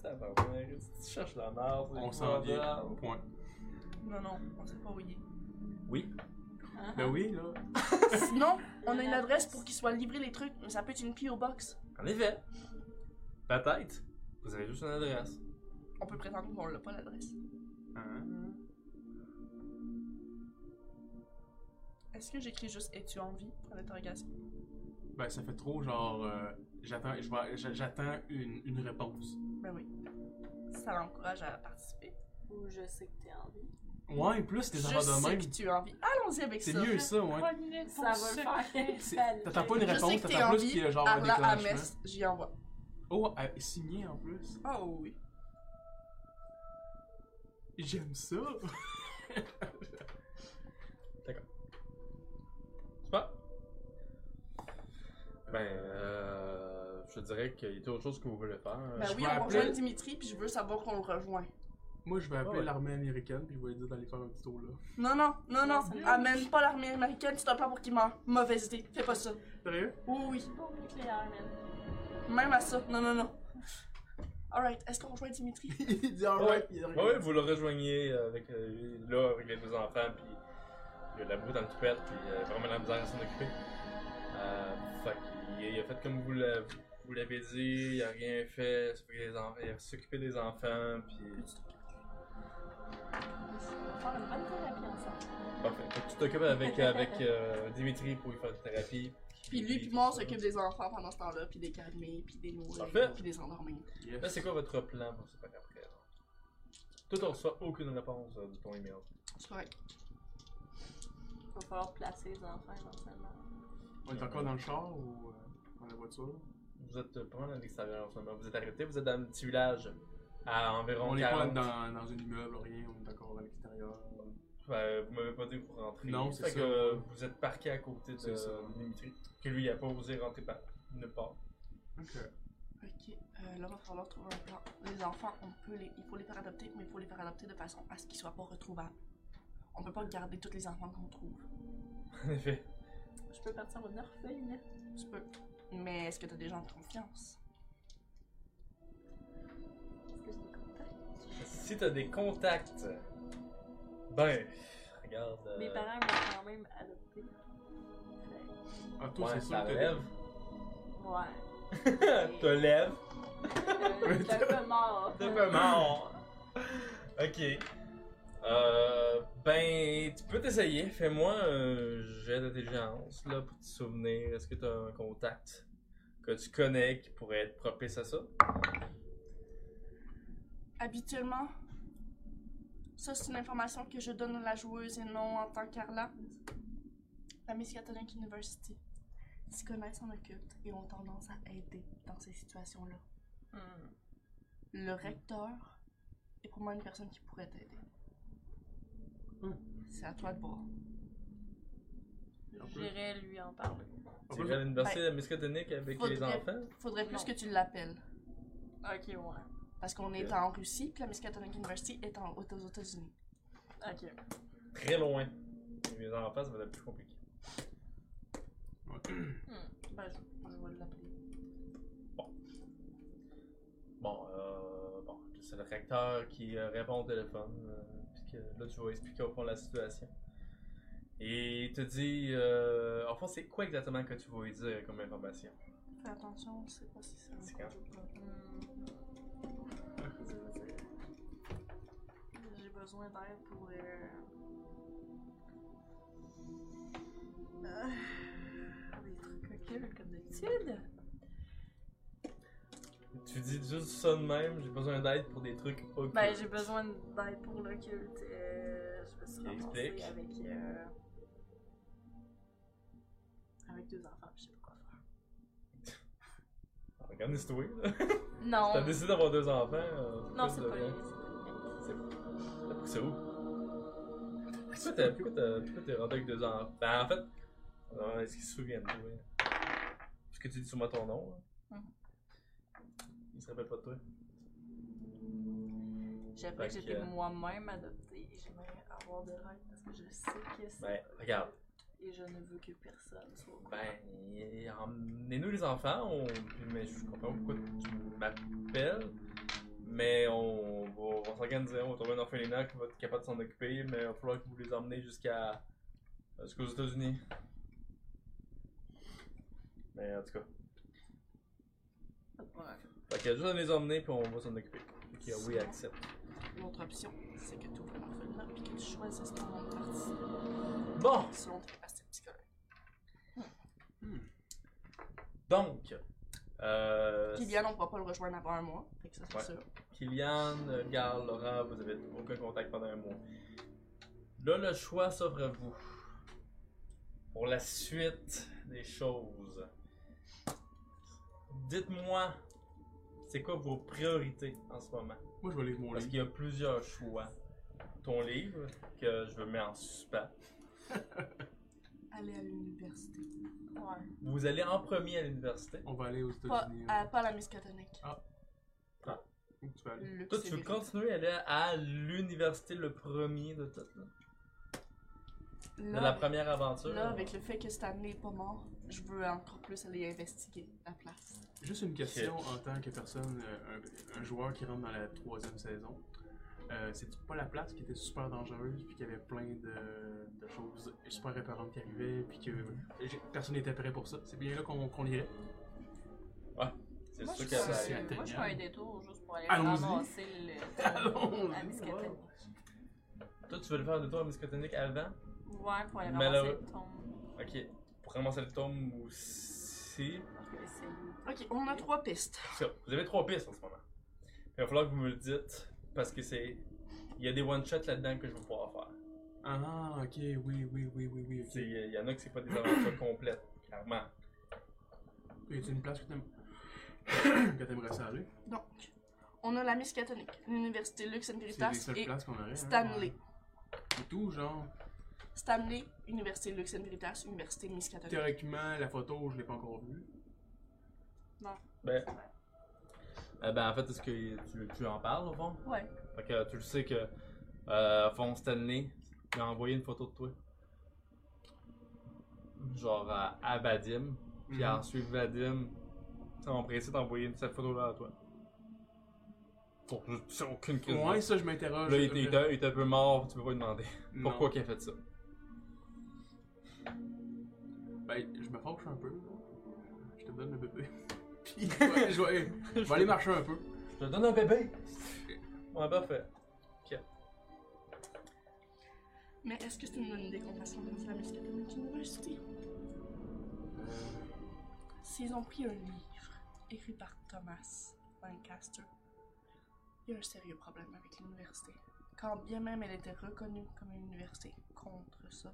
[SPEAKER 1] Tabarnak, tu cherches la merde.
[SPEAKER 3] On s'en vient. Point.
[SPEAKER 4] Non, non, on sait pas où il est.
[SPEAKER 1] Oui.
[SPEAKER 4] Ah,
[SPEAKER 3] Ben oui, là.
[SPEAKER 4] Sinon, on a une adresse pour qu'il soit livré les trucs, mais ça peut être une P.O. Box.
[SPEAKER 1] En effet. Peut-être. Vous avez juste une adresse.
[SPEAKER 4] On peut prétendre qu'on l'a pas l'adresse. Hein? Est-ce que j'écris juste Es-tu en vie pour l'interrogation
[SPEAKER 3] Ben, ça fait trop genre. euh, j'attends je vais- j'a- j'attends une, une réponse.
[SPEAKER 4] Ben oui. Ça l'encourage à participer.
[SPEAKER 2] Ou je sais que t'es en vie.
[SPEAKER 3] Ouais, plus des
[SPEAKER 4] Je
[SPEAKER 3] affaires de
[SPEAKER 4] sais
[SPEAKER 3] même.
[SPEAKER 4] que tu as envie. Allons-y avec ça.
[SPEAKER 3] C'est mieux ça, ouais.
[SPEAKER 6] Trois minutes
[SPEAKER 2] Ça va le faire.
[SPEAKER 3] C'est-
[SPEAKER 2] Ça le
[SPEAKER 3] T'attends pas une
[SPEAKER 4] Je sais
[SPEAKER 3] réponse,
[SPEAKER 4] que t'es
[SPEAKER 3] t'attends
[SPEAKER 4] en
[SPEAKER 3] plus qu'il
[SPEAKER 4] vie.
[SPEAKER 3] y ait genre hein. un
[SPEAKER 4] Arla à
[SPEAKER 3] déclenchement.
[SPEAKER 4] Metz, j'y envoie.
[SPEAKER 3] Oh, euh, signé en plus.
[SPEAKER 4] Oh oui.
[SPEAKER 3] J'aime ça.
[SPEAKER 1] Super. Ben, euh, je dirais qu'il y a autre chose que vous voulez faire.
[SPEAKER 4] Ben
[SPEAKER 3] Je
[SPEAKER 4] oui,
[SPEAKER 3] vais
[SPEAKER 4] on va
[SPEAKER 3] appeler-
[SPEAKER 4] rejoindre Dimitri, puis je veux savoir qu'on le rejoint.
[SPEAKER 3] Moi, je vais appeler
[SPEAKER 1] Ah ouais.
[SPEAKER 3] l'armée américaine puis je vais lui dire d'aller faire un petit tour là.
[SPEAKER 4] Non, non, non, non.
[SPEAKER 2] Non, c'est
[SPEAKER 4] Amène pas l'armée américaine, tu te prends pour qu'il meure. Mauvaise idée. Fais pas ça.
[SPEAKER 3] Sérieux?
[SPEAKER 4] Oui, oui.
[SPEAKER 2] Pas nucléaire, man.
[SPEAKER 4] Même à ça. Non, non, non. Alright, est-ce qu'on rejoint Dimitri
[SPEAKER 3] il dit
[SPEAKER 1] Ouais.
[SPEAKER 3] alright. il
[SPEAKER 1] Ouais, ouais, vous le rejoignez avec euh, là, avec les deux enfants, puis il y a de la boue dans le toupette, puis euh, vraiment la misère à s'en occuper. Euh, fait qu'il il a fait comme vous l'a- vous l'avez dit, il a rien fait, il s'est occupé des en- il a s'occupé des enfants, puis
[SPEAKER 2] On va faire une bonne thérapie ensemble.
[SPEAKER 1] parfait. Fait que tu t'occupes avec, avec euh, Dimitri pour lui faire une thérapie.
[SPEAKER 4] Puis lui, puis moi, on s'occupe
[SPEAKER 1] des...
[SPEAKER 4] des enfants pendant ce temps-là, puis des calmer, puis des nourrir,
[SPEAKER 1] Parfait. Ben,
[SPEAKER 4] puis des endormir.
[SPEAKER 3] Yes.
[SPEAKER 1] Là, c'est quoi votre plan pour ce pack après? Toi, t'en reçois aucune réponse euh, de ton email.
[SPEAKER 4] C'est correct.
[SPEAKER 2] Il va falloir placer les enfants éventuellement.
[SPEAKER 3] On est encore dans le char ou euh, dans la voiture?
[SPEAKER 1] Vous êtes euh, pas mal à l'extérieur en ce moment. Vous êtes arrêté, vous êtes dans un petit village à environ
[SPEAKER 3] On est pas
[SPEAKER 1] 40.
[SPEAKER 3] dans, dans un immeuble, rien, on est encore à l'extérieur.
[SPEAKER 1] Euh, vous m'avez pas dit que vous rentrez.
[SPEAKER 3] Non, c'est
[SPEAKER 1] Fait
[SPEAKER 3] ça.
[SPEAKER 1] que euh, vous êtes parqué à côté
[SPEAKER 3] C'est ça.
[SPEAKER 1] de Dimitri. Que lui, il a pas osé rentrer par nulle part.
[SPEAKER 3] Ok.
[SPEAKER 4] Ok, euh, là, va falloir trouver un plan. Les enfants, on peut les, il faut les faire adopter, mais il faut les faire adopter de façon à ce qu'ils soient pas retrouvables. On peut pas garder tous les enfants qu'on trouve.
[SPEAKER 1] En effet.
[SPEAKER 2] Je peux partir en orpheline.
[SPEAKER 4] Tu peux. Mais est-ce que t'as des gens de confiance?
[SPEAKER 2] Est-ce que je les contacte?
[SPEAKER 1] Si t'as des contacts, ben, regarde. euh,
[SPEAKER 2] Mes parents m'ont quand même adopté. Fait
[SPEAKER 3] Ah, toi,
[SPEAKER 1] ouais,
[SPEAKER 3] c'est sûr
[SPEAKER 1] ça
[SPEAKER 3] que
[SPEAKER 1] lève.
[SPEAKER 2] que, ouais.
[SPEAKER 1] te lève.
[SPEAKER 2] Euh, J'étais un peu mort.
[SPEAKER 1] T'es pas mort. ok. Euh, ben, tu peux t'essayer. Fais-moi un jet d'intelligence, là, pour te souvenir. Est-ce que t'as un contact que tu connais qui pourrait être propice à ça?
[SPEAKER 4] Habituellement, ça, c'est une information que je donne à la joueuse et non en tant qu'Arla. La Miss Catholic University. Ils connaissent en occulte et ont tendance à aider dans ces situations-là.
[SPEAKER 2] Hmm.
[SPEAKER 4] Le recteur est pour moi une personne qui pourrait t'aider.
[SPEAKER 3] Hmm.
[SPEAKER 4] C'est à toi de voir.
[SPEAKER 3] Un peu.
[SPEAKER 2] J'irai lui en parler.
[SPEAKER 1] Tu irais à l'université de Miskatonic avec les
[SPEAKER 4] Faudrait-
[SPEAKER 1] enfants?
[SPEAKER 4] Faudrait plus
[SPEAKER 2] Non.
[SPEAKER 4] que tu l'appelles.
[SPEAKER 2] Ok, ouais.
[SPEAKER 4] Parce qu'on
[SPEAKER 1] Ok.
[SPEAKER 4] est en Russie, puis la Miss Catholic University est en, aux États-Unis.
[SPEAKER 2] Ok.
[SPEAKER 1] Très loin. Les enfants, ça va être plus compliqué.
[SPEAKER 2] Hmm. Ben, je, je vais l'appeler.
[SPEAKER 1] Bon, euh, bon c'est le recteur qui euh, répond au téléphone. euh, puis que là, tu vas expliquer au fond la situation. Et il te dit, euh, en fait, c'est quoi exactement que tu vas lui dire comme information?
[SPEAKER 4] Fais attention, on sait pas si c'est
[SPEAKER 1] C'est
[SPEAKER 4] un
[SPEAKER 1] quand-
[SPEAKER 4] code ou pas.
[SPEAKER 2] Hmm. Mm, J'ai besoin d'air pour. euh, euh, Des trucs occultes comme d'habitude.
[SPEAKER 1] Tu dis juste ça de même, j'ai besoin d'aide pour des trucs occultes.
[SPEAKER 2] Ben, j'ai besoin d'aide pour l'occulte. Euh, je me suis
[SPEAKER 1] Il
[SPEAKER 2] ramassée
[SPEAKER 1] explique.
[SPEAKER 2] avec. euh, Avec deux enfants, je sais pas quoi faire.
[SPEAKER 1] Ah, Regarde, c'est toi, là.
[SPEAKER 2] Non!
[SPEAKER 1] T'as décidé d'avoir deux enfants. euh,
[SPEAKER 2] Non,
[SPEAKER 1] tu
[SPEAKER 2] c'est
[SPEAKER 1] fais
[SPEAKER 2] pas
[SPEAKER 1] de-
[SPEAKER 2] lui.
[SPEAKER 1] C'est où? Pourquoi t'as- pourquoi t'as- pourquoi t'es rendu avec deux enfants? Ben en fait, euh, est-ce qu'ils se souviennent de toi? Parce que tu dis sûrement ton nom. Là.
[SPEAKER 2] Mhm.
[SPEAKER 1] Ils se rappellent pas de toi.
[SPEAKER 2] J'avais que
[SPEAKER 1] Fait que,
[SPEAKER 2] j'étais
[SPEAKER 1] euh,
[SPEAKER 2] moi-même adoptée et j'aimerais avoir des rêves parce que je sais que c'est.
[SPEAKER 1] Ben regarde,
[SPEAKER 2] Et je ne veux que personne soit au courant.
[SPEAKER 1] ben y- emmenez-nous les enfants. On... puis, Mais je comprends pas pourquoi tu m'appelles. Mais on va, on va s'organiser, on va trouver un orphelinat qui va être capable de s'en occuper, mais il va falloir que vous les emmenez jusqu'à euh, jusqu'aux États-Unis. Mais en tout cas.
[SPEAKER 2] Ouais.
[SPEAKER 1] Fait que juste à les emmener puis on va s'en occuper. Fait que oui, accepte.
[SPEAKER 4] L'autre option, c'est que tu ouvres l'orphelinat puis que tu choisisses ton nom de partie
[SPEAKER 1] Bon,
[SPEAKER 4] selon tes capacités psychologiques.
[SPEAKER 1] donc. Euh,
[SPEAKER 4] Kylian, on pourra pas le rejoindre avant un mois, fait que ça c'est
[SPEAKER 1] Ouais.
[SPEAKER 4] sûr.
[SPEAKER 1] Kylian, euh, Gare, Laura, vous avez aucun contact pendant un mois. Là, le choix s'offre à vous. Pour la suite des choses. Dites-moi, c'est quoi vos priorités en ce moment?
[SPEAKER 3] Moi, je vais lire mon
[SPEAKER 1] Parce
[SPEAKER 3] livre.
[SPEAKER 1] qu'il y a plusieurs choix. Ton livre, que je mets en suspens.
[SPEAKER 4] Aller à l'université.
[SPEAKER 2] Ouais.
[SPEAKER 1] Vous allez en premier à l'université.
[SPEAKER 3] On va aller aux
[SPEAKER 4] Pas,
[SPEAKER 3] États-Unis.
[SPEAKER 4] à- pas à la miscatonique.
[SPEAKER 3] Où tu vas aller?
[SPEAKER 4] Le
[SPEAKER 1] Toi, tu veux
[SPEAKER 4] CVT.
[SPEAKER 1] continuer à aller à l'université le premier de tout, là? De
[SPEAKER 4] Là,
[SPEAKER 1] la première aventure.
[SPEAKER 4] là, avec le fait que Stanley n'est pas mort, je veux encore plus aller investiguer la place.
[SPEAKER 3] Juste une question en tant que personne, euh, un, un joueur qui rentre dans la troisième saison. Euh, c'est pas la place qui était super dangereuse, puis qu'il y avait plein de, de choses super réparantes qui arrivaient, puis que j'ai- personne n'était prêt pour ça. C'est bien là qu'on qu'on irait.
[SPEAKER 1] C'est
[SPEAKER 2] Moi,
[SPEAKER 1] sûr
[SPEAKER 2] je
[SPEAKER 1] qu'elle
[SPEAKER 2] fais-
[SPEAKER 3] c'est
[SPEAKER 1] va-
[SPEAKER 2] Moi, je fais un
[SPEAKER 3] atteignable.
[SPEAKER 2] détour juste pour aller
[SPEAKER 3] Allons-y.
[SPEAKER 2] ramasser le.
[SPEAKER 3] Allons-y,
[SPEAKER 2] la Miskatonic.
[SPEAKER 3] wow.
[SPEAKER 1] Toi, tu veux le faire le tour à Miskatonic avant
[SPEAKER 2] Ouais, pour aller
[SPEAKER 1] Mais
[SPEAKER 2] ramasser
[SPEAKER 1] là-
[SPEAKER 2] le tombe.
[SPEAKER 1] Ok. Pour commencer le tome aussi.
[SPEAKER 2] Je vais
[SPEAKER 4] Ok,
[SPEAKER 2] essayer.
[SPEAKER 4] on a trois pistes.
[SPEAKER 1] Parce que Vous avez trois pistes en ce moment. Il va falloir que vous me le dites parce que c'est Il y a des one-shots là-dedans que je vais pouvoir faire.
[SPEAKER 3] Ah, ok, oui, oui, oui, oui, oui.
[SPEAKER 1] C'est-
[SPEAKER 3] ok.
[SPEAKER 1] Il y en a que c'est pas des aventures complètes, clairement.
[SPEAKER 3] Y a-t-il une place que t'aimerais que t'aimerais ça aller?
[SPEAKER 4] Donc, on a la Miss catholique, l'Université Lux and
[SPEAKER 3] C'est les
[SPEAKER 4] Veritas
[SPEAKER 3] seules
[SPEAKER 4] et
[SPEAKER 3] places qu'on aurait. hein.
[SPEAKER 4] Stanley.
[SPEAKER 3] C'est tout, genre.
[SPEAKER 4] Stanley, Université Lux and Veritas, Université Miss catholique.
[SPEAKER 3] Théoriquement, la photo, je l'ai pas encore vue.
[SPEAKER 1] Ben, euh, ben en fait, est-ce que tu, tu en parles au fond?
[SPEAKER 4] Ouais.
[SPEAKER 1] Fait que tu le sais que euh, au fond Stanley il a envoyé une photo de toi. Genre à, à Vadim. Puis
[SPEAKER 3] Mhm.
[SPEAKER 1] ensuite Vadim s'est empressé d'envoyer cette photo-là à toi. Pour juste c'est aucune crise.
[SPEAKER 3] Ouais, ça, je
[SPEAKER 1] Là,
[SPEAKER 3] m'interroge. Euh,
[SPEAKER 1] il était- il était il était un peu mort, tu peux pas lui demander
[SPEAKER 3] Non.
[SPEAKER 1] pourquoi qu'il a fait ça.
[SPEAKER 3] Ben, je me fâche un peu. Je te donne le bébé. Puis, ouais, je vais, je vais aller marcher un peu.
[SPEAKER 1] Je te donne un bébé! Ouais, parfait.
[SPEAKER 4] Mais est-ce que c'est une bonne idée qu'on fasse rencontrer la Miss catholique University? S'ils ont pris un livre écrit par Thomas Lancaster, il y a un sérieux problème avec l'université. Quand bien même elle était reconnue comme une université contre ça.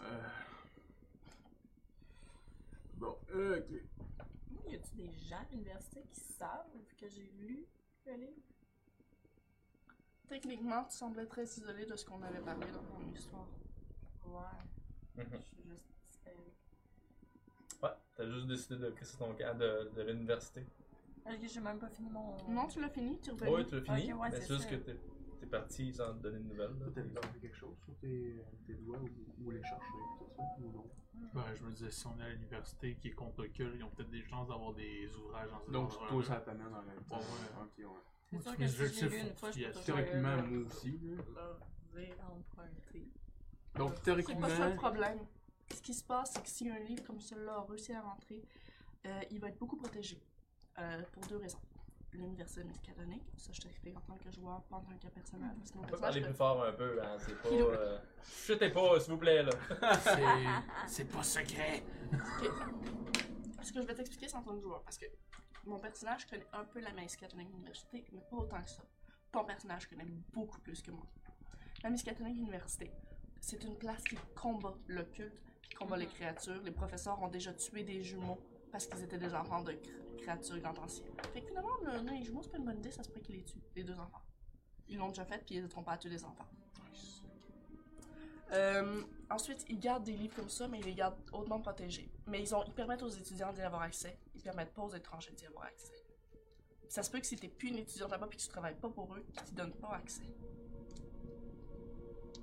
[SPEAKER 3] Euh... Bon, ok.
[SPEAKER 2] Moi, y a-tu des gens à l'université qui savent que j'ai lu le livre?
[SPEAKER 4] Techniquement, tu semblais très isolé de ce qu'on avait parlé dans ton histoire.
[SPEAKER 2] Ouais, je
[SPEAKER 1] Mhm.
[SPEAKER 2] suis juste hystérique.
[SPEAKER 1] Ouais, t'as juste décidé de crisser ton cas de, de l'université.
[SPEAKER 2] Parce que j'ai même pas fini mon.
[SPEAKER 4] Non, tu l'as fini, tu reviens.
[SPEAKER 1] Oui, tu l'as fini.
[SPEAKER 2] Ok, ouais,
[SPEAKER 1] mais
[SPEAKER 2] c'est
[SPEAKER 1] c'est juste
[SPEAKER 2] ça.
[SPEAKER 1] que t'es t'es parti sans te donner de nouvelles. là.
[SPEAKER 3] Toi, t'avais enlevé quelque chose sur tes, tes doigts ou, ou les chercher, c'est ça, ou non?
[SPEAKER 2] Hmm.
[SPEAKER 5] Ben, je me disais, si on est à l'université qui est contre le cul, ils ont peut-être des chances d'avoir des ouvrages dans ce
[SPEAKER 3] Donc,
[SPEAKER 5] genre-là.
[SPEAKER 3] toi, ça t'amène en même temps.
[SPEAKER 5] Ouais.
[SPEAKER 3] Ok, ouais.
[SPEAKER 2] C'est
[SPEAKER 5] Moi,
[SPEAKER 2] sûr
[SPEAKER 5] tu
[SPEAKER 2] que
[SPEAKER 5] me
[SPEAKER 2] si
[SPEAKER 5] dis
[SPEAKER 2] je l'ai
[SPEAKER 5] que
[SPEAKER 2] lu
[SPEAKER 5] c'est
[SPEAKER 2] une fois, je
[SPEAKER 5] fou,
[SPEAKER 2] peux
[SPEAKER 5] yes.
[SPEAKER 2] toujours
[SPEAKER 3] Théoriquement,
[SPEAKER 2] le-
[SPEAKER 3] Ah, moi aussi. là.
[SPEAKER 2] leur dire emprunté.
[SPEAKER 3] Donc,
[SPEAKER 4] C'est pas ça le
[SPEAKER 3] théoriquement,
[SPEAKER 4] problème. Ce qui se passe, c'est que si un livre comme celui-là a réussi à rentrer, euh, il va être beaucoup protégé. Euh, pour deux raisons. L'université mécanique, ça je t'explique en tant que joueur, pas en tant que personnage. Parce que mon
[SPEAKER 1] On peut parler
[SPEAKER 4] personnage,
[SPEAKER 1] plus fort un peu, hein, c'est pas...
[SPEAKER 4] Kilo.
[SPEAKER 1] Euh... Chutez pas, s'il vous plaît, là.
[SPEAKER 5] C'est- C'est pas secret!
[SPEAKER 4] Ce que je vais t'expliquer, c'est en tant que joueur, parce que mon personnage connaît un peu la Miss Catholic Université, mais pas autant que ça. Ton personnage connaît beaucoup plus que moi. La Miss Catholic Université, c'est une place qui combat le culte, qui combat les
[SPEAKER 2] Mhm.
[SPEAKER 4] créatures. Les professeurs ont déjà tué des jumeaux parce qu'ils étaient des enfants de cr- créatures grand anciennes. Fait que finalement, le, les jumeaux, c'est pas une bonne idée, ça se pourrait qu'ils les tuent, les deux enfants. Ils l'ont déjà fait, puis ils n'ont pas à tuer des enfants. Euh, ensuite, ils gardent des livres comme ça, mais ils les gardent hautement protégés. Mais ils, ont, ils permettent aux étudiants d'y avoir accès. Ils permettent pas aux étrangers d'y avoir accès. Ça se peut que si t'es plus une étudiante là-bas puis que tu travailles pas pour eux, qu'ils t'y donnent pas accès.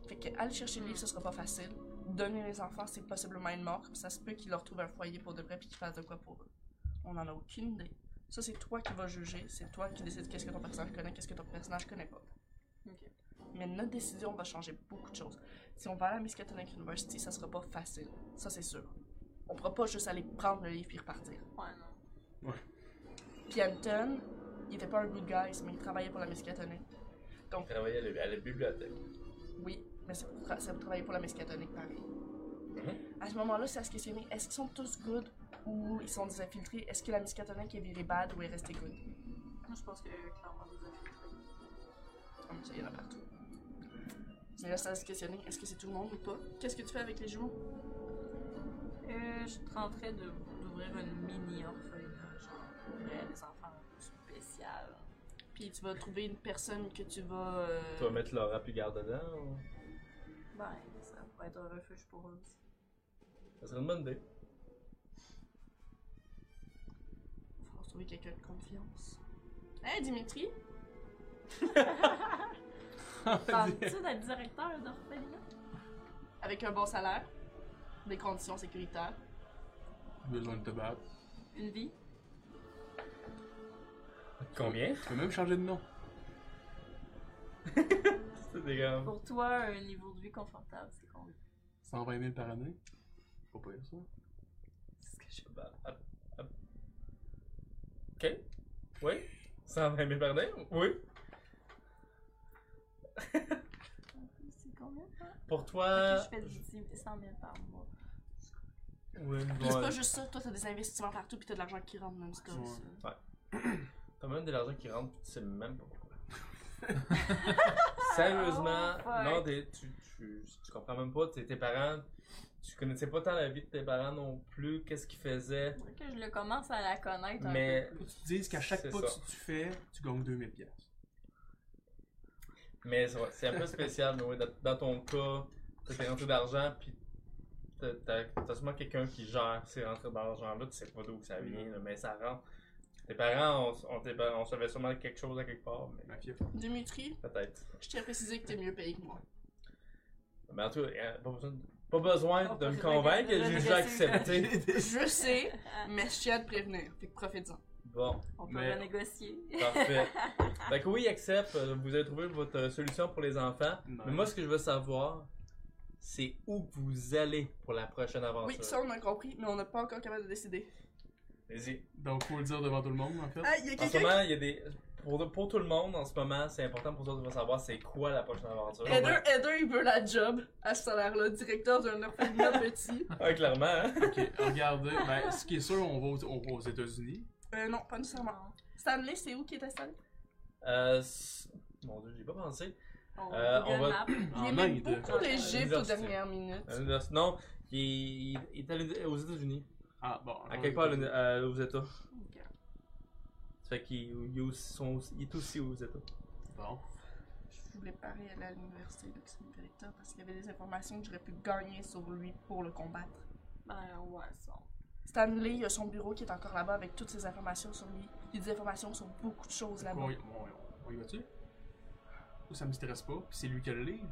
[SPEAKER 4] Fait que aller chercher le livre, ce sera pas facile. Donner les enfants, c'est possiblement une mort. Ça se peut qu'ils leur trouvent un foyer pour de vrai puis qu'ils fassent de quoi pour eux. On en a aucune idée. Ça, c'est toi qui vas juger. C'est toi qui décides qu'est-ce que ton personnage connaît, qu'est-ce que ton personnage connaît pas.
[SPEAKER 2] Ok.
[SPEAKER 4] Mais notre décision va changer beaucoup de choses. Si on va à la Miss Catholic University, ça sera pas facile. Ça, c'est sûr. On pourra pas juste aller prendre le livre puis repartir.
[SPEAKER 2] Ouais, non.
[SPEAKER 4] Puis Hampton, il était pas un good guy, mais il travaillait pour la Miss Catholic.
[SPEAKER 1] On travaillait à la, à la bibliothèque.
[SPEAKER 4] Oui, mais c'est pour, tra- c'est pour travailler pour la Miss Catholic, pareil.
[SPEAKER 1] Mm-hmm.
[SPEAKER 4] À ce moment-là, c'est à se questionner est-ce qu'ils sont tous good ou ils sont désinfiltrés Est-ce que la Miss Catholic est virée bad ou est restée good
[SPEAKER 2] Moi, je pense que euh, clairement, vous avez fait.
[SPEAKER 4] Comme Ah, ça, il y en a partout. Mais là, c'est à se questionner est-ce que c'est tout le monde ou pas Qu'est-ce que tu fais avec les jumeaux
[SPEAKER 2] Euh, je suis en train de- d'ouvrir une mini orphelinat, genre, pour euh, les enfants un peu spéciales.
[SPEAKER 4] Puis tu vas trouver une personne que tu vas. euh,
[SPEAKER 1] Tu vas mettre Laura plus garde dedans ou...
[SPEAKER 2] Ben, ça pourrait être un refuge pour eux aussi.
[SPEAKER 1] Ça serait une bonne idée.
[SPEAKER 4] Faut trouver quelqu'un de confiance. Hey Eh, Dimitri,
[SPEAKER 2] Parles-tu d'être directeur d'orphelinat?
[SPEAKER 4] avec un bon salaire, des conditions sécuritaires,
[SPEAKER 3] besoin de te battre.
[SPEAKER 2] Une vie?
[SPEAKER 1] Combien?
[SPEAKER 3] Tu peux même changer de nom.
[SPEAKER 1] C'est des gars.
[SPEAKER 2] Pour toi, un niveau de vie confortable, c'est combien?
[SPEAKER 3] 120 000 par année. Faut pas dire ça.
[SPEAKER 1] C'est ce que je bah, hop, hop. Ok. Oui. 120 000 par année? Oui.
[SPEAKER 2] C'est combien?
[SPEAKER 1] Pour
[SPEAKER 2] Ok,
[SPEAKER 1] toi...
[SPEAKER 2] je fais 10 100 000 par mois.
[SPEAKER 1] Oui,
[SPEAKER 4] Puis c'est
[SPEAKER 1] ouais.
[SPEAKER 4] pas juste ça, toi t'as des investissements partout pis t'as de l'argent qui rentre dans le store.
[SPEAKER 3] Ouais.
[SPEAKER 1] T'as même de l'argent qui rentre, puis tu sais même pas pourquoi. Sérieusement,
[SPEAKER 2] Oh, fuck.
[SPEAKER 1] non, t'es- tu, tu, tu comprends même pas. t'es- Tes parents, tu connaissais pas tant la vie de tes parents non plus, qu'est-ce qu'ils faisaient.
[SPEAKER 2] Faudrait que je le commence à la connaître un
[SPEAKER 1] Mais
[SPEAKER 2] peu.
[SPEAKER 3] Faut que tu te dises qu'à chaque
[SPEAKER 1] C'est
[SPEAKER 3] pas
[SPEAKER 1] ça.
[SPEAKER 3] que tu fais, tu gagnes 2000 pièces.
[SPEAKER 1] Mais c'est- ouais, c'est un peu spécial, mais ouais, dans, dans ton cas, t'as tes rentrées d'argent, puis t'as- t'as t'as sûrement quelqu'un qui gère ces rentrées d'argent-là, tu sais pas d'où que ça vient, là, mais ça rentre. Tes parents, on, on, t'es- on savait sûrement quelque chose à quelque part, mais
[SPEAKER 3] Ma fille,
[SPEAKER 4] Dimitri,
[SPEAKER 1] peut-être.
[SPEAKER 4] je tiens à préciser que t'es mieux payé que moi.
[SPEAKER 1] Mais en tout cas, euh, pas besoin, pas besoin
[SPEAKER 2] Pas
[SPEAKER 1] de me
[SPEAKER 2] besoin
[SPEAKER 1] convaincre,
[SPEAKER 2] de- de-
[SPEAKER 1] j'ai
[SPEAKER 2] de-
[SPEAKER 1] déjà
[SPEAKER 2] de-
[SPEAKER 1] accepté.
[SPEAKER 4] Je sais, mais je tiens à te prévenir. Fait que profite-en.
[SPEAKER 1] Bon,
[SPEAKER 2] On peut
[SPEAKER 1] Mais-
[SPEAKER 2] renégocier.
[SPEAKER 1] parfait. Fait que oui, accepte, euh, vous avez trouvé votre euh, solution pour les enfants,
[SPEAKER 3] Nice.
[SPEAKER 1] mais moi ce que je veux savoir, c'est où que vous allez pour la prochaine aventure.
[SPEAKER 4] Oui, ça on a compris, mais on n'est pas encore capable de décider.
[SPEAKER 1] Vas-y.
[SPEAKER 3] Donc, faut le dire devant tout le monde, en fait.
[SPEAKER 4] Ah, il y a
[SPEAKER 1] En ce
[SPEAKER 4] quelqu'un
[SPEAKER 1] moment, il y a des. Pour, pour tout le monde, en ce moment, c'est important pour toi de savoir c'est quoi la prochaine aventure.
[SPEAKER 4] Heather, Heather, il veut la job à ce salaire-là, directeur d'un orphelinat petit.
[SPEAKER 1] Ouais, clairement. hein.
[SPEAKER 3] Ok, regardez, ben, ce qui est sûr, on va aux, on va aux États-Unis.
[SPEAKER 4] Euh, non, pas nécessairement. Stanley, c'est où qui était Stanley?
[SPEAKER 1] Euh, c- mon dieu, j'ai pas pensé.
[SPEAKER 2] On,
[SPEAKER 1] Euh, on
[SPEAKER 2] Google
[SPEAKER 1] va-
[SPEAKER 2] Maps.
[SPEAKER 4] Il est
[SPEAKER 3] En
[SPEAKER 4] même
[SPEAKER 3] Inde.
[SPEAKER 4] beaucoup
[SPEAKER 2] Ah,
[SPEAKER 4] l'Égypte aux
[SPEAKER 1] euh, l'université.
[SPEAKER 4] dernières minutes.
[SPEAKER 1] Euh, là, Non, il, il- il est allé aux États-Unis.
[SPEAKER 3] Ah, bon.
[SPEAKER 1] À quelque part
[SPEAKER 3] le...
[SPEAKER 1] euh, aux États.
[SPEAKER 2] Ok.
[SPEAKER 1] Ça fait qu'il il est aussi- sont aussi- il est aussi aux États.
[SPEAKER 3] Bon.
[SPEAKER 4] Je voulais parler à l'université de Ximperector parce qu'il y avait des informations que j'aurais pu gagner sur lui pour le combattre.
[SPEAKER 2] Ben ouais, ça.
[SPEAKER 4] Stanley, il y a son bureau qui est encore là-bas avec toutes ces informations sur lui. Il y a des informations sur beaucoup de choses là-bas.
[SPEAKER 3] On y, on y- on y va-tu? Ou ça me stresse pas, puis c'est lui qui a le livre?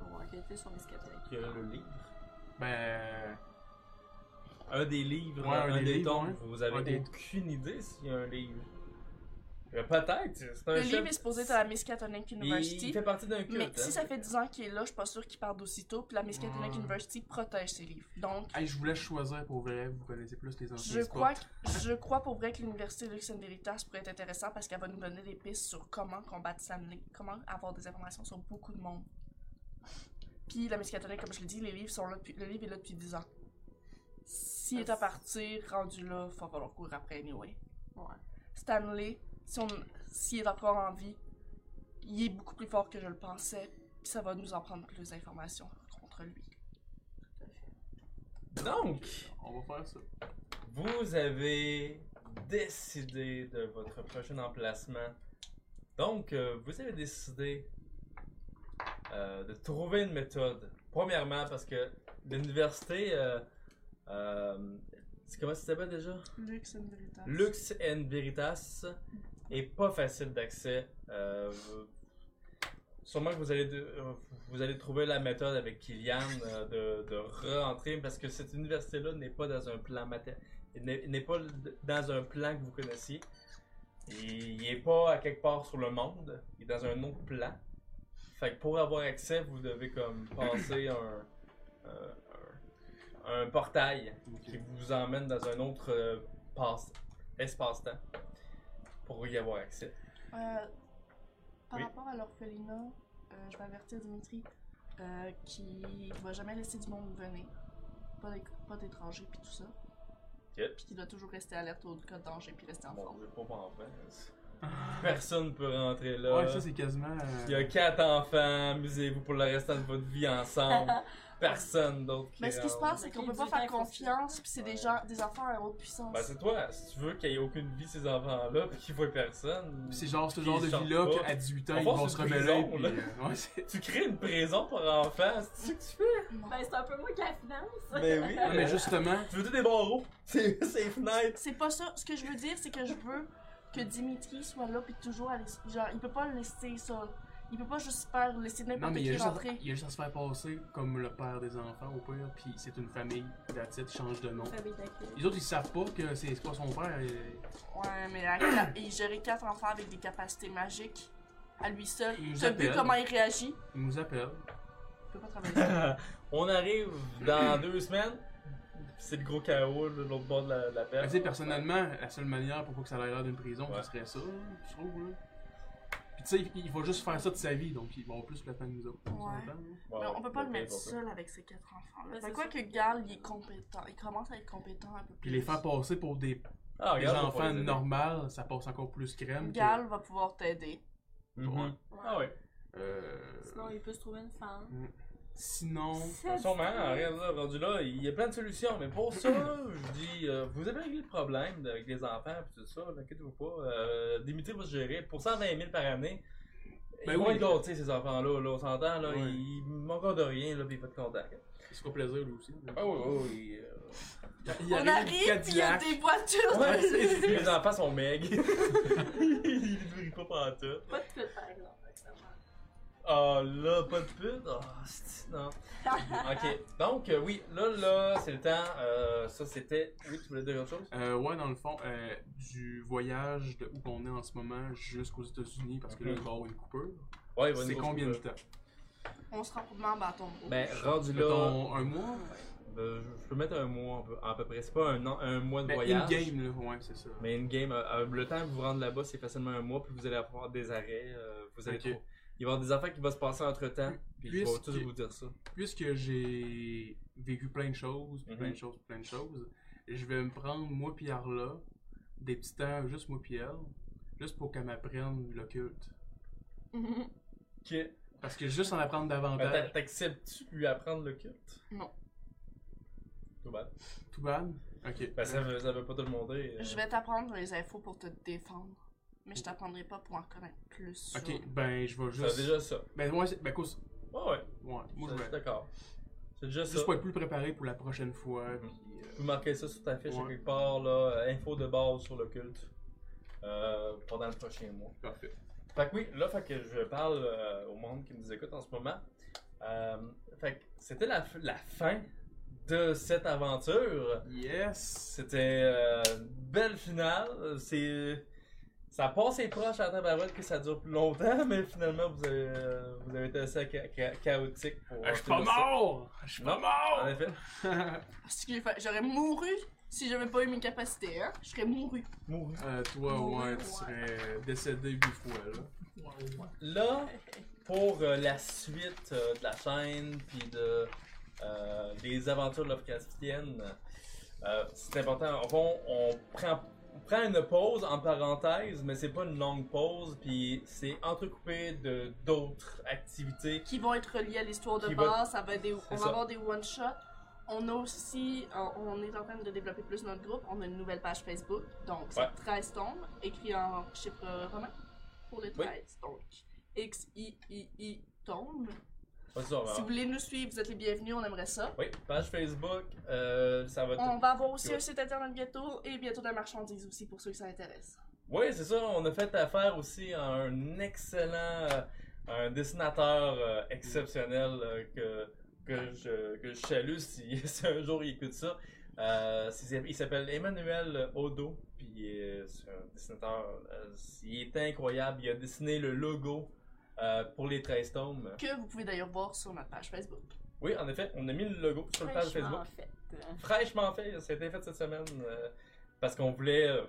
[SPEAKER 2] On va enquêter sur mes sceptiques.
[SPEAKER 1] Il y a le livre.
[SPEAKER 3] Ben.
[SPEAKER 1] Un des livres,
[SPEAKER 3] Ouais,
[SPEAKER 1] un,
[SPEAKER 3] un des
[SPEAKER 1] des
[SPEAKER 3] livres,
[SPEAKER 1] tomes.
[SPEAKER 3] ouais.
[SPEAKER 1] Vous
[SPEAKER 3] Un
[SPEAKER 1] avez
[SPEAKER 3] des-
[SPEAKER 1] aucune idée s'il y a un livre. Euh, Peut-être, c'est un
[SPEAKER 4] Le
[SPEAKER 1] chef-
[SPEAKER 4] livre est supposé être à la Miskatonic
[SPEAKER 1] il,
[SPEAKER 4] University.
[SPEAKER 1] il fait partie d'un culte.
[SPEAKER 4] Mais
[SPEAKER 1] hein. Hmm.
[SPEAKER 4] si ça fait 10 ans qu'il est là, je suis pas sûre qu'il parle d'aussitôt. Puis la Miskatonic
[SPEAKER 3] Ouais.
[SPEAKER 4] University protège ses livres. Donc,
[SPEAKER 3] Hey, je voulais choisir pour vrai, vous connaissez plus les anciens
[SPEAKER 4] je
[SPEAKER 3] spots.
[SPEAKER 4] crois, que- je crois pour vrai que l'université Lux and Veritas pourrait être intéressante parce qu'elle va nous donner des pistes sur comment combattre Stanley, comment avoir des informations sur beaucoup de monde. Puis la Miskatonic, comme je l'ai dit, les livres sont là depuis, le livre est là depuis 10 ans. S'il est à partir, rendu là, il va falloir courir après anyway.
[SPEAKER 2] Ouais.
[SPEAKER 4] Stanley, si on- s'il est encore en vie, il est beaucoup plus fort que je le pensais, puis ça va nous en prendre plus d'informations contre lui.
[SPEAKER 1] Donc,
[SPEAKER 3] On va faire ça.
[SPEAKER 1] Vous avez décidé de votre prochain emplacement. Donc, euh, vous avez décidé euh, de trouver une méthode. Premièrement, parce que l'université, euh, euh, c'est- comment ça s'appelle déjà?
[SPEAKER 4] Lux and Veritas.
[SPEAKER 1] Lux and Veritas est pas facile d'accès. Euh, vous- sûrement que vous allez, de- euh, vous allez trouver la méthode avec Kylian euh, de, de rentrer parce que cette université-là n'est pas dans un plan maté- n'est n'est pas d- dans un plan que vous connaissiez. Il n'est pas à quelque part sur le monde, il est dans un autre plan. Fait que pour avoir accès, vous devez comme passer un- un- un- un portail qui vous emmène dans un autre euh, passe- espace-temps pour y avoir accès.
[SPEAKER 4] Euh, par
[SPEAKER 1] Oui.
[SPEAKER 4] rapport à l'orphelinat, euh, je vais avertir Dimitri euh, qui va jamais laisser du monde venir. Pas d'é- Pas d'étrangers puis tout ça. Puis qui doit toujours rester alerte au cas de danger puis rester en
[SPEAKER 1] Bon,
[SPEAKER 4] forme.
[SPEAKER 1] je vais pas m'en faire. Personne peut rentrer là.
[SPEAKER 3] Ah. Ouais, ça c'est quasiment. euh,
[SPEAKER 1] Il y a quatre enfants, amusez-vous pour le restant de votre vie ensemble. Personne d'autre qui
[SPEAKER 4] Mais ce qui se
[SPEAKER 1] rentre.
[SPEAKER 4] passe, c'est qu'on peut pas faire confiance puis c'est
[SPEAKER 1] Ouais.
[SPEAKER 4] des gens, des enfants à haute puissance.
[SPEAKER 1] Ben, c'est toi, si tu veux qu'il n'y ait aucune vie ces enfants-là puis qu'ils voient personne.
[SPEAKER 3] C'est genre ce genre
[SPEAKER 1] Ils
[SPEAKER 3] de
[SPEAKER 1] sortent
[SPEAKER 3] vie-là
[SPEAKER 1] pas.
[SPEAKER 3] qu'à 18 ans,
[SPEAKER 1] On
[SPEAKER 3] ils
[SPEAKER 1] va
[SPEAKER 3] vont
[SPEAKER 1] sur
[SPEAKER 3] se
[SPEAKER 1] une
[SPEAKER 3] rebeller.
[SPEAKER 1] prison,
[SPEAKER 3] Puis,
[SPEAKER 1] là.
[SPEAKER 3] euh, ouais, c'est-
[SPEAKER 1] Tu crées une prison pour enfants, c'est ça que tu fais?
[SPEAKER 4] Non.
[SPEAKER 2] Ben c'est un peu moi qui la finance.
[SPEAKER 1] Mais oui.
[SPEAKER 3] non, Ah, mais justement,
[SPEAKER 1] Tu veux des barreaux? C'est c'est les fenêtres.
[SPEAKER 4] C'est pas ça. Ce que je veux dire, c'est que je veux que Dimitri soit là puis toujours aller. Genre, il peut pas laisser ça. Il peut pas juste faire laisser
[SPEAKER 3] non,
[SPEAKER 4] n'importe
[SPEAKER 3] mais il y, a
[SPEAKER 4] qui
[SPEAKER 3] juste à,
[SPEAKER 4] rentrer.
[SPEAKER 3] il y a juste à se faire passer comme le père des enfants au pire, puis c'est une famille, la titre change de nom.
[SPEAKER 2] Famille d'accueil.
[SPEAKER 3] Les autres ils savent pas que c'est c'est pas son père. euh,
[SPEAKER 4] Ouais, mais la- la- il gérait quatre enfants avec des capacités magiques à lui seul.
[SPEAKER 3] Il nous
[SPEAKER 4] T'as vu
[SPEAKER 3] appelle.
[SPEAKER 4] comment il réagit?
[SPEAKER 3] Ils nous appellent.
[SPEAKER 4] Il peut pas travailler.
[SPEAKER 1] On arrive dans deux semaines. C'est le gros chaos, là, de l'autre bord de la, la
[SPEAKER 3] Ben,
[SPEAKER 1] pelle.
[SPEAKER 3] tu sais, personnellement, la seule manière pour pas que ça ait l'air d'une prison,
[SPEAKER 1] Ouais.
[SPEAKER 3] ce serait ça, je trouve. Là. Puis tu sais, il- il va juste faire ça de sa vie, donc il va avoir plus le temps que nous autres. hein? on
[SPEAKER 4] Ouais.
[SPEAKER 3] s'entend, là.
[SPEAKER 1] Ouais,
[SPEAKER 4] Mais on
[SPEAKER 1] ouais,
[SPEAKER 4] peut pas le
[SPEAKER 1] ok,
[SPEAKER 4] mettre
[SPEAKER 1] pour ça.
[SPEAKER 4] seul avec ses quatre enfants.
[SPEAKER 2] Ouais,
[SPEAKER 4] Là.
[SPEAKER 2] c'est
[SPEAKER 4] Fait quoi
[SPEAKER 2] ça.
[SPEAKER 4] que Gal, il est compétent. Il commence à être compétent un peu plus.
[SPEAKER 3] Puis les faire passer pour des,
[SPEAKER 1] Ah,
[SPEAKER 3] des
[SPEAKER 1] regarde, on va pas
[SPEAKER 3] enfants
[SPEAKER 1] les aider.
[SPEAKER 3] normaux, ça passe encore plus crème. que-
[SPEAKER 4] Gal va pouvoir t'aider.
[SPEAKER 1] Mhm.
[SPEAKER 3] Ouais.
[SPEAKER 1] Ah ouais.
[SPEAKER 3] Euh,
[SPEAKER 2] Sinon, il peut se trouver une femme.
[SPEAKER 3] Sinon.
[SPEAKER 1] Ah, Sûrement, regarde là, rendu là, il y a plein de solutions, mais pour ça, je dis, euh, vous avez réglé le problème avec les enfants et tout ça, là, inquiétez-vous pas. Euh, Dimitri va se gérer. Pour 120 000 par année,
[SPEAKER 3] Ben
[SPEAKER 1] ils vont
[SPEAKER 3] oui.
[SPEAKER 1] être gâtés, ces enfants-là, là, on s'entend, là,
[SPEAKER 3] Ouais.
[SPEAKER 1] ils manquent de rien, là, pis pas de contact.
[SPEAKER 3] Il se fera plaisir lui aussi.
[SPEAKER 1] Ah oui, oui, oui.
[SPEAKER 3] Il
[SPEAKER 4] On arrive, puis il y a
[SPEAKER 3] Cadillac.
[SPEAKER 4] des voitures.
[SPEAKER 1] Ouais, c'est- les enfants sont meg. ils ne brillent pas pantoute.
[SPEAKER 2] Pas de pute, par exemple. avec sa mère.
[SPEAKER 1] Ah là, pas de pute? Ah, c'est- non. Ok, donc euh, oui, là, là, c'est le temps. Euh, ça, c'était. Oui, tu voulais dire autre chose?
[SPEAKER 3] Euh, ouais, dans le fond, euh, du voyage de où qu'on est en ce moment jusqu'aux États-Unis, parce que là, il va y avoir une coupure.
[SPEAKER 1] Ouais, il va
[SPEAKER 3] C'est
[SPEAKER 1] nous-
[SPEAKER 3] combien de temps
[SPEAKER 4] On se rend probablement en bâton de roue.
[SPEAKER 1] Ben, rendu là,
[SPEAKER 3] Mettons, un mois
[SPEAKER 1] ben, je- je peux mettre un mois à peu, à peu près. C'est pas un, an, un mois de
[SPEAKER 3] Ben,
[SPEAKER 1] voyage.
[SPEAKER 3] In-game, là, ouais, c'est ça.
[SPEAKER 1] Mais une game, euh, euh, le temps de vous rendre là-bas, c'est facilement un mois, puis vous allez avoir des arrêts. euh, vous allez
[SPEAKER 3] Ok.
[SPEAKER 1] trop- Il va y avoir des affaires qui vont se passer entre temps, puis je vais
[SPEAKER 3] Puisque-
[SPEAKER 1] tous vous dire ça.
[SPEAKER 3] Puisque j'ai vécu plein de choses, plein
[SPEAKER 1] Mhm.
[SPEAKER 3] de choses, plein de choses, je vais me prendre, moi puis Arla, des petits temps, juste moi puis elle, juste pour qu'elle m'apprenne l'occulte.
[SPEAKER 4] Mhm.
[SPEAKER 1] Ok.
[SPEAKER 3] Parce que juste en apprendre
[SPEAKER 1] Ben, t'a-
[SPEAKER 3] davantage,
[SPEAKER 1] T'acceptes-tu de lui apprendre le culte?
[SPEAKER 4] Non.
[SPEAKER 1] Tout bad.
[SPEAKER 3] tout bad. Ok.
[SPEAKER 1] Ben, ça, veut, ça veut pas te demander. euh,
[SPEAKER 4] Je vais t'apprendre les infos pour te défendre. Mais je t'apprendrai pas pour en connaître plus. sur-
[SPEAKER 3] Ok, ben je vais
[SPEAKER 1] C'est
[SPEAKER 3] juste.
[SPEAKER 1] déjà ça.
[SPEAKER 3] Ben moi, c'est- ben cause,
[SPEAKER 1] Ouais, ouais.
[SPEAKER 3] ouais, moi
[SPEAKER 1] ça,
[SPEAKER 3] je
[SPEAKER 1] je
[SPEAKER 3] vais.
[SPEAKER 1] suis d'accord. C'est déjà ça.
[SPEAKER 3] Juste pour être plus préparé pour la prochaine fois.
[SPEAKER 1] Mhm.
[SPEAKER 3] puis, euh,
[SPEAKER 1] Vous marquez ça sur ta fiche à
[SPEAKER 3] Ouais.
[SPEAKER 1] quelque part, là. euh, Info de base sur le culte. euh, pendant le prochain mois.
[SPEAKER 3] Parfait.
[SPEAKER 1] Fait que oui, là, fait que je parle euh, au monde qui nous écoute en ce moment. Euh, fait que c'était la, f- la fin de cette aventure.
[SPEAKER 3] Yes!
[SPEAKER 1] C'était euh, une belle finale. C'est ça passe et proche à la tabarouette que ça dure plus longtemps, mais finalement vous avez, euh, vous avez été assez cha- cha- chaotique pour.
[SPEAKER 3] Eh, je
[SPEAKER 5] ben,
[SPEAKER 3] suis pas mort! Je suis
[SPEAKER 1] Non,
[SPEAKER 3] pas
[SPEAKER 1] En
[SPEAKER 3] mort!
[SPEAKER 1] effet.
[SPEAKER 4] Parce que fa- j'aurais mouru si j'avais pas eu mes capacités, hein. Je serais mouru.
[SPEAKER 1] Mourir.
[SPEAKER 3] Euh, toi, ouais, tu
[SPEAKER 2] Ouais.
[SPEAKER 3] serais décédé huit fois, là.
[SPEAKER 1] Là, pour euh, la suite euh, de la chaîne, puis de, euh, des aventures Lovecraftiennes, euh, c'est important. Au fond, on prend, on prend une pause en parenthèse, mais c'est pas une longue pause, puis c'est entrecoupé de d'autres activités.
[SPEAKER 4] Qui vont être reliés à l'histoire de
[SPEAKER 1] Qui va-
[SPEAKER 4] base. Ça va être des-
[SPEAKER 1] C'est
[SPEAKER 4] On va
[SPEAKER 1] ça.
[SPEAKER 4] avoir des one-shots. On a aussi, on- on est en train de développer plus notre groupe. On a une nouvelle page Facebook. Donc, c'est
[SPEAKER 1] Ouais.
[SPEAKER 4] 13 tombes, écrit en chiffre romain pour les 13. Donc, X-I-I-I tombe.
[SPEAKER 1] Pas sûr,
[SPEAKER 4] Si
[SPEAKER 1] hein?
[SPEAKER 4] vous voulez nous suivre, vous êtes les bienvenus, on aimerait ça.
[SPEAKER 1] Oui, page Facebook, euh, ça va
[SPEAKER 4] On
[SPEAKER 1] tout.
[SPEAKER 4] va avoir aussi
[SPEAKER 1] Ouais.
[SPEAKER 4] un site internet bientôt et bientôt de la marchandise aussi pour ceux qui s'intéressent.
[SPEAKER 1] Oui, c'est ça, on a fait affaire aussi à un excellent euh, un dessinateur euh, exceptionnel euh, que, que, je, que je salue si, si un jour il écoute ça. Euh, c'est- il s'appelle Emmanuel Odo, puis euh, c'est un dessinateur. euh, il est incroyable, il a dessiné le logo euh, pour les 13 tomes.
[SPEAKER 4] Que vous pouvez d'ailleurs voir sur notre page Facebook.
[SPEAKER 1] Oui, en effet, on a mis le logo sur la page
[SPEAKER 2] Franchement,
[SPEAKER 1] Facebook.
[SPEAKER 2] en fait.
[SPEAKER 1] fraîchement fait, ça a été fait cette semaine euh, parce qu'on voulait euh,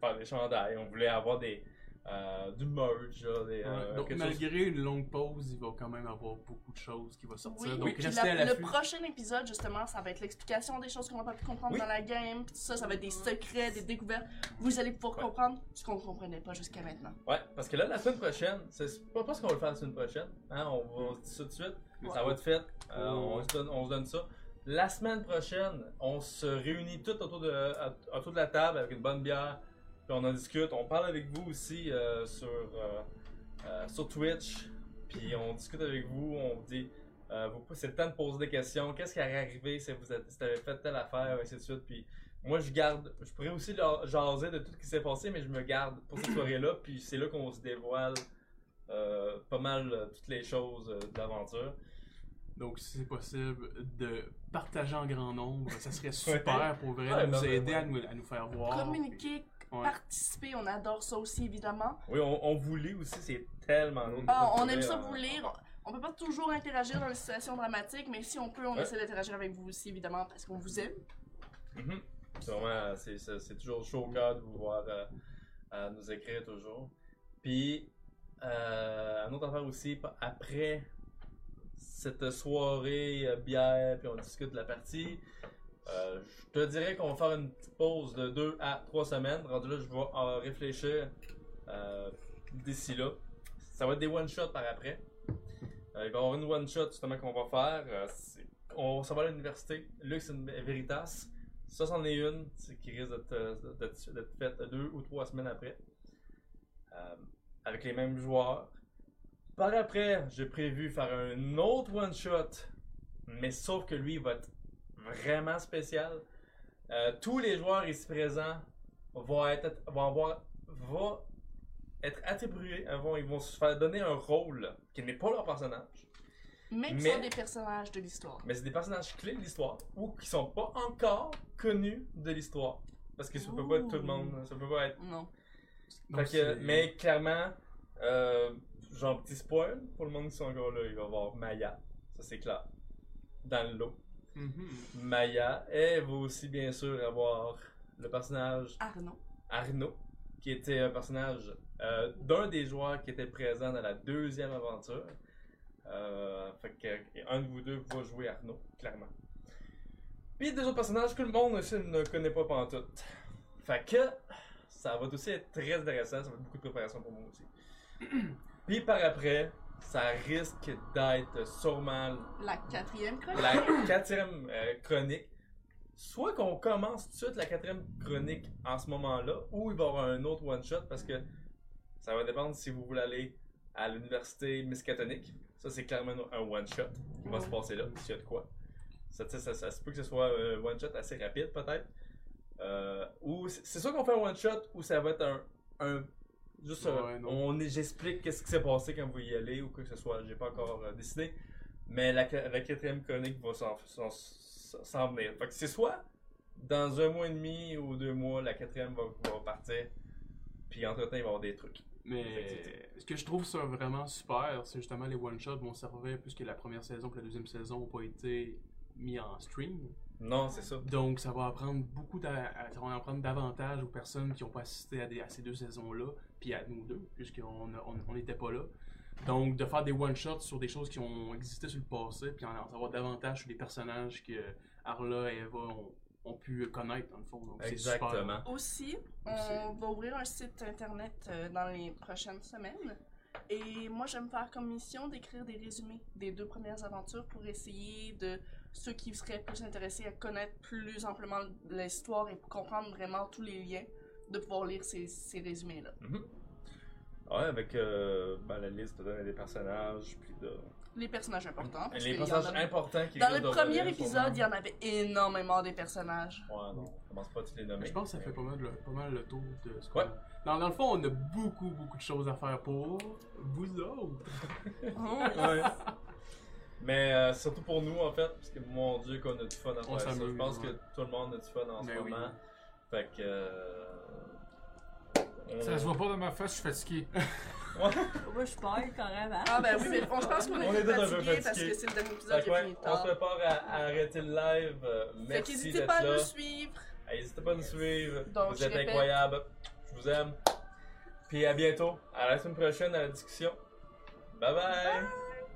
[SPEAKER 1] faire des chandails, on voulait avoir des euh, du merch, là, des, euh,
[SPEAKER 3] Ouais, donc,
[SPEAKER 1] quelque chose.
[SPEAKER 3] malgré une longue pause, il va quand même avoir beaucoup de choses qui vont sortir.
[SPEAKER 4] Oui,
[SPEAKER 3] donc,
[SPEAKER 4] puis
[SPEAKER 3] restez
[SPEAKER 4] la-
[SPEAKER 3] à
[SPEAKER 4] le
[SPEAKER 3] l'affût.
[SPEAKER 4] prochain épisode, justement, ça va être l'explication des choses qu'on n'a pas pu comprendre
[SPEAKER 1] Oui.
[SPEAKER 4] dans la game, puis tout ça, ça va être des secrets, des découvertes. Vous allez pouvoir
[SPEAKER 1] Ouais.
[SPEAKER 4] comprendre ce qu'on ne comprenait pas jusqu'à maintenant.
[SPEAKER 1] Ouais, parce que là, la semaine prochaine, c'est c'est pas parce qu'on va le faire la semaine prochaine, hein, on va se dire ça tout de suite, ça va être fait, euh, on, se donne, on se donne ça. La semaine prochaine, on se réunit tout autour de, à- autour de la table avec une bonne bière, puis on en discute, on parle avec vous aussi euh, sur, euh, euh, sur Twitch, puis on discute avec vous, on vous dit, euh, vous- c'est le temps de poser des questions, qu'est-ce qui est arrivé si vous avez, si t'avais fait telle affaire, et ainsi de suite, puis moi, je garde. Je pourrais aussi leur jaser de tout ce qui s'est passé, mais je me garde pour cette soirée-là. Puis c'est là qu'on se dévoile euh, pas mal euh, toutes les choses euh, de l'aventure.
[SPEAKER 3] Donc, si c'est possible de partager en grand nombre, ça serait super pour vrai,
[SPEAKER 1] Ouais,
[SPEAKER 3] nous
[SPEAKER 1] ben, ben,
[SPEAKER 3] aider
[SPEAKER 1] ouais.
[SPEAKER 3] à nous, à nous faire
[SPEAKER 1] Ah,
[SPEAKER 3] voir.
[SPEAKER 4] Communiquer,
[SPEAKER 3] Puis- ouais.
[SPEAKER 4] participer, on adore ça aussi, évidemment.
[SPEAKER 1] Oui, on, on vous lit aussi, c'est tellement long.
[SPEAKER 4] Ah, on aime ça
[SPEAKER 1] hein.
[SPEAKER 4] vous lire. On peut pas toujours interagir dans les situations dramatiques, mais si on peut, on
[SPEAKER 1] Ouais.
[SPEAKER 4] essaie d'interagir avec vous aussi, évidemment, parce qu'on vous aime.
[SPEAKER 1] Mhm. C'est vraiment, euh, c'est- c'est c'est toujours chaud au cœur de vous voir euh, euh, nous écrire toujours. Puis Euh, un autre affaire aussi, pa- après cette soirée euh, bière, puis on discute de la partie, euh, je te dirais qu'on va faire une petite pause de 2 à 3 semaines. Rendu là, je vais en réfléchir euh, d'ici là. Ça va être des one-shots par après. Euh, il va y avoir une one-shot justement qu'on va faire. Euh, c'est- on s'en va à l'université. Lux and Veritas. Ça, c'en est une c'est qui risque d'être, euh, d'être d'être faite deux ou trois semaines après. Euh, avec les mêmes joueurs. Par après, j'ai prévu faire un autre one shot, mais sauf que lui va être vraiment spécial. Euh, tous les joueurs ici présents vont être vont avoir va être attribués, euh, vont- ils vont se faire donner un rôle qui n'est pas leur personnage,
[SPEAKER 4] Mais qui
[SPEAKER 1] Mais-
[SPEAKER 4] sont des personnages de l'histoire.
[SPEAKER 1] mais c'est des personnages clés de l'histoire ou qui sont pas encore connus de l'histoire parce que ça peut pas être tout le monde, ça peut pas être
[SPEAKER 4] Non.
[SPEAKER 1] Fait
[SPEAKER 3] Donc,
[SPEAKER 1] que,
[SPEAKER 3] c'est-
[SPEAKER 1] mais clairement, euh, genre petit spoil, pour le monde qui sont encore là, il va y avoir Maya, ça c'est clair, dans le lot.
[SPEAKER 3] Mhm.
[SPEAKER 1] Maya, elle va aussi bien sûr avoir le personnage
[SPEAKER 4] Arnaud.
[SPEAKER 1] Arnaud, qui était un personnage euh, d'un des joueurs qui était présent dans la deuxième aventure. Euh, fait que un de vous deux va jouer Arnaud, clairement. Puis des autres personnages que le monde aussi ne connaît pas pantoute. Fait que ça va aussi être très intéressant, ça va être beaucoup de préparation pour moi aussi. Puis par après, ça risque d'être sûrement
[SPEAKER 4] La quatrième chronique.
[SPEAKER 1] la quatrième euh, chronique. Soit qu'on commence tout de suite la quatrième chronique en ce moment-là, ou il va y avoir un autre one-shot parce que ça va dépendre si vous voulez aller à l'université miscatonique. Ça, c'est clairement un one-shot qui va se passer là, s'il y a de quoi. Ça, ça, ça, ça se peut que ce soit un one-shot assez rapide, peut-être. Euh, ou c'est c'est sûr qu'on fait un one-shot ou ça va être un. un- juste un-
[SPEAKER 3] Ouais, non.
[SPEAKER 1] on est- J'explique qu'est-ce qui s'est passé quand vous y allez ou quoi que ce soit. J'ai pas encore euh, décidé. Mais la, la quatrième chronique va s'en- s'en s'en venir. Fait que c'est soit dans un mois et demi ou deux mois, la quatrième va, va partir. Puis entre-temps, il va y avoir des trucs.
[SPEAKER 3] Mais
[SPEAKER 1] Effectivement.
[SPEAKER 3] ce que je trouve ça vraiment super, c'est justement les one-shots vont servir puisque la première saison et la deuxième saison n'ont pas été mis en stream.
[SPEAKER 1] Non, c'est ça.
[SPEAKER 3] Donc ça va apprendre beaucoup d'a- à- ça va en prendre davantage aux personnes qui n'ont pas assisté à, des- à ces deux saisons-là, puis à nous deux, puisqu'on n'était on, on n'était pas là. Donc de faire des one-shots sur des choses qui ont existé sur le passé, puis en, en savoir davantage sur les personnages que Arla et Eva ont, ont pu connaître dans le fond. Donc, c'est super.
[SPEAKER 1] Exactement.
[SPEAKER 4] Aussi, on
[SPEAKER 3] Aussi.
[SPEAKER 4] va ouvrir un site internet euh, dans les prochaines semaines. Et moi, je vais me faire comme mission d'écrire des résumés des deux premières aventures pour essayer de ceux qui seraient plus intéressés à connaître plus amplement l'histoire et pour comprendre vraiment tous les liens, de pouvoir lire ces, ces résumés-là.
[SPEAKER 1] Mhm. Ouais, avec euh, ben, la liste de- des personnages. Puis de...
[SPEAKER 4] Les personnages importants.
[SPEAKER 1] Mm. Les
[SPEAKER 4] parce qu'il y en
[SPEAKER 1] personnages
[SPEAKER 4] a-
[SPEAKER 1] importants qui
[SPEAKER 4] Dans
[SPEAKER 1] risquent
[SPEAKER 4] le
[SPEAKER 1] de
[SPEAKER 4] premier
[SPEAKER 1] revenir,
[SPEAKER 4] épisode, il y en avait énormément des personnages.
[SPEAKER 1] sûrement. Ouais, non, on commence pas à tous les nommer.
[SPEAKER 3] Mais je pense que ça fait
[SPEAKER 1] Mais-
[SPEAKER 3] pas mal, le- pas mal le tour de ce qu'on
[SPEAKER 1] Ouais.
[SPEAKER 3] dans, dans le fond, on a beaucoup, beaucoup de choses à faire pour vous autres.
[SPEAKER 1] Ouais. Mais euh, surtout pour nous, en fait, parce que mon dieu, qu'on a du fun à
[SPEAKER 3] On
[SPEAKER 1] faire ça. Je
[SPEAKER 3] s'amuse,
[SPEAKER 1] pense
[SPEAKER 3] ouais.
[SPEAKER 1] que tout le monde a du fun en ce
[SPEAKER 3] Ben oui.
[SPEAKER 1] moment. Fait que. euh, on-
[SPEAKER 5] Ça se voit pas dans ma face, je suis fatigué.
[SPEAKER 2] Moi, je parle quand même, hein?
[SPEAKER 4] Ah ben oui, mais on, je pense qu'on
[SPEAKER 1] On est
[SPEAKER 4] est
[SPEAKER 1] tous un peu
[SPEAKER 4] fatigué parce
[SPEAKER 1] fatigués.
[SPEAKER 4] que c'est le dernier
[SPEAKER 1] Fait
[SPEAKER 4] épisode
[SPEAKER 1] que
[SPEAKER 4] qui
[SPEAKER 1] ouais,
[SPEAKER 4] a fini
[SPEAKER 1] on se
[SPEAKER 4] tard.
[SPEAKER 1] prépare à, à arrêter le live. Euh,
[SPEAKER 4] Fait
[SPEAKER 1] Merci
[SPEAKER 4] qu'hésitez
[SPEAKER 1] d'être
[SPEAKER 4] pas à
[SPEAKER 1] là.
[SPEAKER 4] nous suivre.
[SPEAKER 1] N'hésitez pas à nous suivre.
[SPEAKER 4] Donc,
[SPEAKER 1] vous
[SPEAKER 4] je
[SPEAKER 1] êtes
[SPEAKER 4] répète.
[SPEAKER 1] incroyables. Je vous aime. Puis à bientôt. À la semaine prochaine à la discussion. bye! bye.